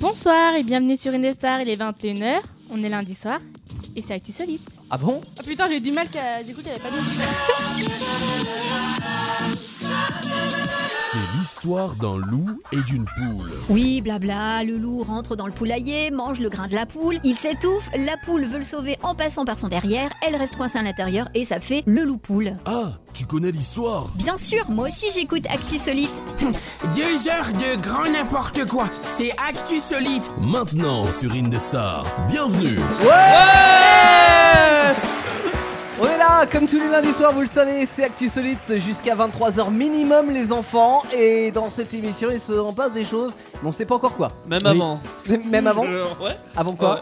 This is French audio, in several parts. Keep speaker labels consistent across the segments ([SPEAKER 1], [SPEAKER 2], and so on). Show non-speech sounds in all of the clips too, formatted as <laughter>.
[SPEAKER 1] Bonsoir et bienvenue sur Indestar, il est 21h, on est lundi soir et c'est Actu Solite.
[SPEAKER 2] Ah bon
[SPEAKER 3] Ah putain, j'ai eu du mal qu'à- du coup qu'elle avait pas de
[SPEAKER 4] C'est l'histoire d'un loup et d'une poule.
[SPEAKER 5] Oui, blabla, le loup rentre dans le poulailler, mange le grain de la poule, il s'étouffe, la poule veut le sauver en passant par son derrière, elle reste coincée à l'intérieur et ça fait le loup-poule.
[SPEAKER 4] Ah, tu connais l'histoire
[SPEAKER 5] Bien sûr, moi aussi j'écoute Acti Solite.
[SPEAKER 6] Deux heures de grand n'importe quoi. C'est Actu Solide.
[SPEAKER 4] Maintenant sur Indestar. Bienvenue
[SPEAKER 2] On est là, comme tous les lundis soirs, vous le savez, c'est Actu Solide jusqu'à 23h minimum, les enfants. Et dans cette émission, il se en passe des choses, mais on sait pas encore quoi.
[SPEAKER 7] Même
[SPEAKER 2] Oui.
[SPEAKER 7] avant.
[SPEAKER 2] C'est- Même avant
[SPEAKER 7] Euh, Ouais.
[SPEAKER 2] Avant quoi
[SPEAKER 7] Ouais.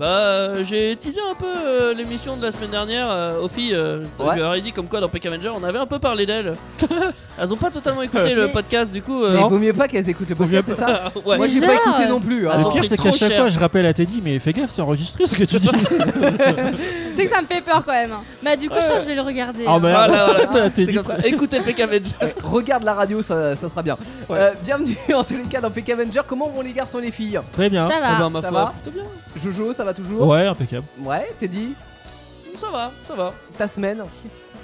[SPEAKER 7] Bah, euh, j'ai teasé un peu euh, l'émission de la semaine dernière euh, aux filles. euh,
[SPEAKER 2] Ouais.
[SPEAKER 7] Je leur ai dit comme quoi dans Peck Avenger, on avait un peu parlé
[SPEAKER 2] <laughs>
[SPEAKER 7] d'elles. Elles ont pas totalement écouté le
[SPEAKER 1] Mais-
[SPEAKER 7] podcast, du coup. euh,
[SPEAKER 2] Mais vaut mieux pas qu'elles écoutent le podcast, c'est ça
[SPEAKER 7] Ah, <laughs> ouais.
[SPEAKER 2] Moi, j'ai
[SPEAKER 1] Mais
[SPEAKER 2] pas
[SPEAKER 1] genre
[SPEAKER 2] écouté non plus. hein.
[SPEAKER 7] Ah,
[SPEAKER 8] Le
[SPEAKER 7] Attends.
[SPEAKER 8] pire,
[SPEAKER 7] c'est
[SPEAKER 8] c'est
[SPEAKER 7] trop
[SPEAKER 8] qu'à chaque
[SPEAKER 7] cher.
[SPEAKER 8] fois, je rappelle à Teddy, mais fais gaffe, c'est enregistré ce que tu dis.
[SPEAKER 3] Tu sais que ça me fait peur quand même. hein.
[SPEAKER 1] Bah du coup je crois que je vais le regarder. hein.
[SPEAKER 8] Ah, merde.
[SPEAKER 7] Voilà, voilà.
[SPEAKER 8] T'as-
[SPEAKER 2] C'est
[SPEAKER 8] Teddy,
[SPEAKER 2] comme ça.
[SPEAKER 7] <laughs> Écoutez Peck Avenger.
[SPEAKER 2] Ouais, euh, Regarde la radio, ça, ça sera bien.
[SPEAKER 7] Ouais.
[SPEAKER 2] Euh, bienvenue <laughs> en tous les cas dans PK Avenger. Comment vont les garçons et les filles
[SPEAKER 8] Très bien.
[SPEAKER 1] Ça va.
[SPEAKER 7] Eh ben, ma
[SPEAKER 2] Ah, Ça
[SPEAKER 7] foi,
[SPEAKER 2] va
[SPEAKER 7] plutôt bien.
[SPEAKER 2] Jojo, ça va toujours
[SPEAKER 8] Ouais, impeccable.
[SPEAKER 2] Ouais, Teddy,
[SPEAKER 7] Ça va, ça va.
[SPEAKER 2] ta semaine.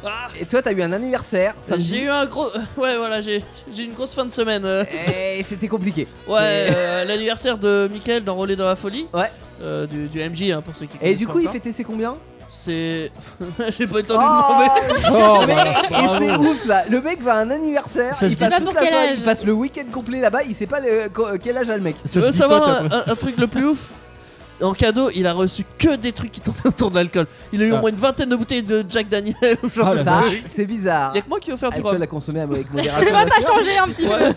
[SPEAKER 7] Ah,
[SPEAKER 2] Et toi, t'as eu un anniversaire samedi.
[SPEAKER 7] j'ai eu un gros. <laughs> Ouais, voilà, j'ai j'ai une grosse fin de semaine. euh.
[SPEAKER 2] Et Eh, c'était compliqué.
[SPEAKER 7] Ouais, euh, l'anniversaire de Michael d'Enrôlé dans la folie.
[SPEAKER 2] eh. Ouais.
[SPEAKER 7] Euh, du, du MJ, hein, pour ceux qui
[SPEAKER 2] Et
[SPEAKER 7] connaissent
[SPEAKER 2] du
[SPEAKER 7] pas
[SPEAKER 2] coup, il
[SPEAKER 7] encore.
[SPEAKER 2] fêtait ses combien
[SPEAKER 7] C'est. <laughs> J'ai pas eu le temps de lui demander.
[SPEAKER 2] Oh
[SPEAKER 7] <laughs>
[SPEAKER 8] Oh,
[SPEAKER 2] Et c'est ouf ça, le mec va à un anniversaire,
[SPEAKER 8] Ça se
[SPEAKER 2] il passe
[SPEAKER 1] dit pas
[SPEAKER 2] toute
[SPEAKER 1] pour
[SPEAKER 2] la
[SPEAKER 1] quel
[SPEAKER 2] soirée,
[SPEAKER 1] âge.
[SPEAKER 2] il passe le week-end complet là-bas, il sait pas le- co- euh, quel âge a le mec.
[SPEAKER 8] Ça
[SPEAKER 7] Tu
[SPEAKER 8] se
[SPEAKER 7] veux
[SPEAKER 8] dit
[SPEAKER 7] savoir euh,
[SPEAKER 8] pas,
[SPEAKER 7] un,
[SPEAKER 8] t'as-
[SPEAKER 7] un- un truc le plus ouf En cadeau, il a reçu que des trucs qui tournaient autour de l'alcool. Il a eu au
[SPEAKER 8] Ah.
[SPEAKER 7] moins une vingtaine de bouteilles de Jack Daniel ou genre de
[SPEAKER 8] Ah, la
[SPEAKER 2] Ça,
[SPEAKER 7] trucs.
[SPEAKER 2] c'est bizarre.
[SPEAKER 7] Y'a que moi qui ai offert du
[SPEAKER 2] Alcool
[SPEAKER 7] rhum.
[SPEAKER 2] à consommer
[SPEAKER 7] <laughs>
[SPEAKER 2] avec
[SPEAKER 7] Eh ben,
[SPEAKER 1] <laughs>
[SPEAKER 2] modération.
[SPEAKER 3] Toi,
[SPEAKER 2] bien
[SPEAKER 3] t'as
[SPEAKER 2] sûr.
[SPEAKER 3] changé un petit peu.
[SPEAKER 7] Ouais,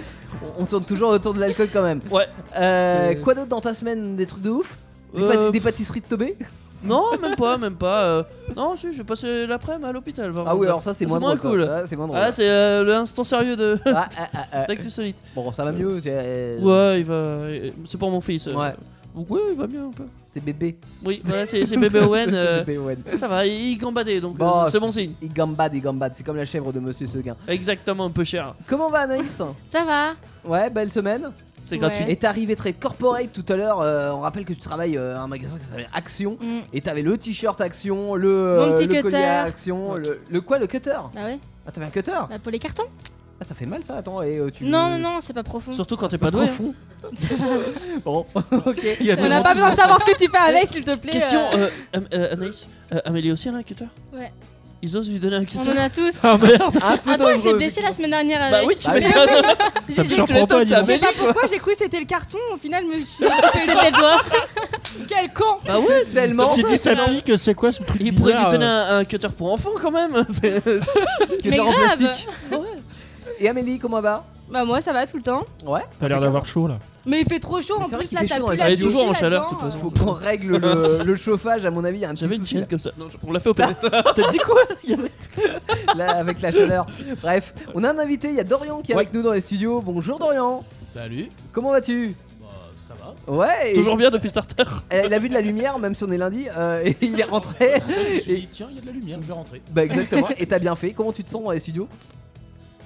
[SPEAKER 2] On tourne toujours autour de l'alcool quand même.
[SPEAKER 7] ouais.
[SPEAKER 2] Euh,
[SPEAKER 7] Euh.
[SPEAKER 2] Quoi d'autre dans ta semaine Des trucs de ouf <laughs> des,
[SPEAKER 7] Euh,
[SPEAKER 2] pâti- des pâtisseries de Tobé
[SPEAKER 7] Non, même pas, même pas. euh, Non, si, j'ai passé l'après-midi à l'hôpital. par
[SPEAKER 2] Ah oui,
[SPEAKER 7] contre.
[SPEAKER 2] alors ça c'est moins, drôle,
[SPEAKER 7] cool.
[SPEAKER 2] quoi. Ah, c'est moins drôle.
[SPEAKER 7] Ah, c'est euh, l'instant sérieux de <laughs>
[SPEAKER 2] Ah, ah, ah, ah.
[SPEAKER 7] d'Actu Solide.
[SPEAKER 2] Bon, ça va mieux. j'ai- euh,
[SPEAKER 7] Ouais, il va. euh, C'est pour mon fils. euh.
[SPEAKER 2] Ouais.
[SPEAKER 7] Donc, ouais, il va bien un peu.
[SPEAKER 2] C'est bébé.
[SPEAKER 7] Oui, voilà, c'est c'est
[SPEAKER 2] <laughs>
[SPEAKER 7] bébé Owen. euh,
[SPEAKER 2] bébé Bah, Owen.
[SPEAKER 7] Ça va, il gambadait donc
[SPEAKER 2] Bon,
[SPEAKER 7] euh, c'est c'est bon signe.
[SPEAKER 2] Il gambade, il gambade. C'est comme la chèvre de Monsieur Seguin.
[SPEAKER 7] Exactement, un peu cher.
[SPEAKER 2] Comment va Anaïs
[SPEAKER 1] Ça va
[SPEAKER 2] Ouais, belle semaine.
[SPEAKER 7] C'est
[SPEAKER 1] Ouais.
[SPEAKER 7] gratuit.
[SPEAKER 2] Et t'es arrivé très corporate tout à l'heure. euh, on rappelle que tu travailles euh, à un magasin qui s'appelle Action.
[SPEAKER 1] Mm.
[SPEAKER 2] Et t'avais le t-shirt Action, le, euh,
[SPEAKER 1] Mon petit
[SPEAKER 2] le collier
[SPEAKER 1] cutter.
[SPEAKER 2] Action, le, le quoi, le cutter
[SPEAKER 1] Bah ouais,
[SPEAKER 2] Ah t'avais un cutter
[SPEAKER 1] bah, pour les cartons
[SPEAKER 2] Ah ça fait mal ça, attends. Et, euh, tu...
[SPEAKER 1] Non non non c'est pas profond.
[SPEAKER 7] Surtout quand t'es pas doué. hein.
[SPEAKER 2] Profond. bon, <laughs> ok.
[SPEAKER 8] Il y a
[SPEAKER 1] Euh,
[SPEAKER 3] On n'a
[SPEAKER 8] tellement
[SPEAKER 3] pas
[SPEAKER 8] de-
[SPEAKER 3] besoin de savoir ce que tu fais avec, s'il te plaît.
[SPEAKER 7] Question,
[SPEAKER 3] euh.
[SPEAKER 7] euh, Am- euh, Anaïs, euh, Amélie aussi elle a un cutter
[SPEAKER 1] Ouais.
[SPEAKER 7] Ils osent lui donner un
[SPEAKER 1] On
[SPEAKER 7] cutter
[SPEAKER 1] en a tous.
[SPEAKER 8] Ah merde,
[SPEAKER 2] Un peu
[SPEAKER 1] Attends elle
[SPEAKER 2] dangereux,
[SPEAKER 1] s'est blessée la semaine dernière avec.
[SPEAKER 7] Bah
[SPEAKER 1] <laughs>
[SPEAKER 7] oui, tu
[SPEAKER 2] Ah oui.
[SPEAKER 7] m'étonnes
[SPEAKER 8] ça me
[SPEAKER 7] j'ai-
[SPEAKER 8] surprend pas.
[SPEAKER 7] j'ai-
[SPEAKER 8] dis donc.
[SPEAKER 3] Je sais pas
[SPEAKER 7] Amélie, quoi.
[SPEAKER 3] pourquoi j'ai cru que c'était le carton, au final, <laughs> je me suis
[SPEAKER 1] C'était toi.
[SPEAKER 3] quel con
[SPEAKER 7] Bah ouais, c'est
[SPEAKER 2] Tellement.
[SPEAKER 8] Tu
[SPEAKER 1] ça,
[SPEAKER 8] dis ça
[SPEAKER 1] c'est mal.
[SPEAKER 8] pique, c'est quoi ce truc
[SPEAKER 7] Il pourrait lui
[SPEAKER 8] bizarre,
[SPEAKER 7] donner
[SPEAKER 8] euh
[SPEAKER 7] un, un cutter pour enfant quand
[SPEAKER 8] <laughs>
[SPEAKER 7] même C'est-
[SPEAKER 2] cutter
[SPEAKER 3] Mais
[SPEAKER 2] en
[SPEAKER 3] grave.
[SPEAKER 1] <laughs>
[SPEAKER 2] plastique. Et Amélie, comment va
[SPEAKER 3] Bah moi ça va tout le temps.
[SPEAKER 2] Ouais.
[SPEAKER 8] T'as l'air d'avoir chaud là.
[SPEAKER 3] Mais il fait trop chaud
[SPEAKER 2] Mais
[SPEAKER 3] en
[SPEAKER 2] c'est vrai
[SPEAKER 3] plus
[SPEAKER 2] qu'il
[SPEAKER 3] là,
[SPEAKER 2] fait
[SPEAKER 3] ça
[SPEAKER 2] chaud,
[SPEAKER 3] pue
[SPEAKER 2] ouais.
[SPEAKER 3] la
[SPEAKER 2] Elle est
[SPEAKER 3] tige
[SPEAKER 7] toujours en chaleur,
[SPEAKER 3] là-dedans,
[SPEAKER 7] de toute
[SPEAKER 2] Faut
[SPEAKER 7] façon.
[SPEAKER 2] qu'on règle
[SPEAKER 1] <laughs>
[SPEAKER 2] le, le chauffage, à mon avis, il y a un petit
[SPEAKER 7] J'avais une
[SPEAKER 2] souci,
[SPEAKER 7] chill
[SPEAKER 2] là.
[SPEAKER 7] comme ça. Non, je- on l'a fait au
[SPEAKER 8] <laughs>
[SPEAKER 7] PV.
[SPEAKER 8] T'as dit quoi
[SPEAKER 2] Là, avec la chaleur. Bref, on a un invité, il y a Dorian qui est avec nous dans les studios. Bonjour Dorian,
[SPEAKER 4] Salut
[SPEAKER 2] comment vas-tu
[SPEAKER 9] Bah,
[SPEAKER 4] Ça va
[SPEAKER 2] Ouais, et-
[SPEAKER 7] Toujours bien depuis Starter.
[SPEAKER 2] Euh, il a vu de la lumière, même si on est lundi, euh, et il est rentré.
[SPEAKER 4] Bah, Je me
[SPEAKER 2] suis
[SPEAKER 4] dit, tiens, il y a de la lumière, je vais rentrer.
[SPEAKER 2] Bah exactement, et t'as bien fait. Comment tu te sens dans les studios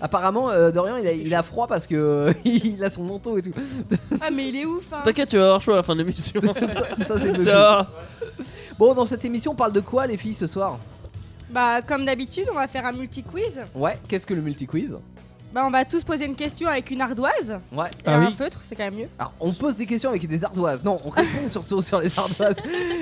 [SPEAKER 2] Apparemment, euh, Dorian, il a, il a froid parce que euh, <laughs> il a son manteau et tout.
[SPEAKER 3] Ah mais il est ouf hein.
[SPEAKER 7] T'inquiète, tu vas avoir chaud à la fin de
[SPEAKER 8] <laughs>
[SPEAKER 7] l'émission.
[SPEAKER 2] Ça, ça, c'est
[SPEAKER 7] Tu
[SPEAKER 2] le
[SPEAKER 7] vas voir.
[SPEAKER 2] Bon, dans cette émission, on parle de quoi, les filles, ce soir
[SPEAKER 3] Bah comme d'habitude on va faire un multi-quiz.
[SPEAKER 2] Ouais, qu'est-ce que le multi-quiz
[SPEAKER 3] Bah on va tous poser une question avec une ardoise.
[SPEAKER 2] Ouais.
[SPEAKER 3] Et
[SPEAKER 8] Ah
[SPEAKER 3] un
[SPEAKER 8] oui.
[SPEAKER 3] feutre, c'est quand même mieux.
[SPEAKER 2] Alors, on pose des questions avec des ardoises. Non,
[SPEAKER 3] <laughs>
[SPEAKER 2] on répond surtout sur les ardoises.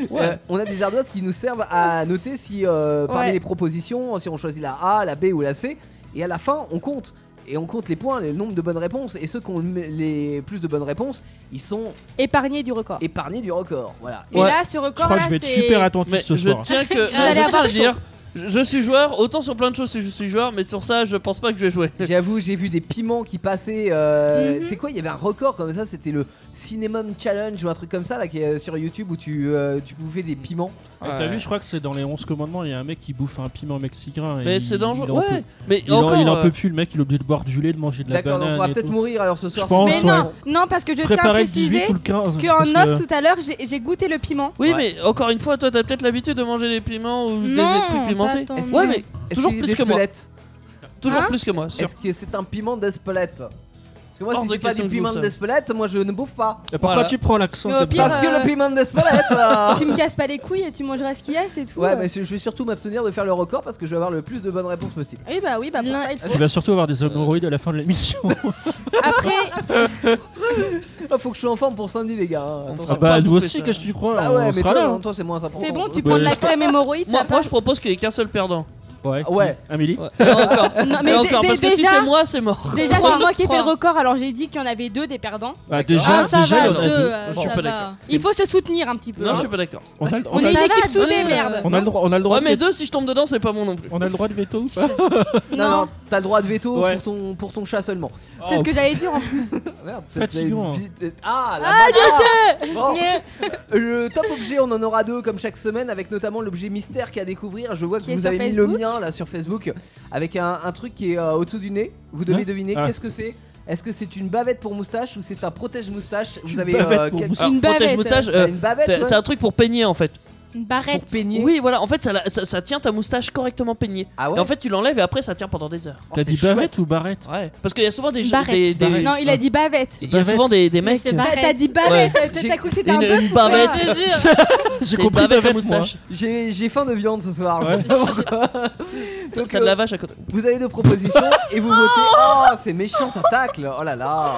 [SPEAKER 8] Ouais.
[SPEAKER 2] Euh, on a des ardoises qui nous servent à noter si euh, parmi
[SPEAKER 3] Ouais.
[SPEAKER 2] les propositions, si on choisit la A, la B ou la C. Et à la fin, on compte. Et on compte les points, le nombre de bonnes réponses. Et ceux qui ont le me- les plus de bonnes réponses, ils sont
[SPEAKER 3] Épargné du record.
[SPEAKER 2] épargnés du record.
[SPEAKER 3] <laughs>
[SPEAKER 2] Voilà.
[SPEAKER 3] Et
[SPEAKER 8] Ouais.
[SPEAKER 3] là ce record
[SPEAKER 8] Je crois que
[SPEAKER 3] là
[SPEAKER 8] je vais être
[SPEAKER 3] c'est-
[SPEAKER 8] super attentif
[SPEAKER 7] Mais
[SPEAKER 8] ce
[SPEAKER 7] je
[SPEAKER 8] soir.
[SPEAKER 7] tiens que.
[SPEAKER 1] allez
[SPEAKER 7] Je tiens
[SPEAKER 1] avoir
[SPEAKER 7] à
[SPEAKER 1] chaud.
[SPEAKER 7] dire. Je je suis joueur, autant sur plein de choses si je suis joueur, mais sur ça, je pense pas que je vais jouer.
[SPEAKER 2] J'avoue, j'ai vu des piments qui passaient. euh,
[SPEAKER 1] Mhm.
[SPEAKER 2] C'est quoi Il y avait un record comme ça. C'était le Cinnamon Challenge ou un truc comme ça là qui est euh, sur YouTube où tu, euh, tu bouffais des piments.
[SPEAKER 8] Ah, T'as vu, je crois que c'est dans les 11 commandements, il y a un mec qui bouffe un piment mexicain. et
[SPEAKER 7] Mais
[SPEAKER 8] il-
[SPEAKER 7] c'est dangereux.
[SPEAKER 8] il en peut-
[SPEAKER 7] Ouais, mais
[SPEAKER 8] Il
[SPEAKER 7] encore.
[SPEAKER 8] en, il en
[SPEAKER 7] euh,
[SPEAKER 8] peut plus, le mec, il est obligé de boire du lait, de manger de la
[SPEAKER 2] D'accord, donc on va
[SPEAKER 8] banane. et
[SPEAKER 2] peut-être
[SPEAKER 8] tout.
[SPEAKER 2] mourir alors ce soir.
[SPEAKER 8] pense,
[SPEAKER 3] Mais
[SPEAKER 2] c'est bon.
[SPEAKER 8] ouais.
[SPEAKER 3] non, non parce que je tiens à
[SPEAKER 8] hein. Préparer le
[SPEAKER 3] préciser
[SPEAKER 8] 18 ou le 15.
[SPEAKER 3] que en
[SPEAKER 8] parce
[SPEAKER 3] off tout à l'heure j'ai j'ai goûté le piment.
[SPEAKER 7] Oui,
[SPEAKER 2] Ouais.
[SPEAKER 7] mais encore une fois, toi, t'as peut-être l'habitude de manger des piments ou des-
[SPEAKER 1] Non,
[SPEAKER 7] des trucs pimentés.
[SPEAKER 1] pas tant.
[SPEAKER 7] Ouais, mais
[SPEAKER 2] Est-ce
[SPEAKER 7] toujours
[SPEAKER 2] qu'il y a
[SPEAKER 7] plus
[SPEAKER 2] des
[SPEAKER 7] que moi.
[SPEAKER 2] squelettes
[SPEAKER 7] toujours
[SPEAKER 3] Hein
[SPEAKER 7] plus que moi. sûr.
[SPEAKER 2] Est-ce que c'est un piment d'Espelette Parce que moi,
[SPEAKER 7] Hors
[SPEAKER 2] si
[SPEAKER 7] de
[SPEAKER 2] c'est pas
[SPEAKER 7] question
[SPEAKER 2] du
[SPEAKER 7] que je
[SPEAKER 2] piment
[SPEAKER 7] goûte ça.
[SPEAKER 2] d'Espelette, moi je ne bouffe pas.
[SPEAKER 8] Et pourquoi
[SPEAKER 7] Voilà.
[SPEAKER 8] tu prends l'accent
[SPEAKER 3] Mais au
[SPEAKER 8] comme
[SPEAKER 3] pire,
[SPEAKER 8] ça
[SPEAKER 2] Parce que
[SPEAKER 3] euh,
[SPEAKER 2] le piment d'Espelette.
[SPEAKER 3] <laughs>
[SPEAKER 2] euh,
[SPEAKER 3] Tu me casses pas les couilles et tu mangeras ce qu'il y a, c'est tout.
[SPEAKER 2] Ouais,
[SPEAKER 3] euh.
[SPEAKER 2] mais je je vais surtout m'abstenir de faire le record parce que je vais avoir le plus de bonnes réponses possible.
[SPEAKER 3] Oui, bah oui, bah pour
[SPEAKER 1] Non.
[SPEAKER 3] ça, il faut.
[SPEAKER 8] Tu vas surtout avoir des hémorroïdes à la fin de l'émission.
[SPEAKER 3] Après,
[SPEAKER 2] Ah, faut que je sois en forme pour samedi, les gars. hein, attention.
[SPEAKER 8] ah bah nous aussi, qu'est-ce que tu crois
[SPEAKER 2] Ah
[SPEAKER 8] On
[SPEAKER 2] ouais, mais
[SPEAKER 8] sera
[SPEAKER 2] toi,
[SPEAKER 8] là. hein.
[SPEAKER 2] non, toi, c'est moins important.
[SPEAKER 3] c'est bon, tu
[SPEAKER 8] Ouais.
[SPEAKER 3] prends de la crème hémorroïde,
[SPEAKER 7] Moi,
[SPEAKER 3] ça
[SPEAKER 7] moi
[SPEAKER 3] passe.
[SPEAKER 7] je propose qu'il y ait qu'un seul perdant.
[SPEAKER 8] Ouais.
[SPEAKER 2] Ouais.
[SPEAKER 8] Amélie
[SPEAKER 7] Et encore.
[SPEAKER 3] Non,
[SPEAKER 7] Et
[SPEAKER 3] mais dé-
[SPEAKER 7] encore,
[SPEAKER 3] dé-
[SPEAKER 7] parce que si
[SPEAKER 3] déjà,
[SPEAKER 7] c'est moi, c'est mort.
[SPEAKER 3] déjà
[SPEAKER 9] Trois.
[SPEAKER 3] c'est moi qui ai fait
[SPEAKER 9] Trois.
[SPEAKER 3] le record, alors j'ai dit qu'il y en avait deux des perdants.
[SPEAKER 8] Ah, déjà,
[SPEAKER 9] Ah, ça
[SPEAKER 8] déjà, il y
[SPEAKER 9] va,
[SPEAKER 8] en a
[SPEAKER 9] deux,
[SPEAKER 8] deux.
[SPEAKER 9] euh,
[SPEAKER 7] Je suis
[SPEAKER 9] ça
[SPEAKER 7] pas
[SPEAKER 9] va.
[SPEAKER 3] Il faut se soutenir un petit peu.
[SPEAKER 7] Non,
[SPEAKER 3] hein.
[SPEAKER 7] je suis pas d'accord.
[SPEAKER 8] On a, le-
[SPEAKER 3] On
[SPEAKER 8] on, a,
[SPEAKER 3] est
[SPEAKER 9] Ça
[SPEAKER 3] une
[SPEAKER 9] va,
[SPEAKER 3] équipe
[SPEAKER 9] deux,
[SPEAKER 3] soudée,
[SPEAKER 9] euh,
[SPEAKER 3] merde.
[SPEAKER 8] on a le droit, on a le droit
[SPEAKER 7] Ouais,
[SPEAKER 8] de
[SPEAKER 7] mais deux, si je tombe dedans, c'est pas bon non plus.
[SPEAKER 8] On a le droit de veto ou pas
[SPEAKER 2] Non, non, t'as le droit de veto
[SPEAKER 8] Ouais.
[SPEAKER 2] pour, ton, pour ton chat seulement.
[SPEAKER 3] C'est ce que j'allais dire. en-
[SPEAKER 2] Ah, merde,
[SPEAKER 8] Fatigant,
[SPEAKER 2] t'as une vie- Ah, la banane. Bon. Le top objet, on en aura deux comme chaque semaine, avec notamment l'objet mystère qui est à découvrir. Je vois que
[SPEAKER 3] Qui est
[SPEAKER 2] vous
[SPEAKER 3] sur
[SPEAKER 2] avez mis le
[SPEAKER 3] Facebook.
[SPEAKER 2] mien là sur Facebook, avec un, un truc qui est euh, au-dessous du nez. Vous devez
[SPEAKER 8] Hein
[SPEAKER 2] deviner
[SPEAKER 8] Ah.
[SPEAKER 2] qu'est-ce que c'est. Est-ce que c'est une bavette pour moustache ou c'est un protège-moustache Vous avez euh,
[SPEAKER 8] bavette pour
[SPEAKER 2] quel-
[SPEAKER 8] moustache.
[SPEAKER 7] Alors,
[SPEAKER 3] Une
[SPEAKER 7] protège
[SPEAKER 3] bavette.
[SPEAKER 7] moustache,
[SPEAKER 2] Ah,
[SPEAKER 7] euh,
[SPEAKER 2] une bavette
[SPEAKER 7] c'est
[SPEAKER 2] ouais,
[SPEAKER 7] c'est un truc pour peigner en fait.
[SPEAKER 1] Une
[SPEAKER 2] pour
[SPEAKER 1] barrette.
[SPEAKER 2] peigner.
[SPEAKER 7] Oui, voilà, en fait, ça, la- ça, ça tient ta moustache correctement peignée.
[SPEAKER 2] Ah ouais.
[SPEAKER 7] Et en fait, tu l'enlèves et après, ça tient pendant des heures.
[SPEAKER 2] Oh,
[SPEAKER 8] T'as
[SPEAKER 2] c'est
[SPEAKER 8] dit
[SPEAKER 2] chouette.
[SPEAKER 8] bavette ou barrette
[SPEAKER 7] Ouais. Parce qu'il y a souvent des,
[SPEAKER 1] Barrette.
[SPEAKER 7] des- des-
[SPEAKER 3] <laughs>
[SPEAKER 8] Barrette.
[SPEAKER 3] Non, il a dit bavette. Bah,
[SPEAKER 7] Il y a
[SPEAKER 8] Bavette.
[SPEAKER 7] souvent des, des mecs.
[SPEAKER 1] c'est
[SPEAKER 7] euh,
[SPEAKER 1] barrette.
[SPEAKER 3] T'as t'as dit bavette, t'as-
[SPEAKER 2] J'ai-
[SPEAKER 3] t'as cru que c'était un hein,
[SPEAKER 7] Une,
[SPEAKER 3] bœuf.
[SPEAKER 7] une bavette. <laughs>
[SPEAKER 9] Je te jure.
[SPEAKER 7] J'ai
[SPEAKER 8] compris
[SPEAKER 7] bavette à
[SPEAKER 8] bavette, moi.
[SPEAKER 7] moustache.
[SPEAKER 2] J'ai j'ai faim de viande ce soir. je
[SPEAKER 8] Ouais.
[SPEAKER 2] sais pas pourquoi.
[SPEAKER 7] T'as
[SPEAKER 2] Donc,
[SPEAKER 7] t'as de
[SPEAKER 2] euh,
[SPEAKER 7] la vache à côté.
[SPEAKER 2] <laughs> Vous avez deux propositions et vous votez. Oh, c'est méchant, ça tacle. Oh là
[SPEAKER 3] <laughs>
[SPEAKER 2] là. <laughs>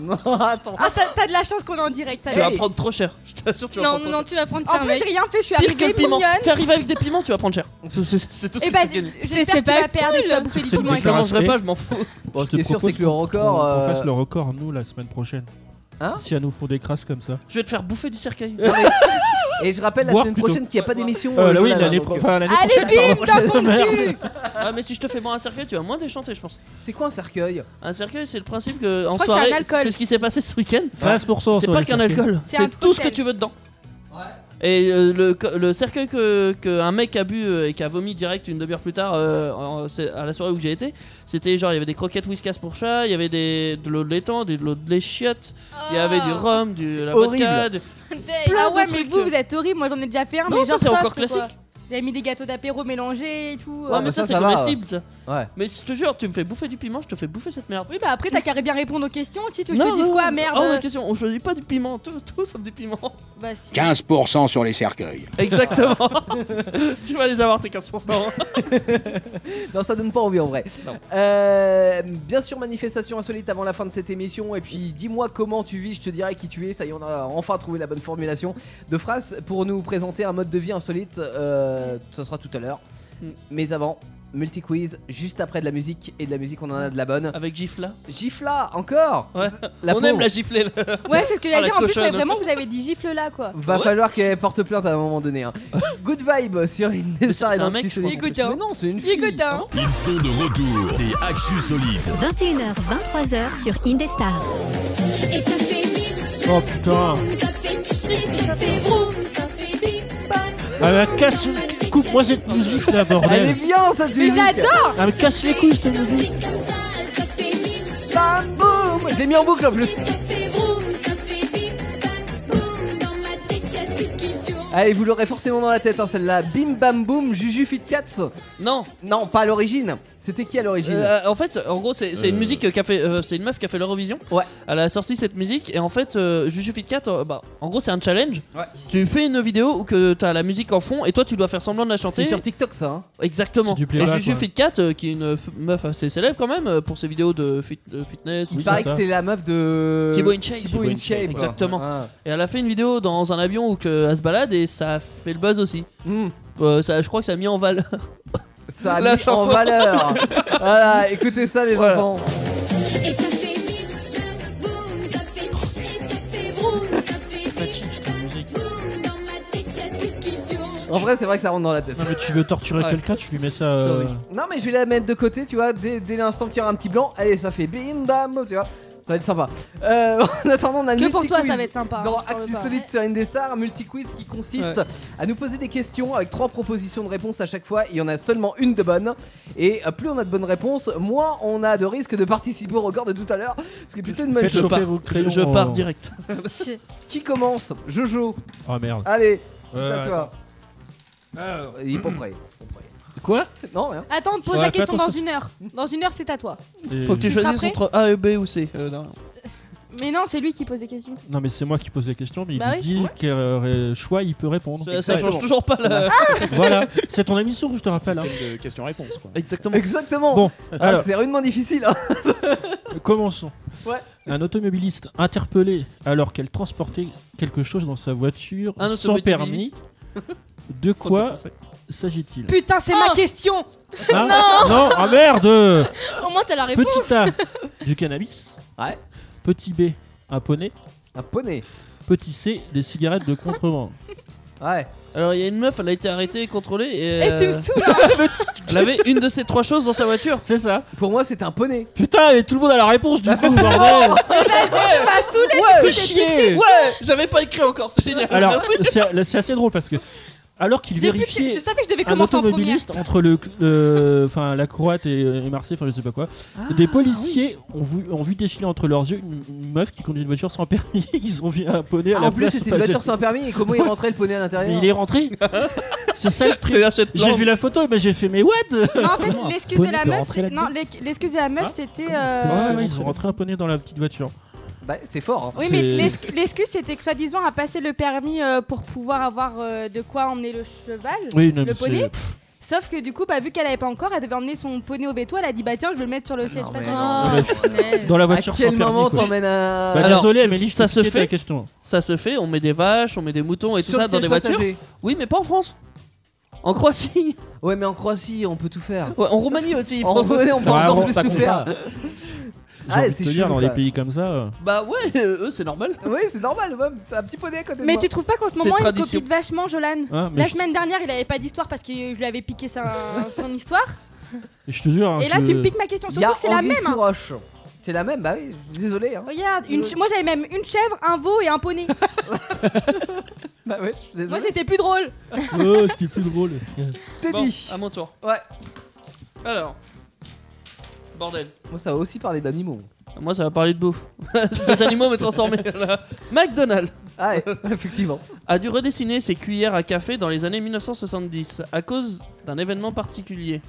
[SPEAKER 2] Non, attends.
[SPEAKER 3] Ah, t'as t'as de la chance qu'on est en direct. t'as
[SPEAKER 7] Tu
[SPEAKER 3] de la
[SPEAKER 7] vas prendre trop cher. Je t'assure, tu vas
[SPEAKER 1] Non,
[SPEAKER 7] prendre
[SPEAKER 1] non,
[SPEAKER 7] trop
[SPEAKER 1] non, tu vas prendre
[SPEAKER 3] En
[SPEAKER 1] cher,
[SPEAKER 3] plus,
[SPEAKER 1] mec.
[SPEAKER 3] j'ai rien fait, je suis
[SPEAKER 7] cher. Pire que
[SPEAKER 3] arrivée
[SPEAKER 7] le piment.
[SPEAKER 3] mignonne.
[SPEAKER 7] T'arrives avec des piments, tu vas prendre cher. C'est- C'est c'est tout ce
[SPEAKER 3] Et
[SPEAKER 7] que
[SPEAKER 3] bah,
[SPEAKER 7] je te dis.
[SPEAKER 1] C'est-
[SPEAKER 3] j'espère
[SPEAKER 1] c'est
[SPEAKER 3] que tu
[SPEAKER 1] pas
[SPEAKER 3] vas perdre et que tu vas bouffer du
[SPEAKER 8] C'est une
[SPEAKER 3] piment.
[SPEAKER 7] Je le mangerai
[SPEAKER 8] Respect.
[SPEAKER 7] pas, je m'en fous.
[SPEAKER 2] Bon,
[SPEAKER 8] Je
[SPEAKER 2] ce
[SPEAKER 8] te
[SPEAKER 2] qui est sûr,
[SPEAKER 8] propose
[SPEAKER 2] c'est que le
[SPEAKER 8] qu'on-
[SPEAKER 2] record.
[SPEAKER 8] Qu'on qu'on
[SPEAKER 2] euh,
[SPEAKER 8] fasse le record, nous, la semaine prochaine.
[SPEAKER 2] Hein
[SPEAKER 8] Si elle nous font des crasses comme ça.
[SPEAKER 7] Je vais te faire bouffer
[SPEAKER 2] <laughs>
[SPEAKER 7] du cercueil.
[SPEAKER 2] Et je rappelle la
[SPEAKER 8] Voir
[SPEAKER 2] semaine
[SPEAKER 8] plutôt.
[SPEAKER 2] prochaine qu'il n'y a pas d'émission.
[SPEAKER 8] Euh,
[SPEAKER 2] euh,
[SPEAKER 8] là, oui,
[SPEAKER 2] Jolana,
[SPEAKER 8] l'année
[SPEAKER 2] donc,
[SPEAKER 8] pro-
[SPEAKER 2] euh,
[SPEAKER 8] enfin, l'année
[SPEAKER 3] Allez,
[SPEAKER 8] prochaine.
[SPEAKER 3] bim,
[SPEAKER 8] pardon.
[SPEAKER 3] dans ton cul
[SPEAKER 7] Ah, mais si je te fais boire un cercueil, tu as moins des chanter, je pense.
[SPEAKER 2] C'est quoi un cercueil
[SPEAKER 7] Un cercueil, c'est le principe que
[SPEAKER 3] crois
[SPEAKER 7] en
[SPEAKER 3] que c'est un
[SPEAKER 7] soirée,
[SPEAKER 3] alcool.
[SPEAKER 7] c'est ce qui s'est passé ce week-end.
[SPEAKER 8] 13%
[SPEAKER 7] C'est
[SPEAKER 8] sur
[SPEAKER 7] pas
[SPEAKER 8] les
[SPEAKER 7] qu'un
[SPEAKER 8] circuits.
[SPEAKER 7] alcool,
[SPEAKER 3] C'est un
[SPEAKER 7] c'est tout ce que
[SPEAKER 3] cocktail.
[SPEAKER 7] tu veux dedans. Et euh, le, co- le cercueil que, que un mec a bu euh, et qui a vomi direct une demi-heure plus tard euh, en- c'est- à la soirée où j'ai été, c'était genre il y avait des croquettes whiskas pour chat, il y avait des, de l'eau de l'étang, de l'eau de l'échiotte, il y avait
[SPEAKER 3] Oh.
[SPEAKER 7] du rhum, de la
[SPEAKER 2] horrible.
[SPEAKER 7] vodka. du-
[SPEAKER 3] Ah
[SPEAKER 7] de
[SPEAKER 3] ouais, mais
[SPEAKER 7] trucs.
[SPEAKER 3] vous, vous êtes horrible. Moi, j'en ai déjà fait un.
[SPEAKER 7] Non,
[SPEAKER 3] mais
[SPEAKER 7] ça,
[SPEAKER 3] genre
[SPEAKER 7] c'est encore
[SPEAKER 3] soft, quoi.
[SPEAKER 7] classique.
[SPEAKER 3] J'avais mis des gâteaux d'apéro mélangés et tout.
[SPEAKER 7] Ouais,
[SPEAKER 3] euh.
[SPEAKER 2] bah
[SPEAKER 7] mais ça,
[SPEAKER 2] ça,
[SPEAKER 7] c'est
[SPEAKER 2] ça va,
[SPEAKER 7] comestible. ça.
[SPEAKER 2] Ouais.
[SPEAKER 7] Mais je te jure, tu me fais bouffer du piment, je te fais bouffer cette merde.
[SPEAKER 3] Oui, bah après, t'as carré bien répondre aux questions. Si tu veux que je
[SPEAKER 7] Non,
[SPEAKER 3] te dise
[SPEAKER 7] non,
[SPEAKER 3] quoi,
[SPEAKER 7] non. Hors de
[SPEAKER 3] merde.
[SPEAKER 7] question, on choisit pas du piment, tout, tout sauf du piment.
[SPEAKER 3] Bah si.
[SPEAKER 10] 15% sur les cercueils.
[SPEAKER 7] <laughs> Exactement. <laughs> tu vas les avoir tes 15%.
[SPEAKER 2] Non, ça donne pas envie en vrai.
[SPEAKER 7] Non.
[SPEAKER 2] Euh, bien sûr, manifestation insolite avant la fin de cette émission. Et puis, dis-moi comment tu vis, je te dirai qui tu es. Ça y est, on a enfin trouvé la bonne formulation de phrase pour nous présenter un mode de vie insolite. Euh, ça sera tout à l'heure.
[SPEAKER 7] Mm.
[SPEAKER 2] Mais avant, multi-quiz, juste après de la musique. Et de la musique, on en a de la bonne.
[SPEAKER 7] <laughs> Avec Gifla.
[SPEAKER 2] Gifla, encore
[SPEAKER 7] Ouais.
[SPEAKER 2] La
[SPEAKER 7] on
[SPEAKER 2] pauvre.
[SPEAKER 7] aime la gifler. là.
[SPEAKER 3] Ouais, c'est ce que
[SPEAKER 7] Ah,
[SPEAKER 3] j'allais
[SPEAKER 7] la
[SPEAKER 3] dire. En plus,
[SPEAKER 7] cochonne.
[SPEAKER 3] mais vraiment, vous avez dit gifle là, quoi.
[SPEAKER 2] Va
[SPEAKER 7] Ouais.
[SPEAKER 2] falloir qu'elle porte plainte à un moment donné.
[SPEAKER 7] <laughs>
[SPEAKER 2] hein. Good vibe sur une des
[SPEAKER 7] c'est un mec, je crois.
[SPEAKER 3] Écoute, hein.
[SPEAKER 2] Mais non, c'est une fille.
[SPEAKER 3] Écoute, hein.
[SPEAKER 4] Ils sont de retour. C'est Actu Solide.
[SPEAKER 5] 21h, 23h sur Indestar.
[SPEAKER 8] Oh putain Ah, mais casse Coupe-moi cette musique là,
[SPEAKER 2] Elle est
[SPEAKER 8] bordel
[SPEAKER 2] bien cette
[SPEAKER 3] Mais
[SPEAKER 2] musique.
[SPEAKER 3] j'adore
[SPEAKER 8] Ah, mais casse les couilles cette musique
[SPEAKER 2] Bam boum. J'ai mis en boucle en plus. Allez, vous l'aurez forcément dans la tête hein, celle-là. Bim bam boum Juju Fit Cats.
[SPEAKER 7] <laughs> Non.
[SPEAKER 2] Non, pas à l'origine. C'était qui à l'origine
[SPEAKER 7] euh, en fait, en gros, c'est c'est une musique qu'a fait, euh, c'est une meuf qui a fait l'Eurovision.
[SPEAKER 2] Ouais.
[SPEAKER 7] Elle a sorti cette musique et en fait, euh, Juju Fit Cat, euh, bah, en gros, c'est un challenge.
[SPEAKER 2] Ouais.
[SPEAKER 7] Tu fais une vidéo où que t'as la musique en fond et toi, tu dois faire semblant de la chanter.
[SPEAKER 2] C'est sur TikTok ça. hein.
[SPEAKER 7] Exactement.
[SPEAKER 8] C'est du
[SPEAKER 7] et
[SPEAKER 8] playback,
[SPEAKER 7] Juju
[SPEAKER 8] ouais.
[SPEAKER 7] Fit Cat, euh, qui est une f- meuf assez célèbre quand même euh, pour ses vidéos de, fit- de fitness.
[SPEAKER 2] Il
[SPEAKER 8] Oui,
[SPEAKER 2] paraît
[SPEAKER 8] c'est
[SPEAKER 2] que
[SPEAKER 8] ça.
[SPEAKER 2] c'est la meuf de.
[SPEAKER 7] Thibaut InShape.
[SPEAKER 2] Thibaut
[SPEAKER 8] Thibaut
[SPEAKER 2] InShape,
[SPEAKER 8] InShape,
[SPEAKER 2] ouais.
[SPEAKER 7] exactement.
[SPEAKER 2] Ah.
[SPEAKER 7] Et elle a fait une vidéo dans un avion où que elle se balade et ça a fait le buzz aussi.
[SPEAKER 2] Hmm.
[SPEAKER 7] Euh, ça, je crois que ça a mis en valeur.
[SPEAKER 2] Ça a
[SPEAKER 7] La
[SPEAKER 2] mis en
[SPEAKER 7] chanson.
[SPEAKER 2] valeur. voilà, écoutez ça les
[SPEAKER 7] Voilà.
[SPEAKER 2] enfants. En vrai, c'est vrai que ça rentre dans la tête.
[SPEAKER 8] Non, mais tu veux torturer
[SPEAKER 7] Ouais.
[SPEAKER 8] quelqu'un, tu lui mets ça. euh,
[SPEAKER 7] C'est horrible.
[SPEAKER 2] Non mais je vais la mettre de côté tu vois dès, dès l'instant qu'il y aura un petit blanc Allez ça fait bim bam tu vois ça va être sympa Euh, <laughs> En attendant on a
[SPEAKER 3] Que pour toi,
[SPEAKER 2] multi-quiz
[SPEAKER 3] ça va être sympa.
[SPEAKER 2] Dans
[SPEAKER 3] hein, je
[SPEAKER 2] Actu
[SPEAKER 3] parle pas.
[SPEAKER 2] Solide sur Indestar, un multi-quiz qui consiste à nous poser des questions avec trois propositions de réponses à chaque fois. Il y en a seulement une de bonne. Et euh, plus on a de bonnes réponses, moins on a de risque de participer au record de tout à l'heure. Ce qui est plutôt une bonne
[SPEAKER 8] Faites
[SPEAKER 2] chose.
[SPEAKER 8] chauffer
[SPEAKER 7] pars.
[SPEAKER 8] vos
[SPEAKER 7] Je,
[SPEAKER 8] crayons.
[SPEAKER 7] je
[SPEAKER 8] en-
[SPEAKER 7] pars direct.
[SPEAKER 2] Qui commence Jojo.
[SPEAKER 8] Oh merde.
[SPEAKER 2] Allez, Ah, c'est
[SPEAKER 8] Ouais,
[SPEAKER 2] à
[SPEAKER 8] ouais,
[SPEAKER 2] toi.
[SPEAKER 8] attends.
[SPEAKER 2] Il est pas prêt.
[SPEAKER 8] Quoi
[SPEAKER 2] Non, rien.
[SPEAKER 3] Attends, pose
[SPEAKER 8] Ouais,
[SPEAKER 3] la
[SPEAKER 8] fais
[SPEAKER 3] question dans
[SPEAKER 8] attention.
[SPEAKER 3] une heure. Dans une heure, c'est à toi.
[SPEAKER 8] Euh,
[SPEAKER 7] Faut que tu
[SPEAKER 3] Tu seras
[SPEAKER 7] choisisses
[SPEAKER 3] prêt
[SPEAKER 7] entre A, B ou C. Euh, non.
[SPEAKER 3] Mais non, c'est lui qui pose des questions.
[SPEAKER 8] Non, mais c'est moi qui pose les questions, mais il
[SPEAKER 3] Bah
[SPEAKER 8] me
[SPEAKER 3] oui.
[SPEAKER 8] dit quel euh, choix il peut répondre.
[SPEAKER 7] Ça, ça change toujours pas la.
[SPEAKER 8] voilà, c'est ton émission que je te rappelle. hein.
[SPEAKER 9] Système de questions-réponses, quoi.
[SPEAKER 7] Exactement.
[SPEAKER 2] Exactement.
[SPEAKER 8] Bon,
[SPEAKER 2] Ah,
[SPEAKER 8] alors,
[SPEAKER 2] c'est rudement difficile. hein.
[SPEAKER 8] commençons.
[SPEAKER 2] Ouais.
[SPEAKER 8] Un automobiliste interpellé alors qu'elle transportait quelque chose dans sa voiture
[SPEAKER 7] Un
[SPEAKER 8] sans permis,
[SPEAKER 7] automobiliste.
[SPEAKER 8] de quoi s'agit-il
[SPEAKER 3] Putain, c'est ma question
[SPEAKER 8] Hein Non, ah merde
[SPEAKER 1] Au moins, t'as la réponse.
[SPEAKER 8] Petit A, du cannabis.
[SPEAKER 2] Ouais.
[SPEAKER 8] Petit B, un poney.
[SPEAKER 2] Un poney.
[SPEAKER 8] Petit C, des cigarettes de contrebande.
[SPEAKER 2] Ouais.
[SPEAKER 7] Alors il y a une meuf, elle a été arrêtée et contrôlée et.
[SPEAKER 3] Et tu me
[SPEAKER 7] euh,
[SPEAKER 3] saoules
[SPEAKER 7] elle avait une de ces trois choses dans sa voiture.
[SPEAKER 8] C'est ça.
[SPEAKER 2] Pour moi, c'était un poney.
[SPEAKER 8] Putain, mais tout le monde a la réponse du
[SPEAKER 2] Bah,
[SPEAKER 8] coup,
[SPEAKER 2] forcément.
[SPEAKER 8] bordel
[SPEAKER 3] Tu m'as saoulé
[SPEAKER 8] Fais chier
[SPEAKER 7] Ouais, j'avais pas écrit encore, c'est génial.
[SPEAKER 8] Alors, c'est là, c'est assez drôle parce que alors qu'il
[SPEAKER 3] J'ai plus que-
[SPEAKER 8] vérifiait
[SPEAKER 3] Je savais que je devais
[SPEAKER 8] un
[SPEAKER 3] commencer en premier.
[SPEAKER 8] automobiliste entre le, euh, enfin la Croate et, et Marseille, enfin je sais pas quoi, des policiers ont, vu, ont vu défiler entre leurs yeux une, une meuf qui conduit une voiture sans permis. <laughs> Ils ont vu un poney à
[SPEAKER 2] Ah,
[SPEAKER 8] la
[SPEAKER 2] en plus,
[SPEAKER 8] place
[SPEAKER 2] c'était une
[SPEAKER 8] passer.
[SPEAKER 2] voiture sans permis. Et comment il rentrait le poney à
[SPEAKER 8] Mais
[SPEAKER 2] l'intérieur
[SPEAKER 8] il est rentré. c'est ça le truc.
[SPEAKER 7] C'est un Shetland.
[SPEAKER 8] J'ai vu la photo, mais j'ai fait mais what
[SPEAKER 3] Non, en fait,
[SPEAKER 9] Comment un
[SPEAKER 3] l'excuse de
[SPEAKER 9] poney
[SPEAKER 3] la
[SPEAKER 9] peut
[SPEAKER 3] meuf,
[SPEAKER 9] rentrer
[SPEAKER 3] c'est- non,
[SPEAKER 9] là-dedans
[SPEAKER 3] l'ex- l'excuse de la meuf,
[SPEAKER 8] Hein
[SPEAKER 3] c'était.
[SPEAKER 8] Ouais,
[SPEAKER 3] euh,
[SPEAKER 8] ouais, ils ont rentré un poney dans la petite voiture.
[SPEAKER 2] Bah, c'est fort. hein.
[SPEAKER 3] Oui, mais
[SPEAKER 8] C'est-
[SPEAKER 3] l'ex- l'excuse, c'était que soi-disant à passer le permis euh, pour pouvoir avoir euh, de quoi emmener le cheval.
[SPEAKER 8] Oui, non,
[SPEAKER 3] Le
[SPEAKER 8] mais c'est-
[SPEAKER 3] poney Sauf que du coup, bah, vu qu'elle avait pas encore, elle devait emmener son poney au béto. Elle a dit, bah tiens, je vais le mettre sur le siège.
[SPEAKER 2] non, mais
[SPEAKER 3] passager.
[SPEAKER 1] Oh, punaise.
[SPEAKER 8] dans la
[SPEAKER 2] À
[SPEAKER 8] voiture
[SPEAKER 2] quel
[SPEAKER 8] sans
[SPEAKER 2] moment
[SPEAKER 8] permis. quoi.
[SPEAKER 2] t'emmènes un.
[SPEAKER 8] Bah,
[SPEAKER 7] Alors,
[SPEAKER 8] désolé, Amélie, je
[SPEAKER 7] ça
[SPEAKER 8] t'ai
[SPEAKER 7] se
[SPEAKER 8] piqué ta
[SPEAKER 7] fait.
[SPEAKER 8] question.
[SPEAKER 7] Ça se fait, on met des vaches, on met des moutons et tout
[SPEAKER 2] sur
[SPEAKER 7] ça
[SPEAKER 2] le
[SPEAKER 7] dans des
[SPEAKER 2] siège
[SPEAKER 7] voitures.
[SPEAKER 2] passager.
[SPEAKER 7] Oui, mais pas en France. En Croatie. <laughs>
[SPEAKER 2] Ouais, mais en Croatie, on peut tout faire.
[SPEAKER 7] Ouais, en Roumanie aussi.
[SPEAKER 2] En
[SPEAKER 7] François.
[SPEAKER 2] Roumanie, on peut
[SPEAKER 8] Ça,
[SPEAKER 2] encore
[SPEAKER 8] avant,
[SPEAKER 2] plus
[SPEAKER 9] ça
[SPEAKER 2] tout
[SPEAKER 9] compte
[SPEAKER 2] faire.
[SPEAKER 9] pas.
[SPEAKER 8] J'ai
[SPEAKER 2] Ah,
[SPEAKER 8] envie de
[SPEAKER 2] c'est
[SPEAKER 8] te dire,
[SPEAKER 2] chelou,
[SPEAKER 8] dans les
[SPEAKER 2] quoi.
[SPEAKER 8] pays comme ça. euh,
[SPEAKER 7] Bah ouais, euh, eux c'est normal.
[SPEAKER 2] Oui, c'est normal, même. C'est un petit poney à côté de
[SPEAKER 3] Mais
[SPEAKER 2] moi.
[SPEAKER 3] tu trouves pas qu'en ce
[SPEAKER 7] C'est
[SPEAKER 3] moment, il
[SPEAKER 7] tradition.
[SPEAKER 3] copie de vachement Jolan
[SPEAKER 8] hein, mais
[SPEAKER 3] La
[SPEAKER 8] je-
[SPEAKER 3] semaine dernière, il avait pas d'histoire parce que je lui avais piqué sa- son histoire.
[SPEAKER 8] je te jure. hein,
[SPEAKER 3] Et là,
[SPEAKER 8] je-
[SPEAKER 3] tu me
[SPEAKER 8] <laughs>
[SPEAKER 3] piques ma question.
[SPEAKER 2] Il y a
[SPEAKER 3] Surtout que c'est la
[SPEAKER 2] Anguille
[SPEAKER 3] même.
[SPEAKER 2] sous
[SPEAKER 3] hein.
[SPEAKER 2] roche. C'est la même, bah oui, je suis désolé. Hein.
[SPEAKER 3] Regarde, une ch- moi j'avais même une chèvre, un veau et un poney.
[SPEAKER 2] Bah ouais, je
[SPEAKER 3] moi
[SPEAKER 2] suis désolé.
[SPEAKER 3] c'était plus drôle.
[SPEAKER 8] Oh, c'était plus drôle.
[SPEAKER 7] Bon,
[SPEAKER 2] Teddy.
[SPEAKER 7] à mon tour.
[SPEAKER 2] Ouais.
[SPEAKER 7] Alors. Bordel.
[SPEAKER 8] Ah.
[SPEAKER 2] Moi, ça va aussi parler d'animaux.
[SPEAKER 7] Moi ça va parler de bouffe. <laughs> des animaux mais <laughs> transformés. Voilà. McDonald's
[SPEAKER 3] <laughs>
[SPEAKER 2] Ah, ouais, effectivement.
[SPEAKER 7] a dû redessiner ses cuillères à café dans les années 1970 à cause d'un événement particulier.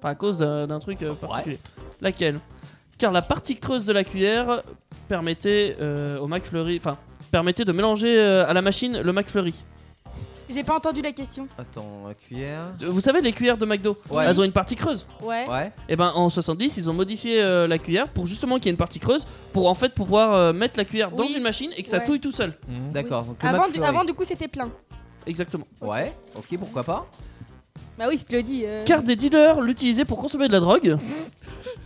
[SPEAKER 7] Enfin à cause d'un d'un truc euh, particulier. Laquelle Car la partie creuse de la cuillère permettait euh, au McFlurry... Enfin, permettait de mélanger euh, à la machine le McFlurry.
[SPEAKER 3] J'ai pas entendu la question.
[SPEAKER 2] Attends, la cuillère.
[SPEAKER 7] Vous savez les cuillères de McDo
[SPEAKER 2] Ouais.
[SPEAKER 7] Elles ont une partie creuse.
[SPEAKER 3] Ouais.
[SPEAKER 2] Ouais.
[SPEAKER 7] Et ben en 70, ils ont modifié euh, la cuillère pour justement qu'il y ait une partie creuse pour en fait pouvoir euh, mettre la cuillère dans
[SPEAKER 3] Oui.
[SPEAKER 7] une machine et que ça
[SPEAKER 3] Ouais.
[SPEAKER 7] touille tout seul.
[SPEAKER 2] D'accord. donc le
[SPEAKER 3] Avant du,
[SPEAKER 2] McFlurry.
[SPEAKER 3] avant du coup c'était plein.
[SPEAKER 7] Exactement.
[SPEAKER 2] Ouais. Ok, pourquoi pas
[SPEAKER 3] Bah oui, je te le dis. euh.
[SPEAKER 7] Car des dealers l'utilisaient pour consommer de la drogue.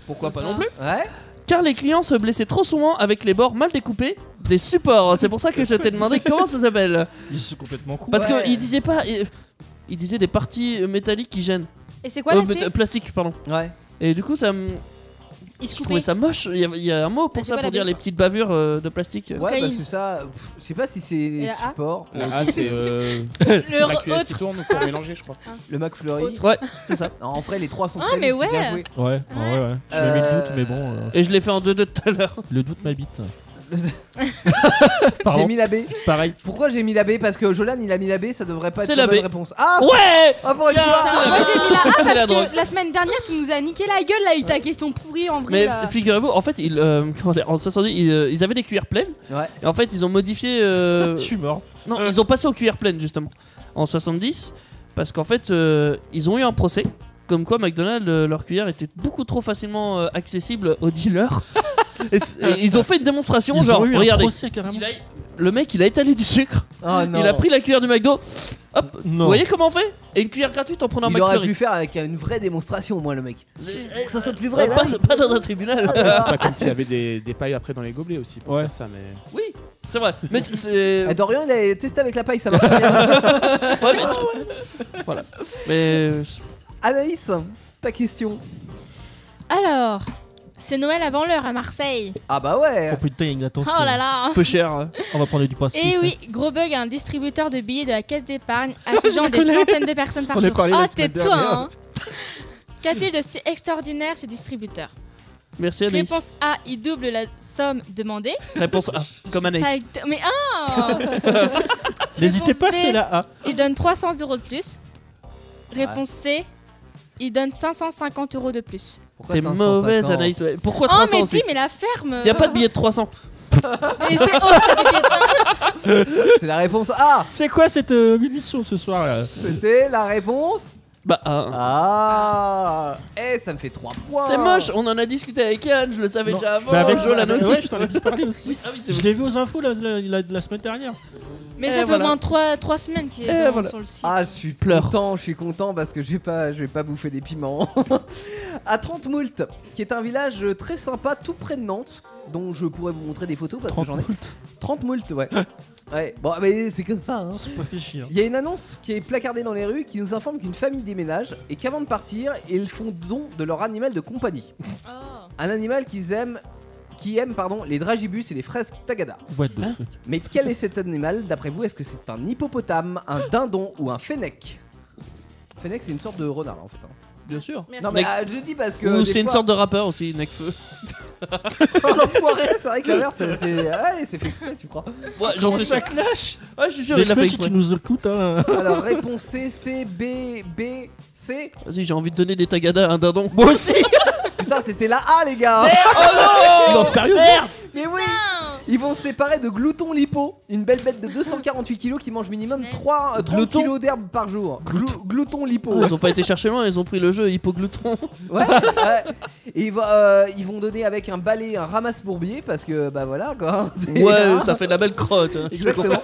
[SPEAKER 7] Pourquoi pas non plus
[SPEAKER 2] Ah. Ouais.
[SPEAKER 7] Car les clients se blessaient trop souvent avec les bords mal découpés des supports. C'est pour ça que je t'ai demandé comment ça s'appelle.
[SPEAKER 8] Ils sont complètement cons.
[SPEAKER 7] Parce
[SPEAKER 2] Ouais.
[SPEAKER 7] qu'ils disaient pas. Ils, ils disaient des parties euh, métalliques qui gênent.
[SPEAKER 3] Et c'est quoi la
[SPEAKER 7] Euh, méta-
[SPEAKER 3] C
[SPEAKER 7] plastique, pardon.
[SPEAKER 2] Ouais.
[SPEAKER 7] Et du coup, ça me.
[SPEAKER 1] Il se
[SPEAKER 7] Je trouvais
[SPEAKER 1] coupait.
[SPEAKER 7] ça moche. Il y a, il y a un mot
[SPEAKER 1] Ah,
[SPEAKER 7] pour
[SPEAKER 1] c'est
[SPEAKER 7] ça,
[SPEAKER 1] pas
[SPEAKER 7] pour
[SPEAKER 1] la
[SPEAKER 7] dire
[SPEAKER 1] bonne.
[SPEAKER 7] les petites bavures euh, de plastique.
[SPEAKER 2] Ouais,
[SPEAKER 1] Cocaïne.
[SPEAKER 2] parce que ça, pff, je sais pas si
[SPEAKER 1] Et
[SPEAKER 2] c'est
[SPEAKER 1] la A
[SPEAKER 2] support,
[SPEAKER 9] La A, c'est euh,
[SPEAKER 1] Le
[SPEAKER 9] la cuillère qui
[SPEAKER 1] autre.
[SPEAKER 9] tourne pour mélanger, je crois.
[SPEAKER 2] le McFlurry.
[SPEAKER 7] Ouais, c'est ça.
[SPEAKER 2] Non, en vrai, les trois sont
[SPEAKER 1] Ah,
[SPEAKER 2] très
[SPEAKER 1] mais
[SPEAKER 2] vite, c'est bien
[SPEAKER 1] ouais.
[SPEAKER 2] joué.
[SPEAKER 8] Ouais, ouais, ouais. ouais. Je
[SPEAKER 2] Euh,
[SPEAKER 8] l'avais mis le doute, mais bon, euh,
[SPEAKER 7] Et je l'ai fait en deux deux tout à l'heure.
[SPEAKER 8] le doute m'habite.
[SPEAKER 2] J'ai
[SPEAKER 8] Pardon.
[SPEAKER 2] mis la B.
[SPEAKER 8] Pareil.
[SPEAKER 2] Pourquoi j'ai mis la B Parce que Jolan, il a mis la B, ça devrait pas être
[SPEAKER 7] C'est
[SPEAKER 2] la
[SPEAKER 7] la
[SPEAKER 2] bonne
[SPEAKER 7] B.
[SPEAKER 2] réponse. Ah
[SPEAKER 7] Ouais
[SPEAKER 2] Ah bon, il
[SPEAKER 7] Tiens,
[SPEAKER 2] va.
[SPEAKER 7] c'est la-
[SPEAKER 3] Moi j'ai mis la A
[SPEAKER 7] C'est
[SPEAKER 3] parce
[SPEAKER 7] la
[SPEAKER 3] que
[SPEAKER 7] drogue.
[SPEAKER 3] la semaine dernière tu nous as niqué la gueule là avec ta question pourrie en vrai.
[SPEAKER 7] Mais
[SPEAKER 3] là.
[SPEAKER 7] figurez-vous, en fait, ils, euh, <laughs> comment dire, en 70, ils, euh, ils avaient des cuillères pleines.
[SPEAKER 2] Ouais.
[SPEAKER 7] Et en fait, ils ont modifié. euh,
[SPEAKER 8] <laughs> Je suis mort.
[SPEAKER 7] non, ils ont passé aux cuillères pleines, justement, en 70. Parce qu'en fait, euh, ils ont eu un procès. Comme quoi, McDonald's, euh, leur cuillère était beaucoup trop facilement euh, accessible aux dealers.
[SPEAKER 8] <laughs>
[SPEAKER 7] et, c- et ils ont fait une démonstration,
[SPEAKER 8] Ils
[SPEAKER 7] genre,
[SPEAKER 8] ont eu un
[SPEAKER 7] regardez.
[SPEAKER 8] procès carrément.
[SPEAKER 7] il a- le mec, il a étalé du sucre.
[SPEAKER 2] Ah, non.
[SPEAKER 7] Il a pris la cuillère du McDo. Hop,
[SPEAKER 8] Non.
[SPEAKER 7] vous voyez comment on fait Et une cuillère gratuite en prenant un
[SPEAKER 2] Il aurait
[SPEAKER 7] McFlurry.
[SPEAKER 2] pu faire avec une vraie démonstration, au moins, le mec. Euh, Ça serait plus
[SPEAKER 7] Pas,
[SPEAKER 2] vrai. là.
[SPEAKER 7] pas dans un tribunal.
[SPEAKER 8] Ah.
[SPEAKER 9] Après, <laughs> c'est pas comme s'il y avait des, des pailles après dans les gobelets aussi pour
[SPEAKER 8] Ouais.
[SPEAKER 9] faire ça, mais.
[SPEAKER 7] Oui, c'est vrai. Mais c'est- c'est.
[SPEAKER 8] Ah,
[SPEAKER 2] Eh, Dorian, il a testé avec la paille, ça marche bien.
[SPEAKER 7] Ouais, mais tu- voilà. Mais. euh,
[SPEAKER 2] Anaïs, ta question.
[SPEAKER 1] Alors, c'est Noël avant l'heure à Marseille.
[SPEAKER 2] Ah bah ouais.
[SPEAKER 8] Oh putain, il y a une
[SPEAKER 1] Oh
[SPEAKER 8] attention.
[SPEAKER 1] là là.
[SPEAKER 7] Peu cher. euh.
[SPEAKER 8] On va prendre du poisson.
[SPEAKER 3] Eh
[SPEAKER 1] Et oui, gros bug à un distributeur de billets de la caisse d'épargne attigeant des centaines de personnes par
[SPEAKER 8] On en a
[SPEAKER 1] jour.
[SPEAKER 8] parlé la
[SPEAKER 1] Ah,
[SPEAKER 8] semaine
[SPEAKER 1] tais-toi
[SPEAKER 8] dernière.
[SPEAKER 1] hein. Qu'a-t-il de si extraordinaire ce distributeur
[SPEAKER 7] Merci Anaïs. Réponse,
[SPEAKER 1] Réponse A, il double la somme demandée.
[SPEAKER 7] A. Comme Anaïs.
[SPEAKER 1] Pas- Mais ah
[SPEAKER 8] N'hésitez
[SPEAKER 1] Réponse
[SPEAKER 8] pas,
[SPEAKER 1] B.
[SPEAKER 8] c'est la A.
[SPEAKER 1] Il donne 300 euros de plus. Réponse C, il donne 550 euros de plus.
[SPEAKER 7] T'es
[SPEAKER 2] 550?
[SPEAKER 7] mauvaise, Anaïs. ouais. Pourquoi
[SPEAKER 1] Oh,
[SPEAKER 7] 300
[SPEAKER 1] mais
[SPEAKER 7] aussi
[SPEAKER 1] dis, mais la ferme
[SPEAKER 7] Y a pas de billet de 300.
[SPEAKER 1] Mais c'est horrible, les billets de 500.
[SPEAKER 2] C'est la réponse A.
[SPEAKER 8] C'est quoi cette euh, munition ce soir là
[SPEAKER 2] C'était la réponse
[SPEAKER 7] Bah, hein.
[SPEAKER 2] Ah Eh, ça me fait 3 points
[SPEAKER 7] c'est moche. On en a discuté avec Yann, je le savais
[SPEAKER 8] Non.
[SPEAKER 7] déjà avant.
[SPEAKER 8] Bah, avec
[SPEAKER 7] Jo l'a noté.
[SPEAKER 8] Ouais, je t'en ai parlé aussi.
[SPEAKER 7] Ah oui, c'est
[SPEAKER 8] Je
[SPEAKER 7] vrai.
[SPEAKER 8] l'ai vu aux infos la, la- la- la semaine dernière.
[SPEAKER 1] Mais
[SPEAKER 7] Eh,
[SPEAKER 1] ça fait
[SPEAKER 7] voilà.
[SPEAKER 1] au moins 3, semaines qu'il
[SPEAKER 7] Eh,
[SPEAKER 1] est dans-
[SPEAKER 7] voilà.
[SPEAKER 1] sur le site.
[SPEAKER 2] Ah, je suis
[SPEAKER 7] Pleure.
[SPEAKER 2] content, je suis content parce que je vais pas, je vais pas bouffer des piments. <laughs> à Trente-Moult, qui est un village très sympa tout près de Nantes, dont je pourrais vous montrer des photos parce que j'en ai. Trente-Moult, ouais. <laughs> ouais, bon, mais c'est comme ça, hein.
[SPEAKER 8] C'est pas fait chier.
[SPEAKER 2] Il y a une annonce qui est placardée dans les rues qui nous informe qu'une famille déménage et qu'avant de partir, ils font don de leur animal de compagnie.
[SPEAKER 1] Oh.
[SPEAKER 2] Un animal qu'ils aiment, qui aime pardon, les dragibus et les fresques tagada.
[SPEAKER 8] What the fuck.
[SPEAKER 2] Mais quel est cet animal d'après vous Est-ce que c'est un hippopotame, un dindon ou un fennec Fennec, c'est une sorte de renard en fait. hein.
[SPEAKER 7] Bien sûr.
[SPEAKER 3] Merci.
[SPEAKER 2] Non mais ah, je dis parce que.
[SPEAKER 7] Ou
[SPEAKER 2] des
[SPEAKER 7] c'est une
[SPEAKER 2] fois-
[SPEAKER 7] sorte de rappeur aussi, Necfeu.
[SPEAKER 2] Oh, l'enfoiré, <laughs> c'est vrai que la merde, c'est. c'est- ah Ouais, c'est fait exprès, tu crois.
[SPEAKER 7] Ouais, j'en suis sûr. clash. Ouais, je suis sûr,
[SPEAKER 8] Les
[SPEAKER 7] il l'a
[SPEAKER 8] feux,
[SPEAKER 7] fait
[SPEAKER 8] si
[SPEAKER 7] exprès.
[SPEAKER 8] tu nous écoutes, hein.
[SPEAKER 2] Alors, réponse C, C, B, B, C.
[SPEAKER 7] Vas-y, j'ai envie de donner des tagadas à un dindon. Moi <laughs> aussi
[SPEAKER 2] Putain, c'était la A, les gars hein.
[SPEAKER 8] Oh
[SPEAKER 9] Non, sérieux
[SPEAKER 2] Mais oui Ils vont se séparer de Glouton Lipo, une belle bête de 248 kilos qui mange minimum 3, euh, 30
[SPEAKER 7] Glouton
[SPEAKER 2] kilos d'herbe par jour. Glou- glouton Lipo.
[SPEAKER 7] Oh, Ils ont pas été chercher loin, ils ont pris le jeu hypoglouton.
[SPEAKER 2] Ouais, ouais. Et ils, vont, euh, ils vont donner avec un balai un ramasse-bourbier parce que, bah voilà quoi. <laughs> C'est- euh,
[SPEAKER 7] Ouais, ça fait de la belle crotte. hein.
[SPEAKER 2] Exactement.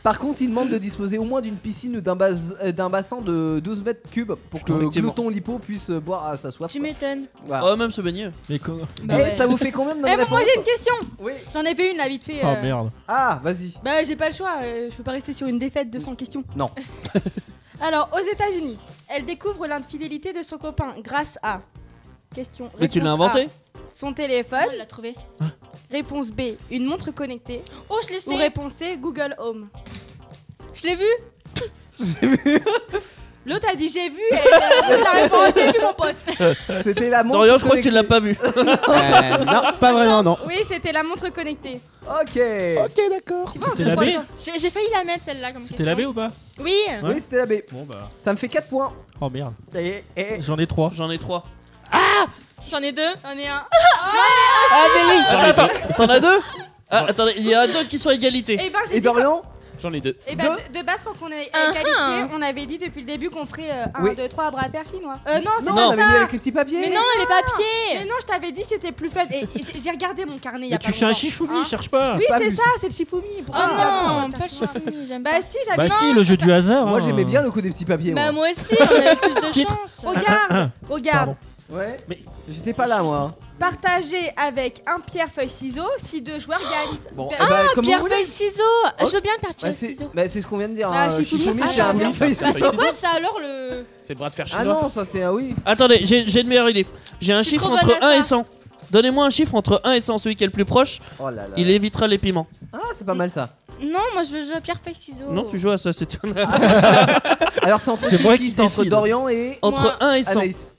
[SPEAKER 2] Par contre, il demande de disposer au moins d'une piscine ou d'un bas- euh, d'un bassin de 12 mètres cubes pour que
[SPEAKER 7] Effectivement.
[SPEAKER 2] Glouton Lipo puisse euh, boire à sa soif.
[SPEAKER 1] Tu
[SPEAKER 2] quoi.
[SPEAKER 1] m'étonnes.
[SPEAKER 2] Voilà.
[SPEAKER 7] Oh, même se baigner.
[SPEAKER 8] Mais comment
[SPEAKER 1] Bah
[SPEAKER 2] Eh,
[SPEAKER 1] ouais.
[SPEAKER 2] Ça vous fait combien de bonnes
[SPEAKER 3] Eh, bon, moi
[SPEAKER 2] réponses
[SPEAKER 3] j'ai une question
[SPEAKER 2] Oui.
[SPEAKER 3] J'en ai fait une là vite fait.
[SPEAKER 8] Oh
[SPEAKER 3] euh.
[SPEAKER 8] merde.
[SPEAKER 2] Ah, vas-y.
[SPEAKER 3] Bah j'ai pas le choix, euh, je peux pas rester sur une défaite de 100 questions.
[SPEAKER 2] Non.
[SPEAKER 3] <laughs> Alors aux États-Unis, elle découvre l'infidélité de son copain grâce à question.
[SPEAKER 7] Mais tu l'as
[SPEAKER 3] réponse
[SPEAKER 7] inventé Hein
[SPEAKER 3] A, Son
[SPEAKER 1] Oh,
[SPEAKER 3] téléphone.
[SPEAKER 1] il l'a trouvé.
[SPEAKER 3] Réponse B, une montre connectée.
[SPEAKER 1] Oh, je l'ai
[SPEAKER 3] Ou
[SPEAKER 1] sais.
[SPEAKER 3] réponse C, Google Home. Je l'ai vu.
[SPEAKER 7] <laughs>
[SPEAKER 3] L'autre a dit j'ai vu et euh, la réponse j'ai vu mon pote.
[SPEAKER 2] C'était la montre.
[SPEAKER 7] Dorian, je crois que tu l'as
[SPEAKER 2] connectée.
[SPEAKER 7] pas vu.
[SPEAKER 1] <laughs>
[SPEAKER 9] Euh, Non, pas vraiment, non.
[SPEAKER 3] Oui, c'était la montre connectée.
[SPEAKER 2] Ok.
[SPEAKER 9] Ok, d'accord.
[SPEAKER 3] Tu vois, on
[SPEAKER 8] C'était
[SPEAKER 3] te
[SPEAKER 8] la
[SPEAKER 3] croit
[SPEAKER 8] B
[SPEAKER 3] pas.
[SPEAKER 1] J'ai j'ai failli la mettre celle-là comme
[SPEAKER 8] C'était
[SPEAKER 1] question.
[SPEAKER 8] la B ou pas
[SPEAKER 1] Oui.
[SPEAKER 8] Ouais.
[SPEAKER 2] Oui, c'était la B.
[SPEAKER 8] Bon bah.
[SPEAKER 2] Ça me fait 4 points.
[SPEAKER 8] Oh merde.
[SPEAKER 2] Et, et-
[SPEAKER 8] J'en ai trois.
[SPEAKER 7] J'en ai trois.
[SPEAKER 1] J'en ai deux.
[SPEAKER 3] J'en ai un. Ah,
[SPEAKER 7] Attends, attends, t'en as deux ah, Attendez, il y a deux qui sont à égalité.
[SPEAKER 3] Eh ben j'ai
[SPEAKER 2] et
[SPEAKER 3] dit qu'on-
[SPEAKER 2] Dorian
[SPEAKER 9] J'en ai deux.
[SPEAKER 3] Eh ben, de, de base, quand on est
[SPEAKER 1] Un,
[SPEAKER 3] qualifié,
[SPEAKER 1] un.
[SPEAKER 3] on avait dit depuis le début qu'on ferait euh,
[SPEAKER 2] Oui.
[SPEAKER 3] 1, 2, 3 bras à terre chinois. Euh, non,
[SPEAKER 2] Non,
[SPEAKER 3] c'est
[SPEAKER 2] on
[SPEAKER 3] pas
[SPEAKER 2] avait mis
[SPEAKER 3] ça.
[SPEAKER 2] avec les petits papiers.
[SPEAKER 1] Mais non, les
[SPEAKER 3] Mais
[SPEAKER 1] papiers.
[SPEAKER 3] non, je t'avais dit c'était plus fun. Et, et j'ai- j'ai regardé mon carnet il y a
[SPEAKER 8] Mais
[SPEAKER 3] pas
[SPEAKER 8] tu fais un
[SPEAKER 3] longtemps.
[SPEAKER 8] chichoumi,
[SPEAKER 3] Hein
[SPEAKER 8] cherche pas.
[SPEAKER 3] Oui,
[SPEAKER 2] pas
[SPEAKER 3] c'est
[SPEAKER 2] vu,
[SPEAKER 3] ça, c'est le chifoumi.
[SPEAKER 1] Oh
[SPEAKER 3] Pourquoi on regarde
[SPEAKER 1] non,
[SPEAKER 3] bras
[SPEAKER 1] pas
[SPEAKER 3] à
[SPEAKER 1] le
[SPEAKER 3] terre chinois
[SPEAKER 1] chouchou, j'aime pas.
[SPEAKER 3] Bah si, j'avais.
[SPEAKER 8] Bah
[SPEAKER 3] Non,
[SPEAKER 8] si, le jeu du hasard.
[SPEAKER 2] Moi
[SPEAKER 8] hein. Ah,
[SPEAKER 2] j'aimais bien le coup des petits papiers. moi.
[SPEAKER 1] Bah, moi aussi, on avait plus de chance.
[SPEAKER 3] Regarde, regarde.
[SPEAKER 8] Pardon.
[SPEAKER 2] Ouais.
[SPEAKER 8] Mais-
[SPEAKER 2] J'étais pas là moi.
[SPEAKER 3] Partager avec un pierre feuille ciseau si deux joueurs gagnent.
[SPEAKER 2] Bon,
[SPEAKER 3] Bah,
[SPEAKER 2] eh bah, comme
[SPEAKER 1] Pierre,
[SPEAKER 2] vous voulez.
[SPEAKER 1] feuille, ciseaux. Je veux bien faire
[SPEAKER 2] Bah,
[SPEAKER 1] pierre,
[SPEAKER 2] c'est
[SPEAKER 1] ciseaux.
[SPEAKER 2] bah, c'est ce qu'on vient de dire.
[SPEAKER 3] Ah,
[SPEAKER 2] hein.
[SPEAKER 3] Shifumi,
[SPEAKER 2] Shifumi,
[SPEAKER 3] ça,
[SPEAKER 2] c'est un
[SPEAKER 3] ça,
[SPEAKER 2] bien
[SPEAKER 9] ça,
[SPEAKER 2] oui,
[SPEAKER 9] ça,
[SPEAKER 2] c'est
[SPEAKER 9] ça,
[SPEAKER 2] pas-
[SPEAKER 9] ça.
[SPEAKER 1] Pourquoi ça alors le.
[SPEAKER 9] C'est le bras de faire
[SPEAKER 2] Ah
[SPEAKER 9] chinois.
[SPEAKER 2] non, ça c'est un oui.
[SPEAKER 7] Attendez, j'ai j'ai une meilleure idée. J'ai un
[SPEAKER 1] Je suis
[SPEAKER 7] chiffre
[SPEAKER 1] trop hein. bonne
[SPEAKER 7] entre
[SPEAKER 1] à
[SPEAKER 7] 1 et
[SPEAKER 1] ça.
[SPEAKER 7] 100. Donnez-moi un chiffre entre 1 et 100, celui qui est le plus proche,
[SPEAKER 2] Oh là là.
[SPEAKER 7] il évitera les piments.
[SPEAKER 2] Ah, c'est pas mal ça.
[SPEAKER 1] Non, moi je veux jouer à pierre, feuille, ciseaux.
[SPEAKER 7] Non, tu joues à ça, c'est tout.
[SPEAKER 1] Ah,
[SPEAKER 2] Alors c'est entre
[SPEAKER 8] C'est moi
[SPEAKER 2] qui,
[SPEAKER 8] qui
[SPEAKER 2] c'est entre
[SPEAKER 8] décide.
[SPEAKER 2] Dorian et
[SPEAKER 7] <laughs> Entre 1 et 100.
[SPEAKER 2] Anaïs.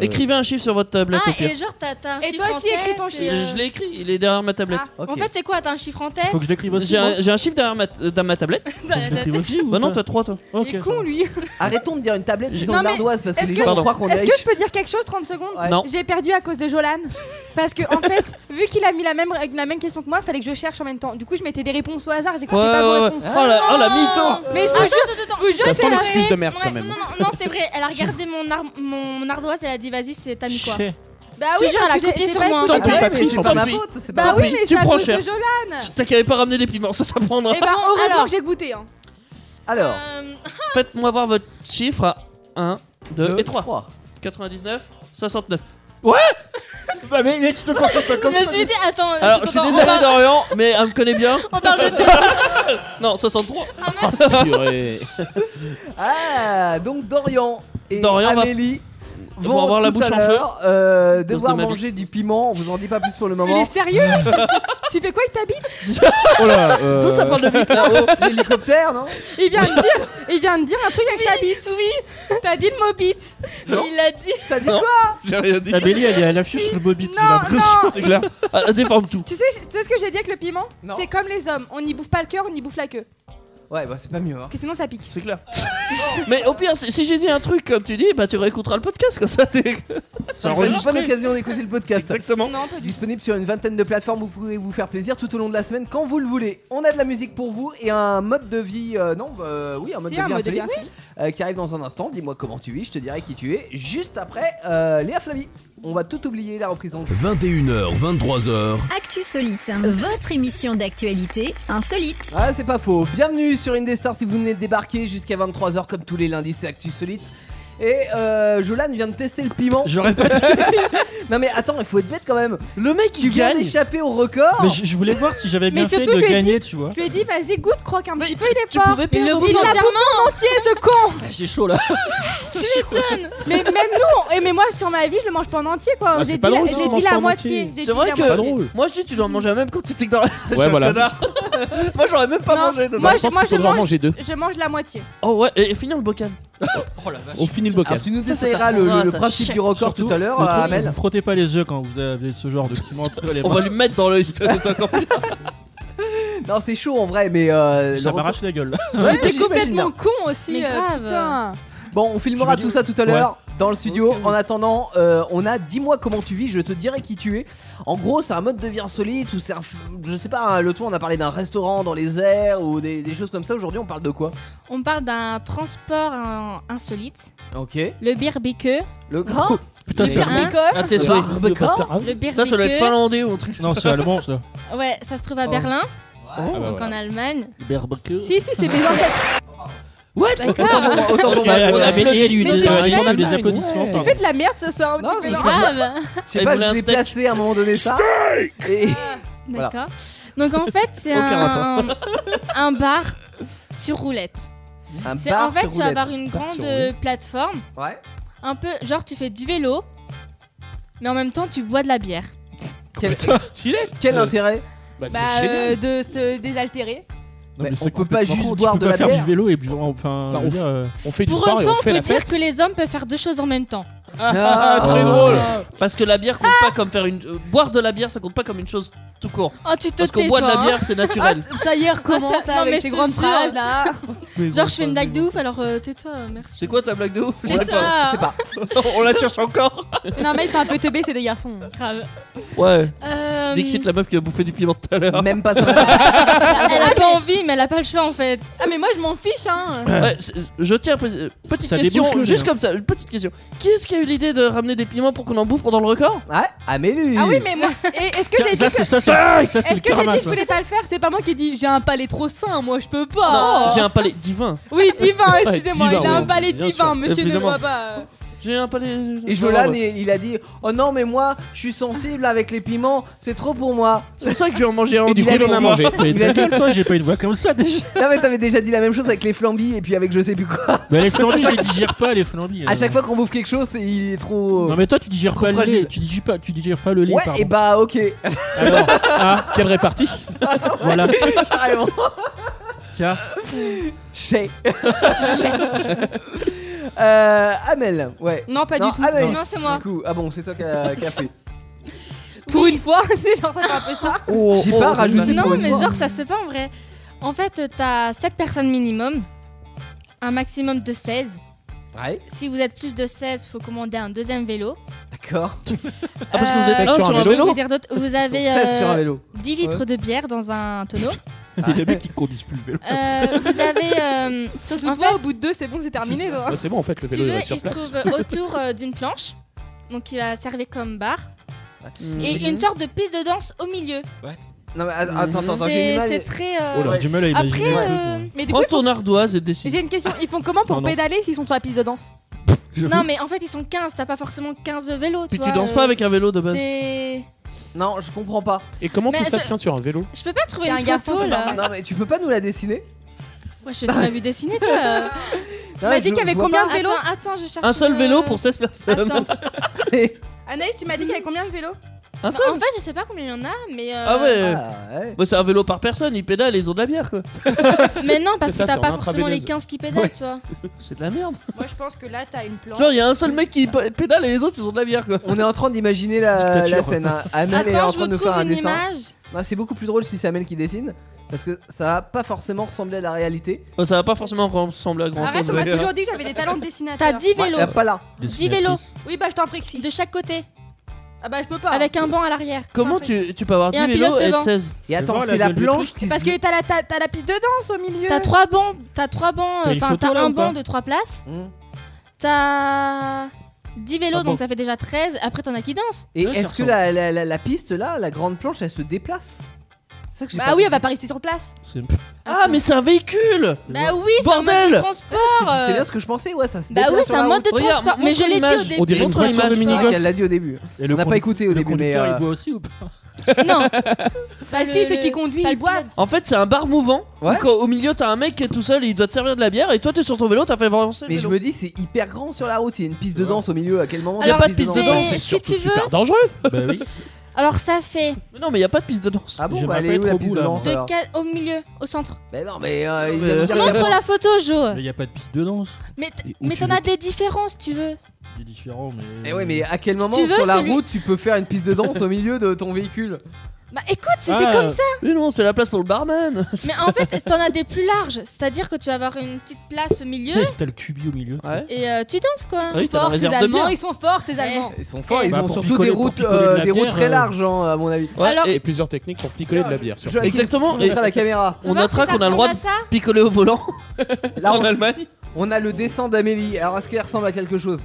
[SPEAKER 7] Écrivez un chiffre sur votre tablette
[SPEAKER 1] Ah,
[SPEAKER 7] au pire.
[SPEAKER 1] et genre, t'as t'as un
[SPEAKER 3] Et
[SPEAKER 1] chiffre.
[SPEAKER 3] toi
[SPEAKER 1] en
[SPEAKER 3] aussi, écris
[SPEAKER 1] tête,
[SPEAKER 3] ton
[SPEAKER 1] et,
[SPEAKER 3] chiffre.
[SPEAKER 7] Je,
[SPEAKER 1] euh,
[SPEAKER 7] je l'ai écrit, il est derrière ma tablette.
[SPEAKER 3] Ah,
[SPEAKER 2] Ok.
[SPEAKER 1] En fait, c'est quoi T'as un chiffre en tête
[SPEAKER 8] Faut que j'écrive aussi.
[SPEAKER 7] J'ai
[SPEAKER 8] moi.
[SPEAKER 7] un, j'ai un chiffre derrière ma, euh, dans ma tablette.
[SPEAKER 8] Faut que j'écrive aussi ou
[SPEAKER 7] Bah non,
[SPEAKER 8] pas
[SPEAKER 7] toi 3 toi.
[SPEAKER 8] Ok,
[SPEAKER 3] Il est
[SPEAKER 8] ça
[SPEAKER 3] con
[SPEAKER 8] va.
[SPEAKER 3] lui.
[SPEAKER 2] Arrêtons de dire une tablette, disons
[SPEAKER 3] Non,
[SPEAKER 2] une
[SPEAKER 3] mais
[SPEAKER 2] ardoise parce que
[SPEAKER 3] est-ce
[SPEAKER 2] les
[SPEAKER 3] que
[SPEAKER 2] gens
[SPEAKER 7] je-
[SPEAKER 2] croient qu'on est
[SPEAKER 3] Est-ce que je
[SPEAKER 2] riche.
[SPEAKER 3] peux dire quelque chose 30 secondes
[SPEAKER 2] Ouais.
[SPEAKER 7] Non.
[SPEAKER 3] J'ai perdu à cause de Jolan parce que en fait, vu qu'il a mis la même la même question que moi, fallait que je cherche en même temps. Du coup, je mettais des réponses au hasard, j'écoutais
[SPEAKER 7] Ouais, ouais,
[SPEAKER 3] pas vos
[SPEAKER 7] ouais.
[SPEAKER 3] réponses.
[SPEAKER 7] Oh la, oh, la mytho
[SPEAKER 3] Mais je
[SPEAKER 1] Attends,
[SPEAKER 3] vous jure,
[SPEAKER 1] attends, attends,
[SPEAKER 3] vous jure,
[SPEAKER 1] je
[SPEAKER 9] sent
[SPEAKER 1] sais, elle a
[SPEAKER 9] l'excuse
[SPEAKER 1] fait-
[SPEAKER 9] de merde, quand
[SPEAKER 1] Ouais,
[SPEAKER 9] même.
[SPEAKER 1] Non, non, non, c'est vrai, elle a regardé mon, ar- mon ardoise, elle a dit vas-y, c'est t'as mis quoi
[SPEAKER 8] Chier.
[SPEAKER 3] bah
[SPEAKER 1] Je te jure,
[SPEAKER 3] parce
[SPEAKER 1] elle a
[SPEAKER 3] que j'ai-
[SPEAKER 1] copié
[SPEAKER 3] j'ai
[SPEAKER 1] sur
[SPEAKER 3] pas
[SPEAKER 1] moi.
[SPEAKER 2] Ah
[SPEAKER 9] Tant
[SPEAKER 2] bah
[SPEAKER 9] pis,
[SPEAKER 2] ouais,
[SPEAKER 9] ça
[SPEAKER 2] mais
[SPEAKER 9] triche,
[SPEAKER 2] c'est
[SPEAKER 9] en
[SPEAKER 2] pas
[SPEAKER 9] fait.
[SPEAKER 2] ma
[SPEAKER 7] Oui.
[SPEAKER 2] faute, c'est pas
[SPEAKER 3] Bah
[SPEAKER 7] Tant
[SPEAKER 3] oui,
[SPEAKER 7] pis,
[SPEAKER 3] mais
[SPEAKER 7] tu
[SPEAKER 3] c'est à
[SPEAKER 7] prends
[SPEAKER 3] cause
[SPEAKER 7] cher.
[SPEAKER 3] de Jolan.
[SPEAKER 7] T'as qu'à avait pas ramené les piments, ça t'apprendra.
[SPEAKER 3] Et bah heureusement
[SPEAKER 1] Alors.
[SPEAKER 3] que j'ai goûté. hein.
[SPEAKER 2] Alors,
[SPEAKER 1] Euh,
[SPEAKER 7] Faites-moi voir votre chiffre à 1, 2,
[SPEAKER 2] deux,
[SPEAKER 7] et 3. 99, 69.
[SPEAKER 8] Bah mais mais tu te penses pas
[SPEAKER 1] Je me suis dit, attends,
[SPEAKER 7] Alors,
[SPEAKER 1] c'est
[SPEAKER 7] je suis
[SPEAKER 1] pas-
[SPEAKER 7] désolé Dorian, <laughs> mais elle me connaît bien.
[SPEAKER 1] on parle de
[SPEAKER 7] Non, 63.
[SPEAKER 9] Purée.
[SPEAKER 2] ah, donc Dorian et
[SPEAKER 7] Dorian va-
[SPEAKER 2] Amélie
[SPEAKER 7] vont
[SPEAKER 2] vont
[SPEAKER 7] avoir la
[SPEAKER 2] tout
[SPEAKER 7] bouche
[SPEAKER 2] à
[SPEAKER 7] en feu.
[SPEAKER 2] l'heure, euh, devoir
[SPEAKER 7] de ma bite.
[SPEAKER 2] manger du piment. On vous en dit pas plus pour le
[SPEAKER 3] Il
[SPEAKER 2] moment.
[SPEAKER 3] est sérieux lui tu, tu- tu fais quoi avec ta bite
[SPEAKER 9] Oh là,
[SPEAKER 7] Tout ça parle de vite
[SPEAKER 2] Euh,
[SPEAKER 7] là-haut.
[SPEAKER 2] <laughs> L'hélicoptère, non
[SPEAKER 3] Il vient de dire, il vient de dire un truc avec sa bite. Oui. T'as dit le mot bite.
[SPEAKER 7] Non.
[SPEAKER 3] Il l'a dit.
[SPEAKER 2] T'as dit
[SPEAKER 7] Non.
[SPEAKER 2] quoi
[SPEAKER 7] J'ai rien dit.
[SPEAKER 8] Amélie, elle est à l'affût sur le bobit.
[SPEAKER 3] Non,
[SPEAKER 8] j'ai l'impression.
[SPEAKER 3] non.
[SPEAKER 7] C'est clair. Ah, déforme tout.
[SPEAKER 3] Tu sais, tu sais ce que j'ai dit avec le piment
[SPEAKER 2] Non.
[SPEAKER 3] C'est comme les hommes, on n'y bouffe pas le cœur, on y bouffe la queue.
[SPEAKER 2] Ouais, bah c'est pas mieux. Hein.
[SPEAKER 3] Que sinon ça pique.
[SPEAKER 7] C'est clair. Mais au pire, si, si j'ai dit un truc comme tu dis, bah tu réécouteras le podcast comme ça. C'est
[SPEAKER 2] Ça vous fait une bonne occasion d'écouter le podcast.
[SPEAKER 7] <laughs> Exactement.
[SPEAKER 2] Disponible sur une vingtaine de plateformes, vous pouvez vous faire plaisir tout au long de la semaine quand vous le voulez. On a de la musique pour vous et un mode de vie. euh, non, euh, oui, un mode
[SPEAKER 3] Si,
[SPEAKER 2] de
[SPEAKER 3] un
[SPEAKER 2] vie
[SPEAKER 3] mode de
[SPEAKER 2] insolite,
[SPEAKER 3] vie insolite.
[SPEAKER 2] euh, qui arrive dans un instant. Dis-moi comment tu vis, je te dirai qui tu es. Juste après, euh, Léa Flavie. On va tout oublier, la reprise en
[SPEAKER 4] 21h, 23h.
[SPEAKER 5] Actu Solite, votre émission d'actualité
[SPEAKER 2] <laughs>
[SPEAKER 5] insolite.
[SPEAKER 2] Ah, c'est pas faux. Bienvenue sur Indestar si vous venez de débarquer jusqu'à 23h comme tous les lundis, c'est Actu Solite. Et euh, Jolan vient de tester le piment.
[SPEAKER 8] J'aurais pas
[SPEAKER 2] <laughs> non mais attends, il faut être bête quand même.
[SPEAKER 7] Le mec
[SPEAKER 2] tu viens d'échapper au record.
[SPEAKER 8] Mais je, je voulais voir si j'avais bien
[SPEAKER 3] Mais
[SPEAKER 8] fait
[SPEAKER 3] surtout,
[SPEAKER 8] de
[SPEAKER 3] je lui ai
[SPEAKER 8] gagner,
[SPEAKER 3] dit-
[SPEAKER 8] tu vois.
[SPEAKER 3] Je lui ai dit, vas-y, goûte, croque un petit peu, il est
[SPEAKER 7] tu
[SPEAKER 3] fort.
[SPEAKER 7] pouvais perdre au bout
[SPEAKER 3] il
[SPEAKER 7] d'un
[SPEAKER 3] la
[SPEAKER 7] moment.
[SPEAKER 3] bouffe en entier, ce <laughs> con
[SPEAKER 7] Ah,
[SPEAKER 8] J'ai chaud là.
[SPEAKER 3] <laughs> Mais même nous, on- et mais moi, sur ma vie, je le mange pas en entier, quoi.
[SPEAKER 9] Ah, c'est
[SPEAKER 3] J'ai dit,
[SPEAKER 9] pas
[SPEAKER 3] la-
[SPEAKER 9] drôle,
[SPEAKER 3] j'ai
[SPEAKER 9] si tu
[SPEAKER 3] dit
[SPEAKER 9] manges pas
[SPEAKER 3] la
[SPEAKER 9] en
[SPEAKER 3] moitié.
[SPEAKER 9] entier.
[SPEAKER 3] J'ai
[SPEAKER 7] C'est
[SPEAKER 3] dit
[SPEAKER 7] vrai
[SPEAKER 3] la
[SPEAKER 7] que
[SPEAKER 9] Pas
[SPEAKER 3] moitié.
[SPEAKER 9] drôle.
[SPEAKER 7] moi je dis tu dois en manger la même quand t'étais que dans la. <laughs> J'ai un
[SPEAKER 9] voilà.
[SPEAKER 7] connard. moi j'aurais même pas
[SPEAKER 3] Non,
[SPEAKER 7] mangé dedans.
[SPEAKER 3] moi,
[SPEAKER 9] je
[SPEAKER 3] je-
[SPEAKER 9] pense
[SPEAKER 3] moi,
[SPEAKER 1] Ah,
[SPEAKER 3] je
[SPEAKER 9] qu'il faudra en
[SPEAKER 3] mange-
[SPEAKER 9] manger deux.
[SPEAKER 3] Je mange la moitié.
[SPEAKER 7] Oh ouais et, et finir le bocal. <laughs> oh la vache.
[SPEAKER 9] On finit le bocal.
[SPEAKER 2] Alors, tu nous
[SPEAKER 7] Ça, ça
[SPEAKER 2] essayeras le,
[SPEAKER 7] t'apprendra,
[SPEAKER 2] le
[SPEAKER 7] ça.
[SPEAKER 2] principe
[SPEAKER 7] Chèque.
[SPEAKER 2] du record
[SPEAKER 8] Surtout,
[SPEAKER 2] tout à l'heure,
[SPEAKER 8] le
[SPEAKER 2] euh,
[SPEAKER 8] truc,
[SPEAKER 2] Amel.
[SPEAKER 8] Vous frottez pas les yeux quand vous avez ce genre de piment entre les
[SPEAKER 7] On
[SPEAKER 8] mains.
[SPEAKER 7] va lui mettre dans <laughs> l'œil. c'est encore pire.
[SPEAKER 2] Non, c'est chaud en vrai, mais. Euh, le
[SPEAKER 8] Ça
[SPEAKER 2] record-
[SPEAKER 8] m'arrache la gueule.
[SPEAKER 2] Ouais,
[SPEAKER 3] T'es
[SPEAKER 2] j'imagine
[SPEAKER 3] complètement
[SPEAKER 2] bien.
[SPEAKER 3] con aussi.
[SPEAKER 1] Mais
[SPEAKER 3] euh,
[SPEAKER 1] grave.
[SPEAKER 3] putain.
[SPEAKER 2] Bon, on filmera
[SPEAKER 8] Je me
[SPEAKER 2] tout
[SPEAKER 8] dis-
[SPEAKER 2] ça tout à
[SPEAKER 8] Ouais.
[SPEAKER 2] l'heure dans le studio.
[SPEAKER 7] Ok, oui.
[SPEAKER 2] En attendant, euh, on a Dis-moi comment tu vis, je te dirai qui tu es. En gros, c'est un mode de vie insolite ou c'est un. f- Je sais pas, hein, le tour, on a parlé d'un restaurant dans les airs ou des, des choses comme ça. Aujourd'hui, on parle de quoi
[SPEAKER 1] On parle d'un transport euh, insolite.
[SPEAKER 2] Ok.
[SPEAKER 1] Le barbecue.
[SPEAKER 2] Le grand
[SPEAKER 8] Putain,
[SPEAKER 2] Mais
[SPEAKER 8] c'est
[SPEAKER 1] Hein
[SPEAKER 3] Bacon.
[SPEAKER 7] Ah t'es
[SPEAKER 2] Le
[SPEAKER 7] sûr.
[SPEAKER 2] barbecue.
[SPEAKER 1] Le barbecue.
[SPEAKER 7] Ça ça doit être finlandais ou un truc.
[SPEAKER 8] Non, c'est allemand ça.
[SPEAKER 1] Ouais, ça se trouve à
[SPEAKER 8] Oh.
[SPEAKER 1] Berlin,
[SPEAKER 9] Ah bah
[SPEAKER 1] donc en
[SPEAKER 9] voilà.
[SPEAKER 1] Allemagne.
[SPEAKER 8] Barbecue.
[SPEAKER 3] Si, si, c'est bizarre.
[SPEAKER 2] Autant
[SPEAKER 1] D'accord.
[SPEAKER 2] pour moi, autant pour
[SPEAKER 8] Ok,
[SPEAKER 2] moi,
[SPEAKER 8] on
[SPEAKER 2] euh,
[SPEAKER 8] a Mélie et lui,
[SPEAKER 3] Mais
[SPEAKER 8] des-
[SPEAKER 3] tu
[SPEAKER 8] euh,
[SPEAKER 3] fais
[SPEAKER 8] il
[SPEAKER 9] la
[SPEAKER 8] a eu des
[SPEAKER 9] blague.
[SPEAKER 8] applaudissements.
[SPEAKER 9] Ouais.
[SPEAKER 8] pardon.
[SPEAKER 3] Tu fais de la merde ce soir.
[SPEAKER 2] Non,
[SPEAKER 3] tu fais
[SPEAKER 2] mais
[SPEAKER 3] genre-
[SPEAKER 1] Grave.
[SPEAKER 2] Je sais
[SPEAKER 7] Elle
[SPEAKER 2] pas, je
[SPEAKER 7] voulait
[SPEAKER 2] vous
[SPEAKER 7] un
[SPEAKER 2] ai
[SPEAKER 7] steak.
[SPEAKER 2] placé à un moment donné ça. Et- Voilà.
[SPEAKER 1] D'accord. Donc en fait, c'est
[SPEAKER 2] Aucun
[SPEAKER 1] un, <laughs> un bar sur roulette.
[SPEAKER 2] Un
[SPEAKER 1] C'est
[SPEAKER 2] bar
[SPEAKER 1] en fait,
[SPEAKER 2] sur
[SPEAKER 1] tu vas
[SPEAKER 2] roulette.
[SPEAKER 1] avoir une
[SPEAKER 9] Bar
[SPEAKER 1] grande
[SPEAKER 9] sur
[SPEAKER 1] euh, plateforme,
[SPEAKER 2] Ouais.
[SPEAKER 1] un peu genre tu fais du vélo, mais en même temps tu bois de la bière.
[SPEAKER 2] Quel,
[SPEAKER 9] C'est stylé.
[SPEAKER 2] quel intérêt
[SPEAKER 9] Bah,
[SPEAKER 3] Bah,
[SPEAKER 9] c'est génial.
[SPEAKER 3] euh, de se désaltérer.
[SPEAKER 8] Non, mais
[SPEAKER 2] Mais
[SPEAKER 8] c'est
[SPEAKER 2] on peut
[SPEAKER 8] complètement
[SPEAKER 2] pas juste
[SPEAKER 8] con. Tu
[SPEAKER 2] boire
[SPEAKER 8] peux
[SPEAKER 2] de
[SPEAKER 8] pas
[SPEAKER 2] la
[SPEAKER 8] faire
[SPEAKER 2] bière.
[SPEAKER 8] du vélo et puis enfin.
[SPEAKER 9] Bah,
[SPEAKER 8] je veux
[SPEAKER 9] on
[SPEAKER 8] dire, euh,
[SPEAKER 9] On fait du
[SPEAKER 1] Pour
[SPEAKER 9] sport
[SPEAKER 1] une
[SPEAKER 9] et
[SPEAKER 1] fois,
[SPEAKER 9] on
[SPEAKER 1] on
[SPEAKER 9] fait
[SPEAKER 1] peut
[SPEAKER 9] la
[SPEAKER 1] dire
[SPEAKER 9] fête.
[SPEAKER 1] que les hommes peuvent faire deux choses en même temps.
[SPEAKER 9] Ah, très
[SPEAKER 2] Oh.
[SPEAKER 9] drôle.
[SPEAKER 7] Parce que la bière compte pas comme faire une. euh, boire de la bière ça compte pas comme une chose tout court.
[SPEAKER 1] Oh, tu te
[SPEAKER 7] Parce qu'on
[SPEAKER 1] tais,
[SPEAKER 7] boit de
[SPEAKER 1] toi,
[SPEAKER 7] la
[SPEAKER 1] hein.
[SPEAKER 7] bière c'est
[SPEAKER 3] Ah, <laughs>
[SPEAKER 7] naturel.
[SPEAKER 3] ça y est,
[SPEAKER 1] Ah,
[SPEAKER 3] recommence
[SPEAKER 1] ça-
[SPEAKER 3] là,
[SPEAKER 1] non, mais
[SPEAKER 3] avec
[SPEAKER 1] je
[SPEAKER 3] ces
[SPEAKER 1] te
[SPEAKER 3] grandes
[SPEAKER 1] jure.
[SPEAKER 3] phrases là.
[SPEAKER 1] Genre, je fais une blague de ouf, alors euh, tais-toi, euh, merci.
[SPEAKER 7] C'est quoi ta blague de ouf Je sais pas.
[SPEAKER 3] Ah.
[SPEAKER 2] C'est pas.
[SPEAKER 7] <laughs> On la cherche encore.
[SPEAKER 3] Non, mais ils sont un peu teubés, c'est des garçons.
[SPEAKER 1] Grave.
[SPEAKER 7] Ouais. Mm.
[SPEAKER 1] Euh, bah,
[SPEAKER 7] Dixit la meuf qui a bouffé du piment tout à l'heure.
[SPEAKER 2] Même pas ça.
[SPEAKER 1] Elle a pas envie, mais elle a pas le choix en fait.
[SPEAKER 3] Ah, mais moi je m'en fiche, hein.
[SPEAKER 7] Ouais, c'est- je tiens à préciser- Petite
[SPEAKER 8] Ça débouche
[SPEAKER 7] question,
[SPEAKER 8] le
[SPEAKER 7] juste
[SPEAKER 8] nez, hein.
[SPEAKER 7] comme ça, une petite question. Qui est-ce qui a eu l'idée de ramener des piments pour qu'on en bouffe pendant le record
[SPEAKER 2] Ouais, Amélie.
[SPEAKER 3] Ah oui, mais moi. Et Est-ce que
[SPEAKER 8] Tiens,
[SPEAKER 3] j'ai dit
[SPEAKER 8] ça,
[SPEAKER 3] que.
[SPEAKER 8] c'est ça, c'est- ça, c'est le
[SPEAKER 3] Est-ce que j'ai dit
[SPEAKER 8] karma
[SPEAKER 3] que je
[SPEAKER 8] ça.
[SPEAKER 3] voulais pas le faire C'est pas moi qui ai dit j'ai un palais trop sain, moi je peux
[SPEAKER 7] Non,
[SPEAKER 1] Oh.
[SPEAKER 3] pas.
[SPEAKER 7] J'ai un palais divin.
[SPEAKER 3] Oui, divin, excusez-moi,
[SPEAKER 9] divin,
[SPEAKER 3] il a un
[SPEAKER 9] oui,
[SPEAKER 3] palais
[SPEAKER 9] bien
[SPEAKER 3] divin,
[SPEAKER 9] sûr,
[SPEAKER 3] monsieur euh. ne le
[SPEAKER 7] évidemment.
[SPEAKER 3] voit pas.
[SPEAKER 7] J'ai un palais.
[SPEAKER 2] Et Jolan, il il a dit Oh non, mais moi, je suis sensible avec les piments, c'est trop pour moi.
[SPEAKER 7] C'est pour ça que je vais en manger un.
[SPEAKER 9] Et du coup, il en a mangé.
[SPEAKER 8] Mais
[SPEAKER 2] Il a dit-
[SPEAKER 8] t'inquiète toi, j'ai pas une voix comme ça déjà.
[SPEAKER 2] Non, mais t'avais déjà dit la même chose avec les flambis et puis avec je sais plus quoi.
[SPEAKER 8] Mais les flambis, je les digère pas les flambis.
[SPEAKER 2] À
[SPEAKER 8] euh.
[SPEAKER 2] chaque fois qu'on bouffe quelque chose, c'est- il est trop.
[SPEAKER 8] Non mais toi tu digères
[SPEAKER 2] Trop
[SPEAKER 8] pas le
[SPEAKER 2] fragile.
[SPEAKER 8] lait, tu digères pas, tu digères pas le lait.
[SPEAKER 2] ouais,
[SPEAKER 8] pardon.
[SPEAKER 2] et bah ok. <laughs>
[SPEAKER 8] Alors, ah,
[SPEAKER 9] Quelle répartie
[SPEAKER 8] <laughs> voilà.
[SPEAKER 2] Carrément.
[SPEAKER 8] Tiens,
[SPEAKER 7] <laughs>
[SPEAKER 2] Chez. euh, Amel, ouais.
[SPEAKER 3] Non, pas
[SPEAKER 2] Non,
[SPEAKER 3] du tout.
[SPEAKER 2] Anaïs,
[SPEAKER 1] Non, c'est moi.
[SPEAKER 2] Du coup, ah bon, c'est toi qui a, qui a
[SPEAKER 7] <laughs>
[SPEAKER 2] fait.
[SPEAKER 3] Pour une fois, <laughs> c'est genre ça fait un peu ça.
[SPEAKER 2] J'ai pas
[SPEAKER 7] oh,
[SPEAKER 2] rajouté.
[SPEAKER 1] Non,
[SPEAKER 2] pour une
[SPEAKER 1] mais
[SPEAKER 2] fois.
[SPEAKER 1] genre, ça se fait pas en vrai. En fait, euh, t'as 7 personnes minimum, un maximum de 16.
[SPEAKER 2] Ouais,
[SPEAKER 1] Si vous êtes plus de 16, faut commander un deuxième vélo.
[SPEAKER 2] d'accord.
[SPEAKER 7] Ah, parce que vous êtes
[SPEAKER 1] Euh,
[SPEAKER 7] un sur un
[SPEAKER 1] qu'est-ce que
[SPEAKER 7] vélo
[SPEAKER 1] je veux dire d'autre Vous avez
[SPEAKER 2] 16 sur un
[SPEAKER 1] euh,
[SPEAKER 2] vélo.
[SPEAKER 1] 10 litres de bière dans un tonneau.
[SPEAKER 8] il y a des mecs qui conduisent plus le vélo.
[SPEAKER 1] Euh, vous avez. euh,
[SPEAKER 3] Surtout
[SPEAKER 1] En
[SPEAKER 3] toi,
[SPEAKER 1] fait-
[SPEAKER 3] au bout de deux, c'est bon, c'est terminé. toi.
[SPEAKER 9] Bah, C'est bon en fait, le
[SPEAKER 1] si tu
[SPEAKER 9] vélo il
[SPEAKER 1] veux,
[SPEAKER 9] va
[SPEAKER 1] il
[SPEAKER 9] sur
[SPEAKER 1] se
[SPEAKER 9] place.
[SPEAKER 1] trouve autour euh, d'une planche. Donc, qui va servir comme bar.
[SPEAKER 7] Mmh.
[SPEAKER 1] Et une sorte de piste de danse au milieu.
[SPEAKER 2] Non, mais att- attends, attends, attends, j'ai du
[SPEAKER 1] C'est
[SPEAKER 2] mal.
[SPEAKER 1] c'est très. euh,
[SPEAKER 8] Oh là, j'ai du mal à imaginer.
[SPEAKER 1] Après,
[SPEAKER 8] le truc,
[SPEAKER 1] euh,
[SPEAKER 8] hein.
[SPEAKER 3] Mais du coup,
[SPEAKER 7] Prends
[SPEAKER 3] ils font-
[SPEAKER 7] ton ardoise et décide.
[SPEAKER 3] j'ai une question. Ils font comment pour
[SPEAKER 8] Pardon.
[SPEAKER 3] pédaler s'ils sont sur la piste de danse
[SPEAKER 1] non, mais en fait, ils sont 15. T'as pas forcément 15 vélos.
[SPEAKER 7] Puis
[SPEAKER 1] vois,
[SPEAKER 7] tu danses
[SPEAKER 1] euh,
[SPEAKER 7] pas avec un vélo de base.
[SPEAKER 1] C'est.
[SPEAKER 2] Non, je comprends pas.
[SPEAKER 9] Et comment
[SPEAKER 1] Mais
[SPEAKER 9] tout ça
[SPEAKER 1] je-
[SPEAKER 9] tient sur un vélo
[SPEAKER 1] Je peux pas trouver
[SPEAKER 3] T'es
[SPEAKER 1] une
[SPEAKER 3] un garçon,
[SPEAKER 1] photo
[SPEAKER 3] c'est
[SPEAKER 1] là.
[SPEAKER 3] normal.
[SPEAKER 2] Non, mais tu peux pas nous la dessiner
[SPEAKER 1] Moi, je t'ai pas vu dessiner, toi.
[SPEAKER 3] Tu m'as dit qu'il y avait combien de vélos
[SPEAKER 1] Attends, attends, je cherche.
[SPEAKER 7] Un seul
[SPEAKER 1] le-
[SPEAKER 7] vélo pour 16 personnes.
[SPEAKER 1] Attends.
[SPEAKER 2] C'est.
[SPEAKER 3] Anaïs, tu m'as dit qu'il y avait combien de vélos
[SPEAKER 7] Un
[SPEAKER 1] Non,
[SPEAKER 7] seul
[SPEAKER 1] Bah, en fait, je sais pas combien il y en a, mais. euh,
[SPEAKER 7] Ah ouais
[SPEAKER 2] Ah, ouais.
[SPEAKER 7] Bah, c'est un vélo par personne, ils pédalent et ils ont de la bière quoi.
[SPEAKER 1] Mais non, parce
[SPEAKER 9] C'est ça,
[SPEAKER 1] que t'as
[SPEAKER 9] c'est en
[SPEAKER 1] pas forcément les
[SPEAKER 9] intraveineuse.
[SPEAKER 1] 15 qui pédalent, tu vois.
[SPEAKER 7] <laughs> C'est de la merde.
[SPEAKER 3] Moi, je pense que là, t'as une planche.
[SPEAKER 7] Genre, il y a un seul mec qui p- pédale et les autres ils ont de la bière quoi.
[SPEAKER 2] On est en train d'imaginer la,
[SPEAKER 8] Dictature.
[SPEAKER 2] la scène. hein. Amel est en
[SPEAKER 1] Attends, je
[SPEAKER 2] train
[SPEAKER 1] vous
[SPEAKER 2] de nous faire
[SPEAKER 1] trouve
[SPEAKER 2] un
[SPEAKER 1] une
[SPEAKER 2] dessin.
[SPEAKER 1] image.
[SPEAKER 2] Bah, c'est beaucoup plus drôle si c'est Amel qui dessine. Parce que ça va pas forcément ressembler à la réalité.
[SPEAKER 7] Euh, <laughs> Ça va pas forcément ressembler à grand
[SPEAKER 1] Arrête,
[SPEAKER 7] chose.
[SPEAKER 1] on m'a
[SPEAKER 7] d'ailleurs.
[SPEAKER 1] toujours dit que j'avais des talents de dessinateur.
[SPEAKER 3] T'as 10
[SPEAKER 2] Ouais,
[SPEAKER 3] vélos.
[SPEAKER 2] euh, pas là.
[SPEAKER 3] 10 vélos.
[SPEAKER 1] Oui, bah je t'en ferai que 6.
[SPEAKER 3] De chaque côté.
[SPEAKER 1] Ah bah je peux pas.
[SPEAKER 3] Avec un banc à l'arrière.
[SPEAKER 7] Comment tu, tu peux avoir
[SPEAKER 3] Et un
[SPEAKER 7] 10 vélos
[SPEAKER 3] pilote
[SPEAKER 7] et être
[SPEAKER 3] devant.
[SPEAKER 7] 16
[SPEAKER 2] Et attends,
[SPEAKER 8] voir la
[SPEAKER 2] c'est la
[SPEAKER 8] gueule du
[SPEAKER 2] planche qui se
[SPEAKER 1] Parce que t'as la, t'as- t'as la piste de danse au milieu.
[SPEAKER 3] T'as trois bancs, t'as trois bancs,
[SPEAKER 8] T'as
[SPEAKER 3] euh,
[SPEAKER 8] une
[SPEAKER 3] enfin
[SPEAKER 8] photo,
[SPEAKER 3] t'as
[SPEAKER 8] là,
[SPEAKER 3] un
[SPEAKER 8] ou pas
[SPEAKER 3] banc de trois places.
[SPEAKER 2] Hmm.
[SPEAKER 3] T'as 10 vélos,
[SPEAKER 8] Ah bon.
[SPEAKER 3] donc ça fait déjà 13. Après t'en as qui dansent.
[SPEAKER 2] Et
[SPEAKER 8] Ouais, ça
[SPEAKER 2] est-ce que
[SPEAKER 8] ressemble.
[SPEAKER 2] la, la- la- la piste là, la grande planche, elle se déplace C'est ça que j'ai
[SPEAKER 1] Bah
[SPEAKER 2] pas
[SPEAKER 1] oui, elle
[SPEAKER 2] compris.
[SPEAKER 1] va pas rester sur place.
[SPEAKER 8] C'est-
[SPEAKER 7] Ah, mais c'est un véhicule
[SPEAKER 3] Bah oui, c'est un
[SPEAKER 7] Bordel
[SPEAKER 3] mode de transport. euh.
[SPEAKER 2] C'est bien ce que je pensais, ouais, ça se
[SPEAKER 3] Bah
[SPEAKER 2] déplace.
[SPEAKER 3] oui, c'est
[SPEAKER 2] sur la
[SPEAKER 3] un mode
[SPEAKER 2] route.
[SPEAKER 3] de
[SPEAKER 7] Regarde,
[SPEAKER 3] transport. Mais je
[SPEAKER 7] montre
[SPEAKER 3] l'ai dit au
[SPEAKER 7] l'image.
[SPEAKER 3] début.
[SPEAKER 8] On dirait une
[SPEAKER 7] Montre
[SPEAKER 8] voiture de
[SPEAKER 7] l'image.
[SPEAKER 2] C'est vrai
[SPEAKER 8] mini-golf.
[SPEAKER 2] qu'elle l'a dit au début.
[SPEAKER 8] Et le
[SPEAKER 2] On n'a pas
[SPEAKER 8] conduc-
[SPEAKER 2] écouté au
[SPEAKER 8] Le
[SPEAKER 2] début, mais.
[SPEAKER 8] conducteur,
[SPEAKER 2] euh,
[SPEAKER 8] il boit aussi ou pas
[SPEAKER 3] Non.
[SPEAKER 1] Bah si, ceux qui conduisent, ils boivent.
[SPEAKER 7] En fait, c'est un bar mouvant.
[SPEAKER 2] Ouais.
[SPEAKER 7] Donc, au au milieu, t'as un mec qui est tout seul, il doit te servir de la bière, et toi, t'es sur ton vélo, t'as fait avancer le
[SPEAKER 2] Mais je
[SPEAKER 7] vélo.
[SPEAKER 2] me dis, c'est hyper grand sur la route. S'il y a une piste de danse au milieu, à quel moment
[SPEAKER 3] Il y a
[SPEAKER 2] la
[SPEAKER 3] pas de piste de
[SPEAKER 2] danse
[SPEAKER 3] danse.
[SPEAKER 4] C'est
[SPEAKER 3] si
[SPEAKER 4] surtout
[SPEAKER 3] tu veux-
[SPEAKER 4] super dangereux.
[SPEAKER 8] Bah oui.
[SPEAKER 3] Alors ça fait
[SPEAKER 7] Mais non, mais y a pas de piste de danse.
[SPEAKER 2] Ah bon, bah,
[SPEAKER 8] J'aimerais
[SPEAKER 2] elle
[SPEAKER 8] pas
[SPEAKER 2] est où
[SPEAKER 8] être
[SPEAKER 2] la
[SPEAKER 8] au
[SPEAKER 2] piste
[SPEAKER 8] bout,
[SPEAKER 2] de
[SPEAKER 8] là,
[SPEAKER 2] danse
[SPEAKER 3] de
[SPEAKER 2] alors
[SPEAKER 3] quatre- au milieu, au centre.
[SPEAKER 2] Mais non, mais. euh, il
[SPEAKER 7] Mais,
[SPEAKER 2] vient de
[SPEAKER 7] euh,
[SPEAKER 2] dire-
[SPEAKER 3] Montre <laughs> la photo, Jo.
[SPEAKER 8] Mais il n'y a pas de piste de danse.
[SPEAKER 3] Mais t-
[SPEAKER 8] Et où
[SPEAKER 3] mais
[SPEAKER 8] tu
[SPEAKER 3] t'en
[SPEAKER 8] veux-
[SPEAKER 3] as des différences, tu veux.
[SPEAKER 8] Il est différent, mais. euh,
[SPEAKER 2] Eh ouais, mais à quel
[SPEAKER 3] Si
[SPEAKER 2] moment
[SPEAKER 3] tu veux,
[SPEAKER 2] sur la
[SPEAKER 3] celui-
[SPEAKER 2] route tu peux faire une piste de danse au milieu de ton véhicule
[SPEAKER 3] Bah écoute, c'est
[SPEAKER 8] Ah,
[SPEAKER 3] fait comme
[SPEAKER 7] <laughs>
[SPEAKER 3] ça.
[SPEAKER 7] Mais non, c'est la place pour le
[SPEAKER 3] <laughs>
[SPEAKER 7] barman.
[SPEAKER 3] Mais en fait, t'en as des plus larges. C'est-à-dire que tu vas avoir une petite place au
[SPEAKER 7] <laughs>
[SPEAKER 3] milieu
[SPEAKER 8] <laughs> T'as le cubi au milieu.
[SPEAKER 7] Ouais.
[SPEAKER 3] et euh, tu danses quoi.
[SPEAKER 7] Oui, t'as la
[SPEAKER 1] Forts, ces
[SPEAKER 7] réserve de
[SPEAKER 1] Allemands,
[SPEAKER 7] bière.
[SPEAKER 1] ils sont forts, ces Allemands.
[SPEAKER 2] Ils sont forts, Eh, ils
[SPEAKER 8] Bah,
[SPEAKER 2] ont
[SPEAKER 8] pour
[SPEAKER 2] surtout
[SPEAKER 8] picoler-
[SPEAKER 2] des
[SPEAKER 8] pour
[SPEAKER 2] routes,
[SPEAKER 8] picoler de
[SPEAKER 2] euh,
[SPEAKER 8] la
[SPEAKER 2] des routes
[SPEAKER 8] bière,
[SPEAKER 2] très
[SPEAKER 8] euh,
[SPEAKER 2] larges, hein, à mon avis.
[SPEAKER 7] Ouais,
[SPEAKER 3] Alors-
[SPEAKER 7] et
[SPEAKER 4] Et plusieurs techniques pour picoler de la bière. surtout.
[SPEAKER 7] Exactement,
[SPEAKER 2] Et la caméra.
[SPEAKER 7] on notera qu'on a le droit de
[SPEAKER 3] ça.
[SPEAKER 7] picoler au <laughs> volant
[SPEAKER 2] Là,
[SPEAKER 7] en
[SPEAKER 2] on-
[SPEAKER 7] Allemagne.
[SPEAKER 2] On a le dessin d'Amélie. Alors, est-ce qu'elle ressemble à quelque chose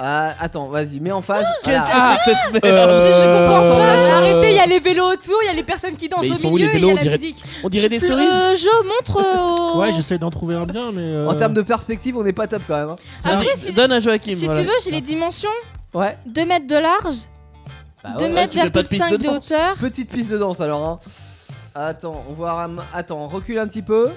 [SPEAKER 2] Ah, Attends, vas-y, mets en phase. Voilà.
[SPEAKER 7] Ah, cette merde.
[SPEAKER 2] comprends pas.
[SPEAKER 7] Euh,
[SPEAKER 9] Euh,
[SPEAKER 1] Mais Arrêtez, il y a les vélos autour, il y a les personnes qui dansent
[SPEAKER 4] Mais ils
[SPEAKER 1] au
[SPEAKER 4] sont où, les
[SPEAKER 1] milieu, et il
[SPEAKER 4] vélos,
[SPEAKER 1] y a
[SPEAKER 4] on
[SPEAKER 1] la
[SPEAKER 4] dirait-
[SPEAKER 1] musique.
[SPEAKER 4] On dirait des cerises.
[SPEAKER 3] Euh, Jo, montre. euh,
[SPEAKER 7] <laughs>
[SPEAKER 3] au-
[SPEAKER 8] Ouais, j'essaie d'en trouver un bien, mais. euh,
[SPEAKER 2] En termes de perspective, on n'est pas top quand même. hein.
[SPEAKER 3] Après, si,
[SPEAKER 7] Donne à Joachim.
[SPEAKER 3] si
[SPEAKER 7] voilà. Ah.
[SPEAKER 3] tu veux, j'ai les dimensions
[SPEAKER 2] Ouais.
[SPEAKER 3] 2 mètres de large,
[SPEAKER 2] Bah
[SPEAKER 3] 2
[SPEAKER 7] Ah ouais,
[SPEAKER 3] mètres
[SPEAKER 7] tu fais pas de piste
[SPEAKER 3] 5 de,
[SPEAKER 7] dedans.
[SPEAKER 3] hauteur.
[SPEAKER 2] Petite piste de danse alors. Hein. Attends, on voit. Ram- Attends, on recule un petit peu.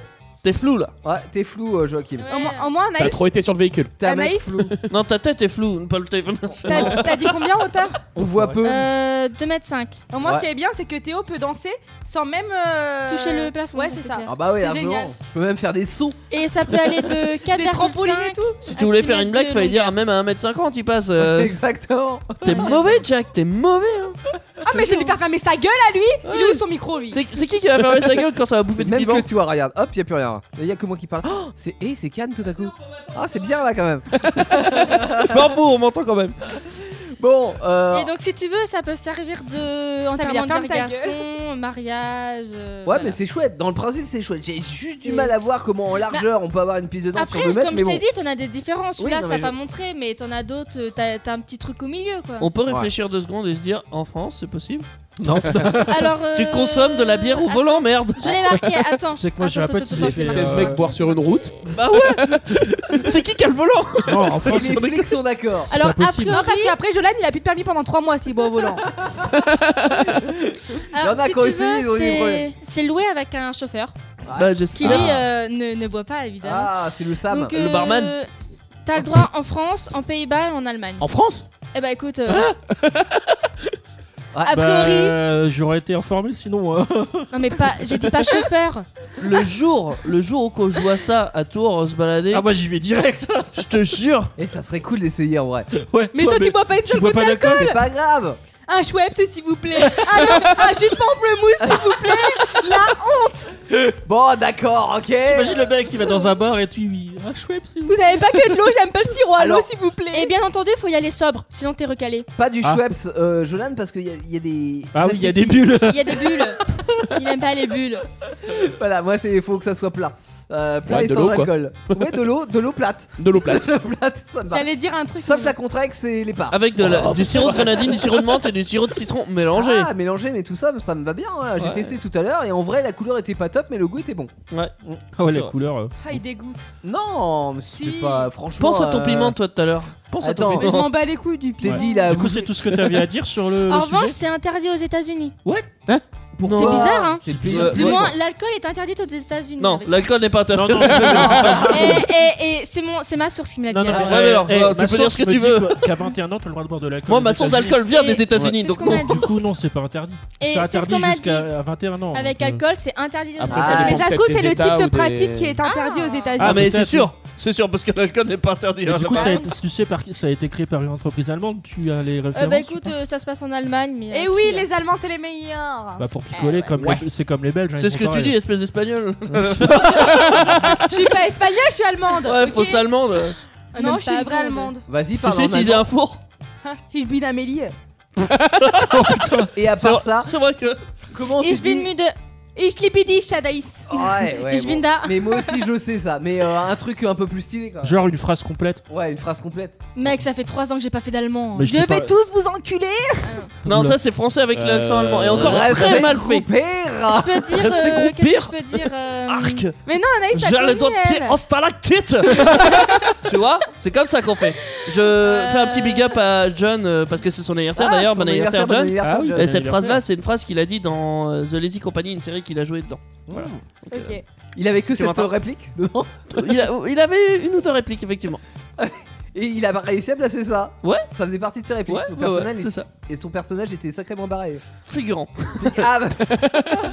[SPEAKER 7] T'es flou là.
[SPEAKER 2] Ouais, t'es flou, euh, Joachim.
[SPEAKER 3] Ouais.
[SPEAKER 1] Au moins, au moins,
[SPEAKER 4] T'as
[SPEAKER 1] Anaïs,
[SPEAKER 4] trop été sur le véhicule.
[SPEAKER 2] T'as un mec
[SPEAKER 1] Anaïs
[SPEAKER 2] flou.
[SPEAKER 7] Non, ta tête est floue, pas le téléphone.
[SPEAKER 1] t'as t'as dit combien en hauteur
[SPEAKER 2] On voit peu.
[SPEAKER 3] Euh, 2 mètres 5.
[SPEAKER 1] Au moins,
[SPEAKER 2] Ouais.
[SPEAKER 1] ce qui est bien, c'est que Théo peut danser sans même. euh,
[SPEAKER 3] Toucher le plafond,
[SPEAKER 1] Ouais,
[SPEAKER 3] ça,
[SPEAKER 1] c'est
[SPEAKER 3] c'est
[SPEAKER 1] ça.
[SPEAKER 3] clair.
[SPEAKER 2] Ah bah ouais,
[SPEAKER 1] c'est
[SPEAKER 2] largement.
[SPEAKER 1] génial.
[SPEAKER 2] Je peux même faire des sauts.
[SPEAKER 3] Et ça peut aller
[SPEAKER 2] <laughs>
[SPEAKER 3] de 4
[SPEAKER 1] Des trampolines et tout.
[SPEAKER 7] <laughs> Si tu voulais faire une blague, fallait dire
[SPEAKER 3] Ah,
[SPEAKER 7] même à 1m50, il passe. <laughs> euh,
[SPEAKER 2] <laughs> Exactement.
[SPEAKER 7] T'es mauvais, Jack, t'es mauvais. hein.
[SPEAKER 1] Ah, mais je vais lui faire fermer sa gueule à lui Il est où son micro, lui
[SPEAKER 7] C'est c'est qui qui va fermer sa gueule quand ça va bouffer du
[SPEAKER 2] Même
[SPEAKER 7] piment
[SPEAKER 2] que tu vois, regarde. Hop, y a plus rien. Y a que moi qui parle. Oh, c'est eh, c'est Cannes tout à coup. Ah, c'est bien là
[SPEAKER 3] <laughs>
[SPEAKER 2] quand même.
[SPEAKER 7] Je m'en fous, on m'entend quand même.
[SPEAKER 2] Bon, euh,
[SPEAKER 3] Et donc, si tu veux, ça peut servir de.
[SPEAKER 1] Ça veut dire
[SPEAKER 3] enterrement
[SPEAKER 1] ferme
[SPEAKER 3] de
[SPEAKER 1] ta
[SPEAKER 3] garçon, mariage. euh,
[SPEAKER 2] Ouais,
[SPEAKER 3] voilà.
[SPEAKER 2] mais c'est chouette. Dans le principe, c'est chouette. J'ai juste du
[SPEAKER 3] C'est-
[SPEAKER 2] mal à voir comment en largeur on peut avoir une piste de danse
[SPEAKER 3] Après,
[SPEAKER 2] sur deux mètres,
[SPEAKER 3] comme
[SPEAKER 2] mais
[SPEAKER 3] je
[SPEAKER 2] bon.
[SPEAKER 3] t'ai dit, t'en as des différences.
[SPEAKER 2] Oui,
[SPEAKER 3] Celui-là,
[SPEAKER 2] non,
[SPEAKER 3] ça
[SPEAKER 2] mais
[SPEAKER 3] va
[SPEAKER 2] je- Oh.
[SPEAKER 3] montrer, mais t'en as d'autres. euh, T'as t'as un petit truc au milieu, quoi.
[SPEAKER 7] On peut réfléchir deux secondes et se dire en France, c'est possible
[SPEAKER 8] Non,
[SPEAKER 3] <laughs> Alors.
[SPEAKER 7] Tu
[SPEAKER 3] euh,
[SPEAKER 7] consommes de la bière au
[SPEAKER 3] att-
[SPEAKER 7] volant, merde
[SPEAKER 3] Je l'ai marqué, attends.
[SPEAKER 8] C'est que moi, je
[SPEAKER 3] Attends,
[SPEAKER 8] répète,
[SPEAKER 3] attends,
[SPEAKER 8] il est
[SPEAKER 3] attends,
[SPEAKER 8] fait,
[SPEAKER 3] attends.
[SPEAKER 4] 16
[SPEAKER 8] euh,
[SPEAKER 4] mecs boire sur une route.
[SPEAKER 7] Bah ouais <laughs> C'est qui qui a le volant
[SPEAKER 2] <laughs>
[SPEAKER 8] non, en France,
[SPEAKER 2] Les flics sont
[SPEAKER 8] <laughs>
[SPEAKER 2] d'accord.
[SPEAKER 3] Alors,
[SPEAKER 8] pas possible.
[SPEAKER 3] a
[SPEAKER 1] Non, parce
[SPEAKER 3] priori,
[SPEAKER 1] qu'après, Jolan, il a plus de permis pendant 3 mois s'il boit
[SPEAKER 3] <laughs>
[SPEAKER 1] au volant.
[SPEAKER 3] alors,
[SPEAKER 2] Il y en a
[SPEAKER 3] si
[SPEAKER 2] qui ont
[SPEAKER 3] tu
[SPEAKER 2] essayé, ils ont
[SPEAKER 3] veux,
[SPEAKER 2] eu des
[SPEAKER 3] c'est
[SPEAKER 2] problèmes.
[SPEAKER 3] c'est loué avec un chauffeur
[SPEAKER 7] Bah
[SPEAKER 3] qui,
[SPEAKER 7] j'espère.
[SPEAKER 3] lui, euh, ne, ne boit pas, évidemment.
[SPEAKER 2] Ah, c'est le Sam.
[SPEAKER 3] Donc, euh,
[SPEAKER 7] Le barman.
[SPEAKER 3] T'as le droit en France, en Pays-Bas et en Allemagne.
[SPEAKER 4] En France
[SPEAKER 3] Eh bah, écoute. euh, a
[SPEAKER 8] Bah,
[SPEAKER 3] priori,
[SPEAKER 8] euh, j'aurais été informé sinon. euh,
[SPEAKER 3] non mais pas, j'ai dit pas chauffeur.
[SPEAKER 7] Le jour, le jour où je vois ça à Tours euh, se balader,
[SPEAKER 8] Ah, moi, j'y vais <laughs> direct.
[SPEAKER 7] je te jure,
[SPEAKER 2] Et Eh, ça serait cool d'essayer en vrai.
[SPEAKER 8] Ouais.
[SPEAKER 1] Mais toi, tu bois pas une
[SPEAKER 8] tu
[SPEAKER 1] seule
[SPEAKER 8] bois
[SPEAKER 1] goutte
[SPEAKER 8] pas d'alcool
[SPEAKER 2] C'est pas grave.
[SPEAKER 1] Un Schweppes, s'il vous plaît. Ah, Un, un jus de pamplemousse, s'il vous plaît.
[SPEAKER 2] Bon, d'accord, ok.
[SPEAKER 8] <laughs> T'imagines le mec qui va dans un bar et tu lui ah chouette c'est
[SPEAKER 1] Vous avez pas que de l'eau, j'aime pas le
[SPEAKER 3] Ah,
[SPEAKER 1] sirop à l'eau,
[SPEAKER 2] Alors-
[SPEAKER 1] s'il vous plaît.
[SPEAKER 3] Et bien entendu, faut y aller sobre, sinon t'es recalé.
[SPEAKER 2] Pas du
[SPEAKER 8] Ah.
[SPEAKER 2] Schweppes, euh, Jolan, parce qu'il y, a- il y a des.
[SPEAKER 8] Ah oui, il y a des bulles.
[SPEAKER 3] Il y a des bulles. Il aime pas les bulles.
[SPEAKER 2] Voilà, moi, il faut que ça soit plat. Euh, plat
[SPEAKER 4] Ouais,
[SPEAKER 2] et
[SPEAKER 4] de
[SPEAKER 2] sans
[SPEAKER 4] l'eau, quoi.
[SPEAKER 2] alcool. Ouais, de l'eau, de l'eau
[SPEAKER 7] <laughs>
[SPEAKER 2] plate.
[SPEAKER 4] De l'eau plate.
[SPEAKER 2] <laughs> De l'eau plate, ça me va.
[SPEAKER 1] <laughs> J'allais dire un truc.
[SPEAKER 2] Sauf
[SPEAKER 1] mais-
[SPEAKER 2] la contracte et les parts.
[SPEAKER 7] avec de la- du sirop de grenadine, du sirop de menthe et du sirop de citron mélangé.
[SPEAKER 2] Ah, mélangé, mais tout ça, ça me va bien. hein. J'ai
[SPEAKER 7] Ouais.
[SPEAKER 2] testé tout à l'heure et en vrai, la couleur était pas top, mais le goût était bon.
[SPEAKER 8] Ah <laughs> ouais,
[SPEAKER 7] C'est
[SPEAKER 8] la
[SPEAKER 7] vrai.
[SPEAKER 8] couleur. euh.
[SPEAKER 1] Ah, il dégoûte.
[SPEAKER 2] Non, mais c'est
[SPEAKER 1] Si.
[SPEAKER 2] pas. Franchement.
[SPEAKER 7] Pense à ton
[SPEAKER 2] euh,
[SPEAKER 7] piment toi tout à l'heure. Pense à
[SPEAKER 2] Attends.
[SPEAKER 7] ton
[SPEAKER 1] Mais je
[SPEAKER 7] piment.
[SPEAKER 1] m'en bats les couilles du
[SPEAKER 2] T'es
[SPEAKER 1] pire.
[SPEAKER 2] dit, là.
[SPEAKER 8] Du coup,
[SPEAKER 2] vous-
[SPEAKER 8] c'est tout ce que t'avais à dire sur le.
[SPEAKER 3] en
[SPEAKER 8] le
[SPEAKER 3] revanche,
[SPEAKER 8] sujet
[SPEAKER 3] c'est interdit aux États-Unis.
[SPEAKER 2] Pourquoi
[SPEAKER 7] Oh.
[SPEAKER 3] C'est bizarre, hein.
[SPEAKER 2] C'est le
[SPEAKER 7] Ouais,
[SPEAKER 2] pays-
[SPEAKER 7] ouais.
[SPEAKER 3] Du moins, l'alcool est interdit aux États-Unis.
[SPEAKER 7] Non,
[SPEAKER 3] avec ça.
[SPEAKER 7] l'alcool n'est pas
[SPEAKER 8] Non,
[SPEAKER 7] interdit.
[SPEAKER 8] non, non,
[SPEAKER 3] Et, et, et c'est mon, c'est ma source qui me l'a dit.
[SPEAKER 8] non, non,
[SPEAKER 3] alors.
[SPEAKER 7] Ouais, mais alors,
[SPEAKER 8] eh,
[SPEAKER 7] tu
[SPEAKER 8] ma
[SPEAKER 7] peux dire
[SPEAKER 8] source
[SPEAKER 7] ce que
[SPEAKER 8] me
[SPEAKER 7] tu
[SPEAKER 8] dit,
[SPEAKER 7] veux.
[SPEAKER 8] quoi, Qu'à 21 ans, t'as le droit de boire de l'alcool.
[SPEAKER 7] Moi,
[SPEAKER 8] aux
[SPEAKER 7] ma source
[SPEAKER 8] États-Unis.
[SPEAKER 7] d'alcool vient
[SPEAKER 3] Et-
[SPEAKER 7] des États-Unis,
[SPEAKER 3] C'est
[SPEAKER 7] donc
[SPEAKER 3] ce qu'on
[SPEAKER 7] non.
[SPEAKER 3] m'a dit.
[SPEAKER 8] Du coup, non, c'est pas interdit.
[SPEAKER 3] Et
[SPEAKER 8] C'est
[SPEAKER 3] c'est ce
[SPEAKER 8] interdit
[SPEAKER 3] qu'on m'a dit.
[SPEAKER 8] jusqu'à à 21 ans.
[SPEAKER 3] Avec
[SPEAKER 8] donc, euh,
[SPEAKER 3] alcool, c'est interdit. aux
[SPEAKER 4] Après,
[SPEAKER 3] États-Unis.
[SPEAKER 2] ça
[SPEAKER 1] Mais
[SPEAKER 2] dépend
[SPEAKER 1] ça se
[SPEAKER 4] peut-être
[SPEAKER 1] trouve,
[SPEAKER 4] des
[SPEAKER 1] c'est le
[SPEAKER 4] États
[SPEAKER 1] type de
[SPEAKER 4] ou des-
[SPEAKER 1] pratique qui est interdit
[SPEAKER 3] Ah.
[SPEAKER 1] aux États-Unis.
[SPEAKER 7] Ah mais
[SPEAKER 8] peut-être,
[SPEAKER 7] c'est sûr, c'est sûr parce que l'alcool n'est pas interdit.
[SPEAKER 8] Et
[SPEAKER 7] hein,
[SPEAKER 8] du coup,
[SPEAKER 7] là-bas.
[SPEAKER 8] ça a, été, tu sais, par- ça a été créé par une entreprise allemande. Tu as les
[SPEAKER 3] Euh,
[SPEAKER 8] références
[SPEAKER 3] bah
[SPEAKER 8] ou
[SPEAKER 3] écoute,
[SPEAKER 8] pas
[SPEAKER 3] euh, ça se passe en Allemagne, mais.
[SPEAKER 1] Et
[SPEAKER 3] euh,
[SPEAKER 1] oui,
[SPEAKER 3] qui, euh,
[SPEAKER 1] les Allemands, c'est les meilleurs.
[SPEAKER 8] Bah, pour copier-coller, comme
[SPEAKER 7] Eh ouais.
[SPEAKER 8] les- c'est comme les Belges. hein,
[SPEAKER 7] C'est
[SPEAKER 8] ils
[SPEAKER 7] ce
[SPEAKER 8] sont
[SPEAKER 7] que tu
[SPEAKER 8] pareils.
[SPEAKER 7] dis,
[SPEAKER 2] <laughs>
[SPEAKER 7] espèce d'espagnol.
[SPEAKER 3] Je suis pas espagnole, je suis allemande.
[SPEAKER 7] Ouais,
[SPEAKER 3] ok
[SPEAKER 7] fausse allemande.
[SPEAKER 3] Non,
[SPEAKER 1] Même
[SPEAKER 3] je suis une
[SPEAKER 1] pas
[SPEAKER 3] vraie
[SPEAKER 1] allemande.
[SPEAKER 3] allemande.
[SPEAKER 2] Vas-y,
[SPEAKER 7] Tu
[SPEAKER 2] parle
[SPEAKER 7] sais
[SPEAKER 2] en
[SPEAKER 7] utiliser
[SPEAKER 2] allemand.
[SPEAKER 7] un four
[SPEAKER 3] Je bin Amélie.
[SPEAKER 2] Et à part
[SPEAKER 7] C'est-
[SPEAKER 2] ça,
[SPEAKER 7] C'est vrai que.
[SPEAKER 2] comment tu
[SPEAKER 1] Ich bin
[SPEAKER 2] dis-
[SPEAKER 1] müde.
[SPEAKER 3] Ich liebe dich, Shadaïs.
[SPEAKER 1] <laughs>
[SPEAKER 2] Ouais, ouais,
[SPEAKER 1] Ich bin da.
[SPEAKER 2] Mais moi aussi, je sais ça. Mais euh, un truc un peu plus stylé, quoi.
[SPEAKER 8] <laughs> Genre une phrase complète.
[SPEAKER 2] Ouais, une phrase complète.
[SPEAKER 1] Mec, ça fait 3 ans que j'ai pas fait
[SPEAKER 7] Oh,
[SPEAKER 1] d'allemand.
[SPEAKER 8] Mais
[SPEAKER 1] hein.
[SPEAKER 8] je t'ai pas-
[SPEAKER 3] tous vous enculer.
[SPEAKER 7] Non,
[SPEAKER 8] Oula.
[SPEAKER 7] ça c'est français avec l'accent
[SPEAKER 9] Euh,
[SPEAKER 7] allemand. Et encore
[SPEAKER 2] Reste
[SPEAKER 7] très mal fait.
[SPEAKER 2] groupé.
[SPEAKER 1] Je peux dire.
[SPEAKER 7] Restez
[SPEAKER 1] euh,
[SPEAKER 7] groupir.
[SPEAKER 1] Qu'est-ce que je peux dire euh,
[SPEAKER 7] Arc
[SPEAKER 3] Mais non, Anaïs,
[SPEAKER 7] J'ai
[SPEAKER 3] ça
[SPEAKER 7] le doigt de pied en stalactite <laughs> Tu vois C'est comme ça qu'on fait. Je fais un petit big up à John euh, parce que c'est son anniversaire
[SPEAKER 2] Euh. Ah,
[SPEAKER 7] d'ailleurs.
[SPEAKER 2] son
[SPEAKER 7] Bon anniversaire,
[SPEAKER 2] bon
[SPEAKER 7] John.
[SPEAKER 2] anniversaire,
[SPEAKER 8] Ah oui,
[SPEAKER 2] John.
[SPEAKER 8] bon
[SPEAKER 7] Et cette
[SPEAKER 8] anniversaire.
[SPEAKER 7] phrase là, c'est une phrase qu'il a dit dans euh, The Lazy Company, une série qu'il a joué dedans. <laughs> Voilà. Donc, euh,
[SPEAKER 3] Ok.
[SPEAKER 2] Il avait que
[SPEAKER 7] C'était
[SPEAKER 2] cette
[SPEAKER 7] maintenant.
[SPEAKER 2] réplique dedans
[SPEAKER 7] il, a- il avait une ou deux répliques effectivement.
[SPEAKER 2] et il a réussi à placer ça.
[SPEAKER 7] Ouais.
[SPEAKER 2] Ça faisait partie de ses répliques.
[SPEAKER 7] Ouais,
[SPEAKER 2] son
[SPEAKER 7] ouais,
[SPEAKER 2] personnage,
[SPEAKER 7] ouais, c'est ça.
[SPEAKER 2] et son personnage était sacrément barré. <laughs>
[SPEAKER 7] Figurant.
[SPEAKER 2] ah, bah,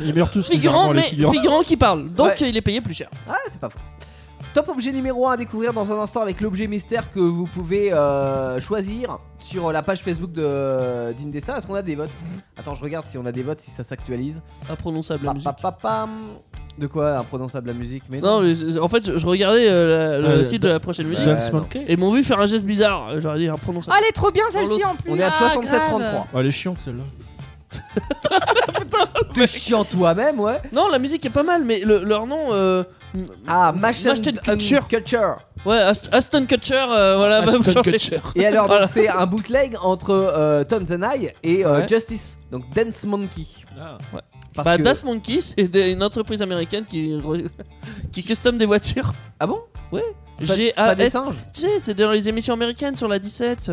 [SPEAKER 8] Ils meurent tous.
[SPEAKER 7] Figurant,
[SPEAKER 8] bizarrement, les
[SPEAKER 7] mais
[SPEAKER 8] figurants.
[SPEAKER 7] figurant qui parle. Donc
[SPEAKER 2] Ouais.
[SPEAKER 7] il est payé plus cher.
[SPEAKER 2] ah, c'est pas faux. Top objet numéro 1 à découvrir dans un instant avec l'objet mystère que vous pouvez euh, choisir sur la page Facebook de d'Indestar. Est-ce qu'on a des votes Attends, je regarde si on a des votes, si ça s'actualise.
[SPEAKER 7] Imprononçable la
[SPEAKER 2] Pa,
[SPEAKER 7] musique.
[SPEAKER 2] pa, pa, pam. De quoi imprononçable la musique Mais
[SPEAKER 7] Non, mais c'est- en fait, je, je regardais euh, la- le
[SPEAKER 8] Ouais,
[SPEAKER 7] titre
[SPEAKER 8] Dan-
[SPEAKER 7] de la prochaine musique.
[SPEAKER 2] Dan-
[SPEAKER 8] Dance
[SPEAKER 2] non.
[SPEAKER 8] Monkey.
[SPEAKER 7] Et ils m'ont vu faire un geste bizarre. Euh, J'aurais dit hein,
[SPEAKER 3] Oh,
[SPEAKER 7] imprononçable.
[SPEAKER 3] elle est trop bien
[SPEAKER 7] Dans
[SPEAKER 3] celle-ci
[SPEAKER 7] l'autre,
[SPEAKER 3] en plus.
[SPEAKER 2] on est à
[SPEAKER 1] Ah,
[SPEAKER 2] 67-33.
[SPEAKER 8] Oh, elle est chiante celle-là.
[SPEAKER 2] T'es chiant toi-même, ouais.
[SPEAKER 7] Non, la musique est pas mal, mais le- leur nom. euh,
[SPEAKER 2] Ah, Mashed
[SPEAKER 7] Ashton
[SPEAKER 2] and
[SPEAKER 7] Kutcher.
[SPEAKER 2] Kutcher.
[SPEAKER 7] Ouais, Ast- Aston Kutcher, euh, voilà, <laughs> va vous
[SPEAKER 9] Ashton
[SPEAKER 7] changer.
[SPEAKER 9] Kutcher.
[SPEAKER 2] Et alors, donc,
[SPEAKER 7] Voilà.
[SPEAKER 2] c'est un bootleg entre euh, Tanzanai et euh,
[SPEAKER 7] Ouais.
[SPEAKER 2] Justice, donc Dance Monkey. Parce
[SPEAKER 7] Bah,
[SPEAKER 2] que-
[SPEAKER 7] Das Monkey, c'est des- une entreprise américaine qui, re- <laughs> qui custom des voitures.
[SPEAKER 2] Ah bon Pas- Pas des
[SPEAKER 7] G-A-S.
[SPEAKER 2] singes
[SPEAKER 7] Tu sais, c'est dans les émissions américaines sur la 17.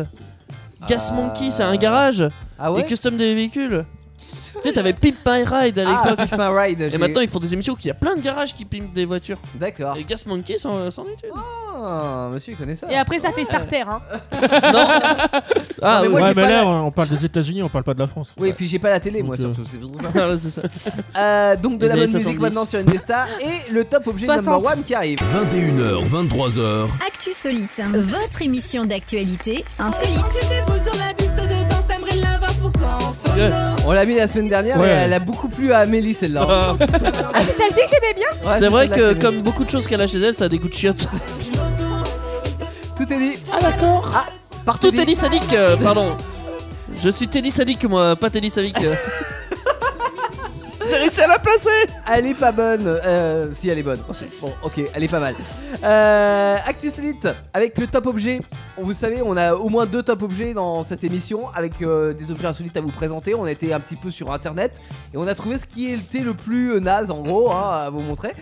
[SPEAKER 7] Gas
[SPEAKER 2] Ah.
[SPEAKER 7] Monkey, c'est un garage.
[SPEAKER 2] Ah ouais
[SPEAKER 7] Et custom des véhicules. tu sais, t'avais Pimp My Ride à
[SPEAKER 2] Ah, <laughs>
[SPEAKER 7] l'époque.
[SPEAKER 2] Push My Ride.
[SPEAKER 7] Et
[SPEAKER 2] j'ai-
[SPEAKER 7] maintenant, ils font des émissions où il y a plein de garages qui pimpent des voitures.
[SPEAKER 2] D'accord.
[SPEAKER 7] Et Gas Monkey s'en s'en est une.
[SPEAKER 2] Ah, monsieur, il connaît ça.
[SPEAKER 3] Et après, ça fait starter. Hein.
[SPEAKER 7] Non Ah,
[SPEAKER 2] mais moi, j'ai
[SPEAKER 7] oui.
[SPEAKER 8] ouais, mais
[SPEAKER 2] pas
[SPEAKER 8] là,
[SPEAKER 2] la-
[SPEAKER 8] on parle des États-unis, on parle pas de la France.
[SPEAKER 2] Oui, et puis j'ai pas la télé, moi,
[SPEAKER 8] Donc,
[SPEAKER 2] surtout. c'est pour ça.
[SPEAKER 7] Ah, <laughs> ouais, c'est ça.
[SPEAKER 2] Euh, donc, de
[SPEAKER 7] Les
[SPEAKER 2] la
[SPEAKER 7] années
[SPEAKER 2] bonne musique
[SPEAKER 7] 70.
[SPEAKER 2] maintenant sur Indestar. Et le top objet
[SPEAKER 3] 60.
[SPEAKER 2] number one qui arrive.
[SPEAKER 4] 21h, 23h,
[SPEAKER 5] Actu Solite, votre émission d'actualité insolite.
[SPEAKER 2] On l'a mis la semaine dernière
[SPEAKER 8] Ouais.
[SPEAKER 2] et elle a beaucoup plu à Amélie, celle-là.
[SPEAKER 7] Ah.
[SPEAKER 3] Ah, c'est celle-ci que j'aimais bien.
[SPEAKER 2] Oh. Ouais,
[SPEAKER 7] C'est vrai
[SPEAKER 2] celle-là
[SPEAKER 7] que,
[SPEAKER 2] qui-
[SPEAKER 7] comme beaucoup de choses qu'elle a chez elle, ça a des goûts de chiottes.
[SPEAKER 2] Tout est dit.
[SPEAKER 7] Ah, d'accord
[SPEAKER 2] Partout
[SPEAKER 7] Tout Teddy Sadik, euh, pardon. Je suis Teddy Sadik, moi, pas Teddy Sadik. euh. J'ai réussi à la placer Oh,
[SPEAKER 2] Elle est pas bonne. Euh, si elle est bonne. Bon, ok, elle est pas mal. Euh, Actu Solite, avec le top objet. On- Vous savez, on a au moins deux top objets dans cette émission avec euh, des objets insolites à vous présenter. On a été un petit peu sur internet et on a trouvé ce qui était le plus euh, naze en gros hein, à vous montrer.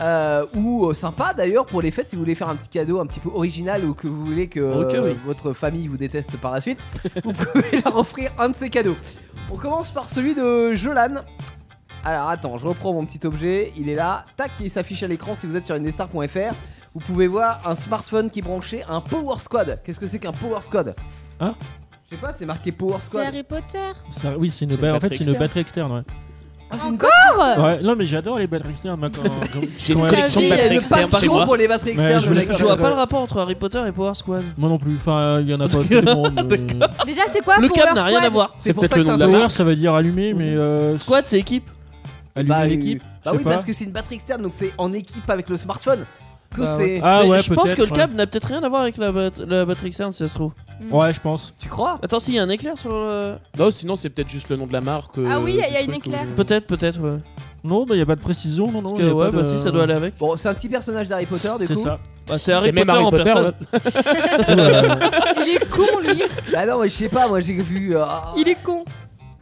[SPEAKER 2] Euh, ou euh, sympa d'ailleurs pour les fêtes si vous voulez faire un petit cadeau un petit peu original ou que vous voulez que euh,
[SPEAKER 7] Ok, oui.
[SPEAKER 2] votre famille vous déteste par la suite, <laughs> vous pouvez leur offrir un de ces cadeaux. On commence par celui de Jolan. Alors attends, je reprends mon petit objet, il est là, tac, il s'affiche à l'écran si vous êtes sur indestar.fr. Vous pouvez voir un smartphone qui est branché, un Power Squad. Qu'est-ce que c'est qu'un Power Squad
[SPEAKER 8] Hein
[SPEAKER 2] Je sais pas, c'est marqué Power
[SPEAKER 1] C'est
[SPEAKER 2] Squad.
[SPEAKER 1] Harry Potter.
[SPEAKER 8] Ça- oui, c'est une,
[SPEAKER 9] C'est une
[SPEAKER 8] ba- en fait,
[SPEAKER 9] batterie
[SPEAKER 8] c'est une
[SPEAKER 9] externe.
[SPEAKER 8] batterie externe. Ouais.
[SPEAKER 2] Ah, c'est une
[SPEAKER 8] ouais. Non, mais j'adore les batteries externes. moi,
[SPEAKER 7] <laughs>
[SPEAKER 8] quand- quand-
[SPEAKER 9] J'ai une
[SPEAKER 8] quand-
[SPEAKER 9] collection
[SPEAKER 2] batterie, il
[SPEAKER 9] de
[SPEAKER 2] y a
[SPEAKER 9] batteries
[SPEAKER 2] une
[SPEAKER 9] externes chez
[SPEAKER 2] passion
[SPEAKER 9] moi.
[SPEAKER 2] pour les batteries
[SPEAKER 8] Ouais,
[SPEAKER 2] externes.
[SPEAKER 8] je
[SPEAKER 2] le
[SPEAKER 8] voulais
[SPEAKER 2] mec.
[SPEAKER 8] faire
[SPEAKER 7] Je vois
[SPEAKER 8] D'accord.
[SPEAKER 7] pas le rapport entre Harry Potter et Power Squad.
[SPEAKER 8] Moi non plus. Enfin, il y en a pas. c'est bon, mais-
[SPEAKER 3] Déjà, c'est quoi
[SPEAKER 7] le
[SPEAKER 3] Ah, Power
[SPEAKER 7] câble n'a rien
[SPEAKER 3] Squad
[SPEAKER 7] à voir.
[SPEAKER 2] C'est
[SPEAKER 9] C'est
[SPEAKER 2] pour
[SPEAKER 9] peut-être
[SPEAKER 2] ça que
[SPEAKER 9] le nom
[SPEAKER 2] ça
[SPEAKER 9] de
[SPEAKER 2] se
[SPEAKER 9] la
[SPEAKER 2] voit.
[SPEAKER 8] Power, euh. ça veut dire allumer, mais euh,
[SPEAKER 7] Squad, c'est équipe.
[SPEAKER 8] allumer
[SPEAKER 2] Bah,
[SPEAKER 8] l'équipe.
[SPEAKER 2] euh,
[SPEAKER 8] je
[SPEAKER 2] bah
[SPEAKER 8] sais
[SPEAKER 2] oui,
[SPEAKER 8] pas.
[SPEAKER 2] parce que c'est une batterie externe, donc c'est en équipe avec le smartphone que
[SPEAKER 7] Bah
[SPEAKER 2] c'est.
[SPEAKER 8] Ah
[SPEAKER 7] Mais
[SPEAKER 8] ouais,
[SPEAKER 7] je pense que le
[SPEAKER 8] peut-être,
[SPEAKER 7] câble n'a peut-être rien à voir avec la, bat- la batterie externe, si ça se trouve.
[SPEAKER 8] Ouais, je pense.
[SPEAKER 2] Tu crois
[SPEAKER 7] Attends, s'il y a un éclair sur le.
[SPEAKER 9] Non, sinon, c'est peut-être juste le nom de la marque. euh,
[SPEAKER 3] Ah oui, il y a
[SPEAKER 9] du
[SPEAKER 3] une
[SPEAKER 9] truc,
[SPEAKER 3] éclair.
[SPEAKER 9] ou-
[SPEAKER 7] Peut-être, peut-être, ouais.
[SPEAKER 8] Non, bah, il n'y a pas de précision. Non, non.
[SPEAKER 7] Parce
[SPEAKER 8] y
[SPEAKER 7] que,
[SPEAKER 8] a
[SPEAKER 7] ouais,
[SPEAKER 8] pas
[SPEAKER 7] bah
[SPEAKER 8] de-
[SPEAKER 7] si, ça doit aller avec.
[SPEAKER 2] Bon, c'est un petit personnage d'Harry Potter, du
[SPEAKER 8] C'est
[SPEAKER 2] coup.
[SPEAKER 8] ça.
[SPEAKER 7] Bah, c'est Harry
[SPEAKER 9] C'est
[SPEAKER 7] Potter
[SPEAKER 9] même Harry
[SPEAKER 7] en
[SPEAKER 9] Potter.
[SPEAKER 7] personne.
[SPEAKER 9] ouais.
[SPEAKER 7] <laughs>
[SPEAKER 3] Il est con, lui.
[SPEAKER 2] Bah non, mais je sais pas, moi j'ai vu. euh,
[SPEAKER 3] Il est con.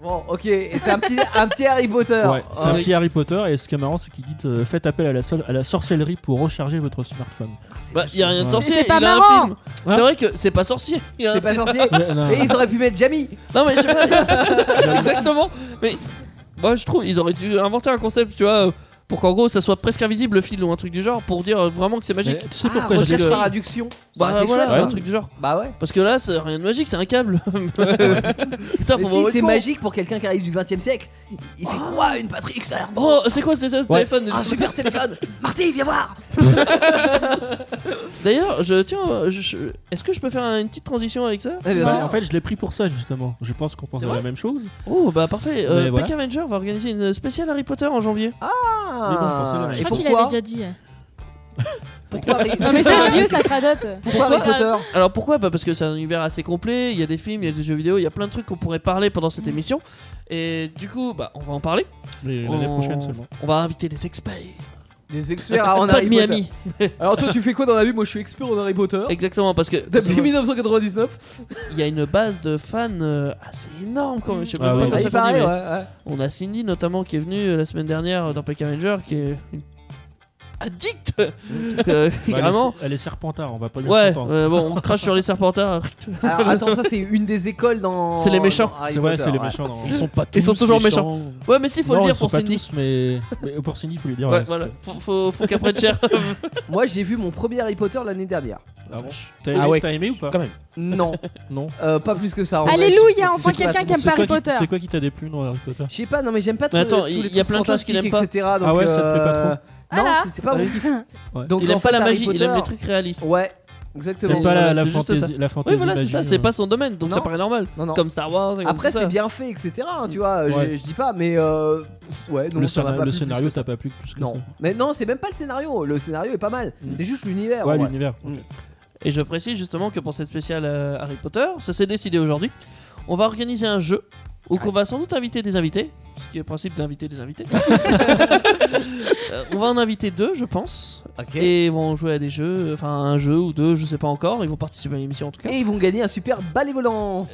[SPEAKER 2] Bon, ok, et c'est un petit, un petit Harry Potter.
[SPEAKER 8] Ouais, c'est un
[SPEAKER 7] Euh,
[SPEAKER 2] Ah,
[SPEAKER 8] petit Harry Potter et ce qui est marrant c'est qu'il dit euh, faites appel à la, sol- à la sorcellerie pour recharger votre smartphone.
[SPEAKER 2] c'est
[SPEAKER 7] Bah, y a rien de
[SPEAKER 8] Ouais.
[SPEAKER 7] sorcier,
[SPEAKER 3] C'est pas
[SPEAKER 7] il a
[SPEAKER 3] marrant.
[SPEAKER 7] un film.
[SPEAKER 8] Hein
[SPEAKER 7] C'est vrai que c'est pas sorcier. il a un
[SPEAKER 2] C'est pas sorcier.
[SPEAKER 8] Ouais, non.
[SPEAKER 2] Et ils auraient pu mettre Jamie.
[SPEAKER 7] Non mais je sais pas exactement. Mais moi je trouve ils auraient dû inventer un concept, tu vois, euh, pour qu'en gros ça soit presque invisible le fil ou un truc du genre pour dire euh, vraiment que c'est
[SPEAKER 8] Mais
[SPEAKER 7] magique.
[SPEAKER 8] tu sais
[SPEAKER 2] Ah,
[SPEAKER 8] pourquoi je
[SPEAKER 2] recherche
[SPEAKER 8] l'ai-
[SPEAKER 2] par adduction. Ça aurait
[SPEAKER 7] Bah
[SPEAKER 2] été
[SPEAKER 7] voilà,
[SPEAKER 2] chouette,
[SPEAKER 7] un
[SPEAKER 2] ça.
[SPEAKER 7] truc du genre.
[SPEAKER 2] Bah ouais.
[SPEAKER 7] Parce que là c'est rien de magique, c'est un câble. <laughs> Putain,
[SPEAKER 2] Mais
[SPEAKER 7] faut
[SPEAKER 2] si
[SPEAKER 7] voir
[SPEAKER 2] c'est magique pour quelqu'un qui arrive du 20 e siècle, Il fait quoi une batterie externe
[SPEAKER 7] Oh, c'est quoi ce téléphone
[SPEAKER 2] Un super téléphone Marty, viens voir
[SPEAKER 7] D'ailleurs, je tiens. euh, je- je- Est-ce que je peux faire une petite transition avec ça
[SPEAKER 2] Ah,
[SPEAKER 8] Non, Bah, en fait, je l'ai pris pour ça justement. Je pense qu'on pense
[SPEAKER 7] C'est
[SPEAKER 8] à la
[SPEAKER 7] vrai
[SPEAKER 8] même chose.
[SPEAKER 7] Oh, bah parfait. Euh,
[SPEAKER 8] Mais voilà.
[SPEAKER 7] PK Avenger va organiser une spéciale Harry Potter en janvier.
[SPEAKER 8] Mais bon, je pensais la même
[SPEAKER 1] Je
[SPEAKER 2] Ah. Et
[SPEAKER 1] crois qu'il
[SPEAKER 2] pourquoi
[SPEAKER 1] avait déjà dit.
[SPEAKER 2] Pourquoi Harry-
[SPEAKER 3] Non, mais c'est un vieux, ça se radote.
[SPEAKER 2] Pourquoi Harry Potter <laughs>
[SPEAKER 7] Alors pourquoi bah Parce que c'est un univers assez complet, il y a des films, il y a des jeux vidéo, il y a plein de trucs qu'on pourrait parler pendant
[SPEAKER 2] Mm.
[SPEAKER 7] cette émission. Et du coup, bah, on va en parler.
[SPEAKER 8] Mais l'année
[SPEAKER 7] On-
[SPEAKER 8] prochaine seulement.
[SPEAKER 7] On va inviter des experts.
[SPEAKER 2] Les experts en
[SPEAKER 7] <laughs> Pas
[SPEAKER 2] Harry
[SPEAKER 7] de
[SPEAKER 2] Potter.
[SPEAKER 7] Miami.
[SPEAKER 2] Alors toi, tu fais quoi dans la vie Moi, je suis expert en Harry Potter.
[SPEAKER 7] Exactement, parce que
[SPEAKER 2] Depuis 1999
[SPEAKER 7] il y a une base de fans euh, assez énorme quand même. Je sais
[SPEAKER 8] Ah
[SPEAKER 7] même pas
[SPEAKER 8] oui.
[SPEAKER 7] comment
[SPEAKER 8] Ah,
[SPEAKER 7] ça
[SPEAKER 2] il
[SPEAKER 7] s'appelle,
[SPEAKER 2] paraît,
[SPEAKER 7] mais-
[SPEAKER 2] ouais, ouais.
[SPEAKER 7] On a Cindy notamment qui est venue euh, la semaine dernière euh, dans PK Avenger qui est une
[SPEAKER 8] <laughs>
[SPEAKER 7] addict <laughs> euh,
[SPEAKER 8] Bah, elle est-
[SPEAKER 7] Vraiment
[SPEAKER 8] Elle est serpentard, on va pas lui
[SPEAKER 7] Ouais,
[SPEAKER 8] s'entendre.
[SPEAKER 7] euh, bon, on crache sur les serpentards.
[SPEAKER 2] Alors attends, ça c'est une des écoles dans.
[SPEAKER 7] C'est les méchants.
[SPEAKER 2] dans Harry
[SPEAKER 8] C'est vrai,
[SPEAKER 2] Potter,
[SPEAKER 8] c'est les
[SPEAKER 2] ouais.
[SPEAKER 8] méchants. dans-
[SPEAKER 9] Ils sont pas tous
[SPEAKER 7] Ils sont toujours méchants. Ouais, mais si, faut
[SPEAKER 8] Non,
[SPEAKER 7] le
[SPEAKER 8] ils
[SPEAKER 7] dire
[SPEAKER 8] sont
[SPEAKER 7] pour
[SPEAKER 8] pas
[SPEAKER 7] Cindy.
[SPEAKER 8] tous, mais... mais pour Cindy, faut lui dire.
[SPEAKER 7] Ouais,
[SPEAKER 8] ouais,
[SPEAKER 7] voilà,
[SPEAKER 8] parce
[SPEAKER 7] faut, faut, faut qu'elle prenne cher.
[SPEAKER 2] Moi, j'ai vu mon premier Harry Potter l'année dernière.
[SPEAKER 8] que- Ah bon T'as aimé,
[SPEAKER 9] Ah ouais.
[SPEAKER 8] t'as aimé ou pas
[SPEAKER 9] Quand même.
[SPEAKER 2] Non,
[SPEAKER 8] Non.
[SPEAKER 2] euh, pas plus que ça. en vrai.
[SPEAKER 3] Alléluia,
[SPEAKER 8] C'est
[SPEAKER 3] enfin
[SPEAKER 8] quoi-
[SPEAKER 3] quelqu'un qui aime
[SPEAKER 8] c'est
[SPEAKER 3] pas Harry
[SPEAKER 8] quoi
[SPEAKER 3] Potter.
[SPEAKER 8] C'est quoi qui t'a déplu dans Harry Potter
[SPEAKER 2] Je sais pas, non mais j'aime pas
[SPEAKER 7] Mais
[SPEAKER 2] trop-
[SPEAKER 7] attends,
[SPEAKER 2] tous
[SPEAKER 7] il-
[SPEAKER 2] les
[SPEAKER 7] il y a
[SPEAKER 2] trucs
[SPEAKER 7] plein de choses qu'il aime
[SPEAKER 2] fantastiques, etc., donc,
[SPEAKER 8] Ah ouais, ça te plaît pas trop
[SPEAKER 2] euh, Non,
[SPEAKER 3] Ah
[SPEAKER 2] c'est- c'est pas mon kiff.
[SPEAKER 8] Ouais.
[SPEAKER 2] Donc,
[SPEAKER 7] Il
[SPEAKER 2] en
[SPEAKER 7] aime pas
[SPEAKER 2] fait,
[SPEAKER 7] la
[SPEAKER 2] Harry
[SPEAKER 7] magie, il aime
[SPEAKER 2] Potter-
[SPEAKER 7] les trucs réalistes.
[SPEAKER 2] Ouais, exactement.
[SPEAKER 8] C'est pas la, la
[SPEAKER 7] c'est juste
[SPEAKER 8] fantaisie-
[SPEAKER 7] ça.
[SPEAKER 8] la fantaisie.
[SPEAKER 7] Oui, voilà, c'est ça,
[SPEAKER 8] magique,
[SPEAKER 7] c'est
[SPEAKER 8] euh.
[SPEAKER 7] pas son domaine, donc
[SPEAKER 2] Non.
[SPEAKER 7] ça paraît normal.
[SPEAKER 2] Non, non.
[SPEAKER 7] C'est Comme Star Wars. et comme
[SPEAKER 2] Après,
[SPEAKER 7] tout ça.
[SPEAKER 2] c'est bien fait, etc. hein, tu vois, je-
[SPEAKER 8] Ouais.
[SPEAKER 2] je dis pas, mais euh, pff, ouais, non,
[SPEAKER 8] le,
[SPEAKER 2] ça m'a
[SPEAKER 8] scénar-
[SPEAKER 2] pas plu
[SPEAKER 8] le
[SPEAKER 2] plus
[SPEAKER 8] scénario,
[SPEAKER 2] que ça.
[SPEAKER 8] t'as pas plu plus que
[SPEAKER 2] Non, mais non, c'est même pas le scénario. Le scénario est pas mal.
[SPEAKER 8] Mm.
[SPEAKER 2] C'est juste
[SPEAKER 8] ça.
[SPEAKER 2] l'univers.
[SPEAKER 8] Ouais,
[SPEAKER 2] en vrai.
[SPEAKER 8] l'univers.
[SPEAKER 2] Mm.
[SPEAKER 8] ok.
[SPEAKER 7] Et je précise justement que pour cette spéciale euh, Harry Potter, ça s'est décidé aujourd'hui. On va organiser un jeu où on va sans doute inviter des invités, ce qui est le principe d'inviter des
[SPEAKER 2] <laughs>
[SPEAKER 7] invités. Euh, on va en inviter deux, je pense,
[SPEAKER 2] Ok. Et...
[SPEAKER 7] et ils vont jouer à des jeux, enfin un jeu ou deux, je sais pas encore. Ils vont participer à l'émission en tout cas.
[SPEAKER 2] ils vont gagner un super balai volant.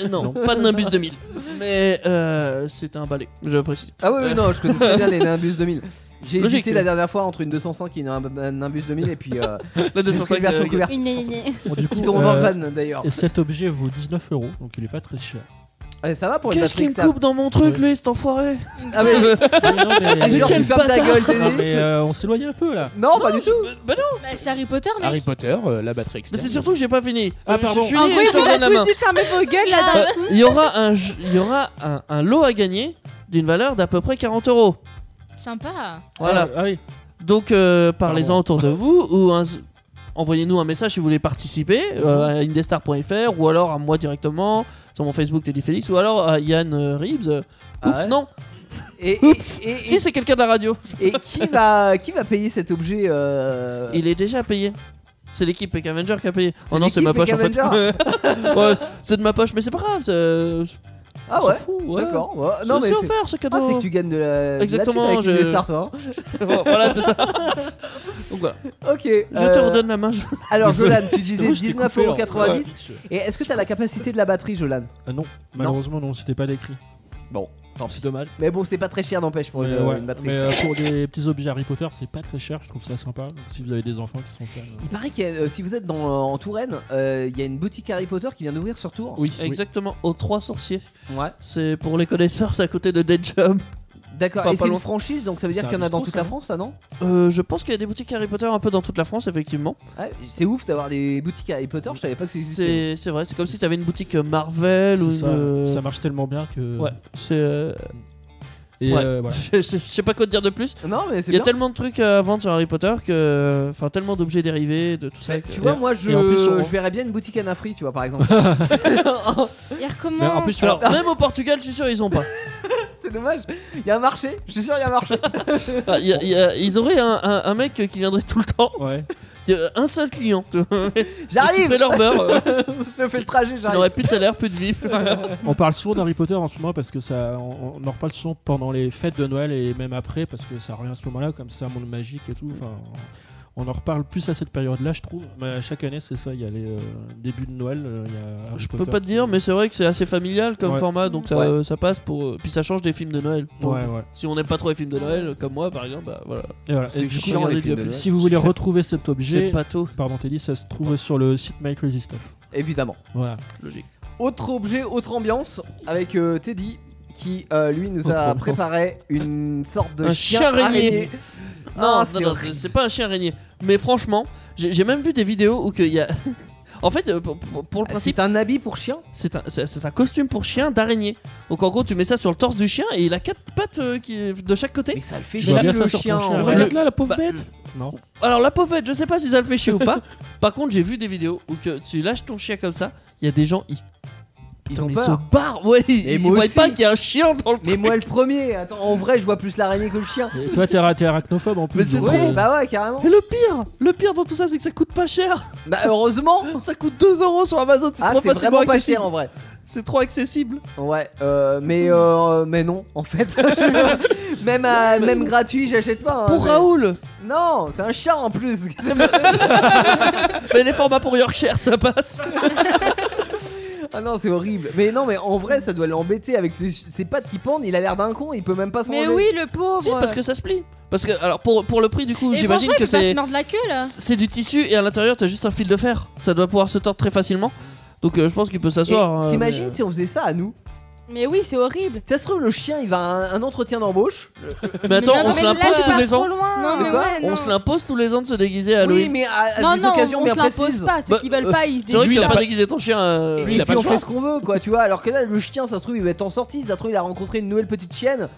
[SPEAKER 7] Euh, non, pas de Nimbus 2000, mais euh, c'est un balai, je précise.
[SPEAKER 2] Ah oui, oui,
[SPEAKER 7] Euh.
[SPEAKER 2] non, je connais très bien les Nimbus 2000. J'ai
[SPEAKER 7] Logique.
[SPEAKER 2] hésité la dernière fois entre une 205 et une un Nimbus 2000 et puis
[SPEAKER 8] <laughs>
[SPEAKER 2] euh,
[SPEAKER 7] La
[SPEAKER 2] j'ai pris
[SPEAKER 7] 205
[SPEAKER 2] une version
[SPEAKER 7] de-
[SPEAKER 2] couverte
[SPEAKER 3] Gna, gna, gna.
[SPEAKER 8] Bon, <laughs> du coup,
[SPEAKER 2] qui tombe en
[SPEAKER 8] euh,
[SPEAKER 2] panne d'ailleurs.
[SPEAKER 8] et cet objet vaut 19 euros, donc il est pas très cher.
[SPEAKER 2] Eh, ça va pour une
[SPEAKER 7] Qu'est-ce
[SPEAKER 2] batterie
[SPEAKER 7] qu'il me coupe dans mon truc, lui, cet enfoiré
[SPEAKER 2] Ah
[SPEAKER 8] <laughs>
[SPEAKER 2] mais,
[SPEAKER 8] Mais non, mais- euh,
[SPEAKER 2] ah, genre,
[SPEAKER 7] quel
[SPEAKER 2] tu fermes ta
[SPEAKER 7] bâtard.
[SPEAKER 2] gueule, t'es
[SPEAKER 8] Non, mais euh, on s'éloigne un peu là.
[SPEAKER 2] Non, pas du tout.
[SPEAKER 7] Bah non,
[SPEAKER 1] Bah, c'est Harry Potter, mec.
[SPEAKER 9] Harry Potter, euh, la batterie
[SPEAKER 7] mais
[SPEAKER 9] externe.
[SPEAKER 7] c'est surtout que j'ai pas fini.
[SPEAKER 8] Ah,
[SPEAKER 7] Euh, je-
[SPEAKER 8] pardon.
[SPEAKER 7] Je suis
[SPEAKER 3] En
[SPEAKER 7] lié,
[SPEAKER 3] vrai,
[SPEAKER 7] je te
[SPEAKER 3] on
[SPEAKER 7] donne la
[SPEAKER 3] a
[SPEAKER 7] main. Euh,
[SPEAKER 3] tous dit de fermer vos gueules là-dedans.
[SPEAKER 7] Il y aura un, j- il y aura un, un lot à gagner d'une valeur d'à peu près 40 euros.
[SPEAKER 1] Sympa.
[SPEAKER 7] Voilà.
[SPEAKER 8] Ah, ah oui.
[SPEAKER 7] Donc euh, parlez-en
[SPEAKER 8] Pardon.
[SPEAKER 7] autour de vous ou un- envoyez-nous un message si vous voulez participer euh, à indestar.fr ou alors à moi directement sur mon Facebook Teddy Félix ou alors à Yann euh, Reeves. Euh, Oups,
[SPEAKER 2] Ah ouais.
[SPEAKER 7] non.
[SPEAKER 2] Et, et-
[SPEAKER 7] Oups.
[SPEAKER 2] et- Euh. et-
[SPEAKER 8] <laughs>
[SPEAKER 7] Si c'est quelqu'un de la radio,
[SPEAKER 2] et qui va qui va payer cet objet euh...
[SPEAKER 7] il est déjà payé. C'est l'équipe Peck Avenger qui a payé.
[SPEAKER 2] C'est
[SPEAKER 7] Oh non, c'est de ma poche
[SPEAKER 2] l'équipe
[SPEAKER 7] en
[SPEAKER 2] Peck
[SPEAKER 7] fait. <laughs> Ouais, c'est de ma poche, mais c'est pas grave. c'est-
[SPEAKER 2] Ah
[SPEAKER 7] on
[SPEAKER 2] ouais.
[SPEAKER 7] s'en fout, ouais.
[SPEAKER 2] D'accord. ouais.
[SPEAKER 7] C'est
[SPEAKER 2] Non mais
[SPEAKER 7] c'est
[SPEAKER 2] c'est
[SPEAKER 7] offert ce
[SPEAKER 2] Ah,
[SPEAKER 7] cadeau.
[SPEAKER 2] c'est que tu gagnes de la
[SPEAKER 7] Exactement,
[SPEAKER 2] de la thune avec
[SPEAKER 7] je-
[SPEAKER 2] les stars, toi, hein.
[SPEAKER 7] <laughs> voilà, c'est ça. Donc voilà.
[SPEAKER 2] Ok.
[SPEAKER 7] Je te
[SPEAKER 2] euh,
[SPEAKER 7] redonne la main. je-
[SPEAKER 2] Alors Jolan, tu disais
[SPEAKER 8] Moi, je t'ai coupé, hein.
[SPEAKER 2] 19,90€
[SPEAKER 8] Ouais.
[SPEAKER 2] et est-ce que t'as la capacité de la batterie Jolan
[SPEAKER 8] Ah non, malheureusement non, c'était pas décrit.
[SPEAKER 2] Bon, tant
[SPEAKER 8] C'est dommage.
[SPEAKER 2] Mais bon, c'est pas très cher n'empêche pour une,
[SPEAKER 8] Mais, ouais,
[SPEAKER 2] une batterie.
[SPEAKER 8] mais, euh, pour des petits objets Harry Potter, c'est pas très cher, je trouve ça sympa. Donc, si vous avez des enfants qui sont fans. euh,
[SPEAKER 2] Il paraît que euh, si vous êtes dans, en Touraine, euh, il y a une boutique Harry Potter qui vient d'ouvrir sur Tours.
[SPEAKER 7] <laughs>
[SPEAKER 9] Oui.
[SPEAKER 7] Exactement, aux trois sorciers.
[SPEAKER 2] Ouais.
[SPEAKER 7] C'est pour les connaisseurs, c'est à côté de Dead Jump.
[SPEAKER 2] D'accord.
[SPEAKER 7] Pas-
[SPEAKER 2] et
[SPEAKER 7] pas
[SPEAKER 2] c'est une
[SPEAKER 7] loin.
[SPEAKER 2] franchise, donc ça veut dire
[SPEAKER 8] C'est
[SPEAKER 2] qu'il y en
[SPEAKER 8] un
[SPEAKER 2] a dans
[SPEAKER 8] bistrot,
[SPEAKER 2] toute
[SPEAKER 8] ça,
[SPEAKER 2] la
[SPEAKER 8] non
[SPEAKER 2] France, ça non
[SPEAKER 7] Euh, je pense qu'il y a des boutiques Harry Potter un peu dans toute la France, effectivement.
[SPEAKER 2] Ouais, C'est ouf d'avoir des boutiques Harry Potter. Je savais pas que ça existait.
[SPEAKER 7] C'est c'est vrai, c'est comme si t'avais une boutique euh, Marvel ou
[SPEAKER 8] c'est ça,
[SPEAKER 7] une. euh,
[SPEAKER 8] ça marche tellement bien que.
[SPEAKER 7] Ouais, c'est. euh, <laughs>
[SPEAKER 8] Et
[SPEAKER 7] Ouais.
[SPEAKER 8] euh, voilà.
[SPEAKER 7] je, je- je sais pas quoi te dire de plus.
[SPEAKER 2] Non, mais c'est
[SPEAKER 7] Il y a
[SPEAKER 2] bien.
[SPEAKER 7] tellement de trucs à vendre sur Harry Potter que. Enfin, tellement d'objets dérivés, de tout ça.
[SPEAKER 2] Bah,
[SPEAKER 7] que-
[SPEAKER 2] tu vois, moi je,
[SPEAKER 8] et en plus, on-
[SPEAKER 2] je verrais bien une boutique Anafri, tu vois, par
[SPEAKER 8] <laughs>
[SPEAKER 2] exemple. <laughs>
[SPEAKER 1] Il
[SPEAKER 8] Mais
[SPEAKER 1] recommence.
[SPEAKER 8] en plus,
[SPEAKER 7] Alors, <laughs> même au Portugal, je suis sûr, ils ont pas.
[SPEAKER 2] c'est dommage. Il y a un marché, je suis sûr, il y a un marché.
[SPEAKER 7] Ah, il y a- il y a- ils auraient un, un- un mec qui viendrait tout le temps,
[SPEAKER 8] ouais.
[SPEAKER 7] euh, un seul client. tu vois. Ils
[SPEAKER 2] J'arrive
[SPEAKER 7] couperaient leur beurre, euh,
[SPEAKER 2] Je fais le trajet,
[SPEAKER 7] Ils
[SPEAKER 2] j'arrive.
[SPEAKER 7] n'auraient plus de salaire, plus de
[SPEAKER 8] <laughs>
[SPEAKER 7] vie.
[SPEAKER 8] On parle souvent d'Harry Potter en ce moment parce que ça, on, on en reparle souvent pendant les fêtes de Noël et même après parce que ça revient à ce moment-là comme c'est un monde magique et tout. Enfin, on on en reparle plus à cette période-là, je trouve. Mais chaque année, c'est ça. Il y a les euh, débuts de Noël. euh, il y a Harry
[SPEAKER 7] Je peux
[SPEAKER 8] Potter.
[SPEAKER 7] pas te dire, mais c'est vrai que c'est assez familial comme
[SPEAKER 8] Ouais.
[SPEAKER 7] format, donc ça,
[SPEAKER 2] Ouais.
[SPEAKER 7] euh, ça passe pour. euh, Puis ça change des films de Noël. Donc,
[SPEAKER 8] Ouais, ouais.
[SPEAKER 7] Si on n'aime pas trop les films de Noël, comme moi par exemple, bah voilà.
[SPEAKER 8] Et voilà.
[SPEAKER 2] C'est
[SPEAKER 8] Et du coup,
[SPEAKER 2] chiant, les
[SPEAKER 8] regardez
[SPEAKER 2] films
[SPEAKER 8] bien.
[SPEAKER 2] de Noël.
[SPEAKER 8] si vous voulez retrouver cet
[SPEAKER 7] C'est
[SPEAKER 8] objet,
[SPEAKER 7] pas tôt,
[SPEAKER 8] pardon, Teddy, ça se trouve sur le site My Crazy Stuff.
[SPEAKER 2] Évidemment. <laughs>
[SPEAKER 8] Voilà.
[SPEAKER 7] logique.
[SPEAKER 2] Autre objet, autre ambiance avec euh, Teddy qui, euh, lui, nous
[SPEAKER 8] Autre
[SPEAKER 2] a
[SPEAKER 8] ambiance.
[SPEAKER 2] préparé une sorte de
[SPEAKER 7] Un
[SPEAKER 2] chien
[SPEAKER 7] chien araignée.
[SPEAKER 2] araignée.
[SPEAKER 7] Non,
[SPEAKER 2] Ah,
[SPEAKER 7] non,
[SPEAKER 2] c'est
[SPEAKER 7] non,
[SPEAKER 2] horrible.
[SPEAKER 7] c'est pas un chien araignée. Mais franchement, j'ai j'ai même vu des vidéos où qu'il y a. <laughs> En fait, euh, pour, pour- pour le principe.
[SPEAKER 2] Ah, C'est un habit pour chien
[SPEAKER 7] C'est un, c'est- c'est un costume pour chien d'araignée. Donc en gros, tu mets ça sur le torse du chien et il a quatre pattes euh, qui, de chaque côté. Mais
[SPEAKER 2] ça le fait
[SPEAKER 8] Tu vois chier, bien le ça sur ton chien. chien. Regarde
[SPEAKER 7] là, la pauvre bête.
[SPEAKER 8] Non.
[SPEAKER 7] Alors la pauvre bête, je sais pas si ça le fait chier ou
[SPEAKER 8] <laughs>
[SPEAKER 7] pas. Par contre, j'ai vu des vidéos où que tu lâches ton chien comme ça. Il y a des gens, ils. Putain,
[SPEAKER 2] ont
[SPEAKER 7] mais
[SPEAKER 2] peur.
[SPEAKER 7] se barrent. <laughs> Ouais, ils,
[SPEAKER 2] Et
[SPEAKER 7] ils
[SPEAKER 2] moi
[SPEAKER 7] voient
[SPEAKER 2] aussi.
[SPEAKER 7] pas qu'il y a un chien dans le
[SPEAKER 2] Mais moi le premier, attends, en vrai je vois plus l'araignée que le chien.
[SPEAKER 8] Et toi, t'es, ra- t'es arachnophobe en plus.
[SPEAKER 2] Mais c'est
[SPEAKER 8] donc,
[SPEAKER 2] trop
[SPEAKER 8] euh,
[SPEAKER 2] Bah ouais, carrément.
[SPEAKER 7] Et le pire, le pire dans tout ça, c'est que ça coûte pas cher. <laughs>
[SPEAKER 2] Bah heureusement
[SPEAKER 7] Ça coûte 2 euros sur Amazon, c'est
[SPEAKER 2] Ah,
[SPEAKER 7] trop
[SPEAKER 2] c'est
[SPEAKER 7] facilement
[SPEAKER 2] vraiment pas
[SPEAKER 7] accessible.
[SPEAKER 2] cher en vrai.
[SPEAKER 7] C'est trop accessible.
[SPEAKER 2] Ouais, euh, mais euh, mais non, en fait. <laughs> même à- même gratuit, j'achète pas. hein,
[SPEAKER 7] Pour
[SPEAKER 2] mais-
[SPEAKER 7] Raoul,
[SPEAKER 2] Non, c'est un chat en
[SPEAKER 3] <laughs>
[SPEAKER 2] plus. <laughs>
[SPEAKER 7] mais les formats pour Yorkshire, ça
[SPEAKER 2] <laughs>
[SPEAKER 7] passe.
[SPEAKER 2] ah non, c'est horrible. Mais non, mais en vrai, ça doit l'embêter avec ses, ses pattes qui pendent. Il a l'air d'un con, il peut même pas s'en
[SPEAKER 3] Mais oui, le pauvre.
[SPEAKER 7] si, parce que ça se plie. Parce que, alors, pour, pour le prix, du coup,
[SPEAKER 1] Et
[SPEAKER 7] j'imagine
[SPEAKER 1] franchement, il
[SPEAKER 7] que
[SPEAKER 1] peut pas
[SPEAKER 7] c'est.
[SPEAKER 1] se mordre la queue là.
[SPEAKER 7] C'est du tissu et à l'intérieur t'as juste un fil de fer. Ça doit pouvoir se tordre très facilement. Donc euh, je pense qu'il peut s'asseoir. euh,
[SPEAKER 2] T'imagines
[SPEAKER 7] mais-
[SPEAKER 2] si on faisait ça à nous
[SPEAKER 3] Mais oui, c'est horrible.
[SPEAKER 2] Ça se trouve, le chien, il va à un, un entretien d'embauche.
[SPEAKER 7] Mais attends,
[SPEAKER 1] non,
[SPEAKER 7] on
[SPEAKER 1] mais
[SPEAKER 7] se
[SPEAKER 1] là,
[SPEAKER 7] l'impose
[SPEAKER 1] tu
[SPEAKER 7] tous
[SPEAKER 1] vas
[SPEAKER 7] les
[SPEAKER 3] Trop
[SPEAKER 7] ans.
[SPEAKER 3] loin.
[SPEAKER 1] Non,
[SPEAKER 2] de
[SPEAKER 1] mais
[SPEAKER 2] quoi
[SPEAKER 1] ouais, non.
[SPEAKER 7] On se l'impose tous les ans de se déguiser
[SPEAKER 9] Ah,
[SPEAKER 7] à
[SPEAKER 2] Oui,
[SPEAKER 7] Halloween.
[SPEAKER 2] mais à, à
[SPEAKER 3] Non,
[SPEAKER 2] des
[SPEAKER 3] non,
[SPEAKER 2] occasions
[SPEAKER 3] on
[SPEAKER 2] bien
[SPEAKER 3] te l'impose
[SPEAKER 2] précises.
[SPEAKER 3] pas. Ceux
[SPEAKER 7] Bah,
[SPEAKER 3] qui veulent pas, ils se
[SPEAKER 7] C'est vrai que
[SPEAKER 3] déguisent.
[SPEAKER 7] tu vas
[SPEAKER 9] il a
[SPEAKER 7] pas
[SPEAKER 9] pas-
[SPEAKER 7] déguiser ton chien. euh,
[SPEAKER 2] Et
[SPEAKER 9] Lui, il a
[SPEAKER 2] puis
[SPEAKER 9] pas
[SPEAKER 2] on
[SPEAKER 9] le choix.
[SPEAKER 2] fait ce qu'on veut, quoi, tu vois. Alors que là, le chien, ça se trouve, il va être en sortie, ça se trouve, il a rencontré une nouvelle petite chienne.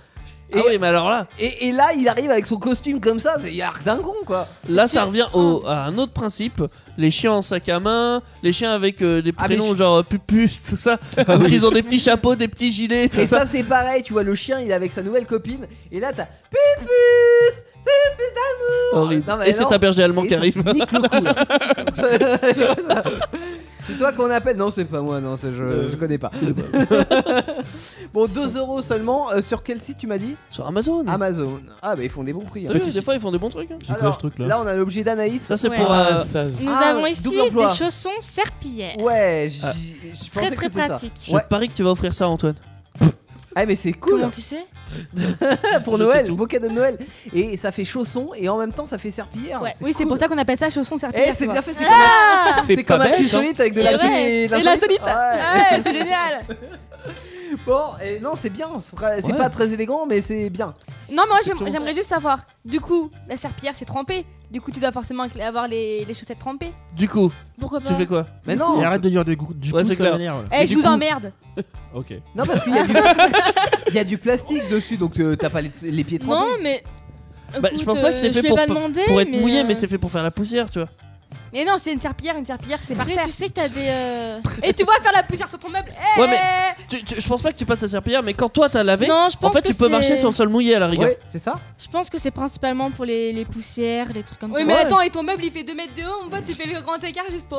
[SPEAKER 7] Ah
[SPEAKER 2] Et-
[SPEAKER 7] oui, mais alors là,
[SPEAKER 2] Et, et là, il arrive avec son costume comme ça, c'est il a l'air d'un con, quoi.
[SPEAKER 7] là ça revient au- à un autre principe. Les chiens en sac à main, les chiens avec euh, des
[SPEAKER 2] Ah, mais
[SPEAKER 7] prénoms
[SPEAKER 2] je-
[SPEAKER 7] genre euh, Pupus, <laughs> tout ça. Ils ont des petits chapeaux, des petits gilets, tout
[SPEAKER 2] Et ça,
[SPEAKER 7] ça.
[SPEAKER 2] c'est pareil, tu vois, le chien, il est avec sa nouvelle copine, et là, t'as Pupus Pupus d'amour
[SPEAKER 7] Horrible.
[SPEAKER 2] Non, mais
[SPEAKER 7] Et c'est
[SPEAKER 2] non.
[SPEAKER 7] un berger allemand
[SPEAKER 2] Et
[SPEAKER 7] qui
[SPEAKER 2] ça <laughs>
[SPEAKER 7] arrive.
[SPEAKER 2] te nique le
[SPEAKER 7] <laughs>
[SPEAKER 2] cou, là. <laughs> C'est toi qu'on appelle Non, c'est pas moi, non, c'est-
[SPEAKER 7] Euh,
[SPEAKER 2] je, je connais pas. <laughs> bon, 2 euros seulement. euh, sur quel site tu m'as dit
[SPEAKER 7] Sur Amazon.
[SPEAKER 2] Amazon. Ah, bah ils font des bons prix. hein.
[SPEAKER 7] Hmm. T'as vu, des fois ils font des bons trucs. hein.
[SPEAKER 8] C'est quoi
[SPEAKER 2] Alors,
[SPEAKER 8] ce truc là,
[SPEAKER 2] Là, on a l'objet d'Anaïs.
[SPEAKER 7] Ça c'est
[SPEAKER 1] Ouais.
[SPEAKER 7] pour. euh,
[SPEAKER 9] Ah, ça-
[SPEAKER 1] Nous
[SPEAKER 2] Ah,
[SPEAKER 1] avons ici
[SPEAKER 2] double emploi.
[SPEAKER 1] des chaussons serpillères.
[SPEAKER 2] Ouais, j-
[SPEAKER 7] Ah.
[SPEAKER 2] je pensais
[SPEAKER 1] Très
[SPEAKER 2] que
[SPEAKER 1] très
[SPEAKER 2] c'était ça.
[SPEAKER 1] pratique.
[SPEAKER 7] Je parie que tu vas offrir ça à Antoine.
[SPEAKER 2] Ah mais c'est cool hein,
[SPEAKER 1] Comment tu sais
[SPEAKER 2] pour
[SPEAKER 7] Je sais
[SPEAKER 2] Noël,
[SPEAKER 7] tout.
[SPEAKER 2] beau cadeau de Noël. Et ça fait chausson et en même temps ça fait serpillière.
[SPEAKER 1] Ouais,
[SPEAKER 3] Oui, c'est pour ça qu'on appelle ça chausson serpillère.
[SPEAKER 2] Eh
[SPEAKER 3] tu
[SPEAKER 2] c'est
[SPEAKER 3] vois.
[SPEAKER 2] bien fait, c'est comme,
[SPEAKER 9] C'est
[SPEAKER 2] c'est
[SPEAKER 9] pas
[SPEAKER 2] comme un
[SPEAKER 9] bête.
[SPEAKER 2] petit
[SPEAKER 9] hein.
[SPEAKER 2] solide avec de
[SPEAKER 1] Et
[SPEAKER 2] la
[SPEAKER 1] ouais.
[SPEAKER 2] thune et de
[SPEAKER 3] Et la
[SPEAKER 2] l'insolite.
[SPEAKER 3] solite.
[SPEAKER 2] <laughs>
[SPEAKER 3] Ouais, c'est génial.
[SPEAKER 2] Ouais. Bon, et non c'est bien, c'est vrai, c'est
[SPEAKER 7] Ouais.
[SPEAKER 2] pas très élégant mais c'est bien.
[SPEAKER 3] Non, moi
[SPEAKER 7] tout.
[SPEAKER 3] j'aim- j'aimerais juste savoir. Du coup, la serpillière c'est trempée. Du coup, tu dois forcément cl- avoir les, les chaussettes trempées.
[SPEAKER 7] Du coup,
[SPEAKER 1] Pourquoi pas
[SPEAKER 7] tu fais quoi
[SPEAKER 2] Mais non,
[SPEAKER 8] Et arrête de dire du, goût- du
[SPEAKER 7] Ouais,
[SPEAKER 8] coup,
[SPEAKER 7] c'est
[SPEAKER 8] ça
[SPEAKER 7] clair.
[SPEAKER 8] m'énerve, là.
[SPEAKER 3] Eh,
[SPEAKER 7] Mais
[SPEAKER 3] je
[SPEAKER 7] du
[SPEAKER 3] vous
[SPEAKER 7] coup-
[SPEAKER 3] emmerde.
[SPEAKER 8] Ok.
[SPEAKER 2] non parce qu'il y, a du- il y a du plastique dessus donc euh, t'as pas les, les pieds trempés.
[SPEAKER 1] Non, mais.
[SPEAKER 7] Bah, je
[SPEAKER 1] Écoute,
[SPEAKER 7] pense pas que c'est
[SPEAKER 1] euh,
[SPEAKER 7] fait
[SPEAKER 1] je l'ai
[SPEAKER 7] pour
[SPEAKER 1] pas
[SPEAKER 7] pas-
[SPEAKER 1] demandé,
[SPEAKER 7] Pour être mouillé,
[SPEAKER 1] euh,
[SPEAKER 7] mais c'est fait pour faire la poussière, tu vois.
[SPEAKER 3] Mais non, c'est une serpillière. Une serpillière, c'est par
[SPEAKER 1] Après,
[SPEAKER 3] terre.
[SPEAKER 1] tu sais que t'as des. euh,
[SPEAKER 3] Et tu vois faire la poussière sur ton meuble. Eh
[SPEAKER 7] Ouais, Tu- tu- je pense pas que tu passes la serpillière, mais quand toi t'as lavé,
[SPEAKER 1] Non, je
[SPEAKER 7] en
[SPEAKER 1] pense
[SPEAKER 7] fait
[SPEAKER 1] que
[SPEAKER 7] tu peux
[SPEAKER 1] c'est-
[SPEAKER 7] marcher sur le sol mouillé à la rigueur.
[SPEAKER 2] Ouais, c'est ça
[SPEAKER 1] Je pense que c'est principalement pour les, les poussières, les trucs comme
[SPEAKER 3] Oui,
[SPEAKER 1] ça.
[SPEAKER 3] mais attends, et ton meuble il fait 2 mètres de haut, mon pote, tu fais le grand écart juste
[SPEAKER 1] <laughs>
[SPEAKER 3] pour.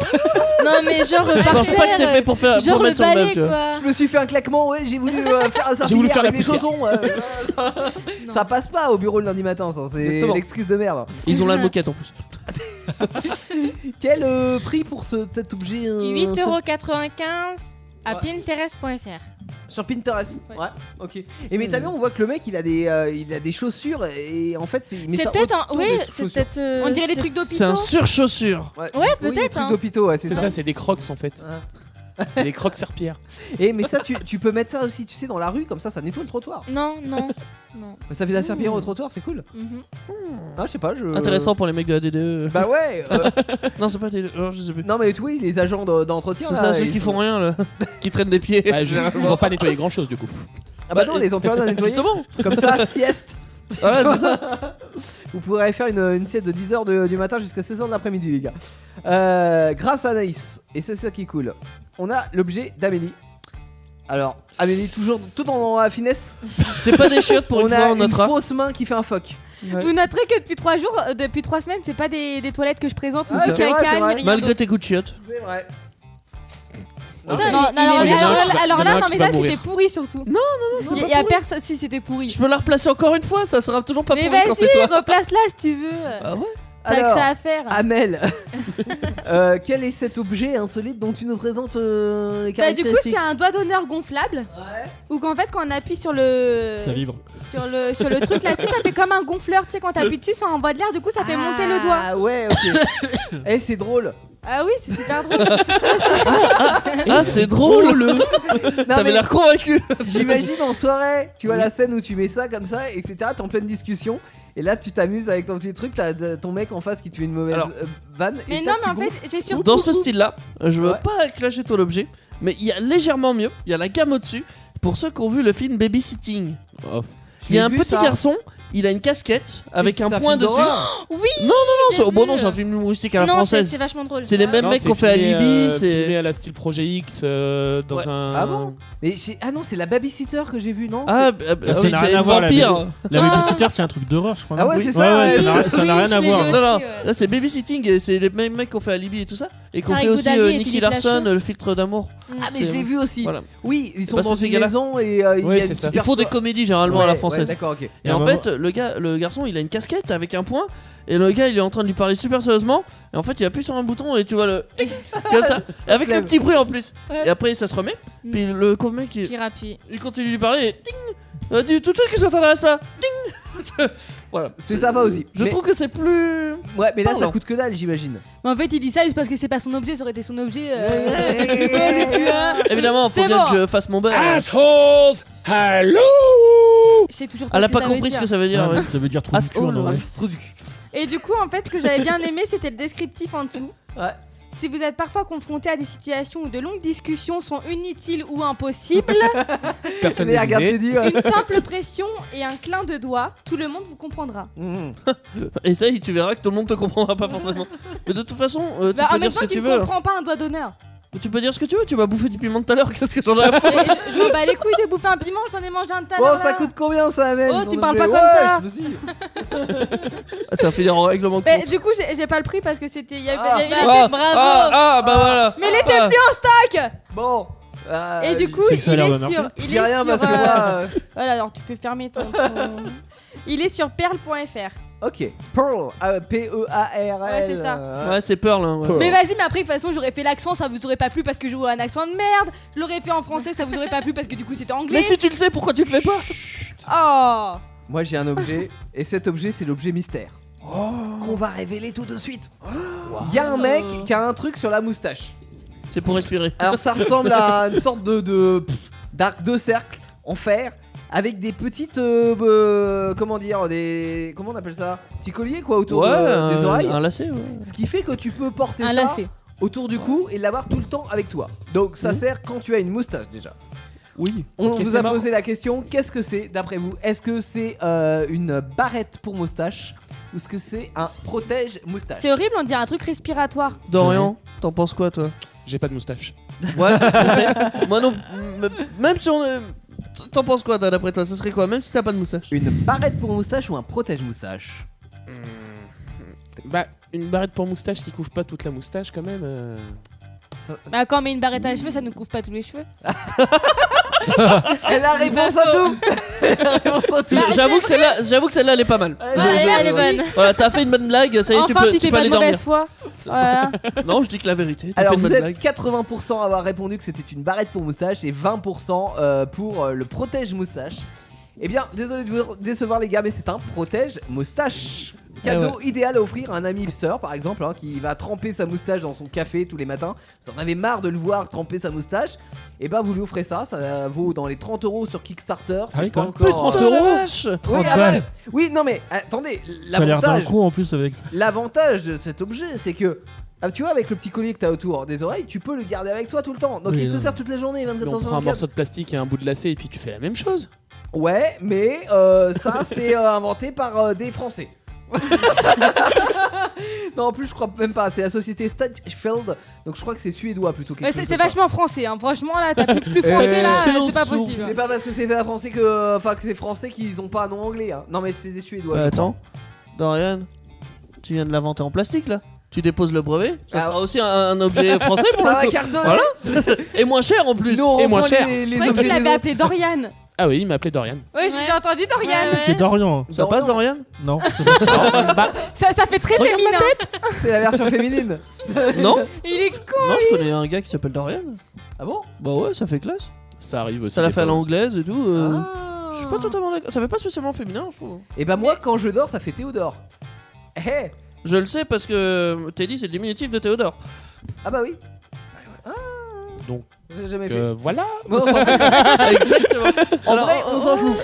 [SPEAKER 1] Non, mais genre,
[SPEAKER 7] Je pense
[SPEAKER 1] parfait,
[SPEAKER 7] pas que c'est fait pour faire
[SPEAKER 1] Euh, Genre
[SPEAKER 7] pour
[SPEAKER 1] le
[SPEAKER 7] mettre sur le meuble,
[SPEAKER 1] balai,
[SPEAKER 7] tu vois.
[SPEAKER 1] quoi.
[SPEAKER 2] Je me suis fait un claquement, ouais, j'ai voulu euh, faire un
[SPEAKER 9] J'ai voulu
[SPEAKER 2] serpillière
[SPEAKER 9] faire la
[SPEAKER 2] avec des
[SPEAKER 9] poussière.
[SPEAKER 2] chaussons. euh,
[SPEAKER 1] Non.
[SPEAKER 2] ça passe pas au bureau le lundi matin, ça, c'est
[SPEAKER 7] Exactement.
[SPEAKER 2] l'excuse de merde.
[SPEAKER 7] Ils ont la moquette en plus.
[SPEAKER 2] Quel euh, prix pour ce, cet objet euh,
[SPEAKER 1] 8,95€ à
[SPEAKER 2] Ouais.
[SPEAKER 1] pinterest.fr.
[SPEAKER 2] Sur Pinterest. Ouais.
[SPEAKER 1] Ouais.
[SPEAKER 2] Ok. Et mais t'as vu, on voit que le mec, il a des, euh, il a des chaussures et en fait, c'est. il met ça
[SPEAKER 1] C'est peut-être un.
[SPEAKER 2] autour
[SPEAKER 1] Oui,
[SPEAKER 2] des
[SPEAKER 1] c'est
[SPEAKER 2] chaussures.
[SPEAKER 1] peut-être. euh,
[SPEAKER 3] On dirait les
[SPEAKER 1] c'est-
[SPEAKER 3] trucs
[SPEAKER 7] C'est
[SPEAKER 3] d'hôpitaux.
[SPEAKER 7] un sur-chaussure.
[SPEAKER 2] Ouais,
[SPEAKER 1] Ouais,
[SPEAKER 2] Oui, des
[SPEAKER 1] peut-être,
[SPEAKER 2] trucs
[SPEAKER 1] hein.
[SPEAKER 2] d'hôpitaux, ouais,
[SPEAKER 9] C'est ça, c'est des crocs en fait.
[SPEAKER 2] Ouais.
[SPEAKER 9] C'est des crocs serpillères.
[SPEAKER 2] Et mais ça, tu, tu peux mettre ça aussi, tu sais, dans la rue, comme ça, ça nettoie le trottoir.
[SPEAKER 1] Non, non. non.
[SPEAKER 2] Ça fait de la serpillière au trottoir, c'est cool.
[SPEAKER 1] Mhm.
[SPEAKER 2] Ah, je sais pas, je.
[SPEAKER 7] <laughs> Intéressant pour les mecs de la
[SPEAKER 9] <laughs>
[SPEAKER 7] DDE.
[SPEAKER 2] Bah ouais. euh,
[SPEAKER 7] Non, c'est pas DDE, alors, oh, je sais plus.
[SPEAKER 2] non mais oui, les agents de- d'entretien.
[SPEAKER 7] C'est
[SPEAKER 2] là,
[SPEAKER 7] ça, ceux
[SPEAKER 2] ils-
[SPEAKER 7] qui font rien là, <laughs> qui traînent des pieds.
[SPEAKER 9] Ah, Bah, juste, ils vont pas nettoyer grand chose du coup.
[SPEAKER 2] Ah bah non, les employeurs doivent nettoyer.
[SPEAKER 7] Justement.
[SPEAKER 2] Comme ça, <laughs> sieste.
[SPEAKER 7] Ah <laughs> ouais, c'est ça.
[SPEAKER 2] <laughs> Vous pourrez aller faire une, une sieste de 10h de- du matin jusqu'à 16h de l'après-midi, les gars. Euh, grâce à Anaïs, et c'est ça qui est cool, on a l'objet d'Amélie. Alors, Amélie, toujours tout en la finesse.
[SPEAKER 7] C'est pas des chiottes pour
[SPEAKER 2] on
[SPEAKER 7] une
[SPEAKER 2] a
[SPEAKER 7] fois, on
[SPEAKER 2] une
[SPEAKER 7] notera.
[SPEAKER 2] fausse main qui fait un phoque.
[SPEAKER 3] Vous noterez que depuis 3 jours, euh, depuis 3 semaines, c'est pas des, des toilettes que je présente,
[SPEAKER 2] Ah,
[SPEAKER 3] ni
[SPEAKER 2] c'est vrai, c'est
[SPEAKER 3] caca,
[SPEAKER 2] vrai.
[SPEAKER 3] ni rien.
[SPEAKER 7] Malgré tes coups de chiottes.
[SPEAKER 2] C'est vrai.
[SPEAKER 1] Putain,
[SPEAKER 3] Non, non,
[SPEAKER 1] il- il
[SPEAKER 3] alors,
[SPEAKER 1] est
[SPEAKER 9] il y en a
[SPEAKER 3] alors-
[SPEAKER 9] un qui
[SPEAKER 3] alors
[SPEAKER 9] va- il y en a
[SPEAKER 3] là,
[SPEAKER 9] un
[SPEAKER 3] non,
[SPEAKER 9] qui
[SPEAKER 3] mais
[SPEAKER 9] va
[SPEAKER 3] là, c'était
[SPEAKER 9] mourir.
[SPEAKER 3] pourri surtout. Non, non, non, il y a personne. Si, c'était pourri.
[SPEAKER 7] Je peux la replacer encore une fois, ça sera toujours pas
[SPEAKER 3] Mais
[SPEAKER 7] pourri quand
[SPEAKER 3] vas-y,
[SPEAKER 7] c'est toi.
[SPEAKER 3] replace-la si tu veux.
[SPEAKER 7] Ah ouais
[SPEAKER 3] T'as que
[SPEAKER 2] Alors,
[SPEAKER 3] ça à faire. Bah, <laughs>
[SPEAKER 2] Amel, euh, quel est cet objet insolite dont tu nous présentes euh, les
[SPEAKER 3] Bah, du coup,
[SPEAKER 2] caractéristiques
[SPEAKER 3] c'est un doigt d'honneur gonflable. Ou qu'en fait, quand on appuie sur le.
[SPEAKER 2] Euh,
[SPEAKER 8] Ça vibre.
[SPEAKER 3] Sur le, sur le truc là, tu sais, ça fait comme un
[SPEAKER 7] Ah.
[SPEAKER 3] gonfleur. Tu sais, quand t'appuies dessus, ça envoie de l'air, du coup, ça fait monter le doigt. <laughs>
[SPEAKER 2] Ah ouais, ok. Ah, Eh, c'est drôle.
[SPEAKER 3] Ah oui, c'est super drôle.
[SPEAKER 7] <laughs> Ah, c'est drôle
[SPEAKER 2] mais-
[SPEAKER 7] T'avais l'air convaincu
[SPEAKER 2] J'imagine en soirée, tu vois la scène où tu mets ça comme ça, etc. T'es en pleine discussion. Et là, tu t'amuses avec ton petit truc, t'as de- ton mec en face qui te fait une mauvaise
[SPEAKER 7] Alors-
[SPEAKER 2] euh, vanne. et
[SPEAKER 3] mais
[SPEAKER 2] tac,
[SPEAKER 3] non,
[SPEAKER 2] tu
[SPEAKER 3] mais en
[SPEAKER 2] gonfles.
[SPEAKER 3] fait, j'ai surtout.
[SPEAKER 7] Dans ce style-là, je veux
[SPEAKER 2] Ouais.
[SPEAKER 7] pas clasher ton objet, mais il y a légèrement mieux, il y a la gamme au-dessus. Pour ceux qui ont vu le film Babysitting, il y a
[SPEAKER 2] l'ai
[SPEAKER 7] un
[SPEAKER 2] vu,
[SPEAKER 7] petit
[SPEAKER 2] ça.
[SPEAKER 7] garçon, il a une casquette avec
[SPEAKER 2] C'est
[SPEAKER 7] un
[SPEAKER 2] un
[SPEAKER 7] point
[SPEAKER 2] film
[SPEAKER 7] dessus. Ah
[SPEAKER 2] d'horreur.
[SPEAKER 1] Oui
[SPEAKER 7] Non,
[SPEAKER 1] j'ai
[SPEAKER 7] c'est- oh, bon,
[SPEAKER 1] vu.
[SPEAKER 7] non, c'est un film humoristique à la
[SPEAKER 1] Non, c'est
[SPEAKER 7] française.
[SPEAKER 1] c'est vachement drôle.
[SPEAKER 7] C'est les mêmes mecs qu'on fait à Libye,
[SPEAKER 9] filmé
[SPEAKER 7] c'est.
[SPEAKER 9] à la style Projet X euh, dans
[SPEAKER 7] Ouais.
[SPEAKER 9] un.
[SPEAKER 2] Ah bon Mais j'ai- ah non, c'est la babysitter que j'ai vu, non
[SPEAKER 7] Ah, bah, bah,
[SPEAKER 8] Ah, ça
[SPEAKER 7] oui,
[SPEAKER 8] n'a
[SPEAKER 7] c'est hein.
[SPEAKER 8] rien à
[SPEAKER 7] une
[SPEAKER 8] voir, la
[SPEAKER 7] vampire.
[SPEAKER 8] bêtise. La babysitter, c'est un truc d'horreur, je crois.
[SPEAKER 2] Ah
[SPEAKER 8] non
[SPEAKER 2] ouais,
[SPEAKER 8] Oui.
[SPEAKER 2] c'est ça, ouais.
[SPEAKER 8] ça n'a-
[SPEAKER 1] Oui,
[SPEAKER 8] ça n'a
[SPEAKER 1] oui,
[SPEAKER 8] rien
[SPEAKER 1] je
[SPEAKER 8] à
[SPEAKER 1] l'ai
[SPEAKER 8] voir.
[SPEAKER 1] vu.
[SPEAKER 8] hein.
[SPEAKER 7] Non, non,
[SPEAKER 1] Aussi, ouais.
[SPEAKER 7] là c'est babysitting, et c'est les mêmes mecs qu'on fait à Libye et tout ça, et qu'on
[SPEAKER 1] Tarek
[SPEAKER 7] fait aussi
[SPEAKER 1] Boudali
[SPEAKER 7] euh,
[SPEAKER 1] et
[SPEAKER 7] Nicky
[SPEAKER 1] Philippe
[SPEAKER 7] Larson,
[SPEAKER 1] Lachaud.
[SPEAKER 7] euh, le filtre d'amour.
[SPEAKER 2] Ah, mais je
[SPEAKER 7] c'est-
[SPEAKER 2] l'ai vu aussi.
[SPEAKER 7] Voilà.
[SPEAKER 2] Oui, ils sont
[SPEAKER 7] pas
[SPEAKER 2] dans
[SPEAKER 7] ces
[SPEAKER 2] une
[SPEAKER 7] gars-là.
[SPEAKER 2] maison et euh, il
[SPEAKER 9] Ouais,
[SPEAKER 2] y a
[SPEAKER 9] c'est
[SPEAKER 2] une
[SPEAKER 9] ça.
[SPEAKER 7] Ils
[SPEAKER 2] super
[SPEAKER 7] font des
[SPEAKER 2] soirée.
[SPEAKER 7] comédies généralement à
[SPEAKER 2] Ouais,
[SPEAKER 7] la
[SPEAKER 2] ouais,
[SPEAKER 7] française.
[SPEAKER 2] D'accord, ok.
[SPEAKER 7] Et
[SPEAKER 8] Et à un
[SPEAKER 7] en
[SPEAKER 8] moment-
[SPEAKER 7] fait, le, gars, le garçon, il a une casquette avec un point. Et le gars, il est en train de lui parler super sérieusement. Et en fait, il appuie sur un bouton et tu
[SPEAKER 3] <laughs>
[SPEAKER 7] vois le. comme ça. Et avec le
[SPEAKER 2] lève.
[SPEAKER 7] petit bruit en plus.
[SPEAKER 2] Ouais.
[SPEAKER 7] Et après, ça se remet.
[SPEAKER 1] Mm.
[SPEAKER 7] Puis le co- mec, il,
[SPEAKER 1] Pirapi.
[SPEAKER 7] il continue de lui parler. Et ding Il a dit tout de suite que ça t'intéresse pas. Ding <laughs> Voilà.
[SPEAKER 2] C'est sympa aussi.
[SPEAKER 7] Je
[SPEAKER 2] Mais-
[SPEAKER 7] trouve que c'est plus.
[SPEAKER 2] Ouais, mais là, ça
[SPEAKER 7] Parlons.
[SPEAKER 2] coûte que dalle, j'imagine.
[SPEAKER 3] Mais en fait, il dit ça juste parce que c'est pas son objet, ça aurait été son objet. euh,
[SPEAKER 7] Évidemment, faut
[SPEAKER 3] C'est Ah,
[SPEAKER 7] bien
[SPEAKER 3] bon.
[SPEAKER 7] que je fasse mon beurre.
[SPEAKER 10] Assholes Hello
[SPEAKER 3] Je sais toujours pas
[SPEAKER 7] Elle a
[SPEAKER 3] ce que
[SPEAKER 7] pas
[SPEAKER 3] ça veut
[SPEAKER 7] compris ce
[SPEAKER 3] dire.
[SPEAKER 7] que ça veut dire.
[SPEAKER 8] Ah,
[SPEAKER 7] ouais.
[SPEAKER 8] Ça veut dire trop
[SPEAKER 7] Ah,
[SPEAKER 8] du
[SPEAKER 7] c'est-
[SPEAKER 8] cul, en
[SPEAKER 7] oh là.
[SPEAKER 8] vrai.
[SPEAKER 2] Trop du cul.
[SPEAKER 3] Et du coup, en fait, ce que j'avais bien aimé, c'était le descriptif en dessous.
[SPEAKER 2] Ouais.
[SPEAKER 3] Si vous êtes parfois confronté à des situations où de longues discussions sont inutiles ou
[SPEAKER 7] <laughs>
[SPEAKER 3] impossibles,
[SPEAKER 9] Personne
[SPEAKER 2] Eh, Mais
[SPEAKER 9] ne
[SPEAKER 2] regarde, t'es
[SPEAKER 3] <laughs>
[SPEAKER 9] disait.
[SPEAKER 2] dit. ouais.
[SPEAKER 3] une simple pression et un clin de doigt, tout le monde vous comprendra.
[SPEAKER 2] Mhm.
[SPEAKER 7] Et ça, tu verras que tout le monde te comprendra pas forcément. Mais de toute façon, euh, tu
[SPEAKER 3] Bah, en
[SPEAKER 7] peux
[SPEAKER 3] même
[SPEAKER 7] dire ce
[SPEAKER 3] temps,
[SPEAKER 7] que
[SPEAKER 3] tu
[SPEAKER 7] tu
[SPEAKER 3] ne
[SPEAKER 7] veux.
[SPEAKER 3] comprends pas un doigt d'honneur. <laughs>
[SPEAKER 7] Tu peux dire ce que tu veux. Tu m'as bouffé du piment tout à l'heure. <laughs> Qu'est-ce que j'en ai à
[SPEAKER 3] Et je, je m'en bats les couilles de bouffer un piment, j'en ai mangé un tas.
[SPEAKER 2] Oh, ça coûte combien ça, même
[SPEAKER 3] Oh, tu
[SPEAKER 2] ton
[SPEAKER 3] parles pas
[SPEAKER 2] objet
[SPEAKER 3] comme
[SPEAKER 2] Ouais,
[SPEAKER 3] ça.
[SPEAKER 2] je me suis dit.
[SPEAKER 7] Ah, ça va finir en règlement de
[SPEAKER 3] Mais
[SPEAKER 7] compte.
[SPEAKER 3] Bah, du coup, j'ai j'ai pas le prix parce que c'était. il y avait-
[SPEAKER 2] Ah.
[SPEAKER 3] il y avait-
[SPEAKER 7] Ah,
[SPEAKER 1] bravo.
[SPEAKER 7] Ah, ah, bah voilà.
[SPEAKER 3] Mais il était
[SPEAKER 7] Ah.
[SPEAKER 3] plus en stock
[SPEAKER 2] Bon. euh,
[SPEAKER 3] Et du coup,
[SPEAKER 8] c'est
[SPEAKER 3] il
[SPEAKER 8] que ça a l'air
[SPEAKER 3] est
[SPEAKER 8] de
[SPEAKER 3] sur.
[SPEAKER 8] marcher.
[SPEAKER 2] je
[SPEAKER 3] Il
[SPEAKER 2] dis
[SPEAKER 3] est
[SPEAKER 2] rien
[SPEAKER 3] sur,
[SPEAKER 2] parce que
[SPEAKER 3] euh,
[SPEAKER 2] moi. euh,
[SPEAKER 3] Voilà, alors tu peux fermer ton.
[SPEAKER 7] <laughs>
[SPEAKER 3] ton- Il est sur perle.fr.
[SPEAKER 2] <laughs> Ok. Pearl. euh, P-E-A-R-L.
[SPEAKER 3] Ouais, c'est ça.
[SPEAKER 2] euh,
[SPEAKER 7] Ouais, c'est Pearl. hein, ouais.
[SPEAKER 9] Pearl.
[SPEAKER 3] Mais vas-y, mais après, de toute façon, j'aurais fait l'accent, ça vous aurait pas plu parce que j'aurais un accent de merde. Je l'aurais fait en français, ça vous aurait pas plu parce que du coup c'était anglais.
[SPEAKER 7] Mais si tu le sais, pourquoi tu le fais pas
[SPEAKER 1] Ah,
[SPEAKER 3] Oh
[SPEAKER 2] Moi, j'ai
[SPEAKER 3] <laughs>
[SPEAKER 2] un objet. et cet objet, c'est l'objet mystère.
[SPEAKER 3] Oh.
[SPEAKER 2] Qu'on va révéler tout de suite. Il y a un mec qui a un truc sur la moustache.
[SPEAKER 7] C'est pour respirer.
[SPEAKER 2] Alors ça ressemble à une sorte de, de pff, d'arc de cercle en fer avec des petites euh, euh, comment dire des comment on appelle ça petits colliers quoi autour
[SPEAKER 7] ouais,
[SPEAKER 2] de-
[SPEAKER 7] un-
[SPEAKER 2] des oreilles.
[SPEAKER 7] Un lacet, ouais.
[SPEAKER 2] Ce qui fait que tu peux porter
[SPEAKER 3] Un
[SPEAKER 2] ça
[SPEAKER 3] lacet.
[SPEAKER 2] autour du cou et l'avoir tout le temps avec toi. Donc ça sert quand tu as une moustache déjà.
[SPEAKER 9] Oui.
[SPEAKER 2] On
[SPEAKER 9] Mmh. Ok,
[SPEAKER 2] vous
[SPEAKER 9] c'est
[SPEAKER 2] a
[SPEAKER 9] marrant.
[SPEAKER 2] posé la question, qu'est-ce que c'est d'après vous Est-ce que c'est euh, une barrette pour moustache ou est-ce que c'est un protège moustache
[SPEAKER 1] C'est horrible, on dirait un truc respiratoire.
[SPEAKER 7] Dorian, t'en penses
[SPEAKER 2] <laughs>
[SPEAKER 7] quoi, toi
[SPEAKER 9] J'ai pas de moustache.
[SPEAKER 7] Ouais, je sais. <laughs> Moi non. m- Même si on. est- T'en penses quoi, Dan, d'après toi Ce serait quoi, même si t'as pas de moustache
[SPEAKER 2] Une barrette pour moustache ou un protège moustache
[SPEAKER 9] Bah, une barrette pour moustache qui couvre pas toute la moustache quand même. euh.
[SPEAKER 1] Bah, quand on met une barrette à cheveux, ça nous couvre pas tous les cheveux. Ah,
[SPEAKER 2] Elle a réponse à tout La réponse à tout
[SPEAKER 7] J'- J'avoue que celle-là, j'avoue que celle-là, elle est pas mal.
[SPEAKER 2] Ouais,
[SPEAKER 7] Je-
[SPEAKER 1] Ouais,
[SPEAKER 7] je-
[SPEAKER 1] elle est bonne.
[SPEAKER 7] Voilà, t'as fait une bonne blague, ça y est, tu
[SPEAKER 1] Enfin,
[SPEAKER 7] peux,
[SPEAKER 1] tu, fais
[SPEAKER 7] peux
[SPEAKER 1] pas de
[SPEAKER 7] aller dormir.
[SPEAKER 1] mauvaise foi.
[SPEAKER 3] hein.
[SPEAKER 1] Voilà.
[SPEAKER 7] Non, je dis que la vérité. T'as fait
[SPEAKER 2] Alors
[SPEAKER 7] une
[SPEAKER 2] vous
[SPEAKER 7] bonne
[SPEAKER 2] êtes
[SPEAKER 7] blague.
[SPEAKER 2] 80% à avoir répondu que c'était une barrette pour moustache et 20% euh, pour euh, le protège moustache. Eh bien, désolé de vous décevoir les gars, mais c'est un protège moustache.
[SPEAKER 8] Eh
[SPEAKER 2] Cadeau idéal à offrir à un ami hipster par exemple hein, qui va tremper sa moustache dans son café tous les matins. Vous en avez marre de le voir tremper sa moustache. Et ben vous lui offrez ça, ça vaut dans les 30 euros sur Kickstarter.
[SPEAKER 8] Ah oui,
[SPEAKER 2] c'est pas
[SPEAKER 8] quand même.
[SPEAKER 2] encore- euh,
[SPEAKER 7] 30 euros vache
[SPEAKER 2] Oui,
[SPEAKER 8] 30
[SPEAKER 2] ah bah,
[SPEAKER 8] balles.
[SPEAKER 2] oui, non mais attendez,
[SPEAKER 8] T'as l'air d'un
[SPEAKER 2] l'avantage
[SPEAKER 8] coup en plus avec.
[SPEAKER 2] L'avantage de cet objet, c'est que. ah, tu vois, avec le petit collier que t'as autour des oreilles, tu peux le garder avec toi tout le temps. Donc
[SPEAKER 8] Oui,
[SPEAKER 2] il te
[SPEAKER 8] non.
[SPEAKER 2] sert toute la journée, 24
[SPEAKER 9] Mais on
[SPEAKER 2] heures sur
[SPEAKER 9] prend un
[SPEAKER 2] 24.
[SPEAKER 9] morceau de plastique et un bout de lacet et puis tu fais la même chose.
[SPEAKER 2] Ouais, mais euh, ça, c'est euh, inventé par euh, des Français. <laughs> non, en plus, je crois même pas. C'est la société Stadfeld. Donc je crois que c'est suédois plutôt que.
[SPEAKER 3] Mais c'est c'est vachement français, hein. franchement là, t'as plus, plus français là,
[SPEAKER 7] Excellent
[SPEAKER 3] c'est pas
[SPEAKER 7] sourd.
[SPEAKER 2] C'est
[SPEAKER 3] possible.
[SPEAKER 2] pas parce que c'est fait à français que. euh, Enfin, que c'est français qu'ils ont pas un nom anglais. hein. Non, mais c'est des suédois.
[SPEAKER 7] Bah, attends, Dorian, tu viens de l'inventer en plastique là Tu déposes le brevet, ça
[SPEAKER 2] Ah.
[SPEAKER 7] sera aussi un, un objet français pour
[SPEAKER 2] ça
[SPEAKER 7] le <laughs>
[SPEAKER 2] va
[SPEAKER 7] coup.
[SPEAKER 2] cartonner
[SPEAKER 7] Voilà. Et moins cher en plus.
[SPEAKER 2] Nous, on
[SPEAKER 9] Et moins
[SPEAKER 2] reprend
[SPEAKER 9] cher.
[SPEAKER 2] les- les
[SPEAKER 3] Je croyais
[SPEAKER 2] objets
[SPEAKER 3] qu'il
[SPEAKER 2] des
[SPEAKER 3] l'avait
[SPEAKER 2] autres.
[SPEAKER 3] appelé Dorian.
[SPEAKER 9] Ah oui, il m'a appelé Dorian.
[SPEAKER 3] Ouais,
[SPEAKER 1] Ouais.
[SPEAKER 3] j'ai entendu Dorian.
[SPEAKER 1] Ouais.
[SPEAKER 8] C'est Dorian. hein.
[SPEAKER 7] Ça passe Dorian
[SPEAKER 8] Non. c'est pas ça.
[SPEAKER 3] Ça, ça fait très
[SPEAKER 7] Regarde
[SPEAKER 3] féminin.
[SPEAKER 2] C'est la version féminine. <laughs>
[SPEAKER 7] Non
[SPEAKER 3] Il est con.
[SPEAKER 7] Non, je connais un gars qui s'appelle Dorian.
[SPEAKER 2] Ah bon
[SPEAKER 7] Bah ouais, ça fait classe.
[SPEAKER 9] Ça arrive aussi.
[SPEAKER 7] Ça l'a
[SPEAKER 9] des
[SPEAKER 7] fait à
[SPEAKER 9] fois.
[SPEAKER 7] l'anglaise et tout. euh,
[SPEAKER 2] Ah.
[SPEAKER 7] Je suis pas totalement d'accord. Ça fait pas spécialement féminin, je trouve.
[SPEAKER 2] Et bah moi quand je dors ça fait Théodore. Eh
[SPEAKER 7] euh, Je le sais parce que Teddy c'est le diminutif de Théodore.
[SPEAKER 2] Ah bah oui.
[SPEAKER 9] Donc,
[SPEAKER 2] J'ai jamais fait.
[SPEAKER 9] euh, voilà.
[SPEAKER 2] Bon, on s'en
[SPEAKER 3] <laughs>
[SPEAKER 7] Ah,
[SPEAKER 2] fout. Exactement. En vrai, on
[SPEAKER 3] oh,
[SPEAKER 2] s'en fout.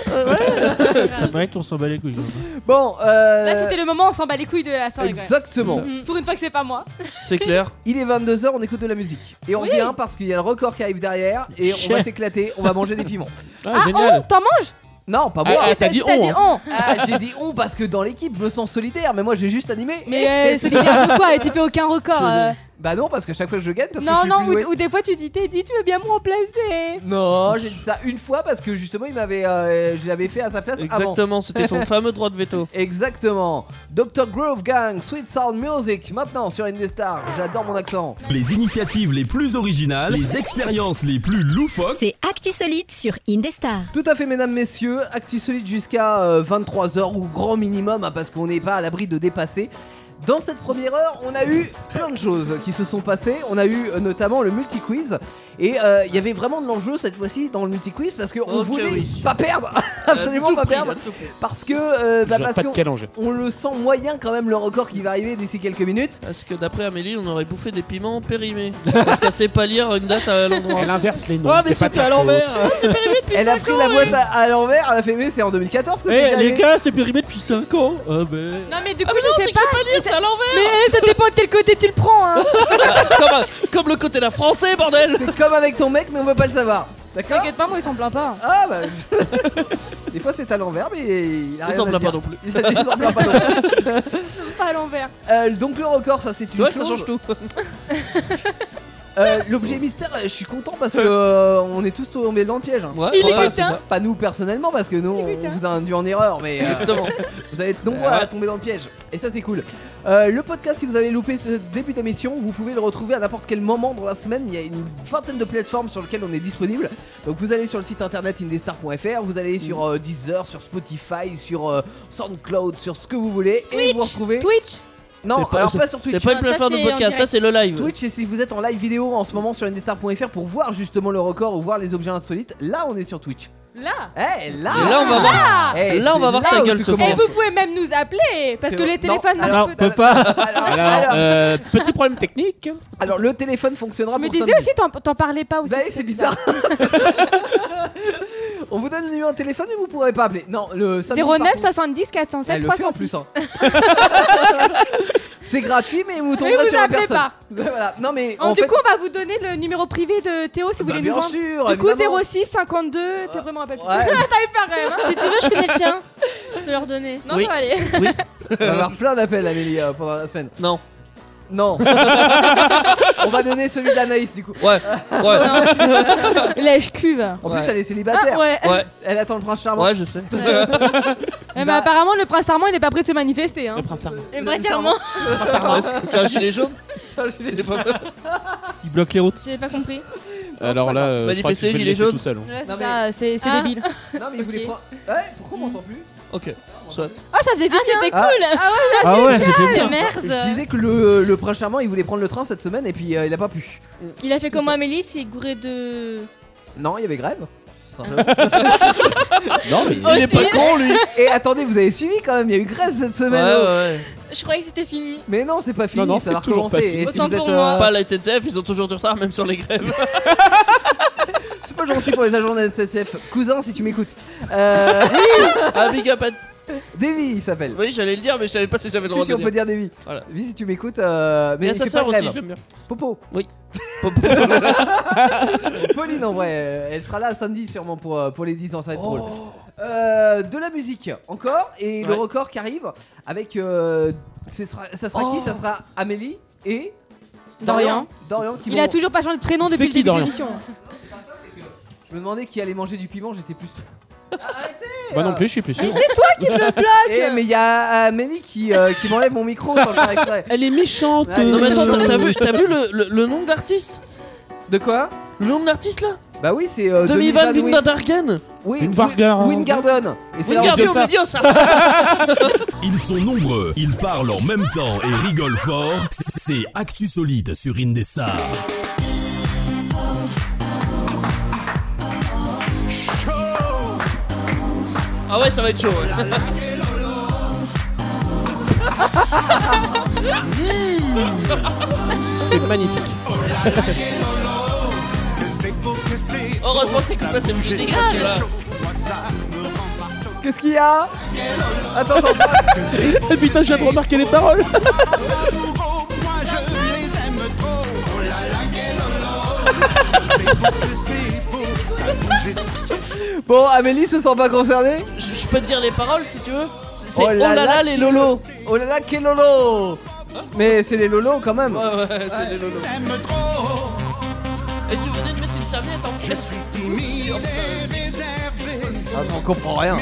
[SPEAKER 8] Ça m'arrête, on s'en bat les couilles. hein.
[SPEAKER 2] Bon, euh,
[SPEAKER 3] Là, c'était le moment, on s'en bat les couilles de la soirée. quand même.
[SPEAKER 2] Exactement.
[SPEAKER 3] Mhm. Pour une fois que c'est pas moi.
[SPEAKER 7] C'est clair.
[SPEAKER 2] Il est 22h, on écoute de la musique. Et on
[SPEAKER 3] Oui.
[SPEAKER 2] vient parce qu'il y a le record qui arrive derrière et on va
[SPEAKER 8] Chien.
[SPEAKER 2] s'éclater, on va manger des piments.
[SPEAKER 9] Ah,
[SPEAKER 3] Oh,
[SPEAKER 9] génial.
[SPEAKER 3] t'en manges
[SPEAKER 2] Non, pas
[SPEAKER 9] Ah,
[SPEAKER 2] moi.
[SPEAKER 9] ah, t'as dit
[SPEAKER 3] T'as
[SPEAKER 9] on.
[SPEAKER 3] dit oh,
[SPEAKER 7] oh.
[SPEAKER 9] hein.
[SPEAKER 3] on.
[SPEAKER 2] Ah, j'ai dit on parce que dans l'équipe, je me sens solidaire, mais moi je vais juste animer.
[SPEAKER 3] Mais euh, solidaire de quoi Et Tu fais aucun record. euh.
[SPEAKER 2] Bah non, parce que chaque fois que je gagne, parce que je
[SPEAKER 3] Non,
[SPEAKER 2] suis
[SPEAKER 3] non,
[SPEAKER 2] plus doué.
[SPEAKER 3] ou, ou des fois tu dis, t'es dit, tu veux bien me remplacer.
[SPEAKER 2] Non, j'ai dit ça une fois parce que justement, il m'avait, euh, je l'avais fait à sa place avant.
[SPEAKER 7] Exactement, c'était son fameux droit de veto.
[SPEAKER 2] Exactement. Dr Groove Gang, Sweet Sound Music, maintenant sur Indestar. J'adore mon accent.
[SPEAKER 4] Les initiatives les plus originales, les expériences les plus loufoques.
[SPEAKER 5] C'est Actisolite sur Indestar.
[SPEAKER 2] Tout à fait, mesdames, messieurs. Actu solide jusqu'à 23h ou grand minimum, hein, parce qu'on n'est pas à l'abri de dépasser. Dans cette première heure, on a eu plein de choses qui se sont passées. On a eu euh, notamment le multi-quiz. Et euh, il y avait vraiment de l'enjeu cette fois-ci dans le multi-quiz parce qu'on
[SPEAKER 9] Oh,
[SPEAKER 7] Ok,
[SPEAKER 2] voulait
[SPEAKER 7] oui.
[SPEAKER 2] pas perdre.
[SPEAKER 9] Euh,
[SPEAKER 2] <laughs> Absolument
[SPEAKER 7] À tout
[SPEAKER 2] pas
[SPEAKER 7] prix,
[SPEAKER 2] perdre.
[SPEAKER 7] à tout prix.
[SPEAKER 2] Parce que. euh, bah,
[SPEAKER 9] hein. Genre,
[SPEAKER 2] parce
[SPEAKER 9] pas de
[SPEAKER 2] qu'on-
[SPEAKER 9] quel enjeu.
[SPEAKER 2] on le sent moyen quand même le record qui va arriver d'ici quelques minutes.
[SPEAKER 7] Parce que d'après Amélie, on aurait bouffé des piments périmés. Parce qu'elle sait pas lire une date à l'endroit.
[SPEAKER 9] Elle inverse les noms.
[SPEAKER 7] Ah, mais
[SPEAKER 9] c'est pas de
[SPEAKER 7] c'était
[SPEAKER 9] sa
[SPEAKER 7] à
[SPEAKER 9] faute.
[SPEAKER 7] l'envers!
[SPEAKER 2] Elle a pris la boîte à, à l'envers, elle a fait mais c'est en 2014 que
[SPEAKER 8] Eh
[SPEAKER 2] c'est
[SPEAKER 8] les
[SPEAKER 2] arrivé.
[SPEAKER 8] gars, c'est périmé depuis 5 ans. Ah ben.
[SPEAKER 3] Non, mais du
[SPEAKER 7] Ah,
[SPEAKER 3] coup,
[SPEAKER 7] mais non,
[SPEAKER 3] je
[SPEAKER 7] c'est
[SPEAKER 3] sais
[SPEAKER 7] que
[SPEAKER 3] pas.
[SPEAKER 7] je sais pas lire, c'est à l'envers!
[SPEAKER 3] Mais euh, ça dépend de quel côté tu le prends, hein.
[SPEAKER 7] comme, comme le côté la français, bordel!
[SPEAKER 2] C'est comme avec ton mec mais on veut pas le savoir.
[SPEAKER 3] <laughs>
[SPEAKER 2] D'accord
[SPEAKER 3] T'inquiète pas, moi, il s'en plaint pas.
[SPEAKER 2] Ah bah je- <laughs> Des fois c'est à l'envers mais il a
[SPEAKER 7] Il
[SPEAKER 2] rien
[SPEAKER 7] s'en
[SPEAKER 2] à
[SPEAKER 7] plaint
[SPEAKER 2] dire.
[SPEAKER 7] pas non plus.
[SPEAKER 2] Il s'en plaint pas non
[SPEAKER 7] <laughs>
[SPEAKER 2] plus.
[SPEAKER 3] Pas à l'envers.
[SPEAKER 2] Euh, donc le record ça c'est une
[SPEAKER 7] Tu vois,
[SPEAKER 2] chose.
[SPEAKER 7] ça change tout.
[SPEAKER 2] Euh, L'objet mystère, euh, je suis content parce que euh, on est tous tombés dans le piège. hein.
[SPEAKER 7] Ouais,
[SPEAKER 3] Il est
[SPEAKER 7] ouais, hein.
[SPEAKER 3] putain.
[SPEAKER 7] c'est ça.
[SPEAKER 2] Pas nous personnellement parce que nous on vous a induit en erreur mais euh,
[SPEAKER 7] Exactement.
[SPEAKER 2] Vous allez être nombreux à tomber dans le piège. Et ça, c'est cool. Euh, le podcast, si vous avez loupé ce début d'émission, vous pouvez le retrouver à n'importe quel moment dans la semaine. Il y a une vingtaine de plateformes sur lesquelles on est disponible. Donc, vous allez sur le site internet indestar.fr, vous allez sur euh, Deezer, sur Spotify, sur euh, Soundcloud, sur ce que vous voulez. et vous retrouvez.
[SPEAKER 3] Twitch
[SPEAKER 2] non,
[SPEAKER 8] C'est pas-
[SPEAKER 2] alors
[SPEAKER 8] c'est-
[SPEAKER 2] pas sur Twitch.
[SPEAKER 7] C'est pas une
[SPEAKER 1] ça,
[SPEAKER 7] plateforme de
[SPEAKER 1] c'est en
[SPEAKER 7] podcast, ça
[SPEAKER 1] direct.
[SPEAKER 7] c'est le live.
[SPEAKER 2] Twitch et si vous êtes en live vidéo en ce moment sur indestar.fr pour voir justement le record ou voir les objets insolites, là on est sur Twitch.
[SPEAKER 3] Là
[SPEAKER 2] Eh là
[SPEAKER 7] Et là on va voir.
[SPEAKER 2] Eh,
[SPEAKER 7] là, on
[SPEAKER 2] c'est
[SPEAKER 7] va voir ta
[SPEAKER 2] où
[SPEAKER 7] gueule
[SPEAKER 2] tu
[SPEAKER 7] se
[SPEAKER 3] Et
[SPEAKER 2] commences.
[SPEAKER 7] Comment
[SPEAKER 3] Ah. Eh, vous pouvez même nous appeler parce
[SPEAKER 2] C'est
[SPEAKER 3] que
[SPEAKER 2] vrai.
[SPEAKER 3] les téléphones
[SPEAKER 2] Non,
[SPEAKER 8] Alors,
[SPEAKER 3] marchent pas.
[SPEAKER 8] on peut
[SPEAKER 2] <laughs>
[SPEAKER 8] pas.
[SPEAKER 2] Alors,
[SPEAKER 9] Alors, euh, petit problème technique.
[SPEAKER 2] Alors le téléphone fonctionnera
[SPEAKER 3] Je me
[SPEAKER 2] pour
[SPEAKER 3] disais
[SPEAKER 2] samedi.
[SPEAKER 3] aussi, t'en- t'en parlais pas aussi.
[SPEAKER 2] Bah oui, c'est bizarre. <laughs> On vous donne le numéro de téléphone mais vous pourrez pas appeler. Non, le samedi, par
[SPEAKER 3] 09
[SPEAKER 2] contre,
[SPEAKER 3] 70
[SPEAKER 2] elle
[SPEAKER 3] 407
[SPEAKER 2] le fait en
[SPEAKER 3] 306.
[SPEAKER 2] plus. hein. <laughs> C'est gratuit mais vous tomberez
[SPEAKER 3] Mais vous
[SPEAKER 2] sur la
[SPEAKER 3] appelez
[SPEAKER 2] personne.
[SPEAKER 3] pas.
[SPEAKER 2] Ouais, voilà. Non mais
[SPEAKER 3] Donc,
[SPEAKER 2] en
[SPEAKER 3] Oh, du
[SPEAKER 2] fait
[SPEAKER 3] coup, on va vous donner le numéro privé de Théo si vous
[SPEAKER 2] bah,
[SPEAKER 3] voulez nous
[SPEAKER 2] bien
[SPEAKER 3] joindre.
[SPEAKER 2] sûr.
[SPEAKER 3] Du coup,
[SPEAKER 2] évidemment. Ah.
[SPEAKER 3] 06 52, et puis après, on <laughs> rappelle plus.
[SPEAKER 2] Ouais.
[SPEAKER 3] T'as eu peur quand même, hein
[SPEAKER 1] Si tu veux, je connais le tien. Je peux leur donner.
[SPEAKER 3] Non,
[SPEAKER 7] Oui.
[SPEAKER 3] ça va aller.
[SPEAKER 2] On va avoir plein d'appels Amélie euh, pendant la semaine.
[SPEAKER 7] Non.
[SPEAKER 2] <laughs> Non. On va donner celui d'Anaïs du coup.
[SPEAKER 7] Ouais, ouais,
[SPEAKER 3] Lèche cuve.
[SPEAKER 2] En
[SPEAKER 7] Ouais.
[SPEAKER 2] plus elle est
[SPEAKER 3] Ah,
[SPEAKER 2] célibataire.
[SPEAKER 3] ouais.
[SPEAKER 7] ouais,
[SPEAKER 2] Elle attend le prince charmant.
[SPEAKER 7] ouais, je sais.
[SPEAKER 3] Eh
[SPEAKER 1] Bah.
[SPEAKER 7] Bah,
[SPEAKER 3] ben,
[SPEAKER 2] bah,
[SPEAKER 3] apparemment, le prince Armand, il est pas prêt de se manifester. Hein.
[SPEAKER 9] Le prince Armand.
[SPEAKER 2] <laughs>
[SPEAKER 1] Et vraiment,
[SPEAKER 7] Ouais, c'est- C'est un gilet jaune.
[SPEAKER 8] Il bloque les routes.
[SPEAKER 1] j'ai pas compris.
[SPEAKER 9] Alors là, euh, je crois que je
[SPEAKER 7] Manifester,
[SPEAKER 9] vais le
[SPEAKER 7] gilet
[SPEAKER 9] laisser
[SPEAKER 7] jaune.
[SPEAKER 9] tout seul. hein.
[SPEAKER 3] Là, c'est
[SPEAKER 2] Non, mais-
[SPEAKER 3] ça, c'est c'est
[SPEAKER 1] Ah.
[SPEAKER 3] débile.
[SPEAKER 2] Non mais il voulait
[SPEAKER 1] Ok.
[SPEAKER 2] prendre- Ouais, pourquoi on m'entend plus
[SPEAKER 7] Ok, soit.
[SPEAKER 3] Ah, ça faisait du bien.
[SPEAKER 1] C'était
[SPEAKER 2] Ah.
[SPEAKER 1] cool.
[SPEAKER 3] Ah ouais,
[SPEAKER 8] Ah ouais, c'était
[SPEAKER 1] Ah,
[SPEAKER 8] bien.
[SPEAKER 1] merde.
[SPEAKER 2] Je disais que le, le prince charmant il voulait prendre le train cette semaine et puis euh, il a pas pu.
[SPEAKER 3] hein.
[SPEAKER 1] Il a fait comme Amélie, c'est gouré de.
[SPEAKER 2] Non, il y avait grève.
[SPEAKER 9] Non, mais
[SPEAKER 1] Il est <laughs> Aussi. pas
[SPEAKER 2] con lui Et attendez, vous avez suivi quand même, il y a eu grève cette
[SPEAKER 7] Ouais,
[SPEAKER 2] semaine oh.
[SPEAKER 7] ouais.
[SPEAKER 1] Je croyais que c'était fini.
[SPEAKER 2] Mais non, c'est pas fini,
[SPEAKER 9] Non, non,
[SPEAKER 2] ça
[SPEAKER 9] c'est
[SPEAKER 2] va
[SPEAKER 9] toujours
[SPEAKER 2] recommencer.
[SPEAKER 9] pas fini.
[SPEAKER 2] Et si
[SPEAKER 1] Autant
[SPEAKER 2] vous êtes, euh,
[SPEAKER 1] pour moi.
[SPEAKER 7] Pas la SNCF, ils ont toujours du retard, même sur les grèves.
[SPEAKER 2] C'est pas gentil pour les agents de la SNCF. Cousin, si tu m'écoutes.
[SPEAKER 7] <laughs>
[SPEAKER 2] Euh,
[SPEAKER 7] ah, big up à-
[SPEAKER 2] Davy, il s'appelle.
[SPEAKER 7] Oui, j'allais le dire, mais je savais pas si j'avais le droit
[SPEAKER 2] Si, si,
[SPEAKER 7] de
[SPEAKER 2] on
[SPEAKER 7] le
[SPEAKER 2] peut
[SPEAKER 7] dire.
[SPEAKER 2] dire Davy.
[SPEAKER 7] Voilà.
[SPEAKER 2] Davy, si tu m'écoutes, euh,
[SPEAKER 7] Il y
[SPEAKER 2] mais
[SPEAKER 7] a
[SPEAKER 2] il
[SPEAKER 7] sa
[SPEAKER 2] fait pas
[SPEAKER 7] sœur aussi,
[SPEAKER 2] grève.
[SPEAKER 7] je l'aime bien.
[SPEAKER 2] Popo.
[SPEAKER 7] <laughs> Pop-
[SPEAKER 2] Pauline, en vrai, euh, elle sera là samedi sûrement pour, euh, pour les 10 ans, ça va être drôle. Euh, de la musique encore et le
[SPEAKER 7] Oh. Ouais.
[SPEAKER 2] record qui arrive avec euh, ce sera- ça sera qui
[SPEAKER 7] Oh.
[SPEAKER 2] ça sera Amélie et
[SPEAKER 3] Dorian.
[SPEAKER 2] Dorian qui
[SPEAKER 3] Il
[SPEAKER 2] vont-
[SPEAKER 3] a toujours pas changé de prénom
[SPEAKER 9] C'est
[SPEAKER 3] depuis le
[SPEAKER 9] qui,
[SPEAKER 3] début de
[SPEAKER 9] Dorian
[SPEAKER 3] l'émission.
[SPEAKER 2] Je me demandais qui allait manger du piment, j'étais plus. Arrêtez
[SPEAKER 9] Moi non plus, je suis plus sûr.
[SPEAKER 7] Ah,
[SPEAKER 2] Eh, mais il y a Amélie qui, euh, qui m'enlève mon micro sans le faire exprès.
[SPEAKER 9] Elle est méchante.
[SPEAKER 2] Ouais,
[SPEAKER 7] Non, mais attends, t'as-
[SPEAKER 2] Attention.
[SPEAKER 7] t'as vu, t'as vu le, le, le nom de l'artiste
[SPEAKER 2] De quoi
[SPEAKER 7] Le nom de l'artiste là
[SPEAKER 2] Bah oui, c'est. Euh,
[SPEAKER 7] Demi Van
[SPEAKER 2] Win-
[SPEAKER 7] Windargen
[SPEAKER 2] Oui,
[SPEAKER 9] Wingarden.
[SPEAKER 2] Win- Wingarden. Et c'est là où-
[SPEAKER 7] Wingardium
[SPEAKER 9] ça.
[SPEAKER 7] Leviosa
[SPEAKER 2] <laughs>
[SPEAKER 4] Ils sont nombreux, ils parlent en même temps et rigolent fort. C'est Actu Solide sur Indestar.
[SPEAKER 2] <laughs>
[SPEAKER 7] Ah ouais, ça va être chaud. ouais.
[SPEAKER 9] C'est magnifique.
[SPEAKER 7] <laughs> Heureusement que t'écoutes pas cette musique parce que là.
[SPEAKER 2] Qu'est-ce qu'il y a Attends, attends.
[SPEAKER 9] <laughs> Putain, j'ai remarqué les paroles.
[SPEAKER 2] <laughs> Bon, Amélie se sent pas concernée
[SPEAKER 7] je, je peux te dire les paroles si tu veux. C'est c'est
[SPEAKER 2] Oh là là,
[SPEAKER 7] les
[SPEAKER 2] quel-
[SPEAKER 7] lolos.
[SPEAKER 2] Oh là là, quel lolo Mais c'est les lolos quand même.
[SPEAKER 7] Ouais, ouais, c'est les lolos. Et tu venais de mettre une serviette hein, en Je suis
[SPEAKER 2] Ah, on comprend rien.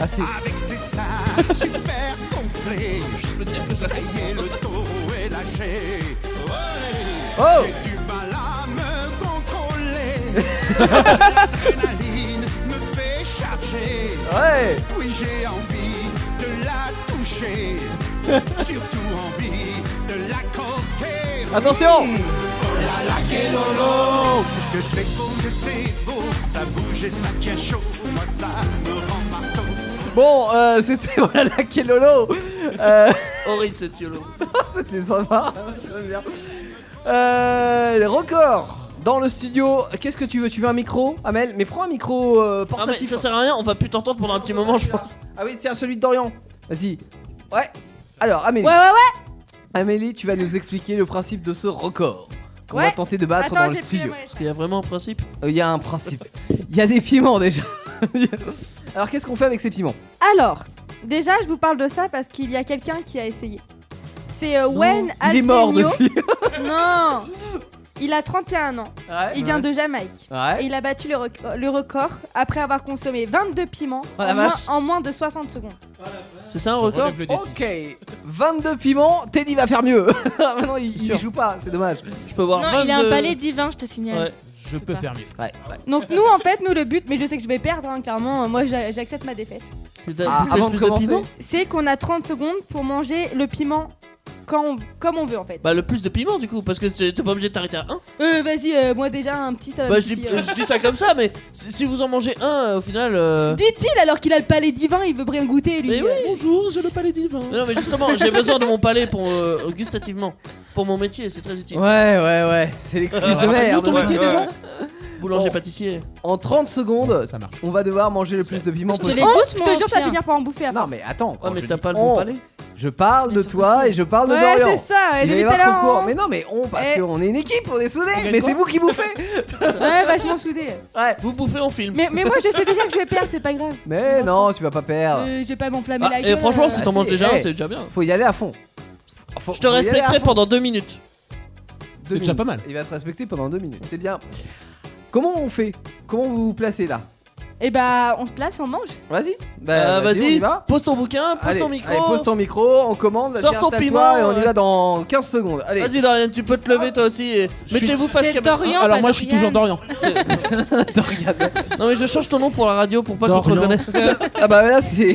[SPEAKER 2] Ah, c'est- Oh
[SPEAKER 7] <laughs>
[SPEAKER 2] Ouais
[SPEAKER 10] Oui, j'ai envie de la
[SPEAKER 7] <laughs>
[SPEAKER 10] toucher. Surtout envie de la coquer.
[SPEAKER 2] Attention
[SPEAKER 10] Oh là là, quel lolo Que c'est beau, que c'est beau. Ça bouge et ça tient chaud. Moi, ça me rend marteau.
[SPEAKER 2] Bon, euh, c'était <laughs> oh là là, quel lolo Euh,
[SPEAKER 7] Horrible cette yolo.
[SPEAKER 2] C'était sympa. <laughs> J'aime bien. Euh, les records dans le studio. Qu'est-ce que tu veux Tu veux un micro, Amel Mais prends un micro euh,
[SPEAKER 7] Ah, mais
[SPEAKER 2] portatif.
[SPEAKER 7] ça sert à rien, on va plus t'entendre pendant un petit moment, je pense.
[SPEAKER 2] Ah oui, tiens, celui de Dorian. Vas-y. Ouais. Alors, Amélie.
[SPEAKER 1] Ouais, ouais, ouais.
[SPEAKER 2] Amélie, tu vas nous expliquer le principe de ce record qu'on va
[SPEAKER 1] Ouais.
[SPEAKER 2] tenter de battre dans
[SPEAKER 1] Attends,
[SPEAKER 2] le
[SPEAKER 1] j'ai plus la
[SPEAKER 2] studio. Euh,
[SPEAKER 1] moyenne.
[SPEAKER 7] Parce qu'il y a vraiment un principe.
[SPEAKER 2] Il y a un principe. <laughs> Il y a des piments déjà. <laughs> Alors, qu'est-ce qu'on fait avec ces piments
[SPEAKER 3] Alors, déjà, je vous parle de ça parce qu'il y a quelqu'un qui a essayé. C'est euh, Wayne
[SPEAKER 2] Il est mort
[SPEAKER 3] Alpeno.
[SPEAKER 2] depuis. <laughs>
[SPEAKER 3] Non Il a 31 ans.
[SPEAKER 2] Ouais.
[SPEAKER 3] Il vient de Jamaïque. Et
[SPEAKER 2] Ouais.
[SPEAKER 3] il a battu le, rec- le record après avoir consommé 22 piments
[SPEAKER 2] Oh, la
[SPEAKER 3] en, moins,
[SPEAKER 2] vache.
[SPEAKER 3] en moins de 60 secondes.
[SPEAKER 7] C'est ça un record
[SPEAKER 2] Ok, <laughs> 22 piments, Teddy va faire mieux. <laughs> Ah, non, il, il
[SPEAKER 7] Sûr.
[SPEAKER 2] joue pas, c'est dommage.
[SPEAKER 7] Je peux voir.
[SPEAKER 1] Non, il a un
[SPEAKER 7] 22.
[SPEAKER 1] palais divin, je te signale.
[SPEAKER 7] Ouais.
[SPEAKER 11] Je peux
[SPEAKER 1] pas.
[SPEAKER 11] faire mieux.
[SPEAKER 2] Ouais.
[SPEAKER 3] Donc nous, en fait, nous, le but, mais je sais que je vais perdre, hein, clairement, euh, moi, j'a- j'accepte ma défaite,
[SPEAKER 7] C'est de-
[SPEAKER 2] Ah,
[SPEAKER 7] c'est
[SPEAKER 2] avant de
[SPEAKER 7] plus
[SPEAKER 2] commencer.
[SPEAKER 7] piment
[SPEAKER 3] c'est qu'on a 30 secondes pour manger le piment quand on- comme on veut, en fait.
[SPEAKER 7] Bah, le plus de piment du coup, parce que t'es t'es pas obligé de t'arrêter à 1.
[SPEAKER 3] Euh, vas-y, euh, moi, déjà, un petit, ça va
[SPEAKER 7] Bah,
[SPEAKER 3] me
[SPEAKER 7] je dis,
[SPEAKER 3] suffire.
[SPEAKER 7] je dis ça comme ça, mais si, si vous en mangez un euh, au final. euh,
[SPEAKER 3] Dit-il alors qu'il a le palais divin, il veut rien goûter, lui.
[SPEAKER 7] Mais oui.
[SPEAKER 9] Bonjour, j'ai le palais divin.
[SPEAKER 7] Mais Non, mais justement, j'ai besoin de mon palais pour euh, gustativement. Pour mon métier, c'est très
[SPEAKER 2] Ouais,
[SPEAKER 7] utile.
[SPEAKER 2] ouais, ouais, c'est l'excuse de merde.
[SPEAKER 9] ton
[SPEAKER 2] ouais.
[SPEAKER 9] métier déjà
[SPEAKER 7] Boulanger,
[SPEAKER 2] Bon.
[SPEAKER 7] pâtissier.
[SPEAKER 2] En 30 secondes,
[SPEAKER 11] Ça marche.
[SPEAKER 2] on va devoir manger le plus de piments
[SPEAKER 1] Je te
[SPEAKER 2] possible.
[SPEAKER 1] les
[SPEAKER 3] Oh,
[SPEAKER 1] goûte,
[SPEAKER 3] je
[SPEAKER 1] moi.
[SPEAKER 3] te jure, tu vas
[SPEAKER 1] Pierre.
[SPEAKER 3] finir par en bouffer à
[SPEAKER 2] Non,
[SPEAKER 3] force.
[SPEAKER 2] mais attends,
[SPEAKER 7] Ouais,
[SPEAKER 2] quand
[SPEAKER 7] Ah, mais
[SPEAKER 2] Oh, je,
[SPEAKER 7] t'as pas le
[SPEAKER 2] on-
[SPEAKER 7] bon palais.
[SPEAKER 2] je parle
[SPEAKER 1] Mais
[SPEAKER 2] de
[SPEAKER 1] c'est
[SPEAKER 2] toi et je parle de
[SPEAKER 3] Ouais, c'est
[SPEAKER 2] Dorian.
[SPEAKER 3] ça, et
[SPEAKER 2] Il va y
[SPEAKER 3] depuis tout
[SPEAKER 2] avoir
[SPEAKER 3] à l'heure,
[SPEAKER 2] concours.
[SPEAKER 3] hein.
[SPEAKER 2] Mais non, mais on, parce
[SPEAKER 3] Eh.
[SPEAKER 2] qu'on est une équipe, on est soudés,
[SPEAKER 9] gagne
[SPEAKER 2] mais c'est vous
[SPEAKER 9] quoi
[SPEAKER 2] qui bouffez.
[SPEAKER 3] Ouais, vachement soudé.
[SPEAKER 2] ouais.
[SPEAKER 7] Vous bouffez, on filme.
[SPEAKER 3] Mais, mais moi, je sais déjà que je vais perdre, c'est pas grave.
[SPEAKER 2] Mais non, tu vas pas perdre.
[SPEAKER 3] Euh, je vais pas m'enflammer
[SPEAKER 7] Ah,
[SPEAKER 3] la
[SPEAKER 7] et
[SPEAKER 3] gueule. euh,
[SPEAKER 7] franchement, si
[SPEAKER 2] Ah,
[SPEAKER 7] t'en
[SPEAKER 2] si,
[SPEAKER 7] manges déjà
[SPEAKER 2] eh.
[SPEAKER 7] un, c'est déjà bien.
[SPEAKER 2] Faut y aller à fond. Faut-
[SPEAKER 7] Je te
[SPEAKER 2] faut y aller à
[SPEAKER 7] respecterai
[SPEAKER 2] fond.
[SPEAKER 7] pendant deux minutes.
[SPEAKER 2] Deux
[SPEAKER 11] C'est déjà
[SPEAKER 2] minutes.
[SPEAKER 11] pas mal.
[SPEAKER 2] Il va te respecter pendant deux minutes. C'est bien. Comment on fait Comment vous vous placez là
[SPEAKER 3] Et bah, on se place, on mange.
[SPEAKER 2] Vas-y.
[SPEAKER 7] Euh,
[SPEAKER 2] Bah, on y
[SPEAKER 7] Vas-y,
[SPEAKER 2] va.
[SPEAKER 7] pose ton bouquin, pose
[SPEAKER 2] Allez,
[SPEAKER 7] ton micro.
[SPEAKER 2] allez, pose ton micro, on commande,
[SPEAKER 7] Sors
[SPEAKER 2] tiens,
[SPEAKER 7] ton
[SPEAKER 2] installe-toi
[SPEAKER 7] piment,
[SPEAKER 2] et on y
[SPEAKER 7] ouais.
[SPEAKER 2] va dans 15 secondes. Allez. <laughs>
[SPEAKER 7] Vas-y, Dorian, tu peux te lever toi aussi. et
[SPEAKER 11] Je suis-
[SPEAKER 7] Mettez-vous face
[SPEAKER 1] C'est
[SPEAKER 7] caméra.
[SPEAKER 1] Dorian.
[SPEAKER 9] Alors
[SPEAKER 1] pas
[SPEAKER 9] moi, je suis toujours Dorian.
[SPEAKER 2] Dorian.
[SPEAKER 7] Non, mais je change ton nom pour la radio pour pas qu'on te
[SPEAKER 8] Dorian.
[SPEAKER 7] reconnaisse.
[SPEAKER 2] ah bah là c'est.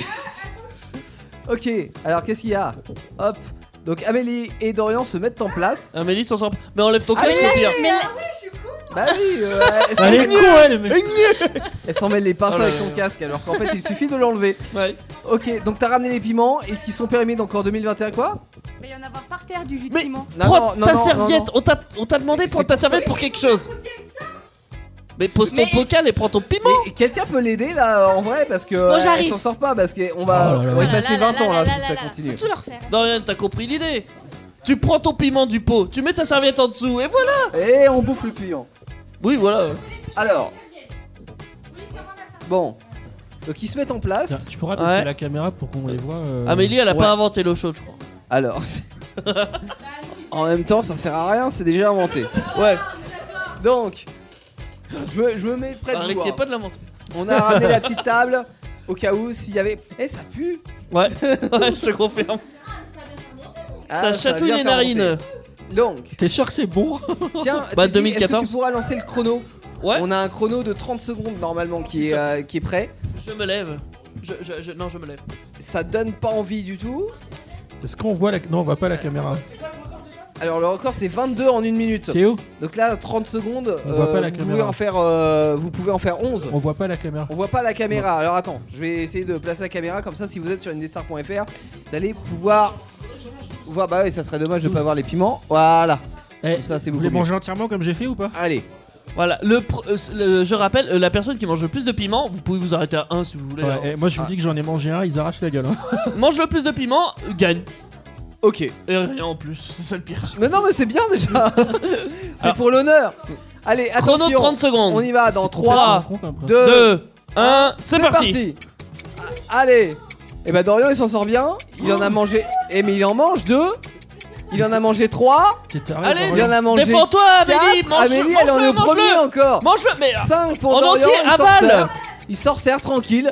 [SPEAKER 2] <laughs> ok, alors qu'est-ce qu'il y a Hop. Donc Amélie et Dorian se mettent en place.
[SPEAKER 7] Amélie s'en sort. Mais enlève ton casque,
[SPEAKER 2] mais
[SPEAKER 7] au pire.
[SPEAKER 1] Mais là-
[SPEAKER 2] Bah oui, euh, elles s'en
[SPEAKER 8] Elle est
[SPEAKER 2] mêlent-
[SPEAKER 8] con, elle, mais-
[SPEAKER 2] elles s'en mêlent les pinceaux
[SPEAKER 7] Oh là
[SPEAKER 2] avec
[SPEAKER 7] là.
[SPEAKER 2] son casque alors qu'en fait il suffit de l'enlever.
[SPEAKER 7] Ouais.
[SPEAKER 2] Ok, donc t'as ramené les piments et qui sont permis donc en 2021 quoi
[SPEAKER 3] Mais il y en a par terre du jus de
[SPEAKER 7] Mais-
[SPEAKER 3] piment.
[SPEAKER 2] Non,
[SPEAKER 7] Prends
[SPEAKER 2] non, non,
[SPEAKER 7] ta
[SPEAKER 2] non,
[SPEAKER 7] serviette. On t'a- On t'a demandé de prendre ta serviette pour quelque chose. Mais pose ton
[SPEAKER 1] Mais-
[SPEAKER 7] bocal et prends ton piment.
[SPEAKER 2] Mais quelqu'un peut l'aider là en vrai parce que euh, elle
[SPEAKER 1] j'arrive.
[SPEAKER 2] s'en sort pas parce qu'on va,
[SPEAKER 11] Oh là là.
[SPEAKER 2] on va y
[SPEAKER 1] Oh là
[SPEAKER 2] passer
[SPEAKER 1] là
[SPEAKER 2] 20 ans
[SPEAKER 1] là
[SPEAKER 2] là,
[SPEAKER 1] là
[SPEAKER 2] si
[SPEAKER 1] là
[SPEAKER 2] ça
[SPEAKER 1] là.
[SPEAKER 2] continue.
[SPEAKER 1] Faut tout leur faire.
[SPEAKER 7] Dorian, t'as compris l'idée. Tu prends ton piment du pot, tu mets ta serviette en dessous et voilà.
[SPEAKER 2] Et on bouffe le hein. client.
[SPEAKER 7] Oui, voilà.
[SPEAKER 2] Alors. Bon. Donc ils se mettent en
[SPEAKER 8] Tiens,
[SPEAKER 2] place.
[SPEAKER 8] Tu pourras
[SPEAKER 7] Ouais. Ah,
[SPEAKER 8] baisser la caméra pour qu'on les voit. euh,
[SPEAKER 7] Amélie, elle a
[SPEAKER 2] ouais.
[SPEAKER 7] pas inventé l'eau chaude, je crois.
[SPEAKER 2] Alors. <laughs> c'est- en même temps, ça sert à rien, c'est déjà inventé. Ouais. Donc. Je me, je me mets près de vous.
[SPEAKER 7] Arrêtez
[SPEAKER 2] hein.
[SPEAKER 7] pas de la monter.
[SPEAKER 2] On a ramené la
[SPEAKER 7] <laughs>
[SPEAKER 2] petite table au cas où s'il y avait. Eh, ça pue
[SPEAKER 7] Ouais, <laughs> ouais, je te confirme.
[SPEAKER 2] Ah,
[SPEAKER 7] ça
[SPEAKER 2] a
[SPEAKER 7] chatouille
[SPEAKER 2] bien
[SPEAKER 7] les
[SPEAKER 2] fait
[SPEAKER 7] narines.
[SPEAKER 2] remonter. Donc,
[SPEAKER 8] T'es sûr que c'est bon
[SPEAKER 2] tiens,
[SPEAKER 7] Bah,
[SPEAKER 2] Teddy, est-ce que
[SPEAKER 7] 2014.
[SPEAKER 2] tu pourras lancer le chrono
[SPEAKER 7] Ouais,
[SPEAKER 2] On a un chrono de 30 secondes normalement qui est, euh, qui est prêt.
[SPEAKER 7] je me lève. Je, je, je- non, je me lève.
[SPEAKER 2] Ça donne pas envie du tout.
[SPEAKER 8] Est-ce qu'on voit la. Non, on voit pas la caméra.
[SPEAKER 2] Alors le record c'est 22 en une minute.
[SPEAKER 8] Théo
[SPEAKER 2] Donc là 30 secondes.
[SPEAKER 8] On voit pas la
[SPEAKER 2] vous pouvez
[SPEAKER 8] caméra.
[SPEAKER 2] en faire, euh, vous pouvez en faire 11.
[SPEAKER 8] On voit pas la caméra.
[SPEAKER 2] On voit pas la caméra. Alors attends, je vais essayer de placer la caméra comme ça. Si vous êtes sur indestar.fr, vous allez pouvoir voir. Bah oui, ça serait dommage de pas voir les piments. Voilà. comme ça, c'est
[SPEAKER 8] Vous
[SPEAKER 2] beaucoup
[SPEAKER 8] les
[SPEAKER 2] mieux.
[SPEAKER 8] mangez entièrement comme j'ai fait ou pas
[SPEAKER 2] Allez.
[SPEAKER 7] Voilà, le, pr- euh, s- le- je rappelle, euh, la personne qui mange le plus de piment, vous pouvez vous arrêter à 1 si vous voulez. hein.
[SPEAKER 8] Ouais, et moi je vous
[SPEAKER 7] Ah.
[SPEAKER 8] dis que j'en ai mangé un, ils arrachent la gueule. hein.
[SPEAKER 7] Mange le plus de piment, euh, gagne.
[SPEAKER 2] Ok.
[SPEAKER 7] Et rien en plus, c'est ça le pire.
[SPEAKER 2] Mais non, mais c'est bien déjà. c'est
[SPEAKER 7] Alors.
[SPEAKER 2] pour l'honneur. Allez,
[SPEAKER 7] Chrono
[SPEAKER 2] attention.
[SPEAKER 7] de 30 secondes.
[SPEAKER 2] On y va dans
[SPEAKER 7] C'est
[SPEAKER 2] 3,
[SPEAKER 7] complètement con, comme
[SPEAKER 2] 2,
[SPEAKER 7] principe. Deux, un, c'est parti.
[SPEAKER 2] Ah, Allez. Et bah Dorian il s'en sort bien. Il en a mangé. Et mais il en mange 2. Il en a mangé 3.
[SPEAKER 7] Allez,
[SPEAKER 2] il en a mangé.
[SPEAKER 7] défends-toi, Amélie,
[SPEAKER 2] quatre.
[SPEAKER 7] mange-le,
[SPEAKER 2] Amélie, elle en
[SPEAKER 7] mange-le,
[SPEAKER 2] est au premier
[SPEAKER 7] mange-le.
[SPEAKER 2] encore.
[SPEAKER 7] Mange-le, mais.
[SPEAKER 2] 5 pour
[SPEAKER 7] En
[SPEAKER 2] Dorian.
[SPEAKER 7] entier,
[SPEAKER 2] il s'en
[SPEAKER 7] avale.
[SPEAKER 2] sert. Il sort serre tranquille.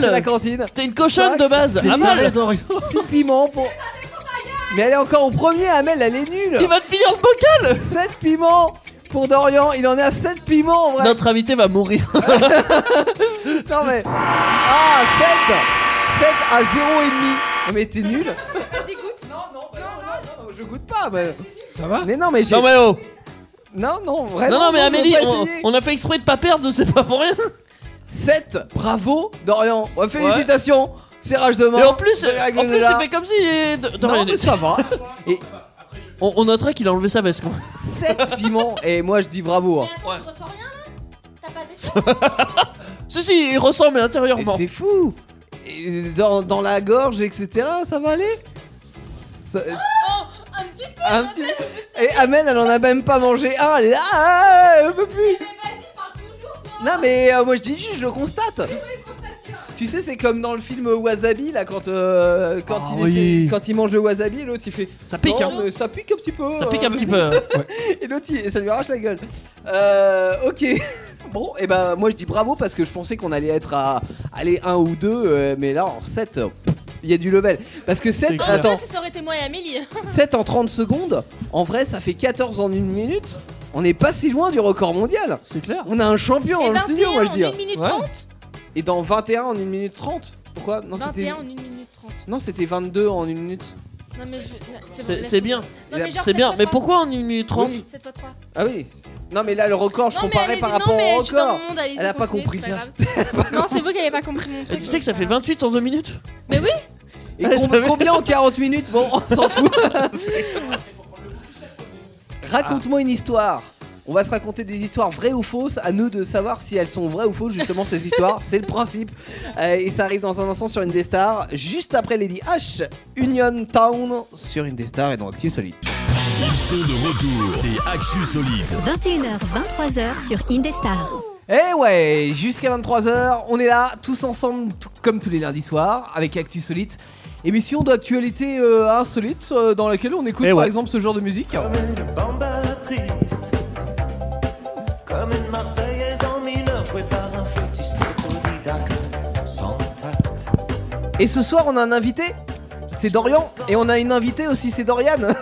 [SPEAKER 2] Voilà, c'est la cantine.
[SPEAKER 7] T'es une cochonne de base.
[SPEAKER 2] C'est
[SPEAKER 7] Amal,
[SPEAKER 2] 6 piments pour. Mais elle est encore au premier, Amel, elle est nulle.
[SPEAKER 7] il va te finir le bocal.
[SPEAKER 2] 7 piments pour Dorian, il en est à 7 piments en vrai.
[SPEAKER 7] Notre invité va mourir.
[SPEAKER 2] Non mais. Ah 7 7 à 0,5 Non mais t'es nul Non, Je goûte pas bah. mais...
[SPEAKER 8] Ça va
[SPEAKER 2] Mais non mais j'ai.
[SPEAKER 7] Non, mais oh.
[SPEAKER 2] Non non
[SPEAKER 7] Non,
[SPEAKER 2] vraiment
[SPEAKER 7] non, mais
[SPEAKER 2] faut
[SPEAKER 7] Amélie,
[SPEAKER 2] pas
[SPEAKER 7] on,
[SPEAKER 2] essayer.
[SPEAKER 7] on a fait exprès de pas perdre, <laughs> c'est pas pour rien.
[SPEAKER 2] 7 Bravo Dorian Ouais, Félicitations Serrage de main
[SPEAKER 7] Et en plus,
[SPEAKER 2] de la
[SPEAKER 7] en
[SPEAKER 2] gueule de
[SPEAKER 7] plus,
[SPEAKER 2] là.
[SPEAKER 7] c'est fait comme si. euh, de- de rien
[SPEAKER 2] Non mais
[SPEAKER 7] n'était.
[SPEAKER 2] ça va
[SPEAKER 7] On, on notera qu'il a enlevé sa veste. quand même. <laughs>
[SPEAKER 2] 7 piments Et moi je dis bravo hein.
[SPEAKER 7] Ouais.
[SPEAKER 1] tu ressens rien là T'as pas des
[SPEAKER 7] Si, si, il ressent, mais
[SPEAKER 2] Mais
[SPEAKER 7] intérieurement.
[SPEAKER 2] c'est fou Et dans, dans la gorge, etc. Ça va aller Ça-
[SPEAKER 7] Oh,
[SPEAKER 1] un petit peu
[SPEAKER 2] Un petit- Et Amel, elle en a même pas mangé un. Elle est là, ah, elle peut
[SPEAKER 7] Eh ben,
[SPEAKER 2] plus. Non mais euh, moi je dis juste, je constate.
[SPEAKER 7] hein.
[SPEAKER 2] Tu sais, c'est comme dans le film Wasabi là, quand euh, quand
[SPEAKER 8] Ah
[SPEAKER 2] il
[SPEAKER 8] oui.
[SPEAKER 2] était- quand il mange le wasabi, l'autre il fait.
[SPEAKER 7] Ça pique,
[SPEAKER 2] Non,
[SPEAKER 7] hein.
[SPEAKER 2] mais ça pique un petit peu.
[SPEAKER 7] Ça pique
[SPEAKER 2] euh.
[SPEAKER 7] un petit
[SPEAKER 2] <laughs>
[SPEAKER 7] peu. hein.
[SPEAKER 2] Et l'autre, il- ça lui arrache la gueule. Euh, ok. <laughs> Bon, et ben moi je dis bravo parce que je pensais qu'on allait être à aller 1 ou 2, mais là en 7, il y a du level. Parce que 7,
[SPEAKER 8] clair.
[SPEAKER 2] attends,
[SPEAKER 1] si ça aurait été moi et Amélie.
[SPEAKER 2] 7 en 30 secondes, en vrai ça fait 14 en une minute. On n'est pas si loin du record mondial.
[SPEAKER 7] C'est clair.
[SPEAKER 2] On a un champion
[SPEAKER 1] Et
[SPEAKER 2] dans le
[SPEAKER 1] 21
[SPEAKER 2] studio, moi je dis.
[SPEAKER 1] en 1 minute
[SPEAKER 7] Ouais.
[SPEAKER 1] 30
[SPEAKER 2] Et dans 21 en 1 minute 30. Pourquoi Non, c'était
[SPEAKER 1] 21 en 1 minute 30.
[SPEAKER 2] Non, c'était 22 en 1 minute.
[SPEAKER 1] Non mais je... c'est bon,
[SPEAKER 7] C'est
[SPEAKER 1] laisse
[SPEAKER 7] c'est
[SPEAKER 1] tomber.
[SPEAKER 7] bien.
[SPEAKER 1] Non, mais genre
[SPEAKER 7] C'est
[SPEAKER 1] sept
[SPEAKER 7] bien.
[SPEAKER 1] fois
[SPEAKER 7] Mais
[SPEAKER 1] trois.
[SPEAKER 7] pourquoi en 1 minute 30
[SPEAKER 2] Oui.
[SPEAKER 1] Sept fois trois.
[SPEAKER 2] Ah oui. Non, mais là le record, je
[SPEAKER 1] Non, mais
[SPEAKER 2] comparais
[SPEAKER 1] allez-y,
[SPEAKER 2] par
[SPEAKER 1] non,
[SPEAKER 2] rapport
[SPEAKER 1] mais
[SPEAKER 2] au
[SPEAKER 1] je suis dans
[SPEAKER 2] record.
[SPEAKER 1] mon monde, allez-y,
[SPEAKER 2] Elle a pas
[SPEAKER 1] continuez,
[SPEAKER 2] compris,
[SPEAKER 7] <laughs>
[SPEAKER 1] c'est grave. non, c'est vous qui avez pas compris mon
[SPEAKER 7] Et
[SPEAKER 1] truc.
[SPEAKER 7] tu sais que ça
[SPEAKER 1] c'est
[SPEAKER 7] fait
[SPEAKER 1] pas
[SPEAKER 7] 28 en 2 minutes
[SPEAKER 1] Mais oui
[SPEAKER 2] Et com- combien en 40 minutes Bon, on s'en fout. <laughs> Raconte-moi une histoire. On va se raconter des histoires vraies ou fausses. À nous de savoir si elles sont vraies ou fausses, justement, ces histoires. C'est le principe. Euh, et ça arrive dans un instant sur une des stars, juste après Lady H. Union Town sur une des stars et dans Actu Solide.
[SPEAKER 4] Ils sont de retour, c'est Actu Solide.
[SPEAKER 5] 21h, 23h sur Indestar.
[SPEAKER 2] Eh ouais, jusqu'à 23h, on est là, tous ensemble, tout- comme tous les lundis soirs, avec Actu Solite. Émission d'actualité euh, insolite euh, dans laquelle on écoute
[SPEAKER 7] Eh
[SPEAKER 2] par
[SPEAKER 7] ouais.
[SPEAKER 2] exemple ce genre de musique.
[SPEAKER 10] une bambala triste, comme une Marseillaise en mineur jouée par un flûtiste autodidacte, sans tact.
[SPEAKER 2] Et ce soir, on a un invité, c'est Dorian, et on a une invitée aussi, c'est Doriane.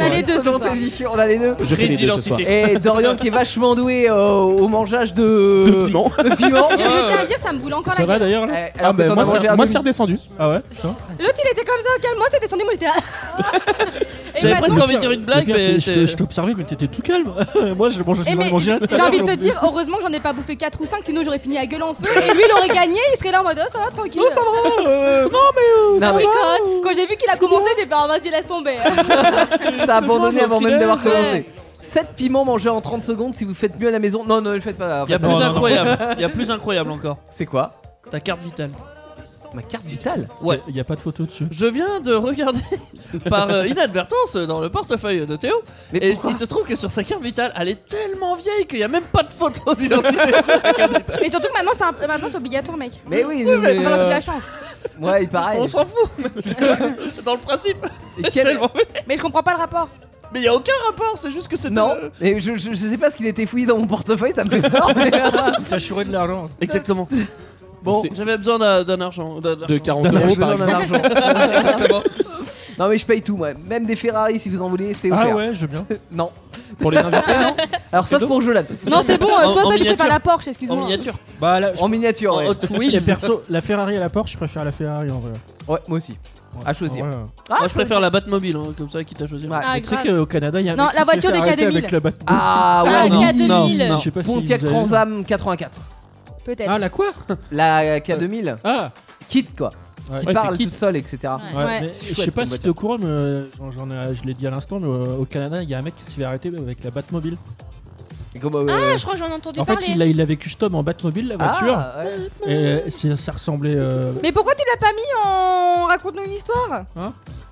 [SPEAKER 2] <laughs>
[SPEAKER 1] a les deux ce
[SPEAKER 2] Selon
[SPEAKER 1] soir.
[SPEAKER 2] tes dix- on a les deux.
[SPEAKER 11] Je fais les
[SPEAKER 7] Crise
[SPEAKER 11] deux ce soir.
[SPEAKER 7] d'identité.
[SPEAKER 2] Et Dorian qui est vachement doué euh, au mangeage de,
[SPEAKER 11] De
[SPEAKER 9] Euh,
[SPEAKER 11] piment.
[SPEAKER 9] bah,
[SPEAKER 2] de piment.
[SPEAKER 3] Je, je tiens à dire, ça me boule encore
[SPEAKER 8] Ça
[SPEAKER 3] la
[SPEAKER 8] va
[SPEAKER 3] gueule.
[SPEAKER 8] d'ailleurs
[SPEAKER 2] Eh,
[SPEAKER 8] là
[SPEAKER 2] alors
[SPEAKER 9] Ah,
[SPEAKER 2] que
[SPEAKER 9] bah,
[SPEAKER 2] t'en as
[SPEAKER 9] moi,
[SPEAKER 2] mangé
[SPEAKER 9] c'est-
[SPEAKER 2] un
[SPEAKER 9] moi,
[SPEAKER 2] demi.
[SPEAKER 9] c'est redescendu.
[SPEAKER 8] Ah ouais ça va
[SPEAKER 3] L'autre il était comme ça, au calme. Moi c'est descendu, moi j'étais là. Et
[SPEAKER 7] J'avais
[SPEAKER 3] bah,
[SPEAKER 7] presque
[SPEAKER 8] Le
[SPEAKER 7] envie de
[SPEAKER 8] pire-
[SPEAKER 7] dire une blague,
[SPEAKER 8] le pire,
[SPEAKER 7] mais
[SPEAKER 8] c'est- je te-
[SPEAKER 7] c'est.
[SPEAKER 8] je t'observais, mais t'étais tout calme. <laughs> Moi, je mangeais
[SPEAKER 3] Eh, mais
[SPEAKER 8] manger.
[SPEAKER 3] j'ai j'ai envie de te dire, heureusement que j'en ai pas bouffé 4 ou 5, sinon j'aurais fini à gueule en feu. Et lui il aurait gagné, il serait là en mode oh, ça va tranquille. Non, ça va,
[SPEAKER 2] Non, mais
[SPEAKER 3] Quand j'ai vu qu'il a commencé, j'ai fait ah vas-y, laisse tomber.
[SPEAKER 2] T'as abandonné avant même d'avoir
[SPEAKER 3] Ouais.
[SPEAKER 2] commencé. 7 piments mangés en 30 secondes si vous faites mieux à la maison. Non, ne le faites pas.
[SPEAKER 7] Il y a
[SPEAKER 2] faites-
[SPEAKER 7] plus
[SPEAKER 8] non, non.
[SPEAKER 7] incroyable. Il y a plus incroyable encore.
[SPEAKER 2] C'est quoi
[SPEAKER 7] Ta carte vitale.
[SPEAKER 2] Ma carte vitale
[SPEAKER 7] Ouais.
[SPEAKER 8] Il y a pas de photo dessus.
[SPEAKER 7] Je viens de regarder <laughs> par euh, inadvertance dans le portefeuille de Théo.
[SPEAKER 2] Mais
[SPEAKER 7] et
[SPEAKER 2] pourquoi
[SPEAKER 7] il se trouve que sur sa carte vitale, elle est tellement vieille qu'il n'y a même pas de photo d'identité. sur sa carte vitale.
[SPEAKER 3] Mais surtout que maintenant c'est un- maintenant, c'est obligatoire, mec.
[SPEAKER 2] Mais oui,
[SPEAKER 3] Il
[SPEAKER 2] mais,
[SPEAKER 3] va falloir que tu la
[SPEAKER 2] euh,
[SPEAKER 3] changes.
[SPEAKER 2] ouais, il paraît.
[SPEAKER 7] On s'en fout. mais- dans le principe.
[SPEAKER 2] Et quel-
[SPEAKER 7] tellement-
[SPEAKER 3] Mais je comprends pas le rapport.
[SPEAKER 7] Mais il n'y a aucun rapport, c'est juste que c'est.
[SPEAKER 2] Non,
[SPEAKER 7] euh,
[SPEAKER 2] et je, je- je sais pas ce qu'il était fouillé dans mon portefeuille, ça me fait peur. mais- euh,
[SPEAKER 3] Ah,
[SPEAKER 8] T'as chouré de l'argent.
[SPEAKER 7] Exactement.
[SPEAKER 2] Bon,
[SPEAKER 11] C'est-
[SPEAKER 7] J'avais besoin d'un d'un argent. d'un- d'un-
[SPEAKER 11] De 40
[SPEAKER 2] J'ai
[SPEAKER 11] euros
[SPEAKER 2] besoin
[SPEAKER 11] par
[SPEAKER 2] d'un
[SPEAKER 11] exemple.
[SPEAKER 2] argent.
[SPEAKER 7] Exactement.
[SPEAKER 2] Non, mais je paye tout, moi. Même des Ferrari si vous en voulez, c'est
[SPEAKER 8] Ah
[SPEAKER 2] offert.
[SPEAKER 8] ouais, je veux bien.
[SPEAKER 2] Non.
[SPEAKER 11] Pour les invités, non
[SPEAKER 2] Alors, sauf
[SPEAKER 8] donc-
[SPEAKER 2] pour Jolan.
[SPEAKER 3] Non, c'est bon, euh, toi,
[SPEAKER 7] En- en
[SPEAKER 3] toi, tu préfères
[SPEAKER 7] miniature.
[SPEAKER 3] la Porsche,
[SPEAKER 7] En
[SPEAKER 3] excuse-moi.
[SPEAKER 7] miniature.
[SPEAKER 8] Bah là, je-
[SPEAKER 2] En miniature,
[SPEAKER 7] En
[SPEAKER 2] ouais.
[SPEAKER 7] Hot Wheels.
[SPEAKER 8] perso, la Ferrari à la Porsche, je préfère la Ferrari en vrai.
[SPEAKER 2] Ouais, moi aussi. À choisir.
[SPEAKER 8] Ouais.
[SPEAKER 2] Ah,
[SPEAKER 7] Moi, je préfère la Batmobile, hein, comme ça, quitte à choisir.
[SPEAKER 2] Ah,
[SPEAKER 8] Tu sais qu'au Canada, il y a un
[SPEAKER 3] Non,
[SPEAKER 8] mec qui
[SPEAKER 3] la
[SPEAKER 8] s'est
[SPEAKER 3] voiture
[SPEAKER 8] fait
[SPEAKER 3] des
[SPEAKER 8] arrêter
[SPEAKER 3] K2000.
[SPEAKER 8] avec la Batmobile.
[SPEAKER 2] Ah,
[SPEAKER 1] Ah,
[SPEAKER 2] ouais,
[SPEAKER 1] la
[SPEAKER 2] non.
[SPEAKER 1] K2000.
[SPEAKER 2] non.
[SPEAKER 8] Je sais pas si
[SPEAKER 2] Pontiac
[SPEAKER 8] vous avez-
[SPEAKER 2] Transam 84.
[SPEAKER 3] Peut-être.
[SPEAKER 8] Ah, la quoi
[SPEAKER 2] La K2000.
[SPEAKER 8] Ah
[SPEAKER 2] Kit quoi.
[SPEAKER 8] Ouais.
[SPEAKER 2] Qui
[SPEAKER 8] Ouais,
[SPEAKER 2] parle
[SPEAKER 8] c'est Kit.
[SPEAKER 2] toute seule, etc.
[SPEAKER 8] Ouais,
[SPEAKER 3] Ouais.
[SPEAKER 8] mais je sais
[SPEAKER 2] Chouette
[SPEAKER 8] pas
[SPEAKER 2] comme
[SPEAKER 8] si
[SPEAKER 2] voiture.
[SPEAKER 8] t'es au courant, mais euh, j'en- j'en ai- je l'ai dit à l'instant, mais euh, au Canada, il y a un mec qui s'est fait arrêter avec la Batmobile.
[SPEAKER 2] Et comment, euh,
[SPEAKER 1] Ah, je crois que j'en ai entendu
[SPEAKER 8] En fait,
[SPEAKER 1] parler.
[SPEAKER 8] il l'a- il l'avait custom en Batmobile, la voiture,
[SPEAKER 2] Ah, ouais.
[SPEAKER 8] et c'est- ça ressemblait. euh,
[SPEAKER 3] Mais pourquoi tu l'as pas mis en raconte-nous une histoire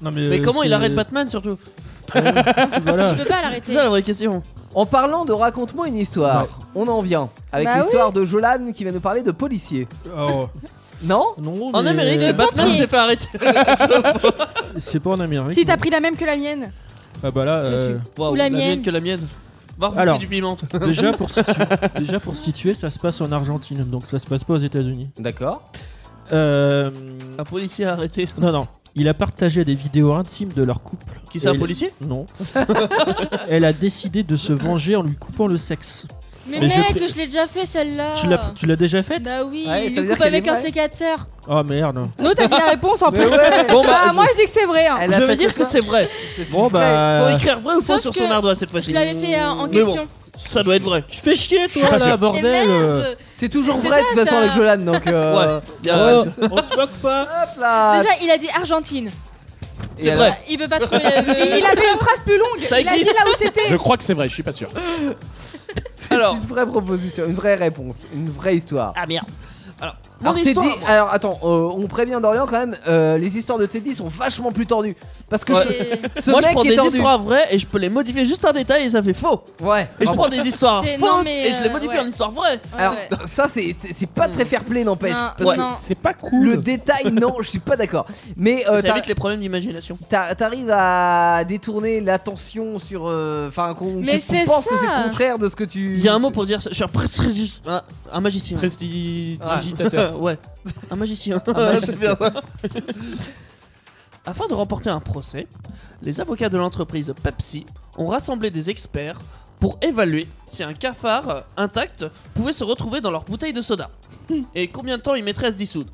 [SPEAKER 8] Non,
[SPEAKER 7] Mais
[SPEAKER 8] euh,
[SPEAKER 7] comment il
[SPEAKER 8] c'est-
[SPEAKER 7] arrête Batman surtout
[SPEAKER 8] <laughs>
[SPEAKER 7] <laughs>
[SPEAKER 8] Voilà.
[SPEAKER 1] Tu peux pas
[SPEAKER 7] C'est
[SPEAKER 1] l'arrêter.
[SPEAKER 7] ça la vraie question.
[SPEAKER 2] En parlant de raconte-moi une histoire, on en vient avec
[SPEAKER 3] Bah
[SPEAKER 2] l'histoire de Jolan qui va nous parler de policiers.
[SPEAKER 8] Oh,
[SPEAKER 2] Non
[SPEAKER 8] non,
[SPEAKER 7] En
[SPEAKER 8] mais-
[SPEAKER 7] Amérique,
[SPEAKER 1] Les
[SPEAKER 7] Batman
[SPEAKER 1] pompiers.
[SPEAKER 7] s'est fait arrêter.
[SPEAKER 8] C'est pas en Amérique.
[SPEAKER 3] Si t'as pris la même que la mienne.
[SPEAKER 8] Ah bah là. euh,
[SPEAKER 7] Waouh,
[SPEAKER 1] Ou la mienne.
[SPEAKER 7] que la mienne. Va reboucher
[SPEAKER 8] Alors.
[SPEAKER 7] du piment. <laughs> toi.
[SPEAKER 8] Déjà pour, situer, déjà pour situer, ça se passe en Argentine, donc ça se passe pas aux États-Unis.
[SPEAKER 2] D'accord.
[SPEAKER 8] Euh,
[SPEAKER 7] Un policier a arrêté.
[SPEAKER 8] non, non. Il a partagé des vidéos intimes de leur couple.
[SPEAKER 7] Qui c'est un
[SPEAKER 8] Et-
[SPEAKER 7] policier <laughs>
[SPEAKER 8] Non. Elle a décidé de se venger en lui coupant le sexe.
[SPEAKER 1] Mais
[SPEAKER 8] Mais je
[SPEAKER 1] mec,
[SPEAKER 8] peux-
[SPEAKER 1] je l'ai déjà fait celle-là.
[SPEAKER 8] Tu
[SPEAKER 7] Ah.
[SPEAKER 8] l'as, tu l'as déjà faite
[SPEAKER 1] Bah oui,
[SPEAKER 2] Ouais, ça
[SPEAKER 1] il
[SPEAKER 2] veut
[SPEAKER 1] le
[SPEAKER 2] dire
[SPEAKER 1] coupe
[SPEAKER 2] qu'elle
[SPEAKER 1] avec
[SPEAKER 2] est
[SPEAKER 1] un
[SPEAKER 2] vraie.
[SPEAKER 1] sécateur.
[SPEAKER 8] Oh merde.
[SPEAKER 3] Non, t'as dit la réponse en plus.
[SPEAKER 2] Bon
[SPEAKER 1] Ah,
[SPEAKER 3] Bah, moi je dis que c'est vrai. hein.
[SPEAKER 2] Elle a
[SPEAKER 7] Je
[SPEAKER 2] fait
[SPEAKER 7] veux dire
[SPEAKER 2] ça.
[SPEAKER 7] que c'est vrai.
[SPEAKER 8] Bon
[SPEAKER 2] Euh.
[SPEAKER 7] Faut
[SPEAKER 8] bah.
[SPEAKER 7] écrire vrai ou faux
[SPEAKER 1] Sauf
[SPEAKER 7] sur
[SPEAKER 1] que
[SPEAKER 7] son ardoise cette
[SPEAKER 1] Je
[SPEAKER 7] fois-ci.
[SPEAKER 1] l'avais fait euh, en
[SPEAKER 7] Mais bon,
[SPEAKER 1] question.
[SPEAKER 7] ça doit être vrai.
[SPEAKER 8] Tu fais chier
[SPEAKER 7] suis pas
[SPEAKER 8] toi là,
[SPEAKER 7] sûr.
[SPEAKER 1] Et
[SPEAKER 8] bordel. euh.
[SPEAKER 1] merde
[SPEAKER 2] C'est toujours
[SPEAKER 1] C'est
[SPEAKER 2] vrai de
[SPEAKER 1] ça,
[SPEAKER 2] toute façon
[SPEAKER 1] ça.
[SPEAKER 2] avec Jolan donc. euh,
[SPEAKER 7] Ouais. Il y a-
[SPEAKER 8] Oh, on se moque pas.
[SPEAKER 2] Hop là
[SPEAKER 1] Déjà, il a dit Argentine.
[SPEAKER 2] Et
[SPEAKER 7] C'est
[SPEAKER 2] alors-
[SPEAKER 7] vrai.
[SPEAKER 1] Ah, Il peut pas trouver le.
[SPEAKER 3] Il a fait une phrase plus longue.
[SPEAKER 7] Ça
[SPEAKER 3] il a dit
[SPEAKER 7] existe.
[SPEAKER 3] là où c'était.
[SPEAKER 9] Je crois que c'est vrai, je suis pas sûr.
[SPEAKER 2] C'est
[SPEAKER 7] Alors.
[SPEAKER 2] une vraie proposition, une vraie réponse, une vraie histoire.
[SPEAKER 7] Ah merde. Alors, mon
[SPEAKER 2] Alors,
[SPEAKER 7] histoire.
[SPEAKER 2] Teddy- alors attends, euh, on prévient d'Orient quand même, euh, les histoires de Teddy sont vachement plus tordues. Parce que
[SPEAKER 1] <laughs> C'est-
[SPEAKER 2] ce, ce
[SPEAKER 7] moi, je
[SPEAKER 2] mec
[SPEAKER 7] prends
[SPEAKER 2] est
[SPEAKER 7] des
[SPEAKER 2] tordu.
[SPEAKER 7] histoires vraies et je peux les modifier juste un détail et ça fait faux.
[SPEAKER 2] Ouais. Ah
[SPEAKER 7] Et je prends des histoires
[SPEAKER 1] C'est-
[SPEAKER 7] fausses
[SPEAKER 1] non, mais,
[SPEAKER 7] et je les
[SPEAKER 1] euh,
[SPEAKER 7] modifie
[SPEAKER 1] ouais.
[SPEAKER 7] en histoire vraie.
[SPEAKER 1] Ouais,
[SPEAKER 2] Alors
[SPEAKER 1] ouais.
[SPEAKER 2] ça c'est c'est- c'est pas très fair play n'empêche.
[SPEAKER 1] Non,
[SPEAKER 2] Parce que
[SPEAKER 1] non.
[SPEAKER 9] C'est pas cool.
[SPEAKER 2] Le détail non, je suis pas d'accord. Mais euh,
[SPEAKER 7] ça
[SPEAKER 2] t'as-
[SPEAKER 7] évite les problèmes d'imagination.
[SPEAKER 2] T'a- T'arrives à détourner l'attention sur. euh, Enfin, qu'on
[SPEAKER 1] Mais
[SPEAKER 2] qu'on
[SPEAKER 1] c'est
[SPEAKER 2] pense que
[SPEAKER 1] ça.
[SPEAKER 2] c'est le contraire de ce que tu.
[SPEAKER 7] Il y a un mot pour dire ça. Je suis un, prestigis- un, <laughs> un magicien.
[SPEAKER 9] Prestidigitateur.
[SPEAKER 7] Euh, ouais, un magicien.
[SPEAKER 2] Ah, bah,
[SPEAKER 7] <laughs> C'est bien ça. Afin de remporter un procès, les avocats de l'entreprise Pepsi ont rassemblé des experts pour évaluer si un cafard euh, intact pouvait se retrouver dans leur bouteille de
[SPEAKER 8] <laughs>
[SPEAKER 7] soda et combien de temps il mettrait à se dissoudre.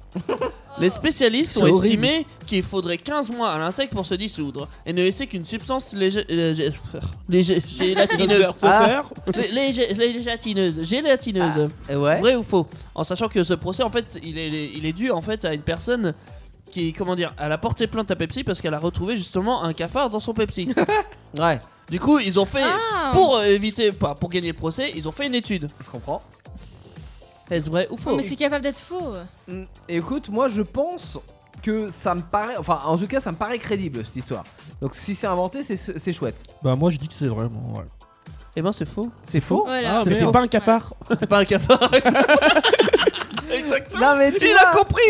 [SPEAKER 7] Les spécialistes ont
[SPEAKER 8] C'est horrible.
[SPEAKER 7] estimé qu'il faudrait 15 mois à l'insecte pour se dissoudre et ne laisser qu'une substance euh, léger, léger-
[SPEAKER 8] <laughs>
[SPEAKER 7] léger- gélatineuse.
[SPEAKER 2] Ah.
[SPEAKER 7] Lé- léger- gélatineuse. Gélatineuse.
[SPEAKER 2] Euh, Ouais.
[SPEAKER 7] Vrai ou faux En sachant que ce procès, en fait, il est, il est dû en fait à une personne qui, comment dire, elle a porté plainte à Pepsi parce qu'elle a retrouvé justement un cafard dans son Pepsi.
[SPEAKER 2] <laughs> Ouais,
[SPEAKER 7] du coup, ils ont fait
[SPEAKER 1] Ah.
[SPEAKER 7] pour euh, éviter, pas pour gagner le procès, ils ont fait une étude.
[SPEAKER 2] je comprends.
[SPEAKER 7] Est-ce vrai ou
[SPEAKER 1] Non,
[SPEAKER 7] faux
[SPEAKER 1] mais c'est capable d'être faux.
[SPEAKER 2] Mm, Écoute, moi je pense que ça me paraît. Enfin, en tout cas, ça me paraît crédible cette histoire. Donc, si c'est inventé, c'est- c'est chouette.
[SPEAKER 8] Bah moi je dis que c'est vrai. bon, ouais.
[SPEAKER 7] Eh ben, c'est faux.
[SPEAKER 2] C'est faux
[SPEAKER 7] Ah,
[SPEAKER 1] Voilà.
[SPEAKER 9] C'était
[SPEAKER 8] merde.
[SPEAKER 9] pas un cafard.
[SPEAKER 7] C'est pas un cafard. <laughs>
[SPEAKER 2] Non, mais tu
[SPEAKER 7] il
[SPEAKER 2] vois,
[SPEAKER 7] a compris.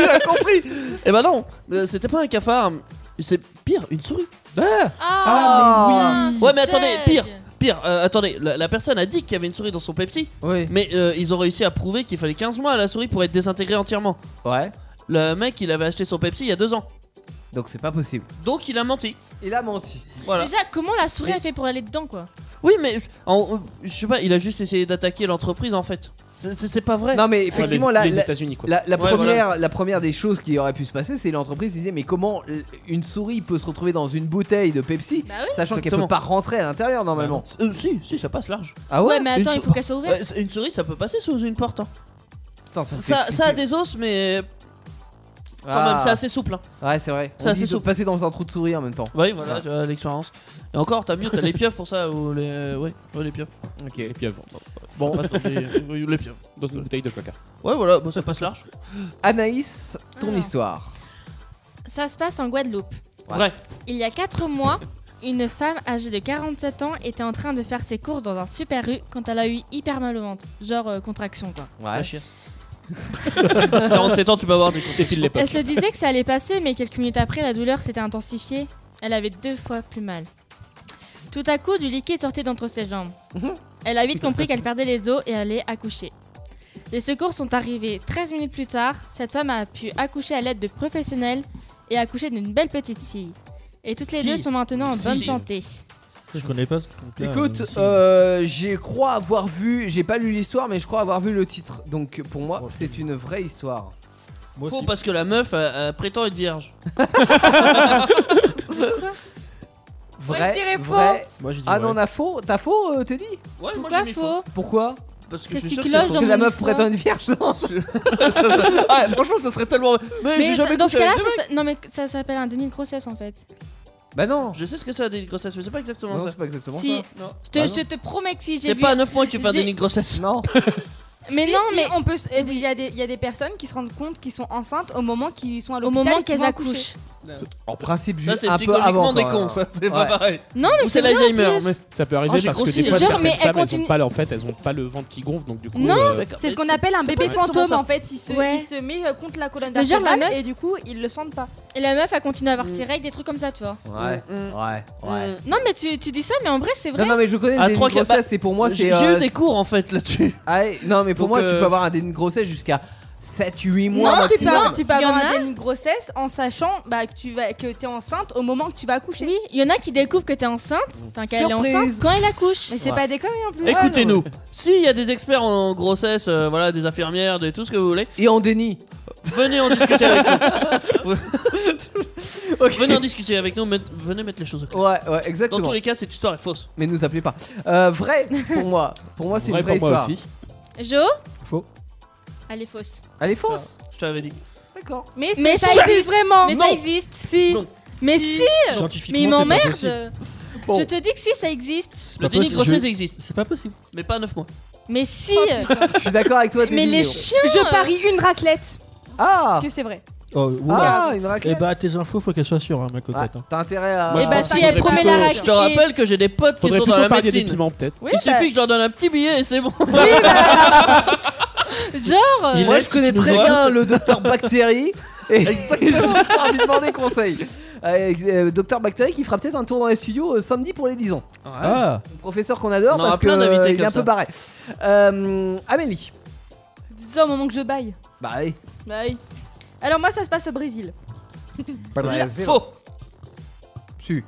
[SPEAKER 7] Il a compris. Eh ben non, euh, c'était pas un cafard. C'est pire, une souris.
[SPEAKER 1] Ah,
[SPEAKER 2] Ah,
[SPEAKER 1] mais
[SPEAKER 7] Ouais, mais attendez, pire. Pire, euh, attendez, la, la personne a dit qu'il y avait une souris dans son Pepsi,
[SPEAKER 2] Oui.
[SPEAKER 7] mais euh, ils ont réussi à prouver qu'il fallait 15 mois à la souris pour être désintégrée entièrement.
[SPEAKER 2] Ouais,
[SPEAKER 7] Le mec, il avait acheté son Pepsi il y a deux ans.
[SPEAKER 2] donc c'est pas possible.
[SPEAKER 7] Donc il a menti.
[SPEAKER 2] Il a menti.
[SPEAKER 7] Voilà.
[SPEAKER 1] Déjà, comment la souris a fait pour aller dedans, quoi
[SPEAKER 7] Oui, mais en- je sais pas, il a juste essayé d'attaquer l'entreprise en fait. C'est- C'est c'est pas vrai.
[SPEAKER 2] Non, mais
[SPEAKER 9] Ouais,
[SPEAKER 2] effectivement,
[SPEAKER 9] les,
[SPEAKER 2] là.
[SPEAKER 9] les
[SPEAKER 2] la-
[SPEAKER 9] États-Unis quoi.
[SPEAKER 2] La, la
[SPEAKER 7] Ouais,
[SPEAKER 2] première,
[SPEAKER 7] voilà.
[SPEAKER 2] la première des choses qui aurait pu se passer, c'est l'entreprise qui disait Mais comment l- une souris peut se retrouver dans une bouteille de Pepsi
[SPEAKER 1] Bah oui.
[SPEAKER 2] Sachant qu'elle
[SPEAKER 7] Exactement.
[SPEAKER 2] peut pas rentrer à l'intérieur normalement.
[SPEAKER 7] Euh, si, si, ça passe large.
[SPEAKER 2] Ah
[SPEAKER 1] Ouais,
[SPEAKER 2] ouais,
[SPEAKER 1] mais
[SPEAKER 7] une
[SPEAKER 1] attends, il
[SPEAKER 7] sou-
[SPEAKER 1] faut qu'elle soit ouverte.
[SPEAKER 7] Ouais, c'est- une souris, ça peut passer sous une porte. hein.
[SPEAKER 2] Putain, ça,
[SPEAKER 7] Ça,
[SPEAKER 2] c'est-
[SPEAKER 7] ça a des os, mais quand
[SPEAKER 2] Ah.
[SPEAKER 7] même, c'est assez souple. hein.
[SPEAKER 2] Ouais, c'est vrai.
[SPEAKER 7] Ça,
[SPEAKER 2] Ça
[SPEAKER 7] c'est
[SPEAKER 2] se
[SPEAKER 7] souple.
[SPEAKER 2] passer dans un trou de souris en même temps.
[SPEAKER 7] Oui, voilà,
[SPEAKER 2] Ouais.
[SPEAKER 7] tu vois, l'expérience. Et encore, t'as mieux, t'as les pieuvres pour ça, ou les. euh, Ouais, ouais, les pieuvres.
[SPEAKER 2] Ok.
[SPEAKER 9] Les pieuvres.
[SPEAKER 7] Bon, les pieuvres.
[SPEAKER 9] Dans une bouteille de coca.
[SPEAKER 7] Ouais, voilà, bon, ça passe large.
[SPEAKER 2] Anaïs,
[SPEAKER 7] Ah.
[SPEAKER 2] ton
[SPEAKER 1] Alors.
[SPEAKER 2] histoire.
[SPEAKER 1] Ça se passe en Guadeloupe.
[SPEAKER 2] Ouais.
[SPEAKER 7] Vrai.
[SPEAKER 1] Il y a 4 mois, une femme âgée de 47 ans était en train de faire ses courses dans un super rue quand elle a eu hyper mal au ventre. Genre euh, contraction, quoi.
[SPEAKER 7] Ah, <laughs> chier. 47 ans, tu peux avoir des
[SPEAKER 9] C'est pile
[SPEAKER 7] conséquences.
[SPEAKER 9] l'époque.
[SPEAKER 1] Elle se disait que ça allait passer, mais quelques minutes après, la douleur s'était intensifiée. Elle avait deux fois plus mal. Tout à coup, du liquide sortait d'entre ses jambes.
[SPEAKER 2] Mhm.
[SPEAKER 1] Elle a vite compris qu'elle perdait les os et allait accoucher. Les secours sont arrivés 13 minutes plus tard. Cette femme a pu accoucher à l'aide de professionnels et accoucher d'une belle petite fille. Et toutes les
[SPEAKER 7] Fille.
[SPEAKER 1] deux sont maintenant en
[SPEAKER 7] Fille.
[SPEAKER 1] bonne santé.
[SPEAKER 8] Je connais pas. ce truc-là,
[SPEAKER 2] Écoute,
[SPEAKER 8] euh, si.
[SPEAKER 2] euh, j'ai crois avoir vu, j'ai pas lu l'histoire, mais je crois avoir vu le titre. Donc pour moi, c'est une vraie histoire.
[SPEAKER 7] Faux parce que la meuf elle- elle prétend être vierge.
[SPEAKER 2] Vrai,
[SPEAKER 7] je dirais faux.
[SPEAKER 2] vrai.
[SPEAKER 7] Moi, je dis
[SPEAKER 2] ah
[SPEAKER 7] vrai.
[SPEAKER 2] non, on a faux. T'as faux, euh, Teddy
[SPEAKER 7] Ouais,
[SPEAKER 1] moi, j'ai mis faux.
[SPEAKER 2] Pourquoi
[SPEAKER 7] Parce
[SPEAKER 1] que je suis Qu'est-ce sûr qui que c'est cloche faux. dans
[SPEAKER 2] que la
[SPEAKER 1] mon
[SPEAKER 2] meuf
[SPEAKER 1] histoire
[SPEAKER 2] prétend une vierge. non
[SPEAKER 7] Ah, franchement, ça serait tellement. Mais, j'ai
[SPEAKER 1] Mais
[SPEAKER 7] jamais
[SPEAKER 1] dans ce
[SPEAKER 7] couché avec
[SPEAKER 1] cas-là,
[SPEAKER 7] deux mecs.
[SPEAKER 1] ça, ça- non mais ça s'appelle un déni de grossesse en fait.
[SPEAKER 2] Bah non.
[SPEAKER 7] Je sais ce que c'est la déni de grossesse, mais c'est pas exactement
[SPEAKER 2] Non,
[SPEAKER 7] ça.
[SPEAKER 2] c'est pas exactement
[SPEAKER 1] Si,
[SPEAKER 7] Non.
[SPEAKER 1] je, te,
[SPEAKER 7] Ah non.
[SPEAKER 1] je te promets que si j'ai
[SPEAKER 7] C'est
[SPEAKER 1] vu.
[SPEAKER 7] pas à 9 points que tu fais un
[SPEAKER 1] j'ai-
[SPEAKER 7] déni de grossesse.
[SPEAKER 2] Non.
[SPEAKER 1] Mais
[SPEAKER 3] Si,
[SPEAKER 1] non,
[SPEAKER 3] si,
[SPEAKER 1] mais Eh
[SPEAKER 3] on peut. se- Il y, a des- il y a des personnes qui se rendent compte qu'ils sont enceintes au moment qu'ils sont à
[SPEAKER 1] au
[SPEAKER 3] l'hôpital. et
[SPEAKER 1] moment
[SPEAKER 3] qu'ils
[SPEAKER 1] qu'elles
[SPEAKER 3] vont accoucher.
[SPEAKER 1] accouchent.
[SPEAKER 2] En principe,
[SPEAKER 7] Ça,
[SPEAKER 2] juste
[SPEAKER 7] c'est
[SPEAKER 2] un Ah, peu avant.
[SPEAKER 7] psychologiquement des
[SPEAKER 2] quand
[SPEAKER 7] cons,
[SPEAKER 2] même.
[SPEAKER 7] ça, c'est
[SPEAKER 2] Ouais.
[SPEAKER 7] pas pareil.
[SPEAKER 1] Non, mais
[SPEAKER 7] Ou c'est
[SPEAKER 1] vrai, en
[SPEAKER 7] l'Alzheimer,
[SPEAKER 1] plus.
[SPEAKER 7] mais.
[SPEAKER 9] Ça peut arriver
[SPEAKER 7] Oh, j'ai
[SPEAKER 9] parce que
[SPEAKER 7] grossi,
[SPEAKER 9] des fois,
[SPEAKER 1] genre, mais
[SPEAKER 9] certaines
[SPEAKER 1] elle
[SPEAKER 9] femmes, elles ont
[SPEAKER 1] continue-
[SPEAKER 9] pas, en fait, elles ont pas le ventre qui gonfle, donc du coup.
[SPEAKER 3] Non,
[SPEAKER 9] euh,
[SPEAKER 3] C'est ce qu'on appelle un
[SPEAKER 7] c'est
[SPEAKER 3] bébé
[SPEAKER 7] pas exactement
[SPEAKER 3] fantôme
[SPEAKER 7] ça.
[SPEAKER 3] en fait. Il se,
[SPEAKER 1] Ouais.
[SPEAKER 3] il se met euh, contre la colonne
[SPEAKER 1] Mais genre, la
[SPEAKER 3] vertébrale Mm.
[SPEAKER 1] meuf-
[SPEAKER 3] et du coup ils le sentent pas.
[SPEAKER 1] Et la meuf a continué à avoir ses règles, des trucs comme ça, tu vois.
[SPEAKER 2] Ouais,
[SPEAKER 7] Mm,
[SPEAKER 2] ouais, ouais.
[SPEAKER 1] Non, mais tu, tu dis ça, mais en vrai, c'est vrai.
[SPEAKER 2] Non, non, mais je connais
[SPEAKER 7] À
[SPEAKER 2] le déni
[SPEAKER 7] trois,
[SPEAKER 2] de
[SPEAKER 7] quatre-
[SPEAKER 2] grossesse, et pour moi,
[SPEAKER 7] J'ai
[SPEAKER 2] c'est.
[SPEAKER 7] j'ai
[SPEAKER 2] euh,
[SPEAKER 7] eu des cours en fait là-dessus.
[SPEAKER 2] Ah, non, mais pour
[SPEAKER 7] Donc,
[SPEAKER 2] moi, tu
[SPEAKER 7] euh,
[SPEAKER 2] peux avoir un déni de grossesse jusqu'à 7-8 mois
[SPEAKER 3] tu peux,
[SPEAKER 2] maximum.
[SPEAKER 3] avoir- tu peux
[SPEAKER 1] Il y
[SPEAKER 3] Bah, avoir
[SPEAKER 1] en
[SPEAKER 3] un
[SPEAKER 1] a-
[SPEAKER 3] déni de grossesse en sachant bah, que tu vas, que es enceinte au moment que tu vas accoucher.
[SPEAKER 1] Oui, il y en a qui découvrent que t'es
[SPEAKER 7] Mm.
[SPEAKER 1] enceinte, enfin qu'elle est
[SPEAKER 2] Surprise.
[SPEAKER 1] enceinte quand elle accouche.
[SPEAKER 3] Mais c'est
[SPEAKER 2] Ouais.
[SPEAKER 3] pas des conneries en plus.
[SPEAKER 7] Écoutez-nous. S'il y a des experts en grossesse, euh, voilà, des infirmières, de tout ce que vous voulez,
[SPEAKER 2] Et en déni.
[SPEAKER 7] venez en
[SPEAKER 2] <laughs>
[SPEAKER 7] discuter avec nous. Venez en discuter avec nous, met- venez mettre les choses au clair.
[SPEAKER 2] Ouais, ouais,
[SPEAKER 7] Dans tous
[SPEAKER 2] exactement.
[SPEAKER 7] les cas, cette histoire est fausse.
[SPEAKER 2] Mais nous appelez pas. Euh, vrai pour moi. Pour moi, c'est
[SPEAKER 9] vrai
[SPEAKER 2] une vraie
[SPEAKER 9] pour moi
[SPEAKER 2] histoire.
[SPEAKER 9] aussi.
[SPEAKER 1] Jo
[SPEAKER 8] Faux.
[SPEAKER 1] Elle est fausse.
[SPEAKER 2] Elle est fausse.
[SPEAKER 7] Je t'avais dit.
[SPEAKER 2] D'accord.
[SPEAKER 3] Mais,
[SPEAKER 1] Mais
[SPEAKER 3] ça,
[SPEAKER 1] ça
[SPEAKER 3] existe vraiment.
[SPEAKER 1] mais ça existe. Si.
[SPEAKER 7] Non.
[SPEAKER 1] Mais si,
[SPEAKER 8] Scientifiquement,
[SPEAKER 1] mais
[SPEAKER 8] c'est pas
[SPEAKER 1] il
[SPEAKER 8] possible.
[SPEAKER 1] m'emmerde.
[SPEAKER 8] Bon.
[SPEAKER 1] Je te dis que si, ça existe.
[SPEAKER 8] C'est
[SPEAKER 7] Le
[SPEAKER 8] pas
[SPEAKER 7] déni de
[SPEAKER 8] possible,
[SPEAKER 7] grossesse
[SPEAKER 8] je-
[SPEAKER 7] existe,
[SPEAKER 8] C'est pas possible.
[SPEAKER 7] mais pas à 9 mois.
[SPEAKER 1] Mais si.
[SPEAKER 2] Je suis d'accord avec toi.
[SPEAKER 1] mais
[SPEAKER 2] Teddy.
[SPEAKER 1] les chiens. euh.
[SPEAKER 3] Je parie une raclette
[SPEAKER 2] Ah
[SPEAKER 3] que c'est vrai.
[SPEAKER 8] Oh, oula.
[SPEAKER 2] Ah, une
[SPEAKER 8] Eh
[SPEAKER 2] raclette.
[SPEAKER 8] bah, tes infos, faut qu'elles soient sûres, hein, ma
[SPEAKER 2] Ouais,
[SPEAKER 8] cocotte. hein.
[SPEAKER 2] Ah, T'as intérêt
[SPEAKER 7] Eh
[SPEAKER 2] à.
[SPEAKER 7] ben,
[SPEAKER 8] Moi,
[SPEAKER 1] Et
[SPEAKER 8] je
[SPEAKER 1] bah
[SPEAKER 8] pense
[SPEAKER 1] si
[SPEAKER 8] qu'il
[SPEAKER 1] elle
[SPEAKER 8] faudrait
[SPEAKER 1] promet
[SPEAKER 8] plutôt-
[SPEAKER 1] la
[SPEAKER 7] Je
[SPEAKER 1] raclette.
[SPEAKER 7] te rappelle que j'ai des potes qui
[SPEAKER 9] Faudrait
[SPEAKER 7] sont dans
[SPEAKER 9] plutôt
[SPEAKER 7] la
[SPEAKER 9] parler des
[SPEAKER 7] médecine.
[SPEAKER 9] piments, peut-être.
[SPEAKER 1] Oui,
[SPEAKER 7] Il
[SPEAKER 1] bah,
[SPEAKER 7] suffit que je leur donne un petit billet et c'est
[SPEAKER 1] <laughs>
[SPEAKER 7] bon.
[SPEAKER 3] <laughs>
[SPEAKER 1] Genre. euh,
[SPEAKER 2] Moi,
[SPEAKER 7] laisse,
[SPEAKER 2] je
[SPEAKER 7] si
[SPEAKER 2] connais
[SPEAKER 7] tu nous
[SPEAKER 2] très
[SPEAKER 7] écoutes.
[SPEAKER 2] bien le docteur
[SPEAKER 7] <laughs>
[SPEAKER 2] Bactéry. Et Exactement. envie de demander conseil. Euh, euh, docteur Bactéry qui fera peut-être un tour dans les studios euh, samedi pour les 10 ans.
[SPEAKER 8] Ah,
[SPEAKER 2] Un professeur qu'on adore
[SPEAKER 7] On aura
[SPEAKER 2] parce que
[SPEAKER 7] plein d'invités
[SPEAKER 2] euh, il est
[SPEAKER 7] comme
[SPEAKER 2] un
[SPEAKER 7] ça.
[SPEAKER 2] peu barré. Euh, Amélie.
[SPEAKER 3] Dis-ça au moment que je baille.
[SPEAKER 2] Bah allez.
[SPEAKER 3] Bah oui. Alors moi ça se passe au Brésil.
[SPEAKER 7] Faux.
[SPEAKER 2] Bah, Su.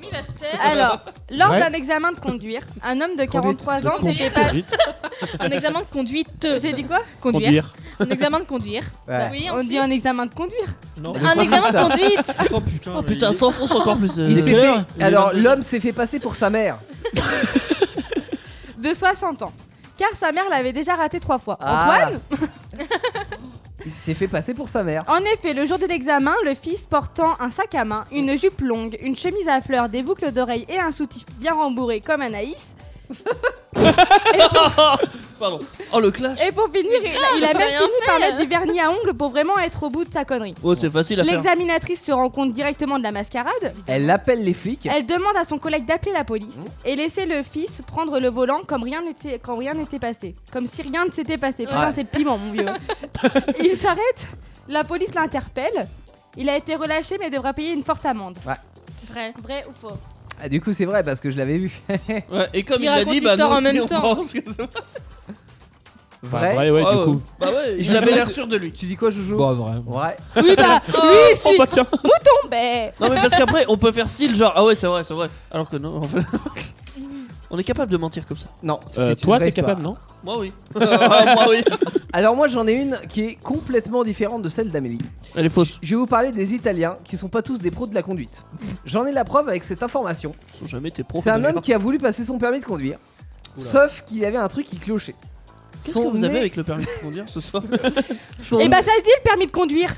[SPEAKER 1] oui, bah, c'était-
[SPEAKER 3] Alors, lors
[SPEAKER 9] Ouais.
[SPEAKER 3] d'un examen de conduire, un homme de 43 ans
[SPEAKER 8] Conduite.
[SPEAKER 3] s'était pas...
[SPEAKER 8] Conduite.
[SPEAKER 1] un examen de conduite.
[SPEAKER 3] J'ai dit quoi
[SPEAKER 1] Conduire.
[SPEAKER 9] Conduire.
[SPEAKER 1] Un examen de conduire.
[SPEAKER 2] Ouais.
[SPEAKER 1] Oui,
[SPEAKER 3] On dit un examen de conduire.
[SPEAKER 8] Non.
[SPEAKER 1] Un examen de conduite.
[SPEAKER 8] Oh putain,
[SPEAKER 7] Oh putain, ça enfonce encore plus. euh,
[SPEAKER 2] Il s'est
[SPEAKER 8] quelle heure
[SPEAKER 2] fait- Alors l'homme s'est fait passer pour sa mère.
[SPEAKER 3] de 60 ans. Car sa mère l'avait déjà raté trois fois.
[SPEAKER 2] Ah.
[SPEAKER 3] Antoine
[SPEAKER 2] Il s'est fait passer pour sa mère.
[SPEAKER 3] En effet, le jour de l'examen, le fils portant un sac à main, une jupe longue, une chemise à fleurs, des boucles d'oreilles et un soutif bien rembourré comme Anaïs.
[SPEAKER 7] Pardon. Oh le clash.
[SPEAKER 3] Et pour finir, il, il a
[SPEAKER 1] j'ai
[SPEAKER 3] même fini
[SPEAKER 1] rien fait. hein.
[SPEAKER 3] par mettre du vernis à ongles pour vraiment être au bout de sa connerie.
[SPEAKER 7] Oh, c'est facile à faire.
[SPEAKER 3] L'examinatrice se rend compte directement de la mascarade.
[SPEAKER 2] Elle appelle les flics.
[SPEAKER 3] Elle demande à son collègue d'appeler la police
[SPEAKER 2] Hein
[SPEAKER 3] et laisser le fils prendre le volant comme rien n'était comme rien n'était passé, comme si rien ne s'était passé. Putain,
[SPEAKER 2] Ouais.
[SPEAKER 3] c'est le piment, mon
[SPEAKER 2] <laughs>
[SPEAKER 3] vieux. Il s'arrête. La police l'interpelle. Il a été relâché mais devra payer une forte amende.
[SPEAKER 1] Vrai.
[SPEAKER 3] Vrai ou
[SPEAKER 2] <laughs>
[SPEAKER 3] faux
[SPEAKER 2] Ah, du coup c'est vrai parce que je l'avais vu. <laughs>
[SPEAKER 7] Ouais, et comme
[SPEAKER 1] Qui
[SPEAKER 7] il a
[SPEAKER 1] raconte
[SPEAKER 7] dit, bah
[SPEAKER 1] l'histoire
[SPEAKER 7] non,
[SPEAKER 1] en même
[SPEAKER 7] on
[SPEAKER 1] temps.
[SPEAKER 7] pense que c'est
[SPEAKER 9] Enfin,
[SPEAKER 2] Vrai.
[SPEAKER 9] vrai, ouais,
[SPEAKER 7] Ah
[SPEAKER 9] du coup.
[SPEAKER 7] Bah ouais, je
[SPEAKER 2] Je
[SPEAKER 7] l'avais
[SPEAKER 2] l'avais
[SPEAKER 7] l'air sûr de lui.
[SPEAKER 2] Oh, Tu dis quoi Joujou
[SPEAKER 8] Bon, vraiment.
[SPEAKER 2] Ouais.
[SPEAKER 3] Oui bah, oui,
[SPEAKER 9] Oh
[SPEAKER 3] suis
[SPEAKER 9] bah tiens
[SPEAKER 3] tombé.
[SPEAKER 7] Non mais parce qu'après on peut faire style genre ah ouais c'est vrai c'est vrai alors que non en fait on est capable de mentir comme ça
[SPEAKER 2] Non.
[SPEAKER 9] Euh,
[SPEAKER 2] c'était une
[SPEAKER 9] Toi,
[SPEAKER 2] vraie
[SPEAKER 9] t'es
[SPEAKER 2] histoire.
[SPEAKER 9] capable, non
[SPEAKER 7] moi oui Ah, <laughs> moi oui
[SPEAKER 2] Alors moi j'en ai une qui est complètement différente de celle d'Amélie.
[SPEAKER 7] elle est fausse
[SPEAKER 2] Je vais vous parler des Italiens qui sont pas tous des pros de la conduite. J'en ai la preuve avec cette information.
[SPEAKER 7] ils sont jamais tes profs
[SPEAKER 2] C'est un
[SPEAKER 7] d'ailleurs.
[SPEAKER 2] homme qui a voulu passer son permis de conduire.
[SPEAKER 7] Oula.
[SPEAKER 2] Sauf qu'il y avait un truc qui clochait.
[SPEAKER 7] qu'est-ce
[SPEAKER 2] Son
[SPEAKER 7] que vous avez
[SPEAKER 2] nez-
[SPEAKER 7] avec le permis de conduire ce
[SPEAKER 1] <laughs>
[SPEAKER 7] soir
[SPEAKER 2] son-
[SPEAKER 3] Et bah ça se dit le permis de conduire.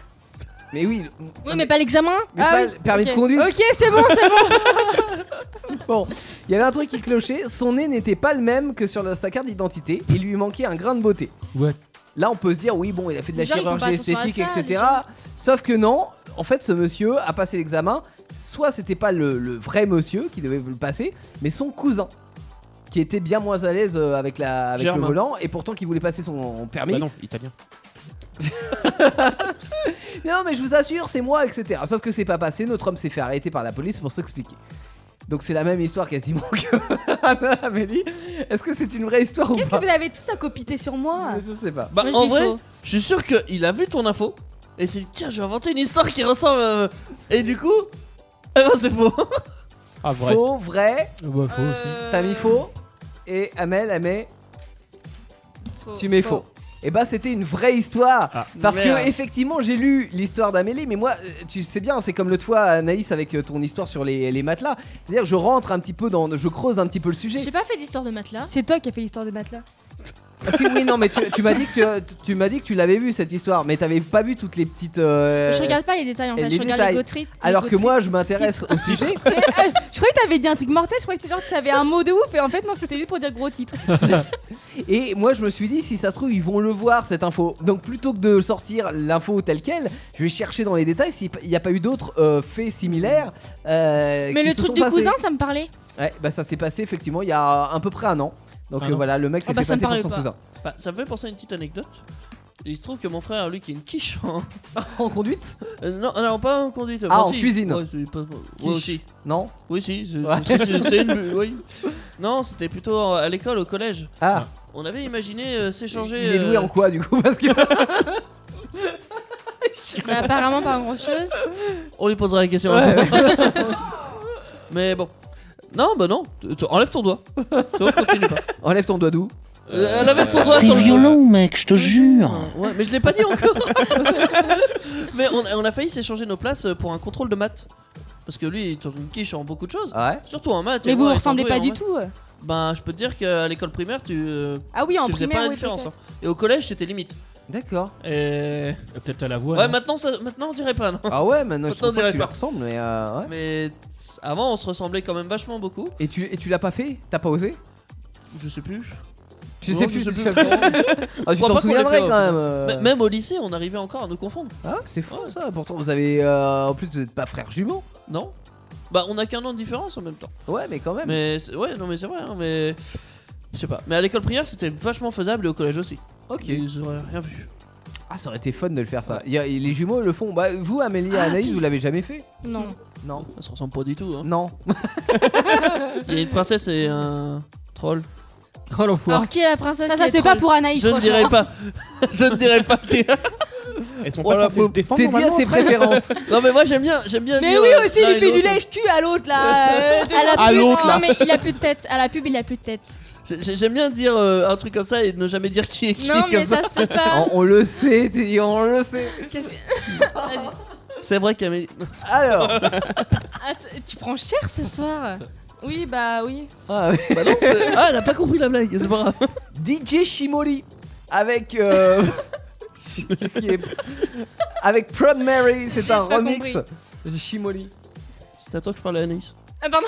[SPEAKER 2] Mais oui,
[SPEAKER 1] Oui, mais pas l'examen.
[SPEAKER 2] mais
[SPEAKER 3] Ah
[SPEAKER 2] pas
[SPEAKER 3] oui,
[SPEAKER 2] le permis
[SPEAKER 1] ok.
[SPEAKER 2] de conduire.
[SPEAKER 3] Ok, c'est bon,
[SPEAKER 2] <laughs>
[SPEAKER 3] c'est bon.
[SPEAKER 2] Bon, il y avait un truc qui clochait. Son nez n'était pas le même que sur la- sa carte d'identité. Il lui manquait un grain de beauté.
[SPEAKER 8] Ouais.
[SPEAKER 2] Là, on peut se dire, oui, bon, il a fait de la
[SPEAKER 1] Les gens, ils font pas
[SPEAKER 2] chirurgie
[SPEAKER 1] attention à
[SPEAKER 2] esthétique,
[SPEAKER 1] ça, les
[SPEAKER 2] etc.
[SPEAKER 1] gens.
[SPEAKER 2] Sauf que non, en fait, ce monsieur a passé l'examen. Soit c'était pas le, le vrai monsieur qui devait le passer, mais son cousin, qui était bien moins à l'aise euh, avec, la, avec le
[SPEAKER 7] Germain.
[SPEAKER 2] volant, et pourtant qui voulait passer son permis.
[SPEAKER 9] Bah non, italien.
[SPEAKER 2] Non, mais je vous assure, c'est moi, etc. Sauf que c'est pas passé, notre homme s'est fait arrêter par la police pour s'expliquer. Donc c'est la même histoire quasiment <laughs> que Anna, Amélie. Est-ce que c'est une vraie histoire ou
[SPEAKER 3] Qu'est-ce que
[SPEAKER 2] pas
[SPEAKER 3] vous avez tous à copiter sur moi
[SPEAKER 2] Je sais pas.
[SPEAKER 7] bah
[SPEAKER 1] Moi, je
[SPEAKER 7] en
[SPEAKER 1] dis
[SPEAKER 7] vrai
[SPEAKER 1] faux.
[SPEAKER 7] je suis sûr qu'il a vu ton info et s'est dit tiens je vais inventer une histoire qui ressemble euh, et du coup eh ben c'est faux
[SPEAKER 9] Ah, vrai.
[SPEAKER 2] Faux, vrai,
[SPEAKER 8] Ouais, faux Bah, aussi.
[SPEAKER 2] t'as mis faux. Et Amel, Amel, tu mets faux. Et bah c'était une vraie histoire parce
[SPEAKER 7] Merde.
[SPEAKER 2] que effectivement j'ai lu l'histoire d'Amélie, mais moi euh, tu sais bien c'est comme l'autre fois Anaïs avec euh, ton histoire sur les, les matelas. C'est-à-dire je rentre un petit peu dans, je creuse un petit peu le sujet.
[SPEAKER 1] J'ai pas fait d'histoire de matelas.
[SPEAKER 3] C'est toi qui as fait l'histoire de matelas.
[SPEAKER 2] Ah, si, oui non mais tu, tu m'as dit que euh, tu, tu m'as dit que tu l'avais vu cette histoire, mais t'avais pas vu toutes les petites. euh,
[SPEAKER 1] Je regarde pas les détails en fait,
[SPEAKER 2] les
[SPEAKER 1] je regarde
[SPEAKER 2] détails.
[SPEAKER 1] les goteries.
[SPEAKER 2] Alors que moi je m'intéresse au sujet.
[SPEAKER 3] Mais, euh, je croyais que t'avais dit un truc mortel, je croyais que tu genre, tu savais un mot de ouf et en fait non c'était juste pour dire gros titre.
[SPEAKER 2] Et moi, je me suis dit, si ça se trouve, ils vont le voir cette info. Donc, plutôt que de sortir l'info telle quelle, je vais chercher dans les détails s'il n'y a pas eu d'autres euh, faits similaires. euh,
[SPEAKER 1] Mais
[SPEAKER 2] qui
[SPEAKER 1] le
[SPEAKER 2] se sont
[SPEAKER 1] truc du
[SPEAKER 2] passés.
[SPEAKER 1] cousin, ça me parlait.
[SPEAKER 2] Ouais, bah ça s'est passé effectivement il y a à peu près un an. Donc
[SPEAKER 7] Un
[SPEAKER 2] euh,
[SPEAKER 7] an.
[SPEAKER 2] voilà, le mec
[SPEAKER 7] Ah
[SPEAKER 2] s'est
[SPEAKER 7] bah,
[SPEAKER 2] fait
[SPEAKER 7] ça me
[SPEAKER 2] passer pour
[SPEAKER 7] parlait
[SPEAKER 2] son
[SPEAKER 7] pas.
[SPEAKER 2] cousin.
[SPEAKER 7] Bah, ça me fait penser à une petite anecdote. Il se trouve que mon frère, lui, qui est une quiche <laughs> en,
[SPEAKER 2] en conduite
[SPEAKER 7] Non, non, pas en conduite.
[SPEAKER 2] Ah,
[SPEAKER 7] bon,
[SPEAKER 2] en
[SPEAKER 7] si.
[SPEAKER 2] cuisine.
[SPEAKER 7] Ouais, c'est pas- ouais,
[SPEAKER 2] Quiche.
[SPEAKER 7] aussi.
[SPEAKER 2] Non
[SPEAKER 7] Oui, si. c'est-
[SPEAKER 2] Ouais.
[SPEAKER 7] c'est- c'est- c'est
[SPEAKER 2] <laughs>
[SPEAKER 7] une- oui. Non, c'était plutôt en- à l'école, au collège.
[SPEAKER 2] Ah.
[SPEAKER 7] On avait imaginé euh, s'échanger.
[SPEAKER 2] Il est doué
[SPEAKER 7] euh,
[SPEAKER 2] en quoi du coup Parce que.
[SPEAKER 1] Mais apparemment pas
[SPEAKER 3] <laughs>
[SPEAKER 1] grand chose.
[SPEAKER 7] On lui posera la question.
[SPEAKER 2] Ouais.
[SPEAKER 7] <laughs> Mais bon. Non, bah non. Tu- tu- Enlève ton doigt.
[SPEAKER 2] <laughs>
[SPEAKER 7] Tu vois, continue pas.
[SPEAKER 2] Enlève ton doigt d'où
[SPEAKER 7] Euh, Elle avait son doigt
[SPEAKER 11] T'es
[SPEAKER 7] sur le-
[SPEAKER 11] violent, mec, je te jure.
[SPEAKER 7] Ouais, mais je l'ai pas dit encore. <laughs> mais on, on a failli s'échanger nos places euh, pour un contrôle de maths. Parce que lui, il est dans une quiche en beaucoup de choses. Surtout en maths. et
[SPEAKER 3] Mais vous
[SPEAKER 7] moi,
[SPEAKER 3] vous
[SPEAKER 7] étant
[SPEAKER 3] ressemblez
[SPEAKER 7] doué
[SPEAKER 3] pas
[SPEAKER 7] en
[SPEAKER 3] du
[SPEAKER 7] maths.
[SPEAKER 3] tout. euh.
[SPEAKER 7] Ben, je peux te dire qu'à l'école primaire, tu. euh,
[SPEAKER 3] Ah oui, en
[SPEAKER 7] tu faisais
[SPEAKER 3] primaire,
[SPEAKER 7] pas la
[SPEAKER 3] oui,
[SPEAKER 7] différence.
[SPEAKER 3] peut-être.
[SPEAKER 7] hein. Et au collège, c'était limite.
[SPEAKER 2] D'accord.
[SPEAKER 7] Et.
[SPEAKER 8] Peut-être à la voix. hein.
[SPEAKER 7] Ouais, maintenant, ça, maintenant on dirait pas. Non.
[SPEAKER 2] Ah ouais, maintenant je
[SPEAKER 7] Maintenant, on
[SPEAKER 2] trouve pas que
[SPEAKER 7] dirait
[SPEAKER 2] tu
[SPEAKER 7] pas.
[SPEAKER 2] leur ressembles, mais euh, ouais.
[SPEAKER 7] Mais t's- avant, on se ressemblait quand même vachement beaucoup.
[SPEAKER 2] Et tu, et tu l'as pas fait T'as pas osé
[SPEAKER 7] Je sais plus.
[SPEAKER 2] Tu
[SPEAKER 7] Non,
[SPEAKER 2] sais
[SPEAKER 7] je
[SPEAKER 2] plus,
[SPEAKER 7] sais
[SPEAKER 2] tu
[SPEAKER 7] plus.
[SPEAKER 2] sais
[SPEAKER 7] <laughs>
[SPEAKER 2] plus. Ah, tu t'en
[SPEAKER 7] Je crois pas qu'on l'ait
[SPEAKER 2] souviendrais
[SPEAKER 7] fait,
[SPEAKER 2] quand
[SPEAKER 7] hein,
[SPEAKER 2] même, euh.
[SPEAKER 7] Mais Même au lycée, on arrivait encore à nous confondre.
[SPEAKER 2] Ah, c'est fou ça. Pourtant, vous avez. euh, en plus, vous êtes pas frères jumeaux.
[SPEAKER 7] Non Bah, on a qu'un an de différence en même temps.
[SPEAKER 2] Ouais, mais quand même.
[SPEAKER 7] Mais c'est- ouais, non, mais c'est vrai, hein, mais. Je sais pas. Mais à l'école primaire, c'était vachement faisable et au collège aussi.
[SPEAKER 2] Ok.
[SPEAKER 7] Ils auraient rien vu.
[SPEAKER 2] Ah, ça aurait été fun de le faire ça. Il y a- les jumeaux le font. Bah, vous, Amélie et
[SPEAKER 7] Ah,
[SPEAKER 2] Anaïs,
[SPEAKER 7] si.
[SPEAKER 2] vous l'avez jamais fait
[SPEAKER 1] Non.
[SPEAKER 2] Non.
[SPEAKER 7] Ça se ressemble pas du tout. Hein.
[SPEAKER 2] <laughs> Non.
[SPEAKER 7] Il y a une princesse et un troll.
[SPEAKER 8] Oh
[SPEAKER 1] Alors qui est la princesse
[SPEAKER 3] Ça,
[SPEAKER 1] qui
[SPEAKER 3] ça
[SPEAKER 1] est
[SPEAKER 3] se fait pas
[SPEAKER 1] troll
[SPEAKER 3] pour Anaïs.
[SPEAKER 7] Je ne
[SPEAKER 3] franchement.
[SPEAKER 7] dirais pas. <laughs> Je ne dirais pas qui.
[SPEAKER 9] Elles sont
[SPEAKER 2] On
[SPEAKER 9] pas
[SPEAKER 2] s'en
[SPEAKER 9] censées se
[SPEAKER 2] fout.
[SPEAKER 9] défendre.
[SPEAKER 2] T'es dit à
[SPEAKER 9] normalement,
[SPEAKER 2] ses
[SPEAKER 9] après
[SPEAKER 7] <laughs>
[SPEAKER 2] préférences.
[SPEAKER 7] Non, mais moi j'aime bien. J'aime bien
[SPEAKER 3] Mais
[SPEAKER 7] dire,
[SPEAKER 3] oui
[SPEAKER 7] euh,
[SPEAKER 3] aussi,
[SPEAKER 7] l'un
[SPEAKER 3] il
[SPEAKER 7] et
[SPEAKER 3] fait du
[SPEAKER 7] l'autre.
[SPEAKER 3] lèche cul à l'autre
[SPEAKER 7] <laughs>
[SPEAKER 3] là. euh, de-
[SPEAKER 1] À la
[SPEAKER 9] À
[SPEAKER 1] pub,
[SPEAKER 9] l'autre, là.
[SPEAKER 1] Non mais il a plus de tête. À la pub, il a plus
[SPEAKER 7] <laughs>
[SPEAKER 1] de tête.
[SPEAKER 7] J'ai- j'ai- J'aime bien dire euh, un truc comme ça et ne jamais dire qui est qui.
[SPEAKER 1] Non
[SPEAKER 7] comme
[SPEAKER 1] mais
[SPEAKER 7] ça.
[SPEAKER 1] ça se fait pas.
[SPEAKER 2] On, on le sait, t'es dit, on le sait.
[SPEAKER 1] Qu'est-ce que-
[SPEAKER 7] C'est vrai
[SPEAKER 3] <laughs>
[SPEAKER 7] qu'Amélie.
[SPEAKER 2] Alors.
[SPEAKER 7] <laughs>
[SPEAKER 1] Attends, tu prends cher ce soir.
[SPEAKER 3] Oui bah oui.
[SPEAKER 2] Ah, ouais.
[SPEAKER 7] Bah non, c'est- ah, elle a pas compris la blague, c'est pas grave.
[SPEAKER 2] DJ Shimori avec.
[SPEAKER 7] <laughs>
[SPEAKER 2] euh, Qu'est-ce qui est. Avec Proud Mary, c'est
[SPEAKER 1] J'ai
[SPEAKER 2] un
[SPEAKER 1] pas
[SPEAKER 2] remix. Shimori.
[SPEAKER 7] C'est à toi que je parle à Anaïs.
[SPEAKER 1] Ah pardon.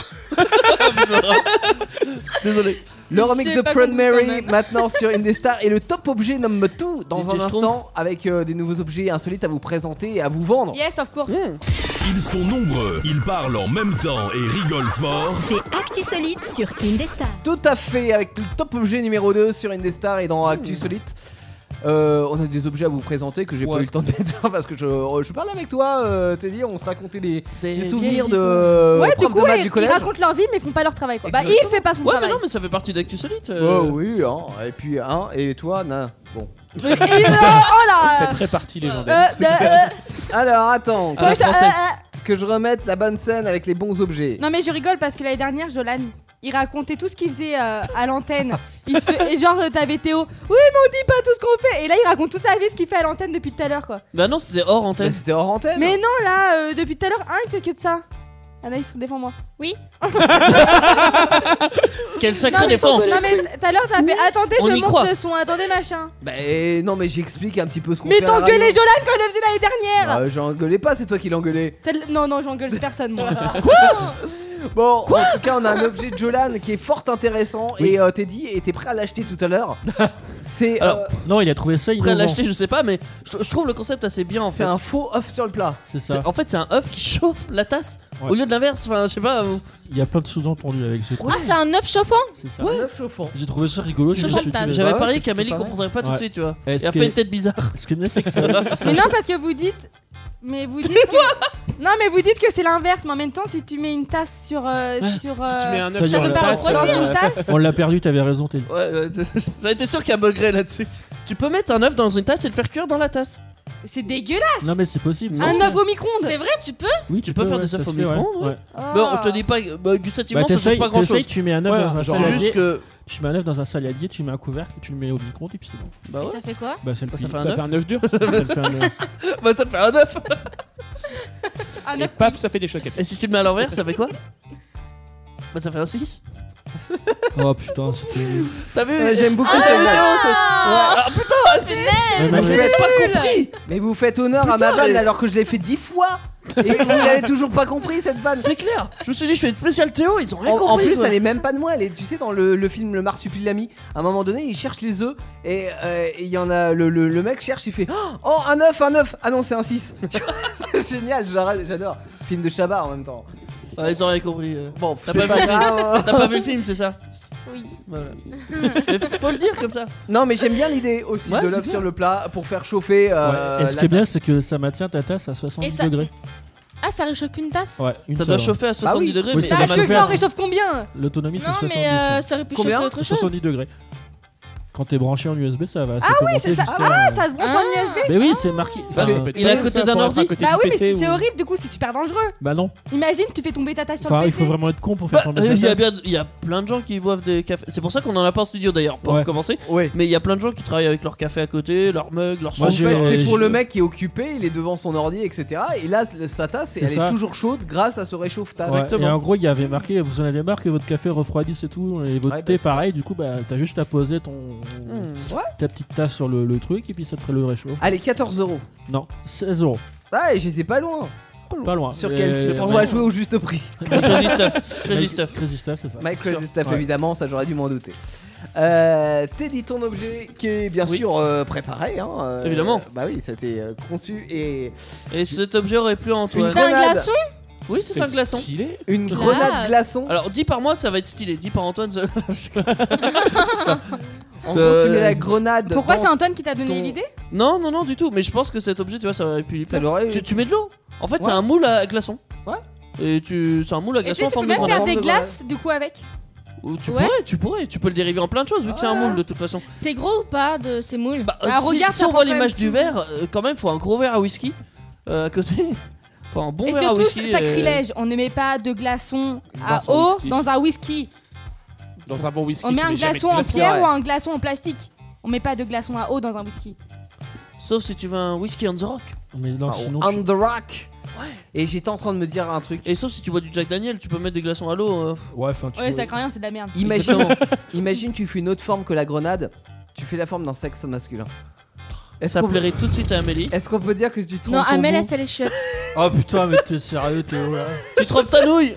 [SPEAKER 7] Désolé.
[SPEAKER 2] Le
[SPEAKER 1] J'ai
[SPEAKER 2] remix de
[SPEAKER 1] pas
[SPEAKER 2] Proud
[SPEAKER 1] compris quand
[SPEAKER 2] Mary
[SPEAKER 1] même.
[SPEAKER 2] maintenant
[SPEAKER 1] <laughs>
[SPEAKER 2] sur Indestar et le top objet number 2 dans
[SPEAKER 7] DJ
[SPEAKER 2] un
[SPEAKER 7] Schtroumpf.
[SPEAKER 2] instant avec euh, des nouveaux objets insolites à vous présenter et à vous vendre.
[SPEAKER 3] Yes of course.
[SPEAKER 7] Mmh.
[SPEAKER 4] Ils sont nombreux, ils parlent en même temps et rigolent fort.
[SPEAKER 5] C'est Actu Solide sur Indestar.
[SPEAKER 2] Tout à fait, avec le top objet numéro 2 sur Indestar et
[SPEAKER 7] Mmh.
[SPEAKER 2] dans Actu Solite. Euh, on a des objets à vous présenter que j'ai
[SPEAKER 7] Ouais.
[SPEAKER 2] pas eu le temps de <laughs> mettre parce que je, euh, je parlais avec toi, euh, Teddy, on se racontait des,
[SPEAKER 7] Des
[SPEAKER 2] des
[SPEAKER 7] vieilles
[SPEAKER 2] souvenirs de
[SPEAKER 7] histoires.
[SPEAKER 2] euh,
[SPEAKER 3] ouais, du
[SPEAKER 2] profs de
[SPEAKER 3] coup,
[SPEAKER 2] maths
[SPEAKER 3] ils,
[SPEAKER 2] du
[SPEAKER 3] ils
[SPEAKER 2] collège.
[SPEAKER 3] racontent leur vie, mais ils font pas leur travail. Quoi. Bah, il
[SPEAKER 2] Exactement.
[SPEAKER 3] fait pas son
[SPEAKER 7] Ouais, mais
[SPEAKER 3] travail.
[SPEAKER 7] non, mais ça fait partie d'Actu Solite. euh.
[SPEAKER 2] Ouais, oui, hein, et puis hein, et toi, nan, bon.
[SPEAKER 3] Et, euh, oh
[SPEAKER 7] <laughs>
[SPEAKER 9] C'est
[SPEAKER 3] là
[SPEAKER 9] très parti légendaire.
[SPEAKER 3] euh, de- euh,
[SPEAKER 2] Alors attends, que,
[SPEAKER 7] Ah, la
[SPEAKER 3] toi, t'as-
[SPEAKER 7] française.
[SPEAKER 3] euh, euh,
[SPEAKER 2] que je remette la bonne scène avec les bons objets.
[SPEAKER 3] Non mais je rigole parce que l'année dernière, Jolan, il racontait tout ce qu'il faisait euh, à l'antenne. Il se fait- et genre euh, t'avais Théo, oui mais on dit pas tout ce qu'on fait. Et là il raconte toute sa vie ce qu'il fait à l'antenne depuis tout à l'heure quoi.
[SPEAKER 7] Bah non, c'était hors
[SPEAKER 2] Mais
[SPEAKER 7] antenne.
[SPEAKER 2] C'était hors antenne.
[SPEAKER 3] Mais non là, euh, depuis tout à l'heure, un il fait que de ça. Anaïs, défends-moi.
[SPEAKER 7] Quelle
[SPEAKER 3] Non,
[SPEAKER 7] sacrée
[SPEAKER 3] mais-
[SPEAKER 7] défense.
[SPEAKER 3] non, mais tout à l'heure t'as fait, attendez,
[SPEAKER 7] On
[SPEAKER 3] je
[SPEAKER 7] y
[SPEAKER 3] monte
[SPEAKER 7] croit.
[SPEAKER 3] le son, attendez machin.
[SPEAKER 2] Bah, non, mais j'explique un petit peu ce qu'on
[SPEAKER 3] Mais
[SPEAKER 2] fait. à la
[SPEAKER 3] t'engueulais
[SPEAKER 2] radio.
[SPEAKER 3] Jolan comme le faisait l'année dernière.
[SPEAKER 2] Ah, J'engueulais pas, c'est toi qui l'engueulais.
[SPEAKER 3] T'as- Non non, j'engueule personne moi.
[SPEAKER 2] Bon, en tout cas, on a un objet de Jolan qui est fort intéressant et euh, Teddy était prêt à l'acheter tout à <laughs> l'heure. C'est
[SPEAKER 7] Alors,
[SPEAKER 2] euh,
[SPEAKER 8] Non, il a trouvé ça
[SPEAKER 7] Après
[SPEAKER 8] innovant.
[SPEAKER 7] l'acheter, je sais pas, mais je, je trouve le concept assez bien en
[SPEAKER 2] c'est
[SPEAKER 7] fait.
[SPEAKER 2] un faux œuf sur le plat.
[SPEAKER 8] C'est ça.
[SPEAKER 7] C'est- En fait, c'est un œuf qui chauffe la tasse
[SPEAKER 8] Ouais.
[SPEAKER 7] au lieu de l'inverse. Enfin, je sais pas. vous-
[SPEAKER 8] Il y a plein de sous-entendus avec ce truc.
[SPEAKER 1] Ah c'est un œuf chauffant.
[SPEAKER 8] C'est ça.
[SPEAKER 2] Un œuf chauffant.
[SPEAKER 8] J'ai trouvé ça rigolo. je me
[SPEAKER 1] Chauffe
[SPEAKER 8] suis
[SPEAKER 1] ta
[SPEAKER 8] dit,
[SPEAKER 1] tasse.
[SPEAKER 8] bah,
[SPEAKER 7] J'avais
[SPEAKER 2] ouais,
[SPEAKER 7] parié
[SPEAKER 2] c'est
[SPEAKER 7] qu'Amélie
[SPEAKER 2] plutôt pas
[SPEAKER 7] comprendrait pas tout de
[SPEAKER 8] Ouais.
[SPEAKER 7] suite, tu vois.
[SPEAKER 8] Est-ce
[SPEAKER 7] Elle a
[SPEAKER 8] que-
[SPEAKER 7] fait une tête
[SPEAKER 8] <laughs>
[SPEAKER 7] bizarre.
[SPEAKER 8] Ce qui est bien, c'est que ça. ça-
[SPEAKER 3] Mais non, parce que vous dites. Mais vous dites. que- Non, mais vous dites que c'est l'inverse, mais en même temps, si tu mets une tasse sur. euh, sur
[SPEAKER 9] Si tu mets
[SPEAKER 3] euh,
[SPEAKER 9] un
[SPEAKER 8] ça
[SPEAKER 9] œuf
[SPEAKER 8] y est,
[SPEAKER 9] sur
[SPEAKER 8] on
[SPEAKER 9] une
[SPEAKER 8] l'a
[SPEAKER 9] tasse,
[SPEAKER 3] dans
[SPEAKER 8] compris.
[SPEAKER 9] euh,
[SPEAKER 3] une tasse.
[SPEAKER 8] On l'a perdu, t'avais raison, t'es.
[SPEAKER 7] Ouais, ouais, j'en étais sûr qu'il y a Maugret là-dessus. Tu peux mettre un œuf dans une tasse et le faire cuire dans la tasse.
[SPEAKER 3] C'est dégueulasse
[SPEAKER 8] Non, mais c'est possible.
[SPEAKER 3] Un œuf au micro-ondes
[SPEAKER 1] C'est vrai, tu peux.
[SPEAKER 8] Oui,
[SPEAKER 7] tu peux faire
[SPEAKER 8] ouais,
[SPEAKER 7] des
[SPEAKER 8] ça
[SPEAKER 7] œufs
[SPEAKER 8] se
[SPEAKER 7] au
[SPEAKER 8] fait, ouais.
[SPEAKER 7] micro-ondes, ouais.
[SPEAKER 8] Ouais.
[SPEAKER 3] Oh.
[SPEAKER 7] Bon, je te dis pas. que- Bah, gustativement,
[SPEAKER 8] Bah,
[SPEAKER 7] ça change
[SPEAKER 8] t'essayes,
[SPEAKER 7] pas grand-chose.
[SPEAKER 8] t'essayes, tu mets un œuf
[SPEAKER 9] Ouais,
[SPEAKER 8] dans un
[SPEAKER 9] c'est
[SPEAKER 8] genre
[SPEAKER 7] C'est juste que
[SPEAKER 8] tu mets un œuf dans un saladier, tu mets un couvercle, tu le mets au micro-ondes et puis c'est bon.
[SPEAKER 7] Bah
[SPEAKER 1] Et ouais. ça fait quoi
[SPEAKER 8] Bah, c'est le
[SPEAKER 7] Bah, ça
[SPEAKER 8] pli-
[SPEAKER 7] fait un
[SPEAKER 8] ça
[SPEAKER 7] œuf
[SPEAKER 8] fait un œuf dur. ça <laughs> te fait un œuf.
[SPEAKER 7] bah ça te fait un œuf
[SPEAKER 3] Un
[SPEAKER 9] Et paf, ça fait des choquettes.
[SPEAKER 7] Et si tu le mets à l'envers, ça fait quoi Bah ça fait un 6
[SPEAKER 8] Oh putain, c'était. nul.
[SPEAKER 7] T'as vu
[SPEAKER 2] Ouais, j'aime beaucoup
[SPEAKER 7] Ah,
[SPEAKER 2] cette
[SPEAKER 7] Théo,
[SPEAKER 2] blague.
[SPEAKER 7] c'est-
[SPEAKER 2] Ah,
[SPEAKER 7] putain, c'est
[SPEAKER 2] Mais
[SPEAKER 7] Mais
[SPEAKER 2] vous
[SPEAKER 7] c'est
[SPEAKER 2] faites
[SPEAKER 7] nul.
[SPEAKER 2] pas compris Bah, Mais vous faites honneur à ma
[SPEAKER 7] Putain,
[SPEAKER 2] vanne
[SPEAKER 7] mais-
[SPEAKER 2] alors que je l'ai fait dix fois Et que vous l'avez toujours pas compris cette vanne
[SPEAKER 7] C'est clair Je me suis dit, je fais une spéciale Théo, ils ont rien
[SPEAKER 2] En, en
[SPEAKER 7] compris
[SPEAKER 2] plus,
[SPEAKER 7] quoi.
[SPEAKER 2] elle est même pas de moi. Elle est, tu sais, dans le, le film Le Marsupilami, à un moment donné, il cherche les œufs et euh, et il y en a le, le- le mec cherche, il fait Oh, un œuf, un œuf Ah non, c'est un <laughs> 6. c'est génial, j'arrête- j'adore. Film de Chabat en même temps.
[SPEAKER 7] Ouais, ils ont rien compris. euh.
[SPEAKER 2] Bon,
[SPEAKER 7] T'as
[SPEAKER 2] c'est
[SPEAKER 7] pas,
[SPEAKER 2] pas
[SPEAKER 7] vu le
[SPEAKER 2] grave.
[SPEAKER 7] film T'as pas vu le film, c'est ça
[SPEAKER 1] Oui.
[SPEAKER 7] Voilà. Mais faut le dire comme ça.
[SPEAKER 2] Non, mais j'aime bien l'idée aussi
[SPEAKER 7] Ouais,
[SPEAKER 2] de
[SPEAKER 7] c'est
[SPEAKER 2] l'œuf
[SPEAKER 7] bien.
[SPEAKER 2] sur le plat pour faire chauffer. euh,
[SPEAKER 8] Ouais. Et ce
[SPEAKER 2] la
[SPEAKER 8] qui est bien, c'est que ça maintient ta tasse à 70
[SPEAKER 1] Et ça-
[SPEAKER 8] degrés.
[SPEAKER 1] Ah, ça réchauffe qu'une tasse
[SPEAKER 8] Ouais, une
[SPEAKER 7] Ça doit
[SPEAKER 8] seule, hein.
[SPEAKER 7] chauffer à 70
[SPEAKER 2] oui.
[SPEAKER 7] degrés,
[SPEAKER 8] Oui,
[SPEAKER 7] mais
[SPEAKER 8] ça
[SPEAKER 7] elle
[SPEAKER 8] doit
[SPEAKER 7] m'a
[SPEAKER 8] chauffer.
[SPEAKER 7] fait-
[SPEAKER 3] Ça réchauffe combien
[SPEAKER 8] L'autonomie, c'est
[SPEAKER 1] Non,
[SPEAKER 8] 70.
[SPEAKER 1] mais euh,
[SPEAKER 8] hein.
[SPEAKER 1] ça aurait pu
[SPEAKER 2] Combien
[SPEAKER 1] chauffer autre chose.
[SPEAKER 8] 70 degrés. Quand t'es branché en USB, ça va. Ah
[SPEAKER 3] oui, c'est ça. Ah, ça se branche en USB
[SPEAKER 8] Mais oui, c'est marqué.
[SPEAKER 7] Bah,
[SPEAKER 8] Enfin,
[SPEAKER 7] c'est- il est à côté d'un ordi.
[SPEAKER 3] Bah oui, mais c'est c'est horrible, du coup, c'est super dangereux.
[SPEAKER 8] Bah non.
[SPEAKER 3] Imagine, tu fais tomber ta tasse sur
[SPEAKER 8] Enfin,
[SPEAKER 3] le
[SPEAKER 8] il
[SPEAKER 3] PC.
[SPEAKER 8] faut vraiment être con pour faire
[SPEAKER 7] Bah,
[SPEAKER 8] tomber
[SPEAKER 7] euh,
[SPEAKER 8] sa
[SPEAKER 7] Il y, a
[SPEAKER 8] tasse.
[SPEAKER 7] bien- il y a plein de gens qui boivent des cafés. C'est pour ça qu'on en a pas en studio d'ailleurs, pour
[SPEAKER 8] Ouais.
[SPEAKER 7] commencer.
[SPEAKER 2] Ouais.
[SPEAKER 7] Mais il y a plein de gens qui travaillent avec leur café à côté, leur mug, leur
[SPEAKER 8] Moi,
[SPEAKER 7] son.
[SPEAKER 2] En
[SPEAKER 8] j'ai-
[SPEAKER 2] fait, c'est
[SPEAKER 8] euh,
[SPEAKER 2] pour
[SPEAKER 8] je-
[SPEAKER 2] le mec qui est occupé, il est devant son ordi, etc. Et là, sa tasse,
[SPEAKER 8] C'est
[SPEAKER 2] elle
[SPEAKER 8] ça.
[SPEAKER 2] est toujours chaude grâce à ce réchauffe-tasse.
[SPEAKER 8] Ouais,
[SPEAKER 7] Exactement.
[SPEAKER 8] Et en gros, il y avait marqué vous en avez marre que votre café refroidisse et tout, et votre
[SPEAKER 2] Ouais, bah,
[SPEAKER 8] thé
[SPEAKER 2] c'est Hmm.
[SPEAKER 8] pareil. Du coup, bah t'as juste à poser ton
[SPEAKER 2] Ouais.
[SPEAKER 8] ta petite tasse sur le, le truc et puis ça te le réchauffe.
[SPEAKER 2] Allez, 14 euros.
[SPEAKER 8] Non, 16 euros,
[SPEAKER 2] Ah, et j'étais pas loin.
[SPEAKER 8] pas loin.
[SPEAKER 2] Sur
[SPEAKER 8] Mais-
[SPEAKER 2] quel
[SPEAKER 8] mais-
[SPEAKER 2] site On va jouer au juste prix. <laughs>
[SPEAKER 7] Crazy stuff. Crazy
[SPEAKER 8] Mike-
[SPEAKER 7] stuff.
[SPEAKER 8] Crazy Stuff, c'est ça.
[SPEAKER 2] Mike Crazy Stuff,
[SPEAKER 8] Ouais.
[SPEAKER 2] évidemment, ça j'aurais dû m'en douter. Euh, Teddy, ton objet qui est bien
[SPEAKER 7] Oui.
[SPEAKER 2] sûr euh, préparé. Hein, euh,
[SPEAKER 7] Évidemment.
[SPEAKER 2] Bah oui, c'était euh, conçu et
[SPEAKER 7] Et cet objet aurait plu à Antoine.
[SPEAKER 1] C'est un
[SPEAKER 2] grenade.
[SPEAKER 1] glaçon
[SPEAKER 7] Oui, c'est un glaçon.
[SPEAKER 9] Stylé.
[SPEAKER 2] une
[SPEAKER 1] Classe.
[SPEAKER 2] grenade glaçon.
[SPEAKER 7] Alors, dit par moi, ça va être stylé. Dit par Antoine, ça- <laughs>
[SPEAKER 2] en gros, tu mets la
[SPEAKER 8] Euh,
[SPEAKER 2] grenade.
[SPEAKER 3] Pourquoi
[SPEAKER 2] dans-
[SPEAKER 3] c'est Antoine qui t'a donné
[SPEAKER 2] ton-
[SPEAKER 3] l'idée
[SPEAKER 7] Non, non, non, du tout. Mais je pense que cet objet, tu vois, ça aurait pu lui
[SPEAKER 2] Ça
[SPEAKER 7] plaire.
[SPEAKER 2] l'aurait.
[SPEAKER 7] Tu, tu mets de l'eau. En fait,
[SPEAKER 2] Ouais.
[SPEAKER 7] c'est un moule à glaçon.
[SPEAKER 2] Ouais.
[SPEAKER 7] Et tu, c'est un moule à
[SPEAKER 3] Et tu
[SPEAKER 7] glaçon
[SPEAKER 3] sais,
[SPEAKER 7] en
[SPEAKER 3] tu peux
[SPEAKER 7] forme de
[SPEAKER 3] même
[SPEAKER 7] grenade.
[SPEAKER 3] faire des
[SPEAKER 2] de
[SPEAKER 3] glaces du coup avec.
[SPEAKER 7] Ou tu
[SPEAKER 1] Ouais.
[SPEAKER 7] pourrais, tu pourrais. Tu peux le dériver en plein de choses vu que c'est un moule de toute façon.
[SPEAKER 1] C'est gros ou pas de ces moules
[SPEAKER 7] Bah,
[SPEAKER 3] Bah,
[SPEAKER 7] euh, si-
[SPEAKER 3] regarde,
[SPEAKER 7] si,
[SPEAKER 3] ça
[SPEAKER 7] on
[SPEAKER 3] prend
[SPEAKER 7] voit
[SPEAKER 3] quand
[SPEAKER 7] l'image
[SPEAKER 3] même
[SPEAKER 7] du
[SPEAKER 3] tout.
[SPEAKER 7] verre, euh, quand même, faut un gros verre à whisky euh, à côté. <laughs> Faut un bon
[SPEAKER 3] Et
[SPEAKER 7] verre à
[SPEAKER 3] surtout,
[SPEAKER 7] whisky.
[SPEAKER 3] ce
[SPEAKER 7] euh,
[SPEAKER 3] sacrilège, on ne met pas de glaçon à
[SPEAKER 9] son
[SPEAKER 3] eau
[SPEAKER 9] whisky.
[SPEAKER 3] dans un whisky.
[SPEAKER 9] Dans un bon whisky.
[SPEAKER 3] On met
[SPEAKER 9] tu
[SPEAKER 3] un
[SPEAKER 9] jamais de
[SPEAKER 3] glaçon en
[SPEAKER 9] glaçon.
[SPEAKER 3] pierre
[SPEAKER 2] ouais.
[SPEAKER 3] ou un glaçon en plastique. On met pas de glaçon à eau dans un whisky.
[SPEAKER 7] Sauf si tu veux un whisky on the rock.
[SPEAKER 8] Mais non,
[SPEAKER 2] Ah,
[SPEAKER 8] sinon
[SPEAKER 2] on
[SPEAKER 8] tu-
[SPEAKER 2] the rock. Et j'étais en train de me dire un truc.
[SPEAKER 7] Et sauf si tu bois du Jack Daniel, tu peux mettre des glaçons à l'eau. euh,
[SPEAKER 8] ouais, enfin tu.
[SPEAKER 3] Ouais, ça craint rien, c'est de la merde.
[SPEAKER 2] Imagine,
[SPEAKER 7] exactement.
[SPEAKER 2] imagine, tu fais une autre forme que la grenade. Tu fais la forme d'un sexe masculin. Est-ce
[SPEAKER 7] ça
[SPEAKER 2] qu'on peut,
[SPEAKER 7] plairait tout de suite à Amélie.
[SPEAKER 2] est-ce qu'on peut dire que tu trompes
[SPEAKER 1] Non,
[SPEAKER 2] ton
[SPEAKER 1] Amel,
[SPEAKER 2] goût
[SPEAKER 1] elle, c'est les chiottes.
[SPEAKER 8] Oh putain, mais t'es sérieux, Théo là.
[SPEAKER 7] tu trompes ta nouille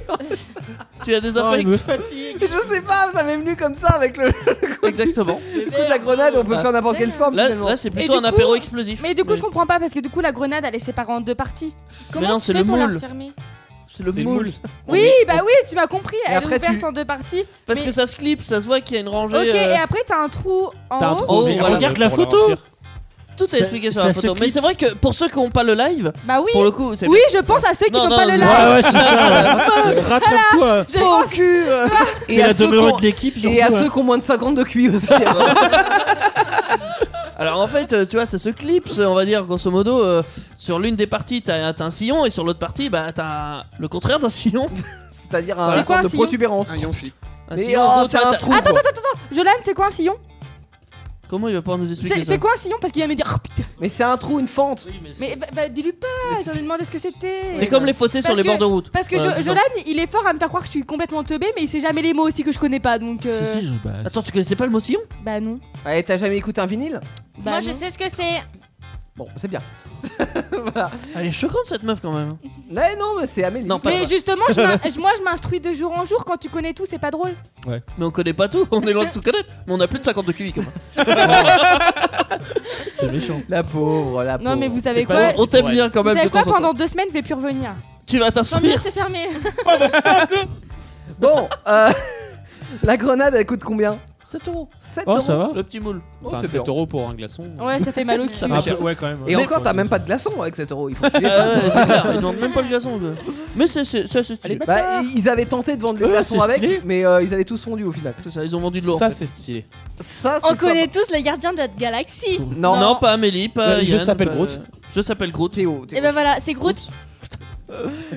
[SPEAKER 7] <laughs> Tu la
[SPEAKER 8] Oh, il
[SPEAKER 7] désinfectes
[SPEAKER 8] me fait-
[SPEAKER 2] Mais Je sais pas, ça m'est venu comme ça avec le coup
[SPEAKER 7] Exactement.
[SPEAKER 2] de la grenade. On peut
[SPEAKER 7] Ah.
[SPEAKER 2] faire n'importe quelle forme
[SPEAKER 7] Là,
[SPEAKER 2] finalement.
[SPEAKER 7] là c'est plutôt
[SPEAKER 3] du
[SPEAKER 7] un
[SPEAKER 3] coup-
[SPEAKER 7] apéro explosif.
[SPEAKER 3] <laughs> Mais du coup, je comprends pas parce que du coup, la grenade elle est séparée en deux parties.
[SPEAKER 1] Comment
[SPEAKER 7] non,
[SPEAKER 1] tu
[SPEAKER 7] c'est
[SPEAKER 1] fais
[SPEAKER 7] le
[SPEAKER 1] pour la
[SPEAKER 7] moule.
[SPEAKER 1] refermer
[SPEAKER 7] C'est le
[SPEAKER 9] C'est le
[SPEAKER 7] moule.
[SPEAKER 9] moule.
[SPEAKER 3] Oui, bah oui, tu m'as compris. Elle
[SPEAKER 2] après,
[SPEAKER 3] est ouverte
[SPEAKER 2] tu-
[SPEAKER 3] en deux parties.
[SPEAKER 7] Parce
[SPEAKER 3] Mais-
[SPEAKER 7] que ça se clip, ça se voit qu'il y a une rangée.
[SPEAKER 3] Ok,
[SPEAKER 7] euh,
[SPEAKER 3] et après, t'as un trou en
[SPEAKER 9] T'as un
[SPEAKER 3] haut.
[SPEAKER 9] trou,
[SPEAKER 7] Oh,
[SPEAKER 9] mais
[SPEAKER 7] voilà.
[SPEAKER 9] regarde
[SPEAKER 8] Pour
[SPEAKER 9] la
[SPEAKER 8] la
[SPEAKER 9] photo.
[SPEAKER 7] Tout est
[SPEAKER 8] Ça-
[SPEAKER 7] expliqué sur
[SPEAKER 8] ça
[SPEAKER 7] la
[SPEAKER 8] se
[SPEAKER 7] photo. Mais
[SPEAKER 8] clipse.
[SPEAKER 7] c'est vrai que pour ceux qui n'ont pas le live,
[SPEAKER 3] Bah oui.
[SPEAKER 7] pour le coup, c'est
[SPEAKER 3] Oui, je pense à ceux qui
[SPEAKER 7] Non,
[SPEAKER 3] n'ont
[SPEAKER 7] non,
[SPEAKER 3] pas le
[SPEAKER 7] non.
[SPEAKER 3] live.
[SPEAKER 8] Ouais, ouais, c'est ça. ouais. Rattrape-toi.
[SPEAKER 3] Je pense-
[SPEAKER 7] Ah.
[SPEAKER 8] T'es la
[SPEAKER 2] euh. à ceux
[SPEAKER 8] demeureux
[SPEAKER 2] qu'on-
[SPEAKER 8] de l'équipe.
[SPEAKER 2] Et à
[SPEAKER 8] surtout, hein.
[SPEAKER 2] ceux
[SPEAKER 8] ouais.
[SPEAKER 2] qui ont moins de 50 de QI aussi. hein.
[SPEAKER 7] Alors en fait, euh, tu vois, ça se clipse, on va dire, grosso modo. euh, sur l'une des parties, t'as t'as un sillon, et sur l'autre partie, bah, t'as le contraire d'un <laughs> sillon.
[SPEAKER 2] C'est-à-dire un
[SPEAKER 3] C'est quoi
[SPEAKER 2] sorte
[SPEAKER 3] un
[SPEAKER 2] de
[SPEAKER 3] sillon
[SPEAKER 2] protubérance.
[SPEAKER 9] Un yonci.
[SPEAKER 7] Un
[SPEAKER 2] Mais
[SPEAKER 7] sillon,
[SPEAKER 2] oh,
[SPEAKER 7] en gros,
[SPEAKER 2] c'est
[SPEAKER 7] toi,
[SPEAKER 2] un
[SPEAKER 7] t'as-
[SPEAKER 2] trou.
[SPEAKER 3] Attends,
[SPEAKER 2] quoi.
[SPEAKER 3] attends, attends. Jolan, c'est quoi un sillon
[SPEAKER 7] Comment il va pouvoir nous expliquer
[SPEAKER 3] C'est
[SPEAKER 7] ça
[SPEAKER 3] c'est quoi un sillon Parce qu'il va me dire. Oh, putain.
[SPEAKER 2] Mais c'est un trou, une fente.
[SPEAKER 3] Mais bah, bah, dis-lui pas.
[SPEAKER 2] Mais
[SPEAKER 3] Je
[SPEAKER 2] c'est-
[SPEAKER 3] me demandais ce que c'était.
[SPEAKER 7] C'est comme les fossés sur
[SPEAKER 3] Parce
[SPEAKER 7] les
[SPEAKER 3] que-
[SPEAKER 7] bords de route.
[SPEAKER 3] Parce que
[SPEAKER 7] Voilà,
[SPEAKER 3] Jo-
[SPEAKER 7] c'est ça.
[SPEAKER 3] Jolan, il est fort à me faire croire que je suis complètement teubé, mais il sait jamais les mots aussi que je connais pas, donc. euh,
[SPEAKER 8] Si, si, je. Bah,
[SPEAKER 7] Attends, tu connaissais pas le mot sillon
[SPEAKER 3] Bah non.
[SPEAKER 2] Ouais, t'as jamais écouté un vinyle
[SPEAKER 3] Bah
[SPEAKER 1] Moi,
[SPEAKER 3] non.
[SPEAKER 1] je sais ce que c'est.
[SPEAKER 2] Bon, c'est bien.
[SPEAKER 7] Elle est choquante cette meuf quand même.
[SPEAKER 2] Mais non, mais c'est Amélie.
[SPEAKER 7] Non, pas
[SPEAKER 3] Mais
[SPEAKER 7] vrai.
[SPEAKER 3] justement, je m'in- je- moi je m'instruis de jour en jour quand tu connais tout, c'est pas drôle.
[SPEAKER 7] Mais on connaît pas tout, on est loin de tout connaître. Mais on a plus de 50 de QI quand même.
[SPEAKER 8] t'es méchant.
[SPEAKER 2] La pauvre, la pauvre.
[SPEAKER 3] Non, mais vous savez
[SPEAKER 9] pas
[SPEAKER 3] quoi
[SPEAKER 9] drôle.
[SPEAKER 7] on
[SPEAKER 9] je
[SPEAKER 7] t'aime
[SPEAKER 9] pourrais.
[SPEAKER 7] bien quand
[SPEAKER 3] Vous
[SPEAKER 7] même.
[SPEAKER 3] savez
[SPEAKER 7] Oh, de temps
[SPEAKER 3] quoi
[SPEAKER 7] en temps.
[SPEAKER 3] Pendant deux semaines, je vais plus revenir.
[SPEAKER 7] Tu vas
[SPEAKER 1] Tant mieux,
[SPEAKER 7] t'instruire.
[SPEAKER 1] c'est fermé.
[SPEAKER 2] Bon, euh, <laughs> la grenade, elle coûte combien
[SPEAKER 7] 7 euros.
[SPEAKER 2] 7
[SPEAKER 8] Oh,
[SPEAKER 2] euros.
[SPEAKER 8] ça va.
[SPEAKER 7] Le petit moule.
[SPEAKER 2] Oh,
[SPEAKER 9] Enfin,
[SPEAKER 2] c'est
[SPEAKER 9] 7
[SPEAKER 2] bien.
[SPEAKER 9] euros pour un glaçon.
[SPEAKER 3] <laughs> Ouais, ça fait mal au cul.
[SPEAKER 7] Ça fait
[SPEAKER 8] Ah,
[SPEAKER 7] cher.
[SPEAKER 8] peu- ouais, quand même.
[SPEAKER 2] Et
[SPEAKER 8] Ouais.
[SPEAKER 2] encore, t'as même pas de glaçon avec 7 euros. Il faut que tu les fasses.
[SPEAKER 7] <laughs> Ah ouais, c'est clair, ils vendent même pas le glaçon. quoi. Mais c'est c'est- c'est assez stylé.
[SPEAKER 2] Bah, ils avaient tenté de vendre les
[SPEAKER 8] Ouais,
[SPEAKER 2] glaçons
[SPEAKER 8] c'est
[SPEAKER 2] avec,
[SPEAKER 8] stylé.
[SPEAKER 2] mais euh, ils avaient tous fondu au final.
[SPEAKER 7] C'est ça, ils ont vendu de l'eau. en
[SPEAKER 9] Ça,
[SPEAKER 7] fait.
[SPEAKER 9] c'est stylé.
[SPEAKER 2] Ça, c'est
[SPEAKER 1] On connaît
[SPEAKER 2] sympa.
[SPEAKER 1] tous les gardiens de notre galaxie.
[SPEAKER 2] Non,
[SPEAKER 7] Non, pas Amélie, pas.
[SPEAKER 9] Ouais, je
[SPEAKER 7] Yann,
[SPEAKER 9] s'appelle
[SPEAKER 7] pas-
[SPEAKER 9] Groot.
[SPEAKER 7] Je s'appelle Euh, Groot.
[SPEAKER 2] Théo. Théo.
[SPEAKER 1] Et ben voilà, c'est Groot.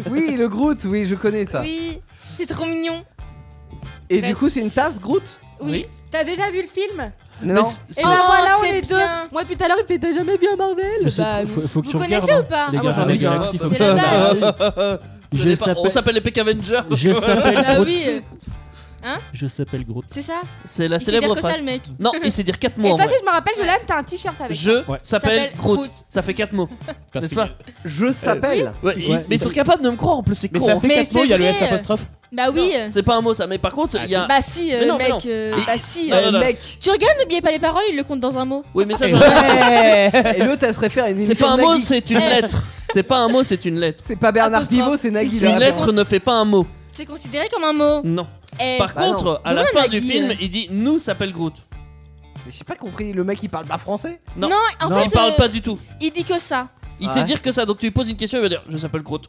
[SPEAKER 2] Oui, le Groot, oui, je connais ça.
[SPEAKER 1] Oui, c'est trop mignon.
[SPEAKER 2] Et du coup, c'est une tasse, Groot
[SPEAKER 1] Oui.
[SPEAKER 3] T'as déjà vu le film Et
[SPEAKER 2] Non. Mais
[SPEAKER 3] bah
[SPEAKER 2] c'est- c'est-
[SPEAKER 3] voilà, on
[SPEAKER 1] Oh,
[SPEAKER 3] est
[SPEAKER 1] c'est
[SPEAKER 3] deux.
[SPEAKER 1] bien.
[SPEAKER 3] Moi depuis tout à l'heure, il fait t'as jamais vu un Marvel
[SPEAKER 8] Mais c'est
[SPEAKER 3] Bah,
[SPEAKER 8] trop- faut- faut que
[SPEAKER 3] vous
[SPEAKER 8] tu
[SPEAKER 3] connaissez
[SPEAKER 8] regardes, hein.
[SPEAKER 3] ou pas
[SPEAKER 8] les
[SPEAKER 3] Ah, moi,
[SPEAKER 8] gars, hein.
[SPEAKER 3] j'en ai
[SPEAKER 8] les
[SPEAKER 3] vu un.
[SPEAKER 8] Galaxies,
[SPEAKER 3] C'est
[SPEAKER 8] faut
[SPEAKER 3] la
[SPEAKER 8] pas-
[SPEAKER 7] Je
[SPEAKER 8] Je
[SPEAKER 7] l'ai pas- On
[SPEAKER 8] s'appelle-
[SPEAKER 7] s'appelle l'épée Avenger.
[SPEAKER 8] Je s'appelle
[SPEAKER 3] Ah
[SPEAKER 1] Bah
[SPEAKER 8] Groot.
[SPEAKER 1] oui. Hein
[SPEAKER 8] Je s'appelle Groot.
[SPEAKER 1] C'est ça
[SPEAKER 7] Bah, C'est la
[SPEAKER 1] Il sait
[SPEAKER 7] célèbre
[SPEAKER 1] dire que
[SPEAKER 7] phrase.
[SPEAKER 1] ça, le mec.
[SPEAKER 7] Non, il sait dire 4
[SPEAKER 3] Et
[SPEAKER 7] mots en
[SPEAKER 3] toi,
[SPEAKER 7] vrai.
[SPEAKER 3] si je me rappelle, Jolan, t'as un t-shirt avec.
[SPEAKER 7] Je
[SPEAKER 3] toi.
[SPEAKER 7] s'appelle Groot.
[SPEAKER 3] Groot.
[SPEAKER 7] Ça fait 4 mots.
[SPEAKER 9] Parce
[SPEAKER 7] N'est-ce pas
[SPEAKER 2] Je s'appelle.
[SPEAKER 7] Ouais,
[SPEAKER 9] Si,
[SPEAKER 7] ils-
[SPEAKER 9] si.
[SPEAKER 7] Mais ils sont capables de me croire en plus, c'est
[SPEAKER 9] Mais
[SPEAKER 7] con,
[SPEAKER 9] ça
[SPEAKER 7] hein.
[SPEAKER 9] fait Mais quatre mots, il y a le c'est S vrai, apostrophe.
[SPEAKER 1] Bah oui.
[SPEAKER 7] Non, C'est pas un mot ça, mais par contre, il y a.
[SPEAKER 1] Bah si, euh,
[SPEAKER 7] Mais non, mais
[SPEAKER 1] mec.
[SPEAKER 7] non.
[SPEAKER 1] euh,
[SPEAKER 7] Ah.
[SPEAKER 1] bah si.
[SPEAKER 7] Non, non, non. <laughs>
[SPEAKER 1] Tu regardes, n'oubliez pas les paroles, il le compte dans un mot.
[SPEAKER 7] Oui, mais ça, j'en
[SPEAKER 2] Et l'autre, elle se réfère à une
[SPEAKER 7] C'est
[SPEAKER 2] émission
[SPEAKER 7] pas un
[SPEAKER 2] de
[SPEAKER 7] mot,
[SPEAKER 2] Nagui.
[SPEAKER 7] c'est une
[SPEAKER 2] Eh.
[SPEAKER 7] lettre. C'est pas un mot, c'est une lettre.
[SPEAKER 2] C'est pas Bernard Pivot, c'est Nagui.
[SPEAKER 7] Une lettre ne fait pas un mot.
[SPEAKER 1] C'est considéré comme un mot.
[SPEAKER 7] Non.
[SPEAKER 1] Eh.
[SPEAKER 7] Par
[SPEAKER 1] Bah non.
[SPEAKER 7] contre, à
[SPEAKER 1] D'où
[SPEAKER 7] la
[SPEAKER 1] un
[SPEAKER 7] fin du
[SPEAKER 1] Nagui,
[SPEAKER 7] film,
[SPEAKER 1] euh
[SPEAKER 7] il dit Nous s'appelle Groot.
[SPEAKER 2] J'ai pas compris, le mec il parle pas français
[SPEAKER 7] Non,
[SPEAKER 1] Non, en fait,
[SPEAKER 7] il parle
[SPEAKER 1] euh,
[SPEAKER 7] pas du tout.
[SPEAKER 1] Il dit que ça.
[SPEAKER 7] Il
[SPEAKER 2] Ouais.
[SPEAKER 7] sait dire que ça, donc tu lui poses une question, il va dire Je s'appelle Groot.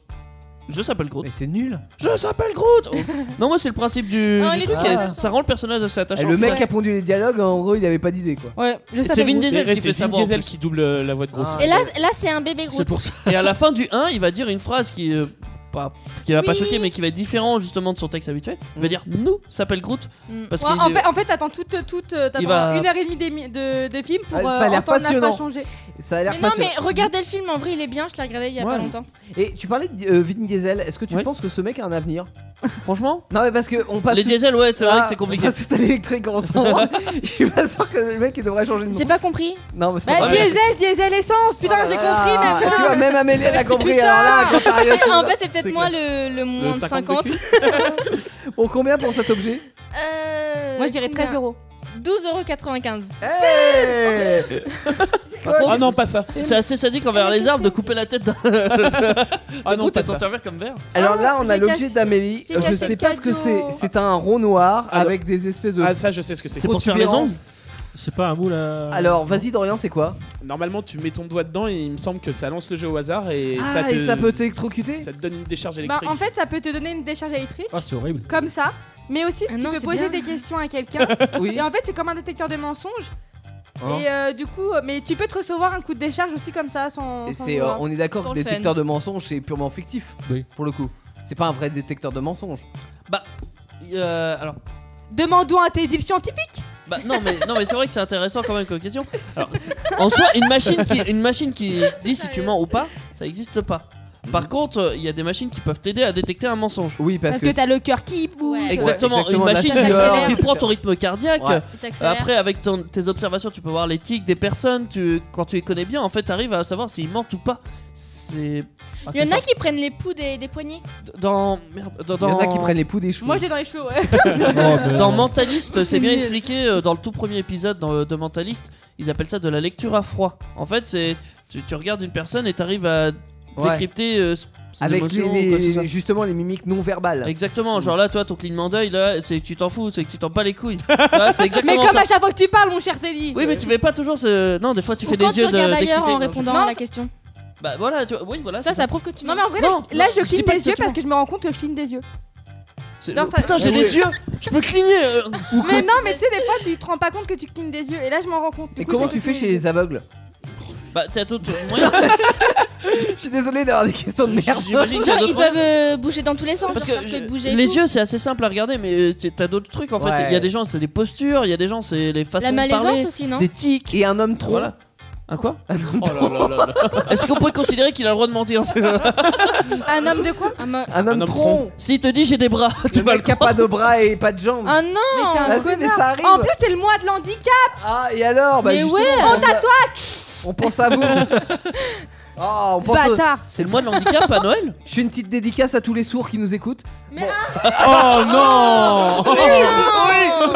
[SPEAKER 7] Je s'appelle Groot.
[SPEAKER 2] Mais c'est nul.
[SPEAKER 7] Je s'appelle Groot. Oh. <laughs> Non, moi, c'est le principe du,
[SPEAKER 1] Ah,
[SPEAKER 7] du
[SPEAKER 1] les
[SPEAKER 7] truc.
[SPEAKER 1] trucs.
[SPEAKER 7] et Ça rend le personnage assez
[SPEAKER 2] Et
[SPEAKER 7] attachant.
[SPEAKER 2] le mec
[SPEAKER 7] Ouais.
[SPEAKER 2] qui a pondu les dialogues, en gros, il avait pas d'idée
[SPEAKER 3] Ah,
[SPEAKER 2] quoi.
[SPEAKER 1] Ouais, je
[SPEAKER 7] Et c'est Vin Diesel
[SPEAKER 9] Et
[SPEAKER 7] qui
[SPEAKER 9] C'est
[SPEAKER 7] fait
[SPEAKER 9] Vin
[SPEAKER 7] savoir. en
[SPEAKER 9] Diesel
[SPEAKER 7] plus.
[SPEAKER 9] qui double euh, la voix de Groot.
[SPEAKER 1] Et là, là c'est un bébé Groot.
[SPEAKER 7] Et à la fin du 1, il va dire une phrase qui euh, pas qui va pas
[SPEAKER 1] Oui.
[SPEAKER 7] choquer mais qui va être différent justement de son texte habituel. Il va dire nous s'appelle Groot
[SPEAKER 1] Mm.
[SPEAKER 7] parce
[SPEAKER 3] Mm. Ouais,
[SPEAKER 7] qu'il-
[SPEAKER 3] en, fait, en fait, t'attends toute, toute, euh,
[SPEAKER 7] Il
[SPEAKER 3] t'attends
[SPEAKER 7] va-
[SPEAKER 3] une heure et demie d'émi- de, de film pour
[SPEAKER 2] Ah,
[SPEAKER 3] euh,
[SPEAKER 2] ça a l'air
[SPEAKER 3] entendre la
[SPEAKER 2] passionnant.
[SPEAKER 3] phrase changer.
[SPEAKER 2] Ça a l'air
[SPEAKER 7] Ah,
[SPEAKER 1] Mais non, mais
[SPEAKER 2] passionnant.
[SPEAKER 1] regardez le film, en vrai, il est bien, je l'ai regardé il y a pas
[SPEAKER 2] Ouais.
[SPEAKER 1] longtemps.
[SPEAKER 2] Et tu parlais de euh, Vin Diesel, est-ce que tu
[SPEAKER 7] Ouais.
[SPEAKER 2] penses que ce mec a un avenir
[SPEAKER 7] franchement
[SPEAKER 2] Non mais parce que on passe
[SPEAKER 7] les
[SPEAKER 2] tout-
[SPEAKER 7] diesels ouais c'est vrai
[SPEAKER 2] Ah,
[SPEAKER 7] que c'est compliqué.
[SPEAKER 2] On passe tout à l'électrique en ce moment. Je
[SPEAKER 7] <laughs>
[SPEAKER 2] suis pas sûr que le mec il devrait changer de nom.
[SPEAKER 1] J'ai pas compris.
[SPEAKER 7] Oh
[SPEAKER 2] Non, mais c'est
[SPEAKER 3] Bah,
[SPEAKER 2] pas grave.
[SPEAKER 3] diesel, diesel essence, putain, j'ai compris
[SPEAKER 2] Ah,
[SPEAKER 3] maintenant.
[SPEAKER 2] tu vois, même
[SPEAKER 3] <laughs>
[SPEAKER 2] Amélie elle a compris.
[SPEAKER 3] Putain.
[SPEAKER 2] alors là, quand t'arrives-
[SPEAKER 1] Après, en fait, c'est peut-être moi le, le moins de 50.
[SPEAKER 2] Bon, combien pour cet objet
[SPEAKER 1] Euh,
[SPEAKER 3] Moi, je dirais 13 euros.
[SPEAKER 1] 12,95€.
[SPEAKER 2] Hey
[SPEAKER 7] Par contre,
[SPEAKER 9] Ah non, pas ça.
[SPEAKER 7] <laughs> c'est assez sadique envers les arbres de couper la tête d'un
[SPEAKER 9] Ah non,
[SPEAKER 7] Groot
[SPEAKER 9] pas
[SPEAKER 7] et s'en
[SPEAKER 9] ça.
[SPEAKER 7] servir comme verre.
[SPEAKER 2] Alors là, on a
[SPEAKER 3] j'ai
[SPEAKER 2] l'objet
[SPEAKER 3] cassé-
[SPEAKER 2] d'Amélie.
[SPEAKER 3] j'ai
[SPEAKER 2] Je
[SPEAKER 3] cassé
[SPEAKER 2] sais
[SPEAKER 3] le
[SPEAKER 2] pas ce que c'est.
[SPEAKER 3] cadeau.
[SPEAKER 2] C'est un rond noir
[SPEAKER 9] Ah,
[SPEAKER 2] avec des espèces de.
[SPEAKER 9] Ah, ça, je sais ce que c'est.
[SPEAKER 7] C'est pour faire les
[SPEAKER 2] protubérances.
[SPEAKER 7] ongles
[SPEAKER 8] C'est pas un moule à.
[SPEAKER 2] Ah. Alors, vas-y, Dorian, c'est quoi
[SPEAKER 9] Normalement, tu mets ton doigt dedans et il me semble que ça lance le jeu au hasard et
[SPEAKER 2] Ah,
[SPEAKER 9] ça te.
[SPEAKER 2] et ça peut t'électrocuter
[SPEAKER 9] ça te donne une décharge
[SPEAKER 3] Bah,
[SPEAKER 9] électrique.
[SPEAKER 3] en fait, ça peut te donner une décharge électrique,
[SPEAKER 8] Ah, c'est horrible.
[SPEAKER 3] comme ça. Mais aussi,
[SPEAKER 1] Ah
[SPEAKER 3] si tu
[SPEAKER 1] non,
[SPEAKER 3] peux
[SPEAKER 1] c'est
[SPEAKER 3] poser des
[SPEAKER 1] bien.
[SPEAKER 3] questions à quelqu'un.
[SPEAKER 2] Oui.
[SPEAKER 3] Et en fait, c'est comme un détecteur de mensonges.
[SPEAKER 2] Hein
[SPEAKER 3] Et euh, du coup, euh, mais tu peux te recevoir un coup de décharge aussi comme ça, sans.
[SPEAKER 2] Et
[SPEAKER 3] sans
[SPEAKER 2] c'est, euh,
[SPEAKER 3] vouloir.
[SPEAKER 2] on est d'accord que
[SPEAKER 1] Pour
[SPEAKER 2] le
[SPEAKER 1] le fun.
[SPEAKER 2] détecteur de mensonges c'est purement fictif.
[SPEAKER 8] Oui.
[SPEAKER 2] Pour le coup, c'est pas un vrai détecteur de mensonges.
[SPEAKER 7] Bah euh, alors
[SPEAKER 3] Demandons à tes deals scientifiques.
[SPEAKER 7] bah non mais non mais c'est vrai que c'est intéressant quand même comme question. Alors, c'est- en soi une machine qui une machine qui dit si tu mens ou pas, ça existe pas. Par contre, euh, il y a des machines qui peuvent t'aider à détecter un mensonge.
[SPEAKER 2] Oui,
[SPEAKER 3] Parce que t'as le cœur qui bouge.
[SPEAKER 1] Ouais.
[SPEAKER 7] Exactement,
[SPEAKER 2] Ouais, exactement,
[SPEAKER 7] une
[SPEAKER 2] la
[SPEAKER 7] machine
[SPEAKER 1] chaise
[SPEAKER 7] qui-
[SPEAKER 1] accélère.
[SPEAKER 7] qui prend ton rythme cardiaque. euh,
[SPEAKER 2] Ouais.
[SPEAKER 1] Il s'accélère.
[SPEAKER 7] Après, ah, avec ton- tes observations, tu peux voir l'éthique des personnes. Tu, quand tu les connais bien, en fait, tu arrives à savoir s'ils mentent ou pas. C'est. ah,
[SPEAKER 1] il y
[SPEAKER 7] c'est
[SPEAKER 1] en
[SPEAKER 7] ça.
[SPEAKER 1] a qui prennent les poux des, des poignets.
[SPEAKER 7] Dans. Merde, dans.
[SPEAKER 2] Il y en a
[SPEAKER 7] dans-
[SPEAKER 2] qui prennent les poux des cheveux.
[SPEAKER 3] Moi, j'ai dans les cheveux, ouais.
[SPEAKER 8] Oh,
[SPEAKER 2] Euh,
[SPEAKER 7] Dans Mentaliste, c'est bien
[SPEAKER 1] nul.
[SPEAKER 7] expliqué euh, dans le tout premier épisode dans- euh, de Mentaliste. Ils appellent ça de la lecture à froid. En fait, c'est. Tu, tu regardes une personne et t'arrives à
[SPEAKER 2] Ouais.
[SPEAKER 7] décrypter euh, ses
[SPEAKER 2] Avec les-
[SPEAKER 7] émotions.
[SPEAKER 2] les-
[SPEAKER 7] quoi que ce soit.
[SPEAKER 2] justement les mimiques non verbales.
[SPEAKER 7] Exactement, genre là, toi, ton clignement d'œil, là, c'est que tu t'en fous, c'est que tu t'en bats
[SPEAKER 2] <laughs>
[SPEAKER 7] les couilles. Voilà, c'est exactement
[SPEAKER 3] Mais comme
[SPEAKER 7] ça.
[SPEAKER 3] à chaque fois que tu parles, mon cher Teddy.
[SPEAKER 7] Oui, mais tu fais pas toujours ce. Non, des fois, tu
[SPEAKER 1] Ou
[SPEAKER 7] fais
[SPEAKER 1] quand
[SPEAKER 7] des
[SPEAKER 1] tu
[SPEAKER 7] yeux de-
[SPEAKER 1] regardes ailleurs
[SPEAKER 7] d'excité.
[SPEAKER 1] en répondant
[SPEAKER 3] Non,
[SPEAKER 1] à la question.
[SPEAKER 7] Bah voilà, tu vois, oui, voilà.
[SPEAKER 1] Ça,
[SPEAKER 7] c'est
[SPEAKER 1] ça prouve que tu
[SPEAKER 3] Non, mais
[SPEAKER 1] mens.
[SPEAKER 3] en vrai,
[SPEAKER 7] Non,
[SPEAKER 3] là,
[SPEAKER 7] non,
[SPEAKER 3] je
[SPEAKER 7] je dis
[SPEAKER 3] cligne
[SPEAKER 7] pas
[SPEAKER 3] des
[SPEAKER 7] que
[SPEAKER 3] yeux
[SPEAKER 7] tu
[SPEAKER 3] parce
[SPEAKER 7] mens.
[SPEAKER 3] que je me rends compte que je cligne des yeux.
[SPEAKER 7] C'est-
[SPEAKER 3] Non, ça-
[SPEAKER 7] Putain, j'ai
[SPEAKER 3] Oui.
[SPEAKER 7] des yeux Je peux cligner
[SPEAKER 1] <laughs>
[SPEAKER 7] euh.
[SPEAKER 3] Mais non, mais tu sais, des fois, tu te rends pas compte que tu clignes des yeux. Et là, je m'en rends compte. Du
[SPEAKER 2] Et
[SPEAKER 3] coup,
[SPEAKER 2] comment
[SPEAKER 3] je
[SPEAKER 2] tu
[SPEAKER 3] cligne
[SPEAKER 2] fais chez
[SPEAKER 3] des
[SPEAKER 2] les aveugles
[SPEAKER 7] Bah, t'as tout moyen
[SPEAKER 2] <laughs> Je suis désolé d'avoir des questions de <laughs> merde.
[SPEAKER 7] J'imagine qu'il y a
[SPEAKER 1] Genre,
[SPEAKER 7] d'autres
[SPEAKER 1] ils
[SPEAKER 7] moyens.
[SPEAKER 1] peuvent euh, bouger dans tous les sens.
[SPEAKER 7] Parce que,
[SPEAKER 1] genre, faire de
[SPEAKER 7] je-
[SPEAKER 1] bouger et
[SPEAKER 7] les
[SPEAKER 1] tout.
[SPEAKER 7] yeux, c'est assez simple à regarder, mais euh, t'es- t'as d'autres trucs en fait. Il
[SPEAKER 2] Ouais.
[SPEAKER 7] y a des gens, c'est des postures, il y a des gens, c'est les façons
[SPEAKER 1] La
[SPEAKER 7] de
[SPEAKER 1] malaisance
[SPEAKER 7] parler.
[SPEAKER 3] hein.
[SPEAKER 1] aussi, non
[SPEAKER 7] Des tics.
[SPEAKER 2] Et un homme trop.
[SPEAKER 7] Voilà. Un quoi
[SPEAKER 9] Oh là là là là.
[SPEAKER 7] Est-ce qu'on pourrait considérer qu'il a le droit de mentir <laughs>
[SPEAKER 3] yeux. Un homme de quoi
[SPEAKER 1] Ah, ma-
[SPEAKER 2] Un homme
[SPEAKER 9] homme
[SPEAKER 2] tronc.
[SPEAKER 7] S'il te dit j'ai des bras, <laughs> tu
[SPEAKER 2] Le
[SPEAKER 7] vas le
[SPEAKER 2] mec qui a pas
[SPEAKER 7] croire.
[SPEAKER 2] de bras et pas de jambes.
[SPEAKER 1] Ah non
[SPEAKER 3] Mais t'es un
[SPEAKER 2] Vas-y, mais
[SPEAKER 3] connard.
[SPEAKER 2] ça arrive.
[SPEAKER 3] En plus, c'est le mois de l'handicap. Oh,
[SPEAKER 2] Ah et alors bah,
[SPEAKER 1] Mais
[SPEAKER 2] justement,
[SPEAKER 1] ouais.
[SPEAKER 2] on tatouage. On pense à vous.
[SPEAKER 3] <laughs>
[SPEAKER 2] Ah, on pense au-
[SPEAKER 3] Bâtard.
[SPEAKER 7] C'est le mois de l'handicap à Noël
[SPEAKER 2] Je fais une petite dédicace à tous les sourds qui nous écoutent.
[SPEAKER 9] Oh
[SPEAKER 2] <laughs>
[SPEAKER 9] non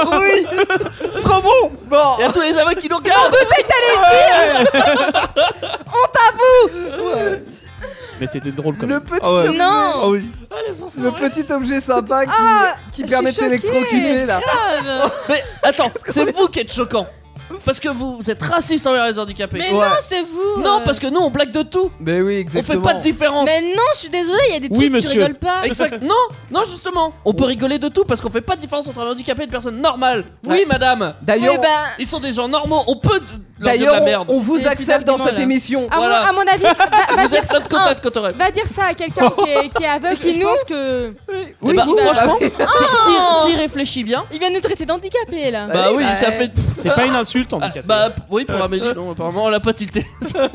[SPEAKER 2] Oui Trop bon Bon
[SPEAKER 7] Et à tous les aveugles qui nous regardent
[SPEAKER 9] Mais c'était drôle comme.
[SPEAKER 2] Le petit,
[SPEAKER 7] Ah ouais.
[SPEAKER 2] objet,
[SPEAKER 1] Non
[SPEAKER 7] oui
[SPEAKER 2] le petit objet sympa qui, qui
[SPEAKER 3] je
[SPEAKER 2] permet de
[SPEAKER 3] suis choquée.
[SPEAKER 2] s'électrocuter là.
[SPEAKER 7] <laughs>
[SPEAKER 2] <laughs>
[SPEAKER 7] Mais attends, c'est vous qui êtes choquant Parce que vous, vous êtes raciste envers les handicapés Oh.
[SPEAKER 1] Mais
[SPEAKER 2] Ouais.
[SPEAKER 1] non, c'est vous
[SPEAKER 7] Non,
[SPEAKER 1] euh.
[SPEAKER 7] parce que nous on blague de tout
[SPEAKER 2] Mais oui,
[SPEAKER 7] On fait
[SPEAKER 2] exactement.
[SPEAKER 7] pas de différence
[SPEAKER 1] Mais non, je suis désolée, il y a des
[SPEAKER 9] Oui,
[SPEAKER 1] trucs qui
[SPEAKER 9] monsieur.
[SPEAKER 1] rigolent pas.
[SPEAKER 7] Exact. Non, non justement. On peut rigoler de tout parce qu'on fait pas de différence entre un handicapé et une personne normale. Oui,
[SPEAKER 2] Ouais.
[SPEAKER 7] madame.
[SPEAKER 3] Eh ben,
[SPEAKER 2] D'ailleurs,
[SPEAKER 1] Oui, bah,
[SPEAKER 7] Ils sont des gens normaux. On peut leur dire de
[SPEAKER 2] D'ailleurs,
[SPEAKER 7] la merde.
[SPEAKER 2] on vous C'est accepte dans cette émission.
[SPEAKER 3] À, mon, à mon avis,
[SPEAKER 7] <laughs>
[SPEAKER 3] va, va
[SPEAKER 7] Vous
[SPEAKER 3] dire
[SPEAKER 7] êtes notre
[SPEAKER 3] ça,
[SPEAKER 7] contact quand t'aurais.
[SPEAKER 3] va dire ça à quelqu'un qui, est- qui est aveugle
[SPEAKER 1] Qui
[SPEAKER 3] qui
[SPEAKER 1] nous
[SPEAKER 3] nous pense que.
[SPEAKER 7] Eh
[SPEAKER 2] ben,
[SPEAKER 7] bah,
[SPEAKER 3] oui, bah,
[SPEAKER 2] <laughs>
[SPEAKER 7] franchement,
[SPEAKER 3] oui.
[SPEAKER 7] si- si-
[SPEAKER 1] Oh.
[SPEAKER 7] s'il réfléchit bien,
[SPEAKER 1] Il vient de nous traiter d'handicapés là.
[SPEAKER 7] bah oui, ça fait.
[SPEAKER 9] C'est pas une insulte, handicapé.
[SPEAKER 7] Bah p- oui, pour Amélie, non, apparemment, elle a pas tilté. <laughs>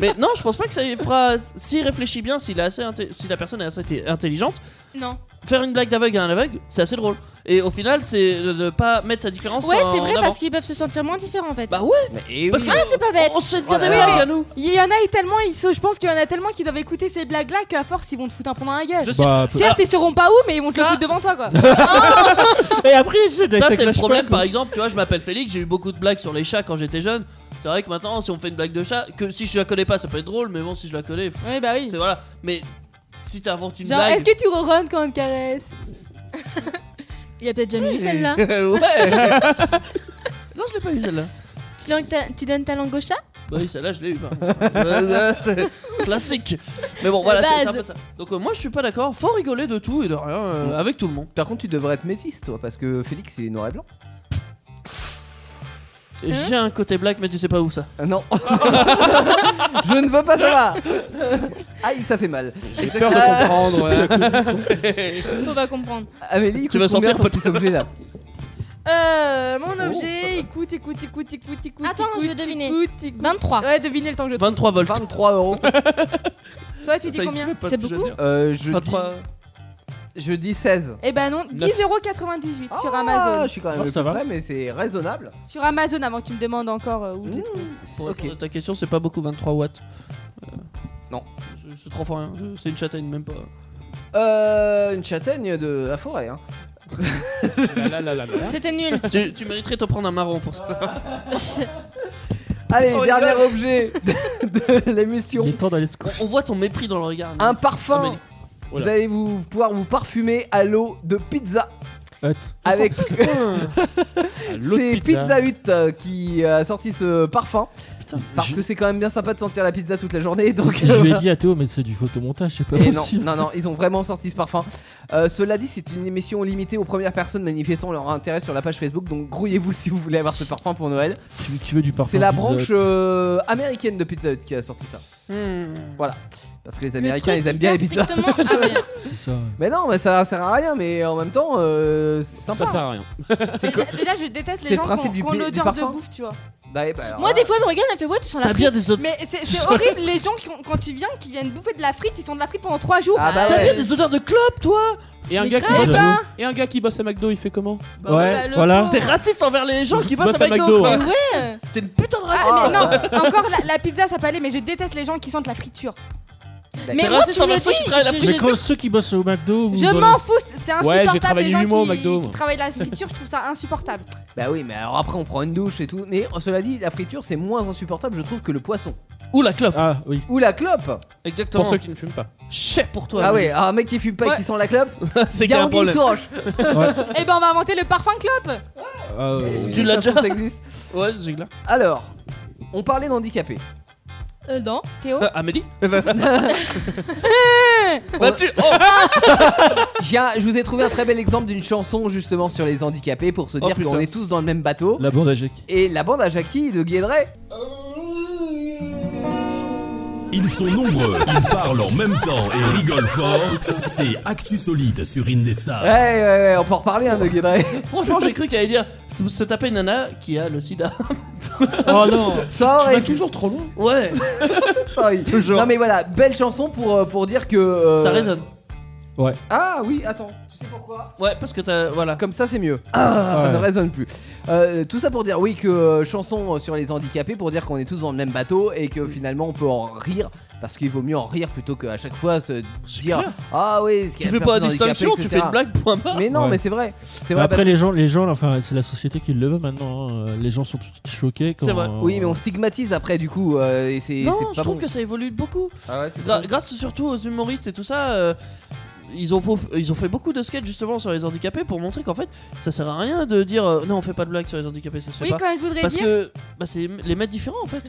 [SPEAKER 7] Mais non, je pense pas que ça lui fera. S'il réfléchit bien, s'il est assez inté- si la personne est assez t- intelligente,
[SPEAKER 1] Non.
[SPEAKER 7] faire une blague d'aveugle à un aveugle, c'est assez drôle. Et au final, c'est de ne pas mettre sa différence.
[SPEAKER 1] Ouais,
[SPEAKER 7] en
[SPEAKER 1] c'est vrai
[SPEAKER 7] avant.
[SPEAKER 1] parce qu'ils peuvent se sentir moins différents en fait.
[SPEAKER 7] Bah ouais. Parce que-
[SPEAKER 1] Ah, c'est pas bête.
[SPEAKER 7] On se fait
[SPEAKER 1] Oh là
[SPEAKER 7] garder
[SPEAKER 1] là.
[SPEAKER 7] les blagues à nous.
[SPEAKER 3] Il y en a tellement, ils se- je pense qu'il y en a tellement qui doivent écouter ces blagues-là qu'à force ils vont te foutre un point dans la gueule.
[SPEAKER 7] Je sais- Bah, peu-
[SPEAKER 3] Certes, ils seront pas où, mais ils vont te le
[SPEAKER 7] Ça-
[SPEAKER 3] foutre devant toi quoi.
[SPEAKER 7] Et après,
[SPEAKER 3] des
[SPEAKER 7] Ça,
[SPEAKER 3] sacs
[SPEAKER 7] c'est le
[SPEAKER 3] lâche
[SPEAKER 7] problème,
[SPEAKER 3] pas,
[SPEAKER 7] par exemple. Tu vois, je m'appelle Félix, j'ai eu beaucoup de blagues sur les chats quand j'étais jeune. C'est vrai que maintenant, si on fait une blague de chat, que si je la connais pas, ça peut être drôle, mais bon, si je la connais. pff,
[SPEAKER 3] Ouais, bah oui.
[SPEAKER 7] C'est voilà. Mais si t'inventes une
[SPEAKER 3] Genre,
[SPEAKER 7] blague.
[SPEAKER 3] est-ce que tu reruns quand on te caresse
[SPEAKER 1] Il y a peut-être
[SPEAKER 3] Ah,
[SPEAKER 1] jamais
[SPEAKER 2] <laughs>
[SPEAKER 1] eu celle-là.
[SPEAKER 7] non, je l'ai pas eu <laughs> celle-là.
[SPEAKER 1] Tu, langues ta- tu donnes ta langue au chat
[SPEAKER 7] Bah oui, celle-là, je l'ai eu. par contre.
[SPEAKER 2] bah,
[SPEAKER 7] Euh, c'est classique. Mais bon, voilà,
[SPEAKER 1] La
[SPEAKER 7] c'est c'est un
[SPEAKER 1] base.
[SPEAKER 7] peu ça. Donc, euh, moi, je suis pas d'accord. Faut rigoler de tout et de rien euh, avec tout le monde.
[SPEAKER 2] Par contre, tu devrais être métisse, toi, parce que Félix est noir et blanc.
[SPEAKER 7] J'ai un côté black, mais tu sais pas où ça.
[SPEAKER 2] Euh, non. <laughs> Je ne veux pas savoir. Aïe, ça fait mal.
[SPEAKER 7] J'ai peur de comprendre,
[SPEAKER 1] Faut pas comprendre.
[SPEAKER 2] Amélie,
[SPEAKER 7] Tu vas
[SPEAKER 2] sortir
[SPEAKER 7] sortir
[SPEAKER 2] ton petit objet
[SPEAKER 7] <laughs>
[SPEAKER 2] là.
[SPEAKER 3] Euh, mon
[SPEAKER 2] Oh.
[SPEAKER 3] objet, écoute, écoute, écoute, écoute, écoute.
[SPEAKER 1] Attends,
[SPEAKER 3] écoute,
[SPEAKER 1] je vais deviner.
[SPEAKER 3] écoute, écoute.
[SPEAKER 1] 23.
[SPEAKER 3] Ouais, devinez le temps que je trouve.
[SPEAKER 7] 23 volts.
[SPEAKER 2] 23 euros.
[SPEAKER 3] Toi, tu dis
[SPEAKER 7] Ça, il
[SPEAKER 3] combien
[SPEAKER 7] sait pas ce
[SPEAKER 3] C'est
[SPEAKER 7] que je vais
[SPEAKER 3] beaucoup
[SPEAKER 7] dire.
[SPEAKER 2] Euh, je,
[SPEAKER 7] Pas
[SPEAKER 2] dis,
[SPEAKER 7] trois.
[SPEAKER 2] je dis 16.
[SPEAKER 3] Eh ben non,
[SPEAKER 2] Neuf.
[SPEAKER 3] 10,98€ sur
[SPEAKER 2] Ah,
[SPEAKER 3] Amazon.
[SPEAKER 2] je suis quand même
[SPEAKER 7] Oh,
[SPEAKER 2] le
[SPEAKER 7] ça
[SPEAKER 2] plus
[SPEAKER 7] va.
[SPEAKER 2] près, mais c'est raisonnable.
[SPEAKER 3] Sur Amazon avant que tu me demandes encore euh, où tu trouves.
[SPEAKER 7] Pour
[SPEAKER 2] Ok.
[SPEAKER 7] répondre à ta question, c'est pas beaucoup 23 watts. Euh,
[SPEAKER 2] Non.
[SPEAKER 7] c'est- C'est trop fort, hein. c'est une châtaigne, même pas.
[SPEAKER 2] Euh, une châtaigne de la forêt. Hein.
[SPEAKER 1] C'était nul.
[SPEAKER 7] tu, tu mériterais de te prendre un marron pour ça.
[SPEAKER 2] Allez,
[SPEAKER 7] Oh,
[SPEAKER 2] dernier
[SPEAKER 7] non.
[SPEAKER 2] objet de, de l'émission.
[SPEAKER 8] Il est temps d'aller se coucher.
[SPEAKER 7] <laughs> On, on voit ton mépris dans le regard.
[SPEAKER 2] Un parfum.
[SPEAKER 7] Amélie. Oh
[SPEAKER 2] Vous
[SPEAKER 7] Voilà.
[SPEAKER 2] allez vous pouvoir vous parfumer à l'eau de pizza
[SPEAKER 8] Hâte.
[SPEAKER 2] avec
[SPEAKER 9] L'autre
[SPEAKER 2] c'est
[SPEAKER 9] pizza.
[SPEAKER 2] Pizza Hut euh, qui a sorti ce parfum
[SPEAKER 7] Putain,
[SPEAKER 2] parce que c'est quand même bien sympa de sentir la pizza toute la journée donc euh,
[SPEAKER 8] Je lui ai dit à Théo, mais c'est du photomontage, c'est pas
[SPEAKER 2] Et Eh non,
[SPEAKER 8] possible.
[SPEAKER 2] non, non, ils ont vraiment sorti ce parfum. Euh, cela dit, c'est une émission limitée aux premières personnes manifestant leur intérêt sur la page Facebook, donc grouillez-vous si vous voulez avoir ce parfum pour Noël.
[SPEAKER 8] Tu, tu veux du parfum
[SPEAKER 2] C'est la
[SPEAKER 8] pizza.
[SPEAKER 2] branche euh, américaine de Pizza Hut qui a sorti ça.
[SPEAKER 7] Hmm.
[SPEAKER 2] Voilà. Parce que les
[SPEAKER 1] Le
[SPEAKER 2] Américains,
[SPEAKER 1] truc
[SPEAKER 2] ils aiment
[SPEAKER 1] qui
[SPEAKER 2] bien les
[SPEAKER 1] sert
[SPEAKER 2] pizzas.
[SPEAKER 1] strictement à rien.
[SPEAKER 8] C'est ça.
[SPEAKER 2] Mais non, mais ça sert à rien, mais en même temps, euh, c'est sympa.
[SPEAKER 9] Ça sert à rien.
[SPEAKER 3] Déjà, déjà, je déteste
[SPEAKER 2] <laughs> C'est
[SPEAKER 3] les
[SPEAKER 2] le
[SPEAKER 3] gens
[SPEAKER 2] principe
[SPEAKER 3] qui
[SPEAKER 2] du
[SPEAKER 3] ont
[SPEAKER 2] pi- du
[SPEAKER 3] l'odeur de
[SPEAKER 2] parfum.
[SPEAKER 3] bouffe, tu vois.
[SPEAKER 2] Bah, eh ben, alors
[SPEAKER 1] Moi,
[SPEAKER 2] là,
[SPEAKER 1] des fois, elle me regarde, elle me fait Ouais, tu sens la
[SPEAKER 7] T'as bien des, odeurs
[SPEAKER 3] Mais c'est c'est horrible, les gens qui ont- quand tu viens, qui viennent bouffer de la frite, ils sont de la frite pendant 3 jours.
[SPEAKER 2] Ah bah
[SPEAKER 7] T'as
[SPEAKER 2] ouais.
[SPEAKER 7] bien des odeurs de clope, toi
[SPEAKER 9] Et un,
[SPEAKER 3] Mais
[SPEAKER 9] gars qui
[SPEAKER 3] grave.
[SPEAKER 9] bosse à...
[SPEAKER 3] Bah.
[SPEAKER 9] Et un gars qui bosse à McDo, il fait comment
[SPEAKER 7] Bah
[SPEAKER 8] ouais,
[SPEAKER 3] bah, le
[SPEAKER 8] voilà.
[SPEAKER 3] pauvre.
[SPEAKER 7] T'es raciste envers les gens qui
[SPEAKER 9] Qui
[SPEAKER 7] bossent
[SPEAKER 9] bossent
[SPEAKER 7] à
[SPEAKER 9] à
[SPEAKER 7] McDo.
[SPEAKER 9] McDo,
[SPEAKER 7] quoi.
[SPEAKER 9] ouais.
[SPEAKER 1] Ouais.
[SPEAKER 7] T'es une putain de raciste.
[SPEAKER 3] Ah, mais non, encore la, la pizza ça peut aller, mais je déteste les gens qui sentent la friture. Mais
[SPEAKER 2] Bah,
[SPEAKER 7] T'es
[SPEAKER 3] moi,
[SPEAKER 7] raciste
[SPEAKER 3] tu me
[SPEAKER 7] envers ceux qui
[SPEAKER 3] dis,
[SPEAKER 7] travaillent la
[SPEAKER 1] je-
[SPEAKER 7] frite.
[SPEAKER 8] Mais quand ceux qui bossent au McDo ou
[SPEAKER 3] Je
[SPEAKER 8] dans les-
[SPEAKER 3] m'en fous, c'est
[SPEAKER 9] Ouais, j'ai
[SPEAKER 3] insupportable
[SPEAKER 9] travaillé
[SPEAKER 3] les gens
[SPEAKER 9] huit mois au
[SPEAKER 3] qui,
[SPEAKER 9] McDo,
[SPEAKER 3] qui
[SPEAKER 9] moi.
[SPEAKER 3] travaillent la friture, je trouve ça
[SPEAKER 9] <laughs>
[SPEAKER 3] insupportable.
[SPEAKER 2] Bah oui, mais alors après, on prend une douche et tout. Mais euh, cela dit, la friture, c'est moins insupportable, je trouve, que le poisson.
[SPEAKER 7] Ou la clope.
[SPEAKER 8] Ah oui.
[SPEAKER 2] Ou la clope
[SPEAKER 7] Exactement.
[SPEAKER 9] Pour ceux qui ne fument pas.
[SPEAKER 7] Chais pour toi.
[SPEAKER 2] Ah
[SPEAKER 7] Amélie.
[SPEAKER 2] ouais, alors un mec qui fume pas et
[SPEAKER 3] Ouais.
[SPEAKER 2] qui sent la clope,
[SPEAKER 7] <laughs> c'est qu'il y a un
[SPEAKER 2] garantie
[SPEAKER 7] problème.
[SPEAKER 2] sourge
[SPEAKER 3] Eh ben on va inventer le parfum clope
[SPEAKER 8] Ah, ouais.
[SPEAKER 7] Tu l'as
[SPEAKER 2] Ça se trouve, ça
[SPEAKER 7] déjà
[SPEAKER 2] existe.
[SPEAKER 7] Ouais, c'est clair.
[SPEAKER 2] Alors, on parlait d'handicapés.
[SPEAKER 3] Euh non,
[SPEAKER 9] <laughs>
[SPEAKER 3] Théo
[SPEAKER 7] Euh, Amélie Bah tu. Oh,
[SPEAKER 2] J'ai un- Je vous ai trouvé un très bel exemple d'une chanson justement sur les handicapés pour se
[SPEAKER 7] Oh,
[SPEAKER 2] dire
[SPEAKER 7] putain.
[SPEAKER 2] qu'on est tous dans le même bateau.
[SPEAKER 8] La bande à Jackie.
[SPEAKER 2] Et la bande à Jackie de Guédret.
[SPEAKER 4] Ils sont nombreux, ils parlent en même temps et rigolent fort. C'est Actu Solide sur
[SPEAKER 2] Ouais,
[SPEAKER 4] Indestar.
[SPEAKER 2] ouais, ouais, on peut en reparler hein, de <laughs> Guédret.
[SPEAKER 7] Franchement, j'ai cru qu'elle allait dire se taper une nana qui a
[SPEAKER 2] <laughs>
[SPEAKER 7] le sida.
[SPEAKER 8] Oh non
[SPEAKER 2] Ça
[SPEAKER 9] Tu vas
[SPEAKER 2] aurait
[SPEAKER 9] toujours trop loin.
[SPEAKER 7] Ouais,
[SPEAKER 2] ça aurait- Non mais voilà, belle chanson pour, euh, pour dire que. euh,
[SPEAKER 7] ça résonne.
[SPEAKER 2] Ah oui, attends, tu sais pourquoi
[SPEAKER 7] Ouais, parce que t'as. Voilà.
[SPEAKER 2] Comme ça c'est mieux. Ah, ça
[SPEAKER 8] Ouais.
[SPEAKER 2] ne résonne plus. Euh, tout ça pour dire oui que euh, chanson sur les handicapés pour dire qu'on est tous dans le même bateau et que finalement on peut en rire. Parce qu'il vaut mieux en rire plutôt qu'à chaque fois se dire
[SPEAKER 7] clair.
[SPEAKER 2] Ah oui,
[SPEAKER 7] Tu fais pas la distinction, tu fais une blague, point barre.
[SPEAKER 2] Mais non,
[SPEAKER 8] Ouais.
[SPEAKER 2] mais c'est vrai. C'est
[SPEAKER 8] Mais
[SPEAKER 2] vrai.
[SPEAKER 8] après
[SPEAKER 2] parce-
[SPEAKER 8] les gens, les gens, enfin c'est la société qui le veut maintenant. hein. Euh, Les gens sont tout de suite choqués. Quand
[SPEAKER 7] C'est vrai.
[SPEAKER 2] Oui, mais on stigmatise après du coup. euh, et c'est
[SPEAKER 7] Oh. Non,
[SPEAKER 2] c'est
[SPEAKER 7] je
[SPEAKER 2] pas
[SPEAKER 7] trouve
[SPEAKER 2] bon.
[SPEAKER 7] que ça évolue beaucoup.
[SPEAKER 2] Ah ouais, tu
[SPEAKER 7] Gra-
[SPEAKER 2] trouves
[SPEAKER 7] grâce surtout aux humoristes et tout ça, euh, ils, ont faux- ils ont fait beaucoup de sketchs justement sur les handicapés pour montrer qu'en fait, ça sert à rien de dire euh, non, on fait pas de blagues sur les handicapés, ça se fait
[SPEAKER 3] Oui
[SPEAKER 7] pas.
[SPEAKER 3] quand même, je voudrais
[SPEAKER 7] Parce
[SPEAKER 3] dire,
[SPEAKER 7] que bah, c'est les mettre différents en fait.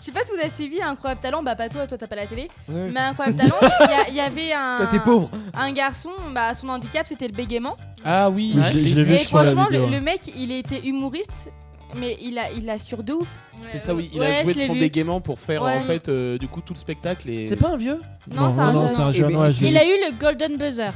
[SPEAKER 3] je sais pas si vous avez suivi Incroyable Talent, bah pas toi, toi t'as pas la télé, mais Incroyable Talent, il y a- il y,
[SPEAKER 9] <laughs>
[SPEAKER 3] avait
[SPEAKER 2] Toi, t'es
[SPEAKER 3] un,
[SPEAKER 2] pauvre.
[SPEAKER 3] un garçon, bah son handicap c'était le bégaiement.
[SPEAKER 9] Ah oui.
[SPEAKER 8] Oui, je- je l'ai vu
[SPEAKER 3] Et
[SPEAKER 8] sur la
[SPEAKER 3] franchement,
[SPEAKER 8] vidéo,
[SPEAKER 3] le,
[SPEAKER 8] ouais.
[SPEAKER 3] le mec, il était humoriste. Mais il a, il assure de ouf.
[SPEAKER 9] C'est ça, oui. Il a joué de son dégaiement pour faire
[SPEAKER 3] Ouais.
[SPEAKER 9] en fait euh, du coup tout le spectacle. Et...
[SPEAKER 7] C'est pas un vieux
[SPEAKER 1] Non, c'est un jeune. Il a eu le Golden Buzzer.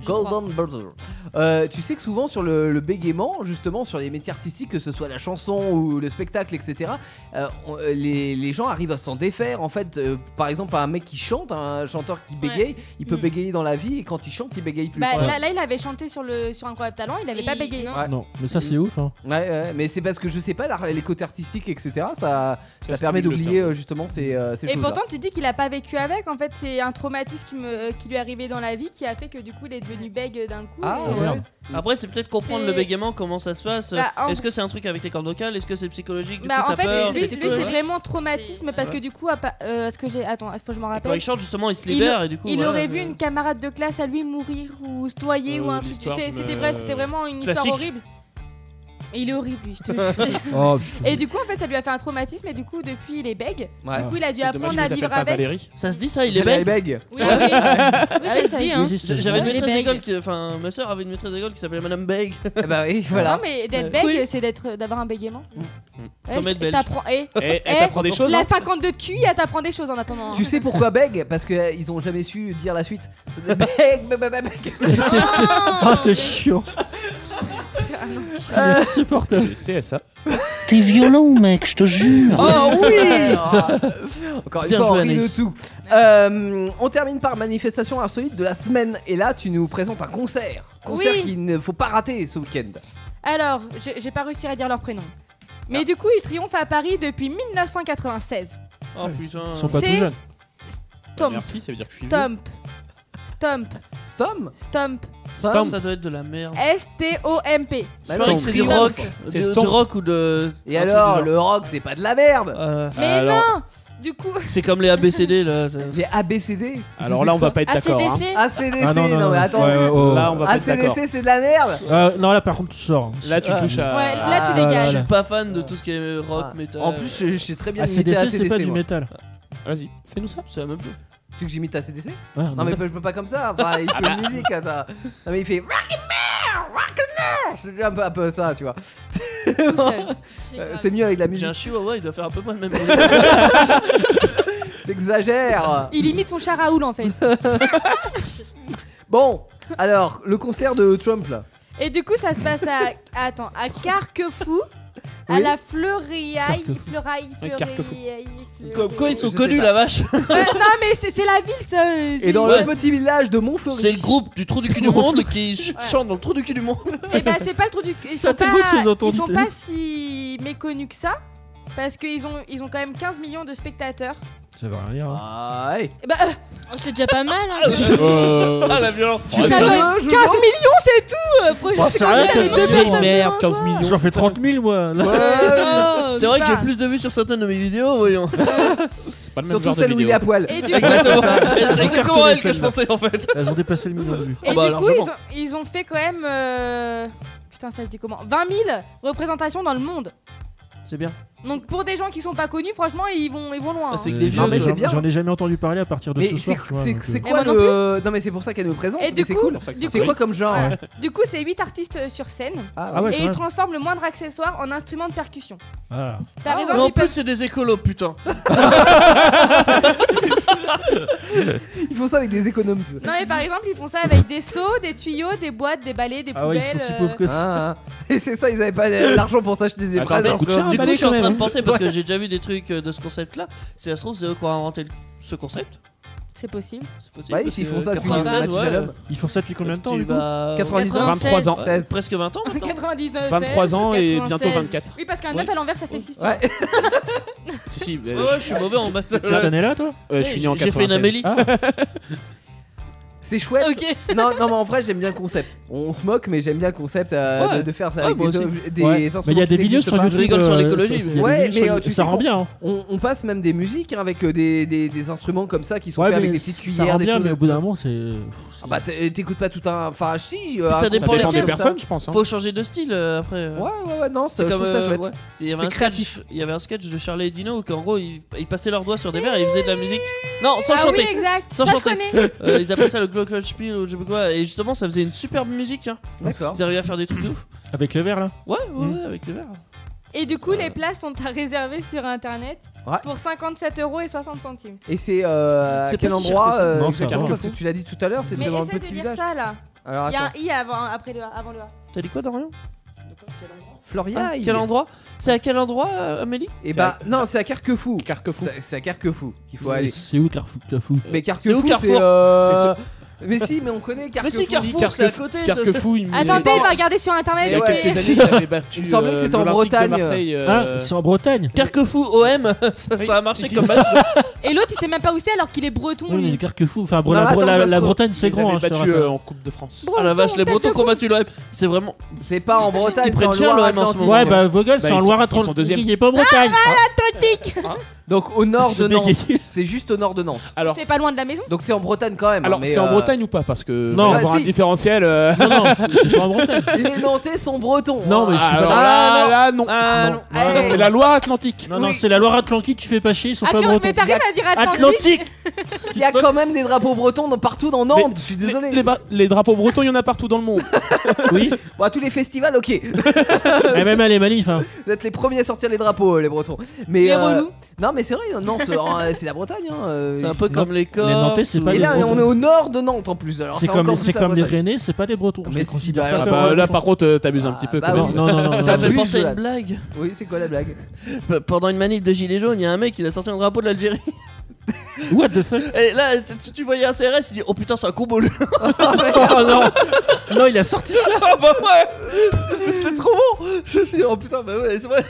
[SPEAKER 1] je crois.
[SPEAKER 2] Golden Brother. Euh, tu sais que souvent sur le, le bégaiement, justement sur les métiers artistiques, que ce soit la chanson ou le spectacle, etc., euh, on- euh, les, les gens arrivent à s'en défaire. En fait, euh, par exemple, un mec qui chante, un chanteur qui bégaye, il peut bégayer dans la vie et quand il chante, il bégaye plus.
[SPEAKER 3] Bah,
[SPEAKER 2] Ouais.
[SPEAKER 3] là, là, il avait chanté sur, le, sur Incroyable Talent, il avait pas bégayé.
[SPEAKER 2] Ouais.
[SPEAKER 8] Non, mais ça c'est ouf. Hein.
[SPEAKER 2] Ouais, ouais, mais c'est parce que je sais pas, la- les côtés artistiques, etc., ça, ça, permet
[SPEAKER 9] stimule le
[SPEAKER 2] d'oublier euh, justement ces, euh, ces
[SPEAKER 3] Et
[SPEAKER 2] choses-là.
[SPEAKER 3] pourtant, tu dis qu'il a pas vécu avec. En fait, c'est un traumatisme qui, me- qui lui est arrivé dans la vie qui a fait que du coup, il est devenu bègue d'un coup. et, euh,
[SPEAKER 7] Après, c'est peut-être comprendre
[SPEAKER 3] C'est-
[SPEAKER 7] le bégaiement, comment ça se passe.
[SPEAKER 3] Bah, en-
[SPEAKER 7] Est-ce que c'est un truc avec les cordes vocales Est-ce que c'est psychologique du
[SPEAKER 3] Bah,
[SPEAKER 7] coup,
[SPEAKER 3] en
[SPEAKER 7] t'as peur
[SPEAKER 3] fait, lui, lui,
[SPEAKER 7] Est-ce que-
[SPEAKER 3] c'est vraiment traumatisme parce
[SPEAKER 7] Ouais.
[SPEAKER 3] que du coup, à pa- euh, ce que j'ai. Attends, il faut que je m'en
[SPEAKER 7] Quand
[SPEAKER 3] rappelle.
[SPEAKER 7] il chante, justement, il se
[SPEAKER 3] Il-
[SPEAKER 7] libère et du coup.
[SPEAKER 3] il
[SPEAKER 7] voilà.
[SPEAKER 3] aurait vu une camarade de classe à lui mourir ou se noyer
[SPEAKER 7] Euh,
[SPEAKER 3] ou un truc.
[SPEAKER 7] l'histoire,
[SPEAKER 3] C'est- C'était
[SPEAKER 7] euh,
[SPEAKER 3] vrai, c'était vraiment une histoire
[SPEAKER 7] classique.
[SPEAKER 3] horrible. Et il est horrible, lui, je te le dis.
[SPEAKER 7] <laughs> Oh, putain.
[SPEAKER 3] et du coup, en fait, ça lui a fait un traumatisme et du coup, depuis, il est bègue.
[SPEAKER 7] Ouais.
[SPEAKER 3] Du coup, il a dû
[SPEAKER 7] C'est dommage
[SPEAKER 3] apprendre à
[SPEAKER 7] qu'ils
[SPEAKER 3] vivre
[SPEAKER 7] appellent pas
[SPEAKER 3] avec.
[SPEAKER 7] Valérie. Ça se dit ça, il est
[SPEAKER 2] Valérie
[SPEAKER 7] bègue
[SPEAKER 2] Bègue.
[SPEAKER 3] Oui, oui.
[SPEAKER 7] Ah
[SPEAKER 3] Oui, ça se dit, hein.
[SPEAKER 7] J- J'avais une
[SPEAKER 3] Il est
[SPEAKER 7] maîtresse
[SPEAKER 3] bègue.
[SPEAKER 7] d'école, qui- enfin ma soeur avait une maîtresse d'école qui s'appelait Madame Bègue. <laughs>
[SPEAKER 2] bah oui,
[SPEAKER 3] Non, mais d'être bègue, c'est d'être- d'avoir un bégaiement. Ouais,
[SPEAKER 7] Comme être
[SPEAKER 3] et
[SPEAKER 7] belge.
[SPEAKER 3] t'apprends- eh,
[SPEAKER 2] Et- et
[SPEAKER 3] eh,
[SPEAKER 2] t'apprends des choses,
[SPEAKER 3] La
[SPEAKER 2] hein.
[SPEAKER 3] 52 de QI, elle t'apprend des choses en attendant.
[SPEAKER 2] Tu sais pourquoi bègue Parce qu'ils ont jamais su dire la suite. Bègue, bègue, bègue, bègue.
[SPEAKER 8] Ah, t'es chiant.
[SPEAKER 3] Ah
[SPEAKER 2] Euh,
[SPEAKER 8] Supportable.
[SPEAKER 9] CSA.
[SPEAKER 11] T'es violent, mec, je te jure.
[SPEAKER 2] Oh oui <laughs> Encore une
[SPEAKER 11] Bien
[SPEAKER 2] fois, on
[SPEAKER 11] joué,
[SPEAKER 2] rit de
[SPEAKER 11] Anaïs.
[SPEAKER 2] tout. Euh, on termine par manifestation insolite de la semaine. Et là, tu nous présentes un concert. Concert
[SPEAKER 3] Oui.
[SPEAKER 2] qu'il ne faut pas rater ce week-end.
[SPEAKER 3] Alors, je- j'ai pas réussi à dire leur prénom. Mais du coup, ils triomphent à Paris depuis 1996.
[SPEAKER 7] Oh putain.
[SPEAKER 8] Ils sont pas
[SPEAKER 3] C'est-
[SPEAKER 8] tout jeunes.
[SPEAKER 3] Stomp.
[SPEAKER 9] Merci, ça veut dire que je suis vieux.
[SPEAKER 3] Stomp. Stomp.
[SPEAKER 2] Stomp
[SPEAKER 3] Stomp.
[SPEAKER 7] Stomp, ça doit être de la merde.
[SPEAKER 3] S-T-O-M-P.
[SPEAKER 7] Bah non, c'est du rock. C'est du rock ou de.
[SPEAKER 2] Et alors, le rock, c'est pas de la merde
[SPEAKER 3] Mais non Du coup.
[SPEAKER 7] Euh, C'est comme les ABCD là.
[SPEAKER 2] <laughs> Les ABCD
[SPEAKER 9] Alors là, on va pas être d'accord. hein.
[SPEAKER 3] ACDC.
[SPEAKER 2] ACDC,
[SPEAKER 8] Ah, non,
[SPEAKER 2] non,
[SPEAKER 8] non, non.
[SPEAKER 2] mais attends.
[SPEAKER 8] Ouais, ouais, ouais.
[SPEAKER 9] Là, on va pas être d'accord.
[SPEAKER 2] ACDC, c'est de la merde
[SPEAKER 8] Euh, non, là par contre, tu sors.
[SPEAKER 9] Là, tu touches à-
[SPEAKER 3] Ouais, là, tu
[SPEAKER 8] Ah,
[SPEAKER 3] dégages.
[SPEAKER 7] Je
[SPEAKER 8] là.
[SPEAKER 7] suis pas fan de tout ce qui est rock, métal.
[SPEAKER 2] Ah. En plus, je, je sais très bien
[SPEAKER 8] ACDC,
[SPEAKER 2] imiter ACDC.
[SPEAKER 8] c'est pas du
[SPEAKER 2] moi.
[SPEAKER 8] métal.
[SPEAKER 9] Vas-y, fais-nous ça.
[SPEAKER 7] C'est la même chose.
[SPEAKER 2] Tu veux que j'imite ACDC
[SPEAKER 8] Ouais,
[SPEAKER 2] Non,
[SPEAKER 8] non.
[SPEAKER 2] mais je peux pas comme ça. Enfin, il fait une musique. Attends. Non, mais il fait Rockin' Man, Rockin' Man. C'est déjà un peu, un peu ça, tu vois. <laughs> Euh, C'est mieux avec la
[SPEAKER 7] J'ai un
[SPEAKER 2] musique.
[SPEAKER 7] chihuahua, il doit faire un peu
[SPEAKER 2] <laughs>
[SPEAKER 7] pas le même.
[SPEAKER 2] T'exagères.
[SPEAKER 3] Il imite son char à houle en fait.
[SPEAKER 2] Bon, alors, le concert de Trump là.
[SPEAKER 3] Et du coup, ça se passe à. Attends, à Carquefou. À
[SPEAKER 2] Oui.
[SPEAKER 3] la Fleuriaille, Fleuraille,
[SPEAKER 7] Ouais, Carquefou.
[SPEAKER 3] Fleuriaille,
[SPEAKER 7] Comme quoi, ils sont
[SPEAKER 2] Je sais
[SPEAKER 7] connus
[SPEAKER 2] pas.
[SPEAKER 7] la vache.
[SPEAKER 3] Ouais, Euh, non mais c'est c'est la ville ça. euh, c'est-
[SPEAKER 2] Et dans
[SPEAKER 7] Ouais.
[SPEAKER 2] le petit village de Montfleury.
[SPEAKER 7] C'est le groupe du trou du <laughs> cul du monde qui ch- chante dans le trou du cul du monde.
[SPEAKER 3] Eh ben, c'est pas le trou du cul. Ils
[SPEAKER 7] Ça
[SPEAKER 3] sont,
[SPEAKER 7] t'égoûte,
[SPEAKER 3] pas,
[SPEAKER 7] ce dont on
[SPEAKER 3] ils sont
[SPEAKER 7] dit.
[SPEAKER 3] pas si méconnus que ça. Parce qu'ils ont, ils ont quand même 15 millions de spectateurs.
[SPEAKER 8] Ça veut rien dire. hein.
[SPEAKER 2] Ah, ouais.
[SPEAKER 3] Eh ben, euh,
[SPEAKER 1] Oh, c'est déjà pas mal. hein.
[SPEAKER 7] Ah la violence.
[SPEAKER 8] Tu fais
[SPEAKER 3] ça doit être 15 millions, c'est tout euh, Franchement,
[SPEAKER 8] Bah,
[SPEAKER 3] c'est
[SPEAKER 8] c'est
[SPEAKER 3] quand
[SPEAKER 8] vrai,
[SPEAKER 7] Ah,
[SPEAKER 3] même
[SPEAKER 8] 15
[SPEAKER 3] les deux
[SPEAKER 8] millions.
[SPEAKER 3] personnes.
[SPEAKER 9] Merde, 15 millions.
[SPEAKER 8] J'en fais 30 000 moi. là.
[SPEAKER 3] Oh,
[SPEAKER 7] C'est vrai que
[SPEAKER 3] bah.
[SPEAKER 7] j'ai plus de vues sur certaines de mes vidéos, voyons.
[SPEAKER 9] C'est pas le même
[SPEAKER 2] Surtout
[SPEAKER 9] genre de
[SPEAKER 2] celle où il est
[SPEAKER 9] vidéo.
[SPEAKER 2] à poil.
[SPEAKER 3] Et du coup,
[SPEAKER 7] <laughs> Exactement. C'est
[SPEAKER 8] cartonné,
[SPEAKER 7] exactement elle que je
[SPEAKER 8] celle-là.
[SPEAKER 7] pensais en fait.
[SPEAKER 8] Elles ont dépassé le million de vues.
[SPEAKER 3] Et
[SPEAKER 7] Ah bah,
[SPEAKER 3] du
[SPEAKER 7] alors,
[SPEAKER 3] coup,
[SPEAKER 7] je
[SPEAKER 3] ils
[SPEAKER 7] mens.
[SPEAKER 3] ont, ils ont fait quand même. euh, Putain, ça se dit comment 20 000 représentations dans le monde.
[SPEAKER 7] C'est bien.
[SPEAKER 3] Donc pour des gens qui sont pas connus, franchement, ils vont, ils vont loin.
[SPEAKER 7] Ah,
[SPEAKER 3] hein.
[SPEAKER 7] c'est que des
[SPEAKER 8] J'en
[SPEAKER 2] Non, mais
[SPEAKER 7] vieux.
[SPEAKER 2] c'est bien.
[SPEAKER 8] j'en ai jamais entendu parler à partir de
[SPEAKER 2] Mais
[SPEAKER 8] ce
[SPEAKER 2] c'est
[SPEAKER 8] soir. tu vois,
[SPEAKER 2] c'est-
[SPEAKER 8] donc,
[SPEAKER 2] c'est
[SPEAKER 8] euh,
[SPEAKER 2] quoi
[SPEAKER 3] Et moi non
[SPEAKER 2] le. Non, mais c'est pour ça qu'elle nous présente.
[SPEAKER 3] Et
[SPEAKER 2] mais
[SPEAKER 3] du
[SPEAKER 2] C'est
[SPEAKER 3] coup-
[SPEAKER 2] cool.
[SPEAKER 9] pour ça que
[SPEAKER 3] du
[SPEAKER 9] ça
[SPEAKER 2] C'est
[SPEAKER 3] coup-
[SPEAKER 2] quoi comme genre
[SPEAKER 8] Ouais.
[SPEAKER 3] Du coup, c'est 8 artistes euh, sur scène.
[SPEAKER 8] Ah ouais,
[SPEAKER 3] et
[SPEAKER 8] quand
[SPEAKER 3] ils
[SPEAKER 8] même.
[SPEAKER 3] transforment le moindre accessoire en instrument de percussion.
[SPEAKER 8] Ah.
[SPEAKER 3] Par
[SPEAKER 7] Mais
[SPEAKER 3] exemple,
[SPEAKER 7] en
[SPEAKER 3] ils peuvent-
[SPEAKER 7] plus, c'est des écolos, putain.
[SPEAKER 2] Ils font ça avec des économes.
[SPEAKER 3] Non mais par exemple ils font ça avec des seaux, des tuyaux, des boîtes, des balais, des
[SPEAKER 8] Ah ouais,
[SPEAKER 3] poubelles.
[SPEAKER 8] ils sont si
[SPEAKER 3] euh,
[SPEAKER 8] pauvres que ça.
[SPEAKER 2] Ah, ah. <laughs> Et c'est ça, ils avaient
[SPEAKER 9] <laughs>
[SPEAKER 2] pas l'argent pour s'acheter des Bah,
[SPEAKER 9] Attends, ça
[SPEAKER 2] fraises.
[SPEAKER 9] coûte cher, un
[SPEAKER 7] Du coup,
[SPEAKER 9] balai,
[SPEAKER 7] je suis en
[SPEAKER 9] quand
[SPEAKER 7] train
[SPEAKER 9] même,
[SPEAKER 7] de
[SPEAKER 9] hein.
[SPEAKER 7] penser parce que j'ai déjà vu des trucs euh, de ce concept-là. Si ça se trouve, c'est eux qui ont inventé le- ce concept.
[SPEAKER 3] C'est possible.
[SPEAKER 7] C'est possible.
[SPEAKER 2] Bah, oui,
[SPEAKER 7] parce
[SPEAKER 2] ils
[SPEAKER 7] que
[SPEAKER 2] font ça depuis
[SPEAKER 7] 96,
[SPEAKER 2] Matisse
[SPEAKER 7] ouais,
[SPEAKER 2] Jalom.
[SPEAKER 8] Ils font ça depuis combien de temps
[SPEAKER 7] tu
[SPEAKER 8] du coup
[SPEAKER 7] vas-
[SPEAKER 2] 99.
[SPEAKER 9] 23 ans.
[SPEAKER 2] 16.
[SPEAKER 7] Presque 20 ans
[SPEAKER 3] <laughs>
[SPEAKER 7] maintenant.
[SPEAKER 3] 99.
[SPEAKER 9] 23 ans et
[SPEAKER 1] 96.
[SPEAKER 9] bientôt 24.
[SPEAKER 3] Oui parce qu'un
[SPEAKER 7] Ouais.
[SPEAKER 3] 9 à l'envers ça fait 6.
[SPEAKER 2] Ouais.
[SPEAKER 9] Si, si, euh,
[SPEAKER 7] Ouais, ouais, je
[SPEAKER 9] je-
[SPEAKER 7] suis mauvais en maths.
[SPEAKER 8] Cette année-là, toi
[SPEAKER 9] euh, je suis né en
[SPEAKER 7] J'ai fait une
[SPEAKER 9] 96.
[SPEAKER 7] Amélie.
[SPEAKER 2] C'est chouette.
[SPEAKER 1] Ok.
[SPEAKER 2] non, non, mais en vrai, j'aime bien le concept. On se moque, mais j'aime bien le concept euh,
[SPEAKER 7] Ouais.
[SPEAKER 2] de, de faire ça
[SPEAKER 7] Ouais,
[SPEAKER 2] avec
[SPEAKER 7] moi
[SPEAKER 2] des,
[SPEAKER 7] aussi.
[SPEAKER 2] objets- des
[SPEAKER 8] Ouais.
[SPEAKER 2] instruments
[SPEAKER 8] Mais il y a
[SPEAKER 2] qui
[SPEAKER 8] des vidéos
[SPEAKER 2] n'existent
[SPEAKER 8] sur
[SPEAKER 2] pas.
[SPEAKER 8] YouTube.
[SPEAKER 7] rigole sur
[SPEAKER 8] euh,
[SPEAKER 7] l'écologie,
[SPEAKER 8] ça-
[SPEAKER 7] mais-
[SPEAKER 8] il y a des
[SPEAKER 2] Ouais,
[SPEAKER 8] vidéos
[SPEAKER 2] mais,
[SPEAKER 8] sur-
[SPEAKER 2] euh, tu sais
[SPEAKER 8] ça rend
[SPEAKER 2] quoi
[SPEAKER 8] bien. hein.
[SPEAKER 2] On, on passe même des musiques hein, avec euh, des, des, des instruments comme ça qui sont
[SPEAKER 8] Ouais,
[SPEAKER 2] faits avec des
[SPEAKER 8] mais
[SPEAKER 2] petites
[SPEAKER 8] ça
[SPEAKER 2] cuillères,
[SPEAKER 8] rend
[SPEAKER 2] des
[SPEAKER 8] bien,
[SPEAKER 2] choses.
[SPEAKER 8] mais au bout d'un moment, c'est.
[SPEAKER 2] Ah bah t'é- t'écoutes pas tout un. Enfin, si. euh,
[SPEAKER 7] Ça
[SPEAKER 2] un concert
[SPEAKER 7] dépend
[SPEAKER 9] Ça dépend
[SPEAKER 2] comme
[SPEAKER 9] des
[SPEAKER 7] lesquels,
[SPEAKER 9] personnes, je pense. hein.
[SPEAKER 7] Faut changer de style euh, après. euh.
[SPEAKER 2] Ouais, ouais, ouais, non, c'est
[SPEAKER 7] C'est
[SPEAKER 2] je
[SPEAKER 7] comme.
[SPEAKER 2] trouve ça
[SPEAKER 7] euh,
[SPEAKER 2] chouette.
[SPEAKER 7] ouais. Il y avait
[SPEAKER 2] C'est
[SPEAKER 7] un sketch, il y avait un sketch de Charlie et Dino où qu'en gros ils, ils passaient leurs doigts sur des verres et ils faisaient de la musique. Non, sans
[SPEAKER 3] ah
[SPEAKER 7] chanter.
[SPEAKER 3] oui exact.
[SPEAKER 7] Sans
[SPEAKER 3] ça
[SPEAKER 7] chanter.
[SPEAKER 3] je
[SPEAKER 7] <laughs>
[SPEAKER 3] connais.
[SPEAKER 7] Euh, ils appellent ça le Glockenspiel ou je sais pas quoi. Et justement, ça faisait une superbe musique. Hein.
[SPEAKER 2] D'accord.
[SPEAKER 7] Ils arrivaient à faire des trucs de ouf.
[SPEAKER 8] Avec le verre là
[SPEAKER 7] Ouais, ouais,
[SPEAKER 8] Mm.
[SPEAKER 7] ouais, avec les verres.
[SPEAKER 3] Et du coup, les places sont à réserver sur internet
[SPEAKER 2] Ouais.
[SPEAKER 3] pour 57 euros et 60 centimes.
[SPEAKER 2] Et c'est euh, à
[SPEAKER 8] C'est
[SPEAKER 2] quel
[SPEAKER 8] pas si cher que
[SPEAKER 2] endroit
[SPEAKER 8] ça.
[SPEAKER 2] euh,
[SPEAKER 8] Non, c'est
[SPEAKER 2] exactement
[SPEAKER 8] un
[SPEAKER 2] Parce que tu l'as dit tout à l'heure, c'est
[SPEAKER 3] Mais
[SPEAKER 2] devant un
[SPEAKER 3] essaie de
[SPEAKER 2] petit
[SPEAKER 3] dire
[SPEAKER 2] village.
[SPEAKER 3] ça là.
[SPEAKER 2] Alors
[SPEAKER 3] Il y a un
[SPEAKER 2] attends,
[SPEAKER 3] i avant, après le, A- avant le A.
[SPEAKER 7] T'as dit quoi, Dorian
[SPEAKER 2] Floria,
[SPEAKER 7] Ah,
[SPEAKER 2] il-
[SPEAKER 7] Quel endroit C'est à quel endroit, euh, Amélie
[SPEAKER 2] Et
[SPEAKER 7] C'est
[SPEAKER 2] bah non, c'est à Carquefou. Carquefou. C'est à Carquefou qu'il faut
[SPEAKER 8] Mais
[SPEAKER 2] aller.
[SPEAKER 8] C'est où Carrefour, Carrefour
[SPEAKER 2] Mais
[SPEAKER 7] C'est
[SPEAKER 2] Carquefou,
[SPEAKER 7] où
[SPEAKER 2] c'est.
[SPEAKER 7] Carrefour
[SPEAKER 2] euh,
[SPEAKER 7] C'est
[SPEAKER 2] Mais si, mais on connaît Carquefou.
[SPEAKER 7] si, Carrefour, c'est à côté, ça- Carquefou, il me-
[SPEAKER 3] Attendez, il va regarder sur internet.
[SPEAKER 2] Il y a
[SPEAKER 3] mais-
[SPEAKER 2] quelques années,
[SPEAKER 9] Ils avaient battu.
[SPEAKER 2] Il me semblait que
[SPEAKER 9] euh,
[SPEAKER 2] c'était en
[SPEAKER 9] l'Olympique de
[SPEAKER 2] Bretagne.
[SPEAKER 9] Marseille, euh,
[SPEAKER 8] Ah, c'est en Bretagne
[SPEAKER 7] Carquefou OM, ça, <laughs> ça a marché comme match.
[SPEAKER 3] Et l'autre, il sait même pas où c'est alors qu'il est breton
[SPEAKER 8] Oui, mais
[SPEAKER 3] lui.
[SPEAKER 8] Carquefou, enfin,
[SPEAKER 7] Non,
[SPEAKER 8] la,
[SPEAKER 7] mais attends,
[SPEAKER 8] la-
[SPEAKER 7] ça se
[SPEAKER 8] la
[SPEAKER 7] trouve,
[SPEAKER 8] Bretagne, c'est
[SPEAKER 9] ils
[SPEAKER 8] grand.
[SPEAKER 9] avaient
[SPEAKER 8] hein, je te
[SPEAKER 9] battu
[SPEAKER 8] rappelle.
[SPEAKER 9] euh, en Coupe de France.
[SPEAKER 3] Oh,
[SPEAKER 7] Ah la vache, les Bretons qui ont battu l'OM. C'est vraiment.
[SPEAKER 2] C'est pas en Bretagne,
[SPEAKER 7] Ils
[SPEAKER 2] c'est
[SPEAKER 7] prennent
[SPEAKER 2] en
[SPEAKER 7] cher l'OM en ce
[SPEAKER 2] Loire-Atlantique.
[SPEAKER 7] moment.
[SPEAKER 8] Ouais, bah Vogel,
[SPEAKER 9] Bah,
[SPEAKER 8] c'est en
[SPEAKER 9] ils sont- ils sont
[SPEAKER 8] Loire-Atlantique,
[SPEAKER 9] deuxième.
[SPEAKER 8] il est pas en Bretagne. Ah,
[SPEAKER 3] Atlantique
[SPEAKER 2] Donc au nord
[SPEAKER 8] Je
[SPEAKER 2] de
[SPEAKER 8] sais
[SPEAKER 2] Nantes.
[SPEAKER 8] pas qui est-il.
[SPEAKER 2] C'est juste au nord de Nantes.
[SPEAKER 9] Alors,
[SPEAKER 3] C'est pas loin de la maison
[SPEAKER 2] Donc c'est en Bretagne quand même.
[SPEAKER 9] alors
[SPEAKER 2] mais,
[SPEAKER 9] c'est en
[SPEAKER 2] euh,
[SPEAKER 9] Bretagne ou pas Parce que
[SPEAKER 8] Non.
[SPEAKER 9] on va
[SPEAKER 2] Ah,
[SPEAKER 9] avoir
[SPEAKER 2] si.
[SPEAKER 9] un différentiel. euh,
[SPEAKER 8] Non, non, c'est c'est pas en Bretagne.
[SPEAKER 2] <laughs> Les Nantais sont bretons.
[SPEAKER 8] Non, mais je suis
[SPEAKER 9] Ah, alors
[SPEAKER 8] pas.
[SPEAKER 9] là, là, non.
[SPEAKER 7] Ah, non.
[SPEAKER 9] Ah, non,
[SPEAKER 2] Eh.
[SPEAKER 9] C'est la Loire-Atlantique.
[SPEAKER 8] Non, non, c'est la Loire-Atlantique, tu fais pas chier, ils sont pas
[SPEAKER 3] Attends, Ah, mais
[SPEAKER 8] bretons.
[SPEAKER 3] t'arrives à dire Atlantique
[SPEAKER 8] Atlantique
[SPEAKER 2] Il y a quand même des drapeaux bretons dans- partout dans Nantes. je suis désolé.
[SPEAKER 9] Les, les bra- les drapeaux bretons, il y en a partout dans le monde. Ah
[SPEAKER 8] Oui,
[SPEAKER 2] Bon, à Bah, tous les festivals, ok. <laughs>
[SPEAKER 8] et même elle est manif. hein.
[SPEAKER 2] Vous êtes les premiers à sortir les drapeaux, euh, les Bretons. Mais
[SPEAKER 3] Les
[SPEAKER 2] euh, <laughs>
[SPEAKER 3] relous.
[SPEAKER 2] non, mais c'est vrai, Nantes, euh, c'est la Bretagne. hein, euh,
[SPEAKER 7] C'est un peu
[SPEAKER 8] Non.
[SPEAKER 7] comme les Corses.
[SPEAKER 8] Les Nantais, c'est pas
[SPEAKER 2] Et
[SPEAKER 8] des
[SPEAKER 2] là, on est
[SPEAKER 8] Bretons.
[SPEAKER 2] au nord de Nantes en plus. Alors
[SPEAKER 8] C'est comme,
[SPEAKER 2] encore
[SPEAKER 8] c'est
[SPEAKER 2] plus la
[SPEAKER 8] comme les
[SPEAKER 2] Bretagne.
[SPEAKER 8] Rennais, c'est pas des Bretons. je
[SPEAKER 2] Mais
[SPEAKER 8] les
[SPEAKER 2] si,
[SPEAKER 8] considère
[SPEAKER 2] bah,
[SPEAKER 8] pas
[SPEAKER 9] Ah
[SPEAKER 8] comme
[SPEAKER 9] bah,
[SPEAKER 8] des
[SPEAKER 9] là,
[SPEAKER 8] Bretons.
[SPEAKER 9] par contre, euh, t'abuses un
[SPEAKER 2] Ah,
[SPEAKER 9] petit peu.
[SPEAKER 2] bah
[SPEAKER 9] quand
[SPEAKER 2] oui.
[SPEAKER 9] même.
[SPEAKER 8] Non, non, non,
[SPEAKER 7] Ça me
[SPEAKER 8] non. non.
[SPEAKER 7] fait
[SPEAKER 2] Abuse,
[SPEAKER 7] penser à
[SPEAKER 2] là.
[SPEAKER 7] une blague.
[SPEAKER 2] Oui, c'est quoi la blague
[SPEAKER 7] P- Pendant une manif des Gilets jaunes, il y a un mec, il a sorti un drapeau de l'Algérie.
[SPEAKER 8] What the fuck
[SPEAKER 7] Et là, tu, tu voyais un CRS, il dit Oh putain, c'est un combo le.
[SPEAKER 8] Oh <laughs> non Non, il a sorti ça
[SPEAKER 7] Ah bah ouais Mais C'était trop bon Je suis Oh putain, bah ouais, c'est vrai.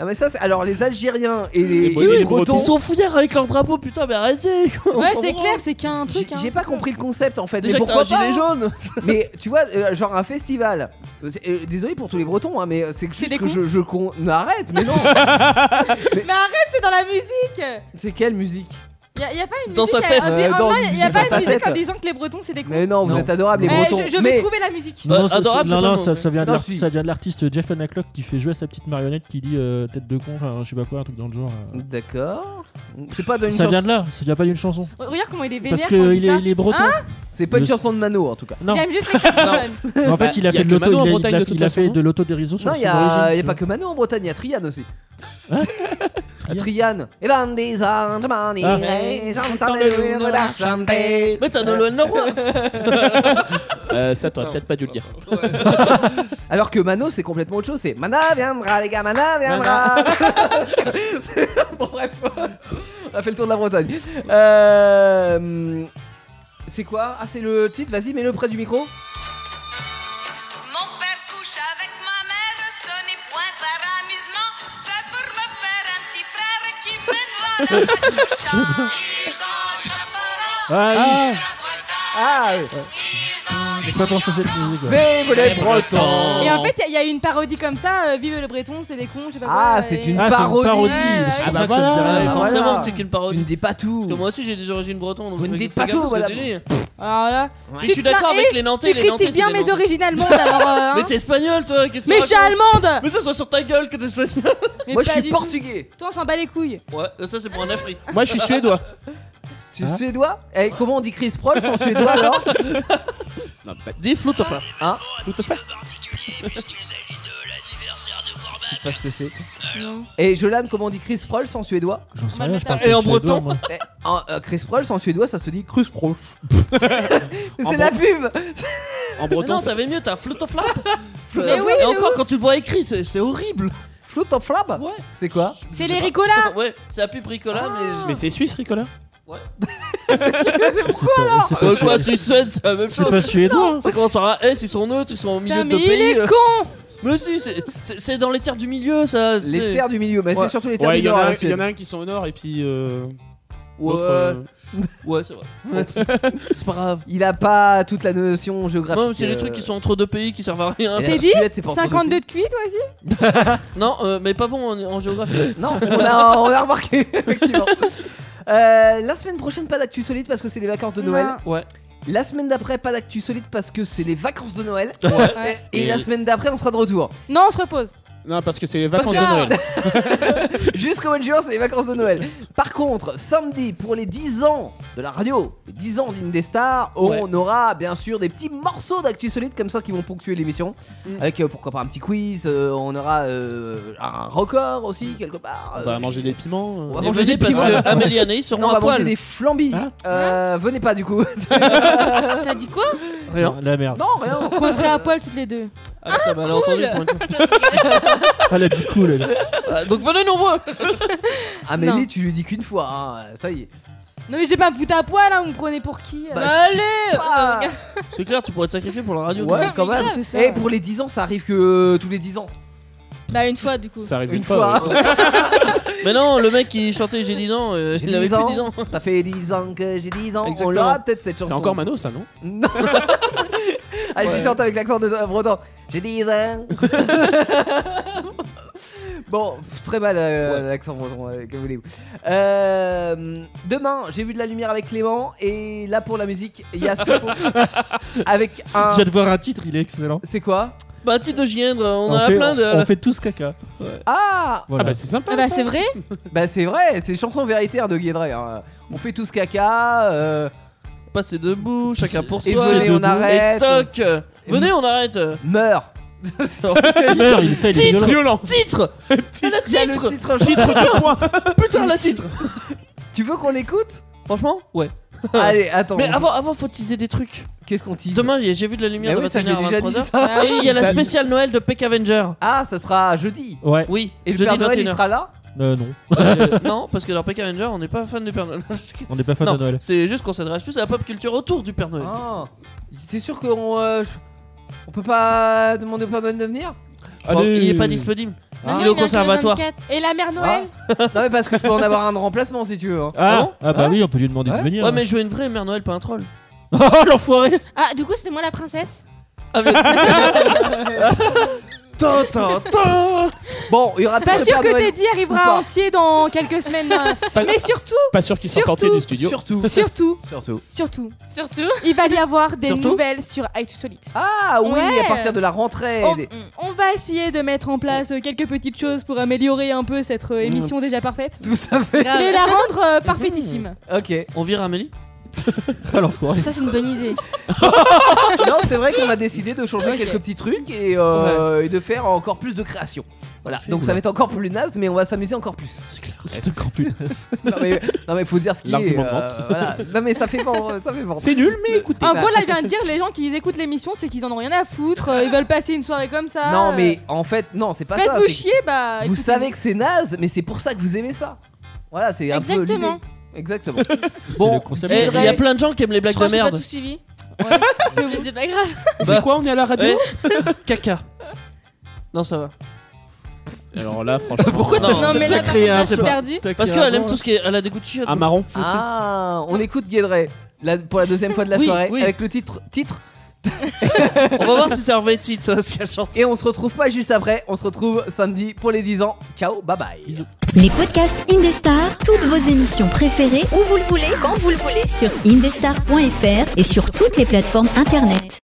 [SPEAKER 2] Ah, mais ça, c'est- alors les Algériens et les,
[SPEAKER 9] Les Bretons.
[SPEAKER 2] et les
[SPEAKER 9] Oui, les
[SPEAKER 2] Bretons.
[SPEAKER 7] Ils sont fouillards avec leur drapeau, putain, mais arrêtez quoi, on
[SPEAKER 3] Ouais,
[SPEAKER 7] s'en
[SPEAKER 3] c'est
[SPEAKER 7] branle.
[SPEAKER 3] clair, c'est qu'un
[SPEAKER 2] J'ai
[SPEAKER 3] truc. hein.
[SPEAKER 2] j'ai pas compris le concept en fait.
[SPEAKER 7] Déjà
[SPEAKER 2] mais
[SPEAKER 7] que t'as un
[SPEAKER 2] pourquoi pas
[SPEAKER 7] gilet jaune
[SPEAKER 2] Mais tu vois, euh, genre un festival. Euh, c'est- euh, désolé pour tous les Bretons, hein, mais euh, c'est que juste
[SPEAKER 3] des
[SPEAKER 2] que
[SPEAKER 3] cons.
[SPEAKER 2] je, je con- Mais Arrête, mais non.
[SPEAKER 3] Mais arrête, c'est dans la musique
[SPEAKER 2] c'est quelle musique
[SPEAKER 3] Y'a y a pas une
[SPEAKER 7] Dans
[SPEAKER 3] musique
[SPEAKER 7] sa tête.
[SPEAKER 3] à- en disant-
[SPEAKER 2] Euh, dans-
[SPEAKER 3] oh non, y a pas
[SPEAKER 2] dans ta
[SPEAKER 3] une musique en
[SPEAKER 2] tête.
[SPEAKER 3] disant que les Bretons c'est des cons.
[SPEAKER 2] Mais non, vous
[SPEAKER 8] Non.
[SPEAKER 2] êtes adorables les
[SPEAKER 3] Eh,
[SPEAKER 2] Bretons.
[SPEAKER 3] je, je vais
[SPEAKER 2] mais...
[SPEAKER 3] trouver la musique.
[SPEAKER 7] Bah,
[SPEAKER 8] non, ça-
[SPEAKER 7] adorable,
[SPEAKER 8] ça, non,
[SPEAKER 7] c'est
[SPEAKER 8] non,
[SPEAKER 7] pas
[SPEAKER 8] ça,
[SPEAKER 7] bon.
[SPEAKER 8] ça vient de
[SPEAKER 2] Non,
[SPEAKER 8] l'art-
[SPEAKER 2] si.
[SPEAKER 8] ça vient de l'artiste Jeff Panaclock qui fait jouer à sa petite marionnette qui dit euh, tête de con, enfin je sais pas quoi, un truc dans le genre. euh.
[SPEAKER 2] D'accord. C'est pas d'une
[SPEAKER 8] Ça vient
[SPEAKER 2] chanson.
[SPEAKER 8] de là, ça vient pas d'une chanson.
[SPEAKER 3] Regarde comment il est vénère
[SPEAKER 8] Parce
[SPEAKER 3] quand il dit
[SPEAKER 8] qu'il
[SPEAKER 3] ça.
[SPEAKER 8] est, il est breton.
[SPEAKER 2] C'est pas une
[SPEAKER 8] Le-
[SPEAKER 2] chanson de Mano en tout cas.
[SPEAKER 8] Non.
[SPEAKER 3] J'aime juste les Simpsons.
[SPEAKER 8] Mais en fait,
[SPEAKER 9] Bah,
[SPEAKER 8] il a
[SPEAKER 9] y a
[SPEAKER 8] fait de
[SPEAKER 9] que
[SPEAKER 8] l'auto,
[SPEAKER 9] Manon en
[SPEAKER 8] il a- il
[SPEAKER 9] Bretagne,
[SPEAKER 8] a,
[SPEAKER 9] de
[SPEAKER 8] fait-
[SPEAKER 9] toute
[SPEAKER 8] il a
[SPEAKER 9] façon,
[SPEAKER 8] fait
[SPEAKER 9] non
[SPEAKER 8] de l'autodérision sur
[SPEAKER 2] Non, il
[SPEAKER 8] son
[SPEAKER 2] y a, y
[SPEAKER 8] origine,
[SPEAKER 2] a
[SPEAKER 8] tu
[SPEAKER 2] pas
[SPEAKER 8] vois.
[SPEAKER 2] que Mano en Bretagne, il y a Trian aussi. <laughs>
[SPEAKER 8] Hein
[SPEAKER 2] Euh, Trian. Et là, des Andaman,
[SPEAKER 8] Ah.
[SPEAKER 2] et j'entends le renard chanter.
[SPEAKER 7] Mais t'as Noël Norrois
[SPEAKER 9] Euh, ça, t'aurais peut-être pas dû le dire.
[SPEAKER 2] Alors que Mano, c'est complètement autre chose. C'est Mana viendra, les gars, Mana viendra. <laughs> C'est- bon, bref. On a fait le tour de la Bretagne. Euh, C'est quoi Ah, c'est le titre Vas-y, mets-le près du micro.
[SPEAKER 12] Mon père couche avec ma mère, ce n'est point par amusement, c'est pour me faire un petit frère qui mène la choucha. Ils ont chaperon,
[SPEAKER 8] Ah oui
[SPEAKER 2] Ah, oui.
[SPEAKER 12] ils ont
[SPEAKER 8] J'ai pas pensé à cette musique. ouais.
[SPEAKER 2] vive les Bretons.
[SPEAKER 3] Et en fait, il y, a une parodie comme ça euh, Vive le Breton, c'est des cons, je sais pas
[SPEAKER 2] Ah,
[SPEAKER 3] quoi,
[SPEAKER 2] c'est
[SPEAKER 3] et-
[SPEAKER 2] une
[SPEAKER 8] Ah, c'est
[SPEAKER 2] parodie.
[SPEAKER 8] une parodie.
[SPEAKER 3] Ouais,
[SPEAKER 8] c'est
[SPEAKER 3] ouais,
[SPEAKER 8] pour
[SPEAKER 9] ouais.
[SPEAKER 8] ça que ça me dit
[SPEAKER 9] Ah,
[SPEAKER 7] Ah,
[SPEAKER 8] rien.
[SPEAKER 2] voilà.
[SPEAKER 7] Forcément que c'est qu'une
[SPEAKER 2] Tu
[SPEAKER 7] parodie.
[SPEAKER 2] ne dis pas tout.
[SPEAKER 7] Parce que moi aussi j'ai des origines bretonnes. donc
[SPEAKER 2] Vous ne
[SPEAKER 7] faut-
[SPEAKER 2] dites
[SPEAKER 7] faut
[SPEAKER 2] pas
[SPEAKER 7] gaffe
[SPEAKER 2] tout,
[SPEAKER 7] à ce que
[SPEAKER 2] voilà.
[SPEAKER 7] tu dis.
[SPEAKER 3] Alors là,
[SPEAKER 7] Mais je suis d'accord
[SPEAKER 3] plains-
[SPEAKER 7] avec les Nantais.
[SPEAKER 3] tu
[SPEAKER 7] les Nantais,
[SPEAKER 3] critiques bien
[SPEAKER 7] c'est des
[SPEAKER 3] mes
[SPEAKER 7] Nantais.
[SPEAKER 3] origines allemandes alors. euh,
[SPEAKER 7] <laughs> Mais
[SPEAKER 3] hein.
[SPEAKER 7] t'es espagnol toi qu'est-ce que
[SPEAKER 3] Mais
[SPEAKER 7] tu
[SPEAKER 3] je suis
[SPEAKER 7] racontes
[SPEAKER 3] allemande
[SPEAKER 7] Mais ça soit sur ta gueule que t'es espagnol
[SPEAKER 3] Mais
[SPEAKER 2] Moi, je
[SPEAKER 3] pas
[SPEAKER 2] suis
[SPEAKER 3] du tout.
[SPEAKER 2] portugais.
[SPEAKER 3] Toi, on s'en bat les couilles.
[SPEAKER 7] Ouais, ça c'est pour un Afrique.
[SPEAKER 9] Moi, je suis suédois.
[SPEAKER 2] Tu es
[SPEAKER 8] Hein
[SPEAKER 2] suédois Eh, Comment on dit Chris Prolls en
[SPEAKER 9] <laughs>
[SPEAKER 2] suédois alors
[SPEAKER 7] Des floutofas.
[SPEAKER 2] Hein
[SPEAKER 12] chaperon.
[SPEAKER 2] Je sais pas ce que c'est. Et Jolan, comment on dit Chris Prolls en suédois
[SPEAKER 8] J'en sais
[SPEAKER 3] Mal
[SPEAKER 8] rien,
[SPEAKER 3] de
[SPEAKER 8] je parle
[SPEAKER 7] tête. Et en
[SPEAKER 8] pas suédois,
[SPEAKER 7] breton.
[SPEAKER 8] moi.
[SPEAKER 2] Eh, en- euh, Chris Prolls en suédois, ça se dit Crus
[SPEAKER 9] <laughs>
[SPEAKER 2] Prolls.
[SPEAKER 9] En Ah
[SPEAKER 2] c'est la pub
[SPEAKER 9] En
[SPEAKER 7] Mais
[SPEAKER 9] breton,
[SPEAKER 7] non,
[SPEAKER 9] ça-
[SPEAKER 7] ça va mieux, t'as floutofla.
[SPEAKER 3] Mais oui,
[SPEAKER 7] Euh, Et
[SPEAKER 3] mais
[SPEAKER 7] encore quand tu le vois écrit, c'est c'est horrible.
[SPEAKER 2] Float en flab
[SPEAKER 7] Ouais.
[SPEAKER 2] C'est quoi
[SPEAKER 3] C'est les Ricolas
[SPEAKER 7] Ouais, c'est la pub Ricola, mais.
[SPEAKER 9] mais c'est suisse, Ricola.
[SPEAKER 8] C'est pas- c'est
[SPEAKER 7] Ouais,
[SPEAKER 8] pas
[SPEAKER 7] Euh, quoi,
[SPEAKER 8] suédois.
[SPEAKER 7] Suisse, Suède, c'est la même
[SPEAKER 8] C'est
[SPEAKER 7] chose.
[SPEAKER 8] pas suédois. hein.
[SPEAKER 7] Ça commence par un S, ils sont neutres, ils sont au milieu
[SPEAKER 3] Putain,
[SPEAKER 7] de
[SPEAKER 3] mais
[SPEAKER 7] deux
[SPEAKER 3] il
[SPEAKER 7] pays. euh.
[SPEAKER 3] est con
[SPEAKER 7] Mais si, c'est- c'est c'est dans les terres du milieu, ça.
[SPEAKER 2] Les
[SPEAKER 7] c'est-
[SPEAKER 2] terres du milieu, mais
[SPEAKER 7] Ouais.
[SPEAKER 2] c'est surtout les terres
[SPEAKER 9] Ouais,
[SPEAKER 2] du
[SPEAKER 9] il y, en
[SPEAKER 2] nord.
[SPEAKER 9] a
[SPEAKER 2] la
[SPEAKER 9] un- il y en
[SPEAKER 2] Suède.
[SPEAKER 9] a un qui sont au nord et puis. euh,
[SPEAKER 7] Ouais,
[SPEAKER 9] l'autre, euh,
[SPEAKER 7] ouais, c'est vrai. <laughs> C'est pas grave.
[SPEAKER 2] Il a pas toute la notion géographique.
[SPEAKER 7] Non, mais c'est des
[SPEAKER 2] euh,
[SPEAKER 7] trucs qui sont entre deux pays qui servent à rien.
[SPEAKER 2] et la
[SPEAKER 3] T'es dit
[SPEAKER 2] Suède, c'est pas entre deux
[SPEAKER 3] 52 de cuit, toi aussi
[SPEAKER 7] Non, euh, mais pas bon en, en
[SPEAKER 2] <laughs>
[SPEAKER 7] géographie.
[SPEAKER 2] pays. Non, on a, on a remarqué, <laughs> effectivement. Euh, la semaine prochaine, pas d'actu solide parce que c'est les vacances de Noël.
[SPEAKER 7] Ouais.
[SPEAKER 2] La semaine d'après, pas d'actu solide parce que c'est les vacances de Noël.
[SPEAKER 7] Ouais.
[SPEAKER 3] Ouais.
[SPEAKER 2] Et, la semaine d'après, on sera de retour.
[SPEAKER 3] Non, on se repose.
[SPEAKER 9] Non, parce que c'est les vacances de
[SPEAKER 2] Ah
[SPEAKER 9] Noël.
[SPEAKER 2] Jusqu'au mois de juin, c'est les vacances de Noël. Par contre, samedi, pour les 10 ans de la radio, les 10 ans d'Indestar, on
[SPEAKER 9] Ouais.
[SPEAKER 2] aura bien sûr des petits morceaux d'actu solide comme ça qui vont ponctuer l'émission. Avec euh, pourquoi pas un petit quiz, euh, on aura euh, un record aussi quelque part.
[SPEAKER 9] On va manger des piments. euh.
[SPEAKER 2] On va manger des
[SPEAKER 7] parce
[SPEAKER 2] piments.
[SPEAKER 7] que Amélie et Anaïs seront
[SPEAKER 2] Non, on
[SPEAKER 7] à
[SPEAKER 2] va manger
[SPEAKER 7] poil.
[SPEAKER 2] des flambis. Euh,
[SPEAKER 3] Hein
[SPEAKER 2] venez pas du coup.
[SPEAKER 1] T'as dit quoi
[SPEAKER 2] Rien.
[SPEAKER 8] La merde.
[SPEAKER 2] Non, rien.
[SPEAKER 3] <laughs> Qu'on serait à poil toutes les deux.
[SPEAKER 7] Ah, putain, bah, elle a entendu le point.
[SPEAKER 8] Elle a dit cool, elle.
[SPEAKER 7] Ah, Donc venez nombreux
[SPEAKER 2] Amélie,
[SPEAKER 3] Non.
[SPEAKER 2] tu lui dis qu'une fois, hein, ça y est.
[SPEAKER 3] Non mais j'ai pas me foutre à poil, hein, vous me prenez pour qui euh
[SPEAKER 2] Bah,
[SPEAKER 3] Bah,
[SPEAKER 2] je sais
[SPEAKER 3] Allez
[SPEAKER 2] pas.
[SPEAKER 7] C'est clair, tu pourrais te sacrifier pour la radio.
[SPEAKER 2] Ouais,
[SPEAKER 7] donc.
[SPEAKER 2] quand même.
[SPEAKER 3] grave, c'est ça.
[SPEAKER 2] Et pour les 10 ans, ça arrive que euh, tous les 10 ans.
[SPEAKER 1] Bah, une fois du coup.
[SPEAKER 9] euh, Ça arrive
[SPEAKER 2] Une
[SPEAKER 9] une, fois.
[SPEAKER 2] fois.
[SPEAKER 9] ouais.
[SPEAKER 7] Mais non, le mec qui chantait J'ai 10 ans, euh, il avait plus 10 ans.
[SPEAKER 2] <laughs> Ça fait 10 ans que j'ai 10 ans. On
[SPEAKER 9] Exactement.
[SPEAKER 2] l'aura peut-être cette chanson.
[SPEAKER 9] C'est encore Mano, ça, non
[SPEAKER 2] Non. ah, je
[SPEAKER 9] Ouais.
[SPEAKER 2] chante avec l'accent de breton. J'ai 10
[SPEAKER 9] <laughs>
[SPEAKER 2] ans. bon, pff, très mal euh, l'accent breton, euh, que voulez-vous. Euh, demain, j'ai vu de la lumière avec Clément. Et là, pour la musique, il y a ce qu'il faut.
[SPEAKER 9] <laughs>
[SPEAKER 2] avec un.
[SPEAKER 8] J'ai hâte de voir un titre, il est excellent.
[SPEAKER 2] C'est quoi
[SPEAKER 7] Bah, titre de Giendre, on, en a
[SPEAKER 8] fait,
[SPEAKER 7] plein de.
[SPEAKER 8] on fait tous caca.
[SPEAKER 2] Ah
[SPEAKER 8] Voilà.
[SPEAKER 9] Ah bah c'est sympa.
[SPEAKER 1] Ah bah,
[SPEAKER 9] ça.
[SPEAKER 1] c'est vrai
[SPEAKER 2] Bah, c'est vrai, c'est chanson véritaire de Guédré. hein. On fait tous caca. euh,
[SPEAKER 7] Passer debout, chacun pour
[SPEAKER 2] Et
[SPEAKER 7] soi.
[SPEAKER 2] venez, on
[SPEAKER 7] Et
[SPEAKER 2] arrête.
[SPEAKER 7] toc Venez, on arrête
[SPEAKER 2] Meurs
[SPEAKER 8] Meurt, Ah, il était il est
[SPEAKER 7] Titre.
[SPEAKER 8] violent.
[SPEAKER 9] Violent.
[SPEAKER 7] Titre Et le
[SPEAKER 2] Il y a le
[SPEAKER 7] titre
[SPEAKER 2] titre, <laughs>
[SPEAKER 7] Putain, le titre
[SPEAKER 2] Tu veux qu'on l'écoute
[SPEAKER 7] Franchement <laughs> Ouais.
[SPEAKER 2] Allez, attends.
[SPEAKER 7] Mais
[SPEAKER 2] on-
[SPEAKER 7] avant, avant, faut teaser des trucs.
[SPEAKER 2] qu'est-ce qu'on tease
[SPEAKER 7] Demain, j'ai j'ai vu de la lumière
[SPEAKER 2] Mais
[SPEAKER 7] de
[SPEAKER 2] oui, ça, je
[SPEAKER 7] 21h
[SPEAKER 2] l'ai déjà
[SPEAKER 7] à
[SPEAKER 2] dit,
[SPEAKER 7] 23h.
[SPEAKER 3] Ah,
[SPEAKER 2] ça.
[SPEAKER 7] Et il y a la
[SPEAKER 9] Ça-
[SPEAKER 7] spéciale Noël de Peck Avenger.
[SPEAKER 2] Ah, ça sera jeudi.
[SPEAKER 8] Ouais.
[SPEAKER 7] Oui,
[SPEAKER 2] Et le
[SPEAKER 7] jeudi
[SPEAKER 2] Père Noël, il
[SPEAKER 7] 21h.
[SPEAKER 2] sera là
[SPEAKER 8] Euh, non,
[SPEAKER 7] <laughs> Euh, non, parce que dans Peck Avenger, on n'est pas fan du Père Noël.
[SPEAKER 8] on n'est pas fan
[SPEAKER 7] non,
[SPEAKER 8] de Noël.
[SPEAKER 7] c'est juste qu'on s'adresse plus à la pop culture autour du Père Noël.
[SPEAKER 2] Ah, c'est sûr qu'on euh, je- on peut pas demander au Père Noël de
[SPEAKER 7] <laughs>
[SPEAKER 2] venir
[SPEAKER 7] Je crois-
[SPEAKER 9] Allez.
[SPEAKER 7] il est pas disponible.
[SPEAKER 2] Ah.
[SPEAKER 1] Bah non,
[SPEAKER 7] il est au
[SPEAKER 1] que le
[SPEAKER 7] conservatoire.
[SPEAKER 1] 24.
[SPEAKER 3] Et la mère Noël
[SPEAKER 2] Non mais parce que je peux en avoir un de remplacement si tu veux. hein.
[SPEAKER 8] Ah,
[SPEAKER 7] Ah bon
[SPEAKER 8] ah bah oui, on peut lui demander
[SPEAKER 2] Ouais.
[SPEAKER 8] de venir.
[SPEAKER 7] Ouais, mais je veux une vraie Mère Noël, pas un troll.
[SPEAKER 8] <laughs> oh l'enfoiré
[SPEAKER 1] Ah, du coup, c'était moi la princesse
[SPEAKER 7] Ah, mais-
[SPEAKER 2] Bon, il y aura
[SPEAKER 3] Pas
[SPEAKER 2] peut-être le
[SPEAKER 3] sûr
[SPEAKER 2] Père
[SPEAKER 3] que
[SPEAKER 2] Noël-
[SPEAKER 3] Teddy
[SPEAKER 2] ou pas.
[SPEAKER 3] arrivera entier dans quelques <laughs> semaines. euh,
[SPEAKER 9] Pas,
[SPEAKER 3] Mais surtout,
[SPEAKER 9] pas sûr qu'ils sont sortis du studio.
[SPEAKER 2] Surtout.
[SPEAKER 3] surtout,
[SPEAKER 2] Surtout.
[SPEAKER 3] surtout,
[SPEAKER 1] Surtout.
[SPEAKER 3] il va y avoir des
[SPEAKER 7] Surtout
[SPEAKER 3] nouvelles sur Actu Solite.
[SPEAKER 2] Ah oui,
[SPEAKER 1] Ouais.
[SPEAKER 2] à partir de la rentrée.
[SPEAKER 3] Oh.
[SPEAKER 2] Eh, des-
[SPEAKER 3] On va essayer de mettre en place euh, quelques petites choses pour améliorer un peu cette euh, émission déjà
[SPEAKER 2] <laughs>
[SPEAKER 3] parfaite.
[SPEAKER 2] Tout ça fait.
[SPEAKER 3] Et
[SPEAKER 1] Grave.
[SPEAKER 3] la rendre euh,
[SPEAKER 2] <laughs>
[SPEAKER 3] parfaitissime.
[SPEAKER 2] Ok.
[SPEAKER 7] On vire Amélie
[SPEAKER 8] Ah l'enfoiré
[SPEAKER 1] Ça, c'est une bonne idée.
[SPEAKER 2] non, c'est vrai qu'on a décidé de changer
[SPEAKER 1] Ok.
[SPEAKER 2] quelques petits trucs et, euh, et de faire encore plus de création. Voilà. Donc ça va être encore plus naze, mais on va s'amuser encore plus.
[SPEAKER 8] C'est clair, c'est encore plus.
[SPEAKER 2] <laughs> Non mais, non, mais faut dire ce qu'il est.
[SPEAKER 9] L'argument de
[SPEAKER 2] euh, voilà. Non mais ça fait <laughs> vendre, ça fait vendre.
[SPEAKER 9] C'est nul, mais écoutez.
[SPEAKER 3] En
[SPEAKER 2] bah-
[SPEAKER 3] gros, là, il vient de dire les gens qui écoutent l'émission, c'est qu'ils en ont rien à foutre, euh, ils veulent passer une soirée comme ça.
[SPEAKER 2] Non
[SPEAKER 3] euh,
[SPEAKER 2] mais en fait non c'est pas ça.
[SPEAKER 3] Faites-vous
[SPEAKER 2] c'est-
[SPEAKER 3] chier, bah.
[SPEAKER 2] Vous
[SPEAKER 3] écoutez-
[SPEAKER 2] savez que c'est naze, mais c'est pour ça que vous aimez ça. Voilà, c'est un peu
[SPEAKER 1] Exactement.
[SPEAKER 2] l'idée. Exactement.
[SPEAKER 8] C'est
[SPEAKER 2] bon,
[SPEAKER 8] le concept.
[SPEAKER 7] Eh,
[SPEAKER 2] Mais
[SPEAKER 7] Il
[SPEAKER 2] vrai.
[SPEAKER 7] y a plein de gens qui aiment les
[SPEAKER 1] Je
[SPEAKER 7] blagues
[SPEAKER 1] crois
[SPEAKER 7] de
[SPEAKER 1] que j'ai pas tout
[SPEAKER 7] merde.
[SPEAKER 1] suivi. <laughs> Mais c'est pas grave.
[SPEAKER 9] C'est quoi, on est à la radio
[SPEAKER 7] Eh, Caca. Non, ça va.
[SPEAKER 9] Alors là, franchement.
[SPEAKER 7] Pourquoi t'as-
[SPEAKER 1] Non, mais là, par
[SPEAKER 8] créé
[SPEAKER 1] contre,
[SPEAKER 8] un,
[SPEAKER 1] là, je
[SPEAKER 8] c'est
[SPEAKER 1] suis
[SPEAKER 8] pas-
[SPEAKER 1] perdue.
[SPEAKER 7] Parce qu'elle aime tout ce qui est. Elle a des goûts de chiottes.
[SPEAKER 9] Un marron.
[SPEAKER 2] ah, on écoute Guédré là, pour la deuxième fois de la
[SPEAKER 7] Oui,
[SPEAKER 2] soirée
[SPEAKER 7] oui.
[SPEAKER 2] avec le titre titre
[SPEAKER 7] On va voir si c'est un vrai titre ce qu'elle chante.
[SPEAKER 2] et on se retrouve pas juste après, on se retrouve samedi pour les 10 ans. Ciao, bye bye.
[SPEAKER 5] Les podcasts Indestar, toutes vos émissions préférées, où vous le voulez, quand vous le voulez, sur indestar.fr et sur toutes les plateformes internet.